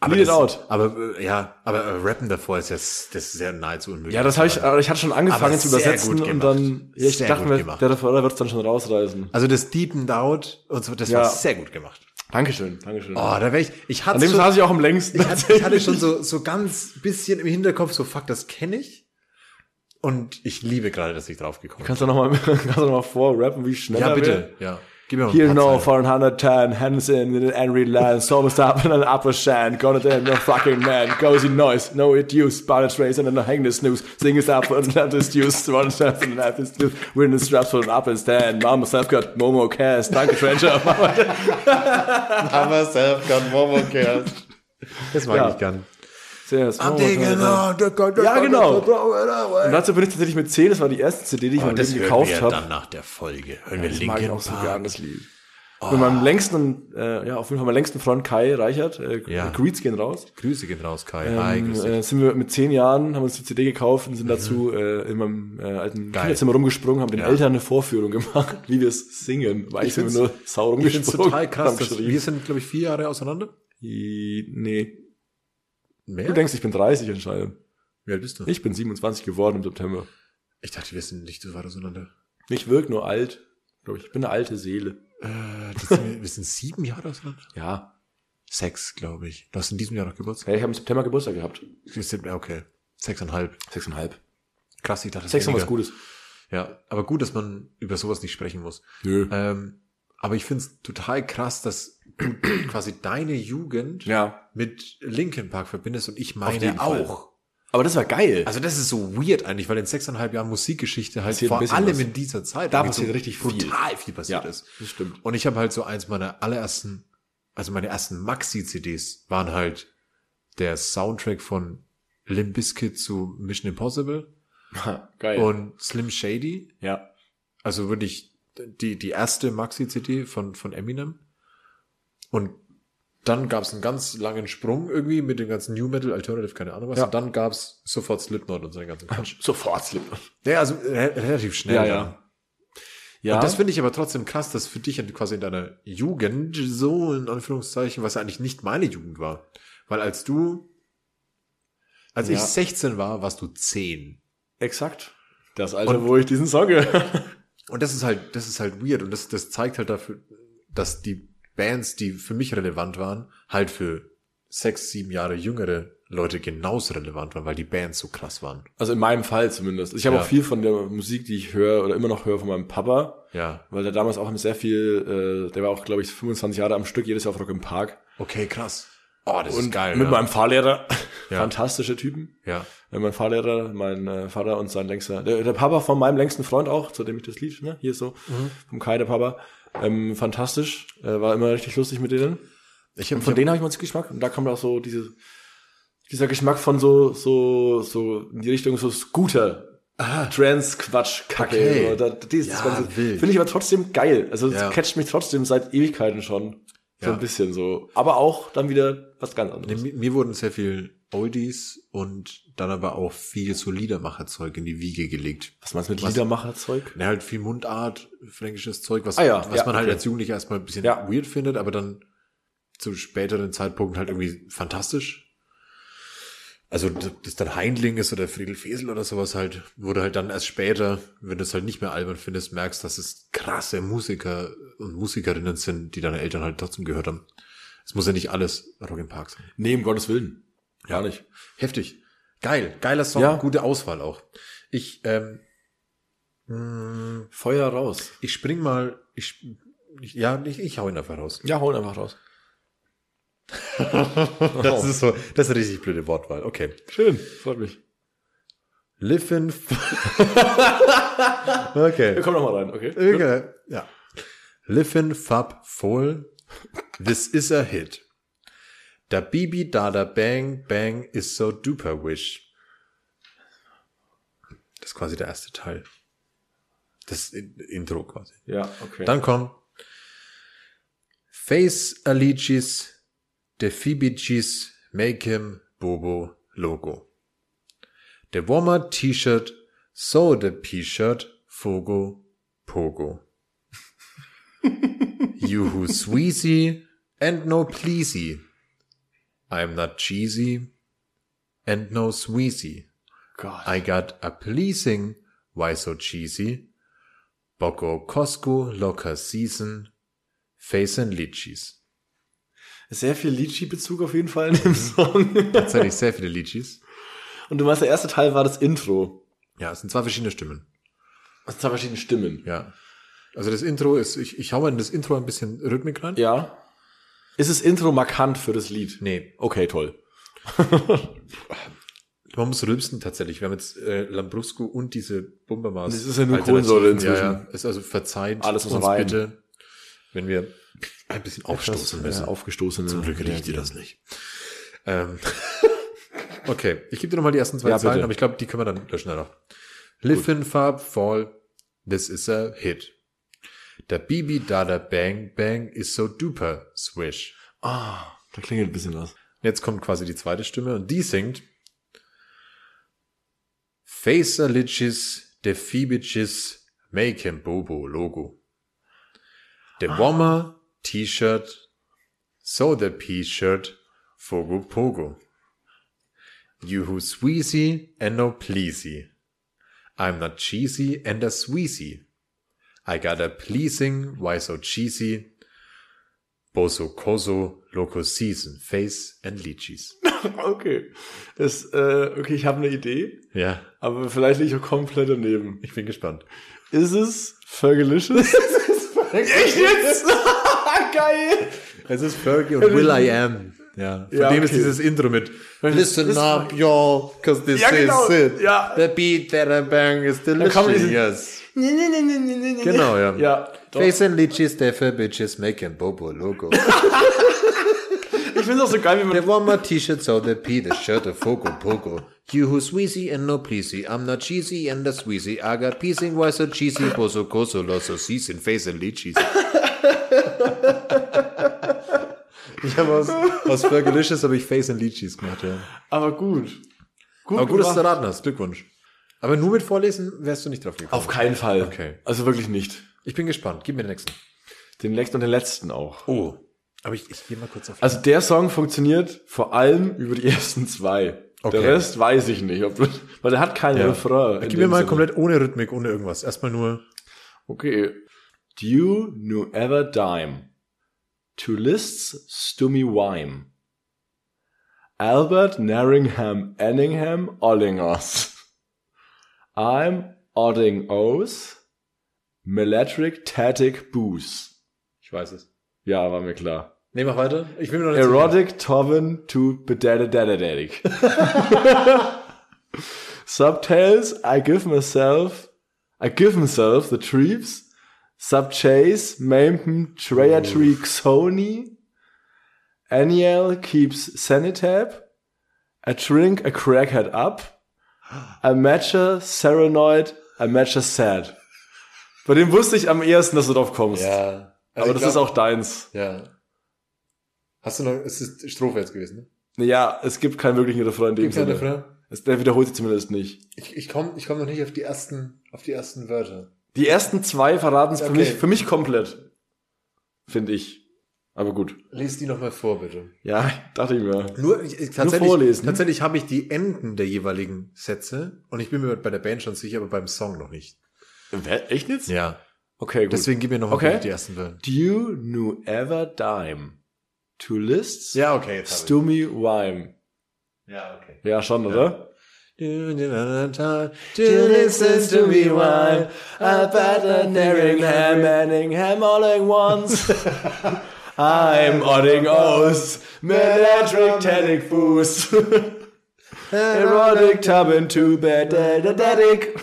[SPEAKER 5] Aber
[SPEAKER 6] Lead it
[SPEAKER 5] das-
[SPEAKER 6] out.
[SPEAKER 5] Aber äh, ja, aber äh, rappen davor ist ja das ist sehr nahezu unmöglich.
[SPEAKER 6] Ja, das habe ich,
[SPEAKER 5] äh,
[SPEAKER 6] aber ich hatte schon angefangen
[SPEAKER 5] Aber
[SPEAKER 6] zu
[SPEAKER 5] sehr
[SPEAKER 6] übersetzen
[SPEAKER 5] gut
[SPEAKER 6] und
[SPEAKER 5] gemacht.
[SPEAKER 6] dann, ja, ich
[SPEAKER 5] Sehr
[SPEAKER 6] dachte
[SPEAKER 5] gut
[SPEAKER 6] mir,
[SPEAKER 5] gemacht.
[SPEAKER 6] der Referer wird es dann schon rausreißen.
[SPEAKER 5] Also das Deepened Out und so, das
[SPEAKER 6] Ja.
[SPEAKER 5] war sehr gut gemacht.
[SPEAKER 6] Dankeschön, Dankeschön.
[SPEAKER 5] Oh, da wäre ich. Ich
[SPEAKER 6] An
[SPEAKER 5] hatte
[SPEAKER 6] dem
[SPEAKER 5] schon,
[SPEAKER 6] saß ich auch am längsten.
[SPEAKER 5] ich hatte, ich hatte schon so so ganz bisschen im Hinterkopf so fuck, das kenne ich. Und ich liebe gerade, dass ich drauf gekommen bin.
[SPEAKER 6] Kannst du nochmal noch mal vorrappen, wie schnell
[SPEAKER 5] Ja,
[SPEAKER 6] er
[SPEAKER 5] bitte.
[SPEAKER 6] will?
[SPEAKER 5] Ja. Gib mir mal
[SPEAKER 6] Here
[SPEAKER 5] ein
[SPEAKER 6] now,
[SPEAKER 5] paar Zeilen.
[SPEAKER 6] for 110, Henson, with an angry line, sober stop and an upper shan, gonna tell no fucking man, cozy noise, no it use, balance race and then hang the snooze, sing is up and that is used, one chance and that is used, win the straps for an up and stand, mama self got Momo Cass, danke Trencher,
[SPEAKER 5] Aber self got Momo cares. Das mag
[SPEAKER 6] Ja.
[SPEAKER 5] ich gern.
[SPEAKER 6] Sehr, sehr, sehr.
[SPEAKER 5] Ja,
[SPEAKER 6] genau.
[SPEAKER 5] genau.
[SPEAKER 6] Und dazu bin ich tatsächlich mit 10, das war die erste CD, die ich mir
[SPEAKER 5] das gekauft
[SPEAKER 6] gekauft
[SPEAKER 5] hören wir
[SPEAKER 6] habe.
[SPEAKER 5] dann nach der Folge. Hören wir
[SPEAKER 6] Das mag ich auch
[SPEAKER 5] Linkin
[SPEAKER 6] so
[SPEAKER 5] Park.
[SPEAKER 6] gern, das Lied.
[SPEAKER 5] Oh.
[SPEAKER 6] Mit meinem längsten, äh, ja, auf jeden Fall meinem längsten Freund Kai Reichert, äh,
[SPEAKER 5] Ja.
[SPEAKER 6] Greets gehen raus.
[SPEAKER 5] Grüße gehen raus, Kai. Hi, grüß dich. Mhm.
[SPEAKER 6] Äh, sind wir mit zehn Jahren, haben uns die CD gekauft und sind dazu äh, in meinem äh, alten
[SPEAKER 5] Geil.
[SPEAKER 6] Kinderzimmer rumgesprungen, haben den
[SPEAKER 5] Ja.
[SPEAKER 6] Eltern eine Vorführung gemacht, wie wir es singen, weil ich sind
[SPEAKER 5] find's-
[SPEAKER 6] wir nur sau
[SPEAKER 5] Ich finde es
[SPEAKER 6] rumgesprungen.
[SPEAKER 5] total krass.
[SPEAKER 6] haben
[SPEAKER 5] Dass
[SPEAKER 6] geschrien.
[SPEAKER 5] wir sind, glaube ich, vier Jahre auseinander.
[SPEAKER 6] I- Nee.
[SPEAKER 5] Mehr?
[SPEAKER 6] Du denkst, ich bin 30 anscheinend.
[SPEAKER 5] Wie alt bist du?
[SPEAKER 6] Ich bin 27 geworden im September.
[SPEAKER 5] Ich dachte, wir sind nicht so weit auseinander.
[SPEAKER 6] Ich wirke nur alt, glaube ich. Ich bin eine alte Seele.
[SPEAKER 5] Äh, das sind wir, wir sind sieben Jahre auseinander?
[SPEAKER 6] Ja.
[SPEAKER 5] Sechs, glaube ich. Du hast in diesem Jahr noch Geburtstag?
[SPEAKER 6] Ja, ich habe im September Geburtstag gehabt.
[SPEAKER 5] Wir sind- ja, Okay. Sechseinhalb.
[SPEAKER 6] Sechseinhalb.
[SPEAKER 5] Krass, ich dachte, das
[SPEAKER 6] Sechs
[SPEAKER 5] wär
[SPEAKER 6] und was
[SPEAKER 5] weniger.
[SPEAKER 6] Gutes.
[SPEAKER 5] Ja, aber gut, dass man über sowas nicht sprechen muss.
[SPEAKER 6] Nö.
[SPEAKER 5] Ähm, aber ich finde es total krass, dass du quasi deine Jugend
[SPEAKER 6] Ja.
[SPEAKER 5] mit Linkin Park verbindest und ich
[SPEAKER 6] jeden
[SPEAKER 5] meine
[SPEAKER 6] Fall.
[SPEAKER 5] auch.
[SPEAKER 6] Aber das war geil.
[SPEAKER 5] Also das ist so weird eigentlich, weil in sechseinhalb Jahren Musikgeschichte halt
[SPEAKER 6] Passiert ein
[SPEAKER 5] vor
[SPEAKER 6] bisschen
[SPEAKER 5] allem
[SPEAKER 6] was.
[SPEAKER 5] in dieser Zeit
[SPEAKER 6] Da
[SPEAKER 5] eigentlich
[SPEAKER 6] passiert richtig viel.
[SPEAKER 5] brutal viel passiert
[SPEAKER 6] Ja,
[SPEAKER 5] ist.
[SPEAKER 6] das stimmt.
[SPEAKER 5] Und ich habe halt so eins meiner allerersten, also meine ersten Maxi-CDs waren halt der Soundtrack von Limp Bizkit zu Mission Impossible
[SPEAKER 6] geil.
[SPEAKER 5] und Slim Shady.
[SPEAKER 6] ja.
[SPEAKER 5] Also wirklich die, die erste Maxi-CD von, von Eminem. Und dann gab es einen ganz langen Sprung irgendwie mit dem ganzen New Metal, Alternative, keine Ahnung was.
[SPEAKER 6] Ja.
[SPEAKER 5] Und dann gab es sofort Slipknot und seinen ganzen Quatsch.
[SPEAKER 6] Sofort Slip.
[SPEAKER 5] Ja, also re relativ schnell.
[SPEAKER 6] Ja,
[SPEAKER 5] dann.
[SPEAKER 6] ja. Ja.
[SPEAKER 5] Und das finde ich aber trotzdem krass, dass für dich in- quasi in deiner Jugend so in Anführungszeichen, was ja eigentlich nicht meine Jugend war. Weil als du, als ich
[SPEAKER 6] Ja.
[SPEAKER 5] 16 war, warst du 10.
[SPEAKER 6] exakt. Das Alter, wo ich diesen Song gehört
[SPEAKER 5] Und das ist halt, das ist halt weird und das, das zeigt halt dafür, dass die Bands, die für mich relevant waren, halt für sechs, sieben Jahre jüngere Leute genauso relevant waren, weil die Bands so krass waren.
[SPEAKER 6] Also in meinem Fall zumindest. Ich habe
[SPEAKER 5] Ja.
[SPEAKER 6] auch viel von der Musik, die ich höre oder immer noch höre von meinem Papa,
[SPEAKER 5] Ja.
[SPEAKER 6] weil der damals auch sehr viel, äh, der war auch, glaube ich, 25 Jahre am Stück, jedes Jahr auf Rock im Park.
[SPEAKER 5] Okay, krass. Oh, das
[SPEAKER 6] Und
[SPEAKER 5] ist geil.
[SPEAKER 6] mit
[SPEAKER 5] ja.
[SPEAKER 6] meinem Fahrlehrer.
[SPEAKER 5] Ja.
[SPEAKER 6] Fantastische Typen.
[SPEAKER 5] ja.
[SPEAKER 6] Äh, Mein Fahrlehrer, mein äh, Vater und sein längster, der, der Papa von meinem längsten Freund auch, zu dem ich das Lied, ne? Hier ist so, vom Kai, der Papa. Ähm, fantastisch, äh, war immer richtig lustig mit denen.
[SPEAKER 5] Ich hab,
[SPEAKER 6] Von denen habe ich mal den Geschmack und da kommt auch so diese, dieser Geschmack von so, so, so in die Richtung so Scooter. Trans-Quatsch-Kacke.
[SPEAKER 5] Okay.
[SPEAKER 6] oder dieses
[SPEAKER 5] Ja,
[SPEAKER 6] Ganze.
[SPEAKER 5] wild.
[SPEAKER 6] Finde ich aber trotzdem geil. Also
[SPEAKER 5] Ja.
[SPEAKER 6] es catcht mich trotzdem seit Ewigkeiten schon. So
[SPEAKER 5] Ja.
[SPEAKER 6] ein bisschen so. Aber auch dann wieder was ganz anderes.
[SPEAKER 5] Nee, mi- mir wurden sehr viel Oldies und dann aber auch viel so Liedermacherzeug in die Wiege gelegt.
[SPEAKER 6] Was meinst du mit Liedermacherzeug?
[SPEAKER 5] Ne, halt viel Mundart, fränkisches Zeug, was,
[SPEAKER 6] Ah ja,
[SPEAKER 5] was
[SPEAKER 6] ja,
[SPEAKER 5] man halt
[SPEAKER 6] okay.
[SPEAKER 5] als Jugendlicher erstmal ein bisschen
[SPEAKER 6] Ja.
[SPEAKER 5] weird findet, aber dann zu späteren Zeitpunkten halt irgendwie fantastisch. Also, d- dass dann Heindling ist oder Friedel Fesel oder sowas halt, wurde halt dann erst später, wenn du es halt nicht mehr albern findest, merkst, dass es krasse Musiker und Musikerinnen sind, die deine Eltern halt trotzdem gehört haben. Es muss ja nicht alles Rock im Park sein.
[SPEAKER 6] Nee, um Gottes Willen. Gar nicht.
[SPEAKER 5] Heftig. Geil. Geiler Song.
[SPEAKER 6] Ja.
[SPEAKER 5] Gute Auswahl auch. Ich, ähm, mh,
[SPEAKER 6] Feuer raus.
[SPEAKER 5] ich spring mal. Ich, sp- ich, ja, ich, ich hau ihn einfach raus.
[SPEAKER 6] Ja, hol einfach raus.
[SPEAKER 5] Das ist so, das ist eine richtig blöde Wortwahl. Okay.
[SPEAKER 6] Schön, freut mich.
[SPEAKER 5] Live in. okay.
[SPEAKER 6] Komm nochmal rein, okay?
[SPEAKER 5] okay. Ja. Live in Fab Fohl. This is a hit. Da Bibi Dada Bang Bang is so duper wish. Das ist quasi der erste Teil. Das In- Intro quasi.
[SPEAKER 6] Ja, okay.
[SPEAKER 5] Dann kommen Face Allegis, Defibigis, Make Him, Bobo, Logo. Der Warmer T-Shirt, so the P-Shirt, Fogo, Pogo. you who sweezy and no pleasy. I'm not cheesy and no sweezy.
[SPEAKER 6] Gott.
[SPEAKER 5] I got a pleasing, why so cheesy? Boko Cosco, locker season, face and lychees.
[SPEAKER 6] Sehr viel Litchi-Bezug auf jeden Fall in dem Song.
[SPEAKER 5] Tatsächlich sehr viele Lychees.
[SPEAKER 6] Und du meinst, der erste Teil war das Intro.
[SPEAKER 5] Ja, es sind zwei verschiedene Stimmen.
[SPEAKER 6] Das zwei verschiedene Stimmen.
[SPEAKER 5] Ja. Also das Intro ist, ich, ich hau mal in das Intro ein bisschen Rhythmik rein.
[SPEAKER 6] Ja. Ist das Intro markant für das Lied?
[SPEAKER 5] Nee,
[SPEAKER 6] Okay, toll.
[SPEAKER 5] man muss rülpsen tatsächlich. Wir haben jetzt äh, Lambrusco und diese Bumbermaß.
[SPEAKER 6] Das ist ja nur Kohlensäure inzwischen.
[SPEAKER 5] Ja, ja. Ist also verzeiht
[SPEAKER 6] Alles muss rein.
[SPEAKER 5] bitte, wenn wir ein bisschen aufstoßen müssen.
[SPEAKER 6] Ja, aufgestoßen.
[SPEAKER 5] Zum Glück riecht ihr das nicht. Ähm, okay, ich gebe dir nochmal die ersten zwei
[SPEAKER 6] Ja,
[SPEAKER 5] Zeilen,
[SPEAKER 6] bitte.
[SPEAKER 5] aber ich glaube, die können wir dann löschen danach. Live in Farb Fall, this is a hit. Der Bibi Dada Bang Bang is so duper swish.
[SPEAKER 6] Ah, da klingelt ein bisschen was.
[SPEAKER 5] Und Jetzt kommt quasi die zweite Stimme und die singt Facer Lichis, de Fibichis, make him Bobo Logo. De Wommer, T-Shirt, so the P-Shirt, Fogo Pogo. You who sweezy and no pleasy. I'm not cheesy and a sweezy. I got a pleasing, why so cheesy? Boso Koso, Loco Season, Face and Lychees.
[SPEAKER 6] Okay. Das, äh, okay, ich habe eine Idee,
[SPEAKER 5] Ja,
[SPEAKER 6] aber vielleicht liege ich auch komplett daneben.
[SPEAKER 5] ich bin gespannt.
[SPEAKER 6] Ist es Fergalicious? Echt jetzt? Geil!
[SPEAKER 5] Es ist Fergie und Will I Am. Ja, von
[SPEAKER 6] Ja,
[SPEAKER 5] dem ist
[SPEAKER 6] okay.
[SPEAKER 5] dieses Intro mit Listen
[SPEAKER 6] das-
[SPEAKER 5] up, y'all, cause this
[SPEAKER 6] Ja, genau.
[SPEAKER 5] is it.
[SPEAKER 6] Ja.
[SPEAKER 5] The beat that I bang is
[SPEAKER 6] kann man
[SPEAKER 5] delicious.
[SPEAKER 6] diesen-
[SPEAKER 5] Yes.
[SPEAKER 6] Nee, nee, nee, nee, nee, nee.
[SPEAKER 5] Genau, ja.
[SPEAKER 6] Ja, doch.
[SPEAKER 5] Face and Lychees, Deffer, Bitches, making Bobo Logo.
[SPEAKER 6] Ich finde es auch so geil, wenn man
[SPEAKER 5] They want my t-shirt, so they pee the shirt of Fogo Pogo. You who's sweezy and no pleasy, I'm not cheesy and a sweezy. I got peasing, why so cheesy, boso coso, loso season, face and Lychees. Ich habe aus, aus Fergalicious habe ich Face and Lychees gemacht, ja.
[SPEAKER 6] Aber gut. Gut,
[SPEAKER 5] Aber gut, dass du
[SPEAKER 6] gemacht.
[SPEAKER 5] raten hast. Glückwunsch. Aber nur mit Vorlesen wärst du nicht drauf gekommen.
[SPEAKER 6] Auf keinen Fall.
[SPEAKER 5] Okay.
[SPEAKER 6] Also wirklich nicht.
[SPEAKER 5] Ich bin gespannt. Gib mir den nächsten.
[SPEAKER 6] Den letzten und den letzten auch.
[SPEAKER 5] Oh. Aber ich, ich gehe mal kurz auf.
[SPEAKER 6] Also der Song funktioniert vor allem über die ersten zwei.
[SPEAKER 5] Okay.
[SPEAKER 6] Der Rest weiß ich nicht, ob, weil der hat keinen Refrain. in
[SPEAKER 5] Gib mir
[SPEAKER 6] dem
[SPEAKER 5] mal
[SPEAKER 6] Sinne.
[SPEAKER 5] komplett ohne Rhythmik, ohne irgendwas. Erstmal nur.
[SPEAKER 6] Okay. Do you know ever dime? To lists stummy wime. Albert Narringham Anningham Ollingers. I'm Odding O's. Meletric Tatic Boos.
[SPEAKER 5] Ich weiß es.
[SPEAKER 6] Ja, war mir klar.
[SPEAKER 5] Nee, mach weiter. Ich will mir noch nicht.
[SPEAKER 6] Erotic Tovin to bedadadadadic. Subtails, I give myself, I give myself the treeps. Subchase, Mampen, Treya Tree, Xoni. Aniel keeps Sanitab. A drink, a crackhead up. A matcher, Serenoid, a matcher sad. Bei dem wusste ich am ehesten, dass du drauf kommst.
[SPEAKER 5] Ja. Also,
[SPEAKER 6] Aber das ist
[SPEAKER 5] auch.
[SPEAKER 6] auch deins.
[SPEAKER 5] Ja. Hast du noch. Es ist Strophe jetzt gewesen, ne?
[SPEAKER 6] Naja, es gibt keinen wirklichen Refrain in dem
[SPEAKER 5] Gibt's einen
[SPEAKER 6] Sinne.
[SPEAKER 5] Refrain?
[SPEAKER 6] Es, der wiederholt sich zumindest nicht.
[SPEAKER 5] Ich, ich komme ich komm noch nicht auf die ersten, auf die ersten Wörter.
[SPEAKER 6] Die ersten zwei verraten es für,
[SPEAKER 5] Okay.
[SPEAKER 6] mich, für mich komplett. Finde ich. Aber gut.
[SPEAKER 5] Lies die nochmal vor, bitte.
[SPEAKER 6] Ja, dachte ich mir.
[SPEAKER 5] Nur, ich- ich- tatsächlich,
[SPEAKER 6] vorlesen.
[SPEAKER 5] tatsächlich habe ich die Enden der jeweiligen Sätze und ich bin mir bei der Band schon sicher, aber beim Song noch nicht.
[SPEAKER 6] Echt jetzt? Ja.
[SPEAKER 5] Ja.
[SPEAKER 6] Okay, gut.
[SPEAKER 5] Deswegen gib mir nochmal
[SPEAKER 6] Okay.
[SPEAKER 5] bitte die ersten Wörter.
[SPEAKER 6] Do you know ever dime? Two lists?
[SPEAKER 5] Ja, okay. Jetzt hab
[SPEAKER 6] Stummy rhyme.
[SPEAKER 5] ich. Ja, okay.
[SPEAKER 6] Ja, schon, oder?
[SPEAKER 5] Do you listen to me while I better Neringham
[SPEAKER 6] Manningham, all at once. I'm odding O's, Meladric Tadic Boost. Erotic tub into bed, dadadic.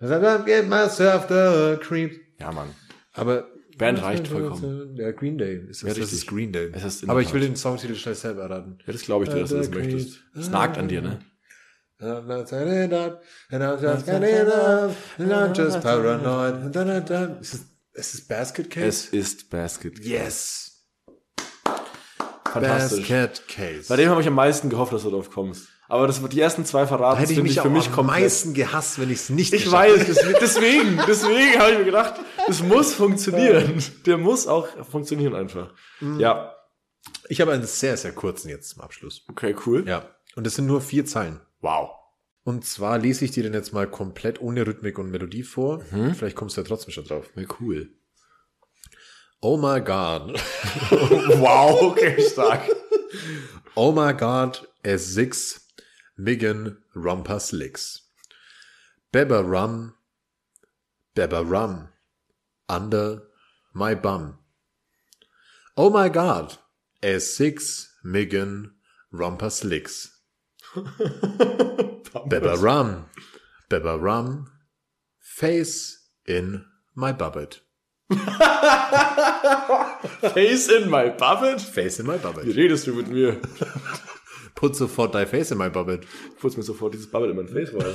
[SPEAKER 5] As I don't get myself the creeps.
[SPEAKER 6] Ja, Mann.
[SPEAKER 5] Aber
[SPEAKER 6] Band reicht vollkommen.
[SPEAKER 5] Ja, Green Day. Ist das,
[SPEAKER 6] Ja,
[SPEAKER 5] das
[SPEAKER 6] richtig.
[SPEAKER 5] ist Green Day.
[SPEAKER 6] Es ist in
[SPEAKER 5] Aber
[SPEAKER 6] der
[SPEAKER 5] ich will
[SPEAKER 6] Tat.
[SPEAKER 5] den Songtitel schnell selber erraten.
[SPEAKER 6] Ja, das glaube ich dir, dass du das möchtest. Das nagt an dir, ne?
[SPEAKER 5] Ah. I'm not turning up, and I'm just getting up, and I'm just paranoid. and dun, dun, dun. Ist es, ist es Basket Case?
[SPEAKER 6] Es ist Basket.
[SPEAKER 5] yes.
[SPEAKER 6] Fantastisch.
[SPEAKER 5] Basket
[SPEAKER 6] Bei
[SPEAKER 5] Case.
[SPEAKER 6] dem habe ich am meisten gehofft, dass du drauf kommst. Aber das, die ersten zwei verraten
[SPEAKER 5] Hätte
[SPEAKER 6] es,
[SPEAKER 5] ich
[SPEAKER 6] finde
[SPEAKER 5] mich
[SPEAKER 6] ich,
[SPEAKER 5] auch
[SPEAKER 6] für mich
[SPEAKER 5] am
[SPEAKER 6] komplett.
[SPEAKER 5] meisten gehasst, wenn ich es nicht
[SPEAKER 6] Ich
[SPEAKER 5] geschafft
[SPEAKER 6] weiß, deswegen, deswegen, deswegen habe ich mir gedacht, das muss funktionieren. Der muss auch funktionieren einfach.
[SPEAKER 5] Mhm.
[SPEAKER 6] Ja.
[SPEAKER 5] Ich habe einen sehr, sehr kurzen jetzt zum Abschluss.
[SPEAKER 6] Okay, cool.
[SPEAKER 5] Ja. Und es sind nur vier Zeilen.
[SPEAKER 6] Wow.
[SPEAKER 5] Und zwar lese ich dir den jetzt mal komplett ohne Rhythmik und Melodie vor. Vielleicht kommst du ja trotzdem schon drauf.
[SPEAKER 6] Mhm. Ja, cool.
[SPEAKER 5] Oh my God.
[SPEAKER 6] Wow, okay, stark.
[SPEAKER 5] Oh my God. S6. Miggen Rumpus Licks. Beba Rum. Beba Rum. Under my bum. Oh my God. S6. Miggen Rumpus Licks. Beba Rum. Beba Rum. Face in my bubbet.
[SPEAKER 6] Face in my buffet.
[SPEAKER 5] Face in my
[SPEAKER 6] Wie
[SPEAKER 5] bubbet.
[SPEAKER 6] redest du mit mir?
[SPEAKER 5] Put sofort dein Face in my bubbet.
[SPEAKER 6] Ich putze mir sofort dieses Bubble in mein Face rein.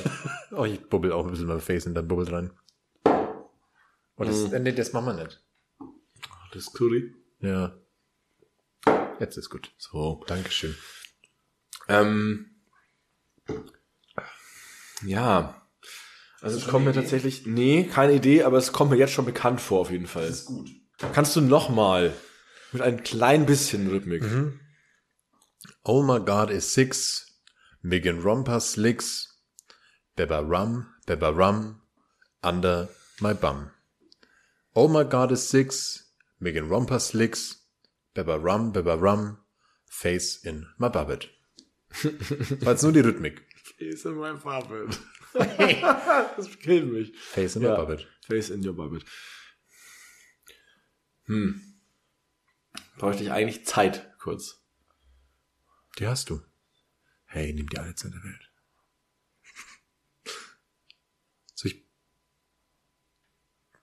[SPEAKER 5] Oh, ich bubbel auch ein bisschen mein Face in dein Bubble rein. Oh, das, äh, nee, das machen wir nicht.
[SPEAKER 6] Das ist Curry.
[SPEAKER 5] Ja. Jetzt ist gut. So. Dankeschön.
[SPEAKER 6] Ähm, ja. Also es kommt mir tatsächlich, nee, keine Idee, aber es kommt mir jetzt schon bekannt vor auf jeden Fall. ist gut. Kannst du nochmal mit ein klein bisschen Rhythmik.
[SPEAKER 5] Mhm. Oh my God is six. Megan Romper slicks. Beba rum, beba rum. Under my bum. Oh my God is six. Megan Romper slicks. Beba rum, beba rum. Face in my bubbet. War jetzt nur die Rhythmik.
[SPEAKER 6] Face in my Puppet. das killt mich.
[SPEAKER 5] Face in my
[SPEAKER 6] Ja.
[SPEAKER 5] bubbet.
[SPEAKER 6] Face in your Puppet. Hm. Bräuchte ich eigentlich Zeit, kurz.
[SPEAKER 5] Die hast du. Hey, nimm dir alle Zeit der Welt. So, ich,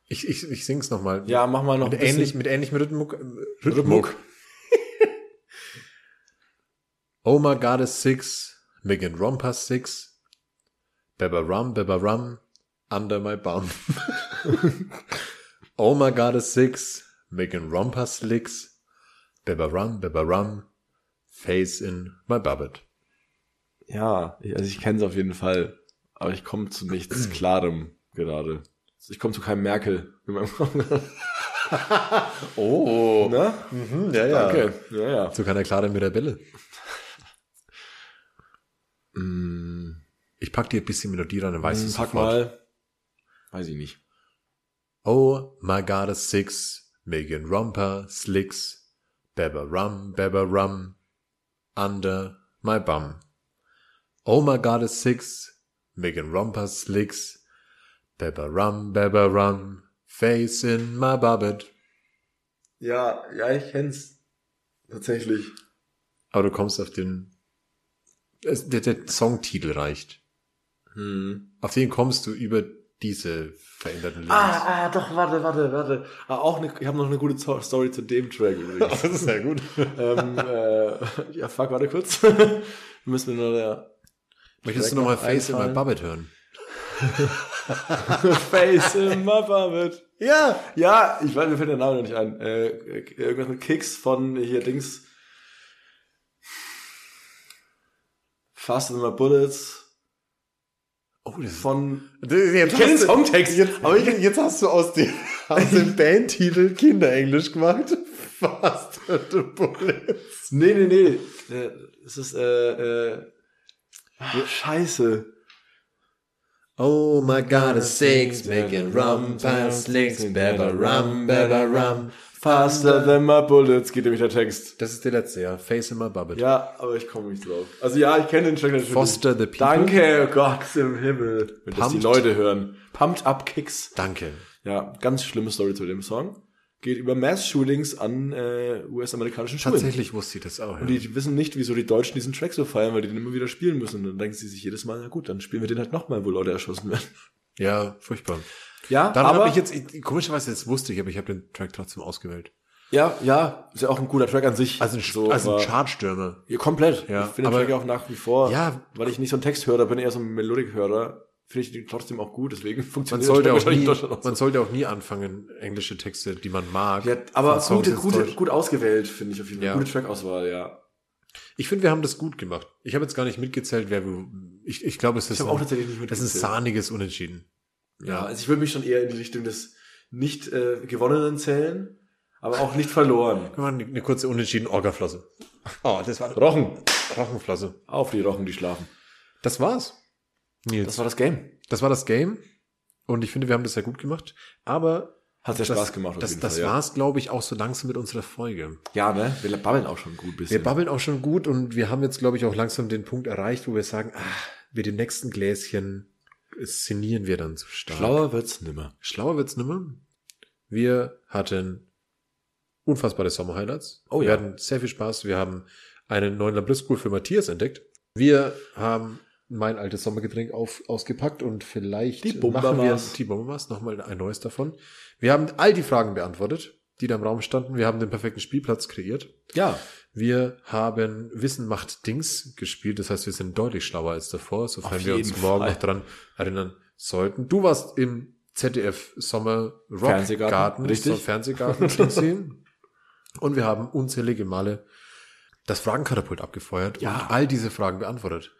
[SPEAKER 5] ich, ich, ich sing's nochmal.
[SPEAKER 6] Ja, mach mal noch
[SPEAKER 5] mit,
[SPEAKER 6] ein bisschen.
[SPEAKER 5] ähnlich, mit ähnlichem Rhythmuk. Rhythmuk. oh my God is six. Megan Romper six. Beba rum, beba rum. Under my bum. oh my God is six. Megan Romper slicks. Beba rum, beba rum. Face in my bubbet.
[SPEAKER 6] Ja, ich- also ich kenne es auf jeden Fall. Aber ich komme zu nichts Klarem gerade. Ich komme zu keinem Merkel. In meinem oh. Ne?
[SPEAKER 5] Ja, ja.
[SPEAKER 6] Okay. Ja, ja.
[SPEAKER 5] So kann er klare Mirabelle.
[SPEAKER 6] Mm,
[SPEAKER 5] Ich pack dir ein bisschen Melodie rein, dann weißt du es
[SPEAKER 6] pack
[SPEAKER 5] sofort.
[SPEAKER 6] mal. Weiß ich nicht.
[SPEAKER 5] Oh my God, a six, Megan Romper, slicks, Beba rum, Beba rum, under my bum. Oh my God, a six, Megan Romper, slicks, Beba rum, Beba rum, face in my bubbet.
[SPEAKER 6] Ja, ja, ich kenn's. Tatsächlich.
[SPEAKER 5] Aber du kommst auf den, es, der, der Songtitel reicht.
[SPEAKER 6] Hm.
[SPEAKER 5] Auf den kommst du über diese veränderten Lyrics.
[SPEAKER 6] Ah, ah, doch, warte, warte, warte. Ah, auch eine, ich habe noch eine gute Zo- Story zu dem Track übrigens.
[SPEAKER 5] das ist ja gut.
[SPEAKER 6] ähm, äh, ja, fuck, warte kurz. Wir müssen nur der
[SPEAKER 5] Möchtest du nochmal
[SPEAKER 6] noch
[SPEAKER 5] Face in my
[SPEAKER 6] einfallen?
[SPEAKER 5] bubbet hören?
[SPEAKER 6] Face in my Buffet.
[SPEAKER 5] Ja!
[SPEAKER 6] Ja, ich weiß, mir fällt der Name noch nicht ein. Äh, äh, irgendwas mit Kicks von hier Dings. Fast in my Bullets.
[SPEAKER 5] Oh, das
[SPEAKER 6] Von.
[SPEAKER 5] Jetzt
[SPEAKER 6] Ich kenn den
[SPEAKER 5] hast du-
[SPEAKER 6] Songtext.
[SPEAKER 5] Jetzt, aber ich, jetzt hast du aus dem, aus dem Bandtitel Kinderenglisch gemacht. Fast and the Bullets.
[SPEAKER 6] Nee, nee, nee. Äh, Es ist, äh, äh. ah, Scheiße.
[SPEAKER 5] Oh my God,
[SPEAKER 6] it's six, making rum past slicks, better rum, better rum, Faster than my bullets geht nämlich der Text.
[SPEAKER 5] Das ist der letzte, ja. Face in my Bubble.
[SPEAKER 6] Ja, aber ich komme nicht drauf. Also ja, ich kenne den Track natürlich.
[SPEAKER 5] Foster the People.
[SPEAKER 6] Danke, oh Gott im Himmel. Wenn das die
[SPEAKER 5] Pumped.
[SPEAKER 6] Leute hören. Pumped Up Kicks.
[SPEAKER 5] Danke.
[SPEAKER 6] Ja, ganz schlimme Story zu dem Song. Geht über Mass-Shootings an äh, US-amerikanischen Schulen.
[SPEAKER 5] Tatsächlich wusste ich das auch. Ja.
[SPEAKER 6] Und die wissen nicht, wieso die Deutschen diesen Track so feiern, weil die den immer wieder spielen müssen. Und dann denken sie sich jedes Mal, na gut, dann spielen wir den halt nochmal, wo Leute erschossen werden.
[SPEAKER 5] ja, furchtbar.
[SPEAKER 6] Ja,
[SPEAKER 5] Dann
[SPEAKER 6] aber
[SPEAKER 5] habe ich jetzt, ich, komischerweise jetzt wusste ich, aber ich habe den Track trotzdem ausgewählt.
[SPEAKER 6] ja, ja, ist ja auch ein guter Track an sich.
[SPEAKER 5] Also ein,
[SPEAKER 6] so,
[SPEAKER 5] also
[SPEAKER 6] aber-
[SPEAKER 5] ein Chartstürmer.
[SPEAKER 6] ja, komplett.
[SPEAKER 5] Ja,
[SPEAKER 6] ich finde den
[SPEAKER 5] aber-
[SPEAKER 6] Track auch nach wie vor,
[SPEAKER 5] Ja.
[SPEAKER 6] weil ich nicht so ein Texthörer bin, eher so ein Melodikhörer, finde ich den trotzdem auch gut. Deswegen
[SPEAKER 5] Man
[SPEAKER 6] funktioniert
[SPEAKER 5] sollte,
[SPEAKER 6] der
[SPEAKER 5] auch
[SPEAKER 6] Track
[SPEAKER 5] nie,
[SPEAKER 6] wahrscheinlich in Deutschland auch
[SPEAKER 5] man sollte auch nie anfangen, englische Texte, die man mag.
[SPEAKER 6] so. Ja,
[SPEAKER 5] von
[SPEAKER 6] aber
[SPEAKER 5] Songs
[SPEAKER 6] gute,
[SPEAKER 5] ins
[SPEAKER 6] gute,
[SPEAKER 5] Deutsche-
[SPEAKER 6] gut ausgewählt, finde ich auf jeden Fall.
[SPEAKER 5] Ja.
[SPEAKER 6] Gute Trackauswahl, ja.
[SPEAKER 5] Ich finde, wir haben das gut gemacht. Ich habe jetzt gar nicht mitgezählt, wer wir. Ich, ich glaube, es ist
[SPEAKER 6] hab auch tatsächlich nicht
[SPEAKER 5] das ist ein
[SPEAKER 6] mitgezählt.
[SPEAKER 5] sahniges Unentschieden.
[SPEAKER 6] Ja, also ich würde mich schon eher in die Richtung des nicht äh, gewonnenen zählen, aber auch nicht verloren.
[SPEAKER 5] Können wir eine, eine kurze unentschieden Orgaflosse. Oh, das war Rochen. Rochenflosse.
[SPEAKER 6] Auf die Rochen, die schlafen.
[SPEAKER 5] Das war's. Nils.
[SPEAKER 6] Das war das Game.
[SPEAKER 5] Das war das Game. Und ich finde, wir haben das sehr gut gemacht. Aber
[SPEAKER 6] Hat sehr
[SPEAKER 5] das,
[SPEAKER 6] Spaß gemacht. auf
[SPEAKER 5] das,
[SPEAKER 6] jeden
[SPEAKER 5] das
[SPEAKER 6] Fall,
[SPEAKER 5] war's, glaube ich, auch so langsam mit unserer Folge.
[SPEAKER 6] ja. ja, ne? Wir babbeln auch schon ein gut bisschen.
[SPEAKER 5] Wir babbeln auch schon gut und wir haben jetzt, glaube ich, auch langsam den Punkt erreicht, wo wir sagen, ach, mit dem nächsten Gläschen szenieren wir dann zu stark.
[SPEAKER 6] Schlauer wird's nimmer.
[SPEAKER 5] Schlauer wird's nimmer. Wir hatten unfassbare Sommer-Highlights.
[SPEAKER 6] Oh
[SPEAKER 5] wir
[SPEAKER 6] ja.
[SPEAKER 5] hatten sehr viel Spaß. Wir haben einen neuen Labriscool für Matthias entdeckt. Wir haben mein altes Sommergetränk auf, ausgepackt und vielleicht
[SPEAKER 6] Die Bomber
[SPEAKER 5] machen wir
[SPEAKER 6] war's.
[SPEAKER 5] die Bomber war's, nochmal ein neues davon. Wir haben all die Fragen beantwortet, die da im Raum standen. Wir haben den perfekten Spielplatz kreiert.
[SPEAKER 6] Ja.
[SPEAKER 5] Wir haben Wissen macht Dings gespielt, das heißt, wir sind deutlich schlauer als davor, sofern
[SPEAKER 6] Auf
[SPEAKER 5] wir uns
[SPEAKER 6] jeden
[SPEAKER 5] morgen
[SPEAKER 6] Fall.
[SPEAKER 5] noch dran erinnern sollten. Du warst im ZDF Sommer Rock
[SPEAKER 6] Fernsehgarten,
[SPEAKER 5] Garten,
[SPEAKER 6] richtig.
[SPEAKER 5] So Fernsehgarten Klingseen. und wir haben unzählige Male das Fragenkatapult abgefeuert
[SPEAKER 6] Ja.
[SPEAKER 5] und all diese Fragen beantwortet.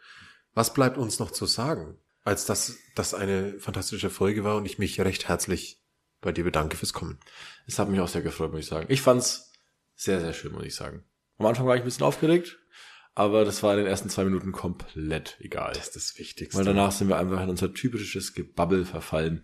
[SPEAKER 5] Was bleibt uns noch zu sagen, als dass das eine fantastische Folge war und ich mich recht herzlich bei dir bedanke fürs Kommen.
[SPEAKER 6] Das hat mich auch sehr gefreut, muss ich sagen. Ich fand's sehr, sehr schön, muss ich sagen. Am Anfang war ich ein bisschen aufgeregt, aber das war in den ersten zwei Minuten komplett egal.
[SPEAKER 5] das Wichtigste.
[SPEAKER 6] Weil danach sind wir einfach in unser typisches Gebabbel verfallen.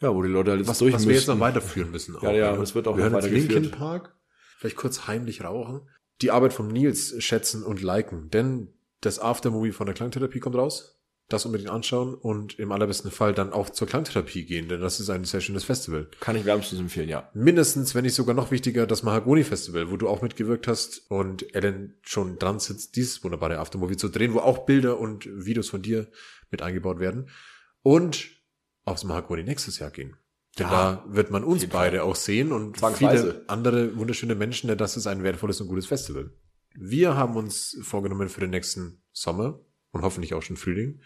[SPEAKER 6] Ja, wo die Leute halt jetzt
[SPEAKER 5] was,
[SPEAKER 6] durch
[SPEAKER 5] was wir jetzt noch weiterführen müssen. ne?
[SPEAKER 6] Ja, ja, das wird auch
[SPEAKER 5] wir
[SPEAKER 6] noch
[SPEAKER 5] hören jetzt
[SPEAKER 6] weitergeführt.
[SPEAKER 5] Linkin Park, vielleicht kurz heimlich rauchen. Die Arbeit von Nils schätzen und liken, denn das Aftermovie von der Klangtherapie kommt raus. Das unbedingt anschauen und im allerbesten Fall dann auch zur Klangtherapie gehen, denn das ist ein sehr schönes Festival.
[SPEAKER 6] Kann ich wärmstens empfehlen, ja.
[SPEAKER 5] Mindestens, wenn nicht sogar noch wichtiger, das Mahagoni Festival, wo du auch mitgewirkt hast und Ellen schon dran sitzt, dieses wunderbare Aftermovie zu drehen, wo auch Bilder und Videos von dir mit eingebaut werden. Und aufs Mahagoni nächstes Jahr gehen. Denn
[SPEAKER 6] Ja,
[SPEAKER 5] da wird man uns
[SPEAKER 6] jeden
[SPEAKER 5] beide auch sehen und
[SPEAKER 6] Zwangsweise.
[SPEAKER 5] viele andere wunderschöne Menschen, denn das ist ein wertvolles und gutes Festival. Wir haben uns vorgenommen, für den nächsten Sommer und hoffentlich auch schon Frühling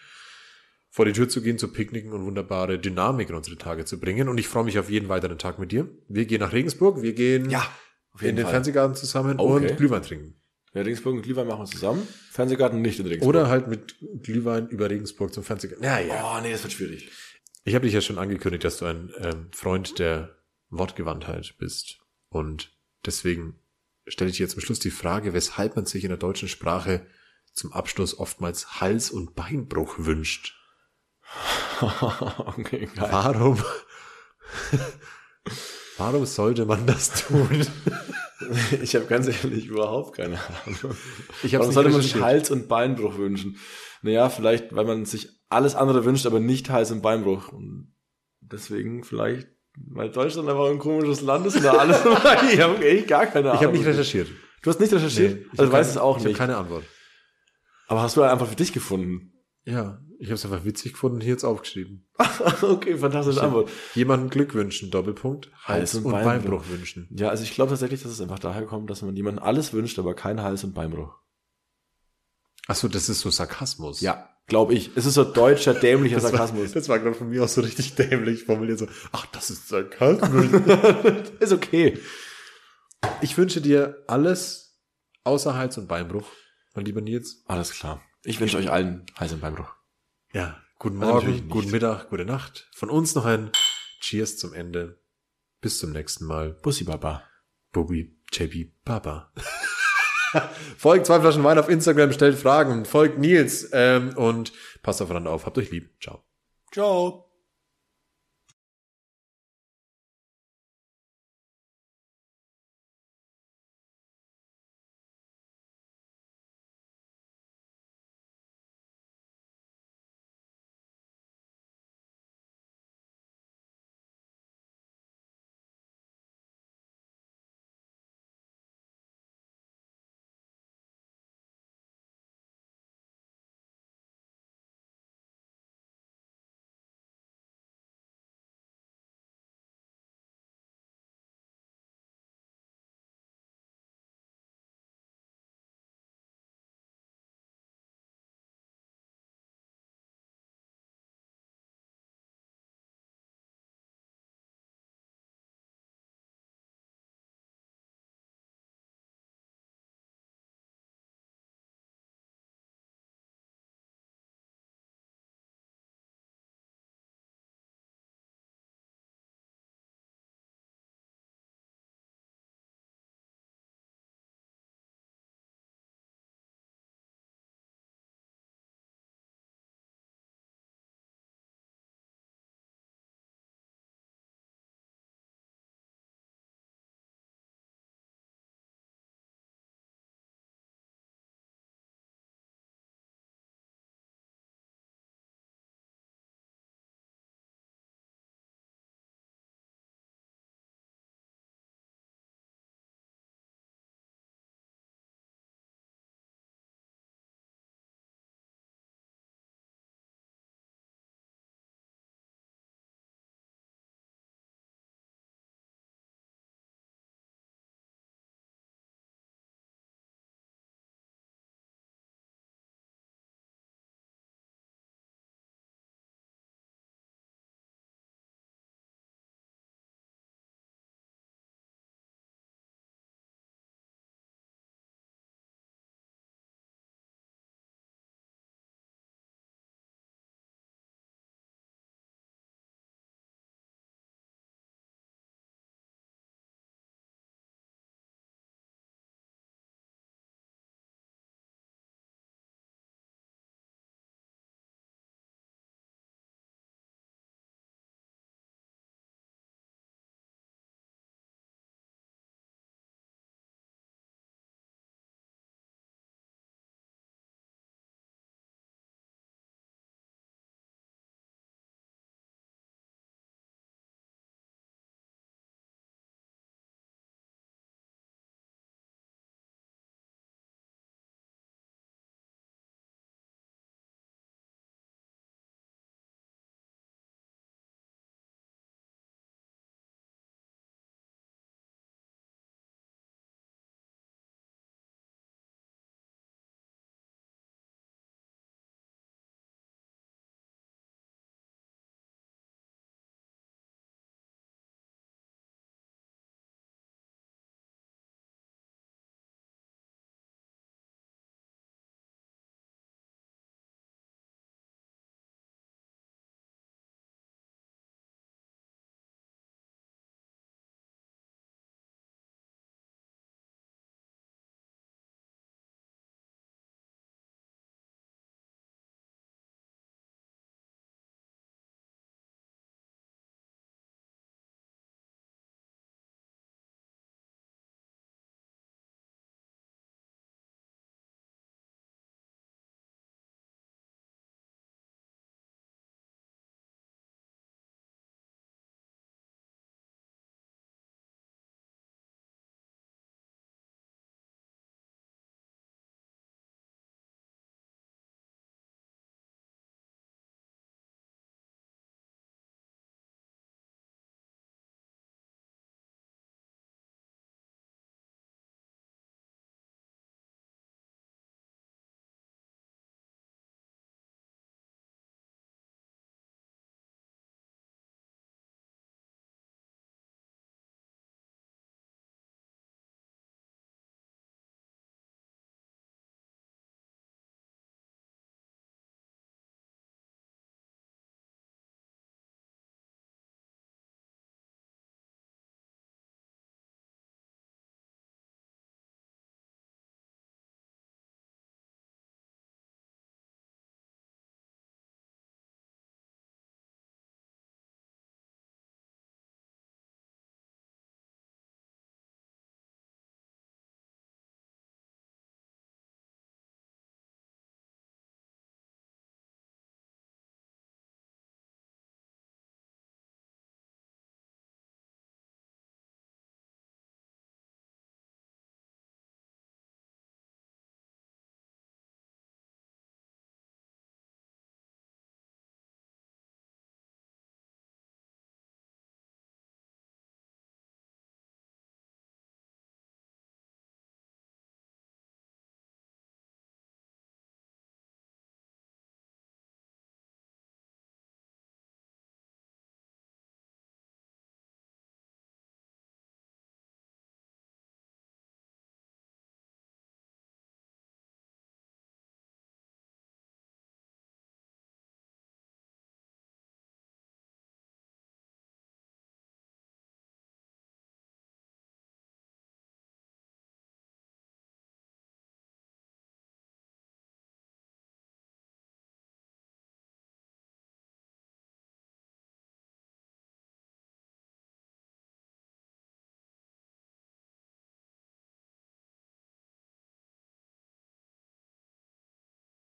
[SPEAKER 5] vor die Tür zu gehen, zu picknicken und wunderbare Dynamik in unsere Tage zu bringen. Und ich freue mich auf jeden weiteren Tag mit dir. Wir gehen nach Regensburg, wir gehen
[SPEAKER 6] auf
[SPEAKER 5] in
[SPEAKER 6] jeden
[SPEAKER 5] den
[SPEAKER 6] Fall.
[SPEAKER 5] Fernsehgarten zusammen
[SPEAKER 6] Okay.
[SPEAKER 5] und Glühwein trinken.
[SPEAKER 6] Ja, Regensburg und Glühwein machen wir zusammen. Fernsehgarten nicht in Regensburg.
[SPEAKER 5] Oder halt mit Glühwein über Regensburg zum Fernsehgarten. Naja.
[SPEAKER 6] Oh, nee, das wird schwierig.
[SPEAKER 5] Ich habe dich ja schon angekündigt, dass du ein ähm, Freund der Wortgewandtheit bist. Und deswegen stelle ich dir zum Schluss die Frage, weshalb man sich in der deutschen Sprache zum Abschluss oftmals Hals- und Beinbruch wünscht.
[SPEAKER 6] okay, geil.
[SPEAKER 5] Warum? Warum sollte man das tun?
[SPEAKER 6] Ich habe ganz ehrlich überhaupt keine Ahnung.
[SPEAKER 5] Ich hab's
[SPEAKER 6] Warum
[SPEAKER 5] nicht
[SPEAKER 6] sollte man sich
[SPEAKER 5] recherchiert.
[SPEAKER 6] Hals- und Beinbruch wünschen? Naja, vielleicht, weil man sich alles andere wünscht, aber nicht Hals- und Beinbruch. Und deswegen vielleicht, weil Deutschland einfach ein komisches Land ist und da alles. ich habe echt gar keine Ahnung.
[SPEAKER 5] Ich habe nicht recherchiert.
[SPEAKER 6] Du hast nicht recherchiert?
[SPEAKER 5] ich
[SPEAKER 6] also
[SPEAKER 5] hab
[SPEAKER 6] du
[SPEAKER 5] keine-
[SPEAKER 6] weißt es auch
[SPEAKER 5] ich
[SPEAKER 6] nicht.
[SPEAKER 5] Ich habe keine Antwort.
[SPEAKER 6] aber hast du halt einfach für dich gefunden?
[SPEAKER 5] Ja, ich habe es einfach witzig gefunden und hier jetzt aufgeschrieben.
[SPEAKER 6] okay, fantastische Antwort.
[SPEAKER 5] Jemanden Glück wünschen, Doppelpunkt. Hals-
[SPEAKER 6] Hals- und
[SPEAKER 5] und,
[SPEAKER 6] Beinbruch.
[SPEAKER 5] Beinbruch wünschen.
[SPEAKER 6] Ja, also ich glaube tatsächlich, dass es einfach daher kommt, dass man jemandem alles wünscht, aber keinen Hals- und Beinbruch.
[SPEAKER 5] Ach so, das ist so Sarkasmus.
[SPEAKER 6] Ja, glaube ich. Es ist so deutscher, dämlicher
[SPEAKER 5] Das war,
[SPEAKER 6] Sarkasmus.
[SPEAKER 5] das war gerade von mir aus so richtig dämlich formuliert. So, ach, das ist Sarkasmus.
[SPEAKER 6] ist okay.
[SPEAKER 5] ich wünsche dir alles außer Hals- und Beinbruch, mein lieber Nils.
[SPEAKER 6] Alles klar. Ich wünsche euch allen Hals- und Beinbruch.
[SPEAKER 5] Ja. Guten
[SPEAKER 6] Also
[SPEAKER 5] Morgen,
[SPEAKER 6] natürlich nicht.
[SPEAKER 5] guten Mittag, gute Nacht. Von uns noch ein Cheers zum Ende. Bis zum nächsten Mal.
[SPEAKER 6] Bussi Baba.
[SPEAKER 5] Boogie, JB, Papa. folgt zwei Flaschen Wein auf Instagram, stellt Fragen, folgt Nils ähm, und passt aufeinander auf. Habt euch lieb. Ciao.
[SPEAKER 6] Ciao.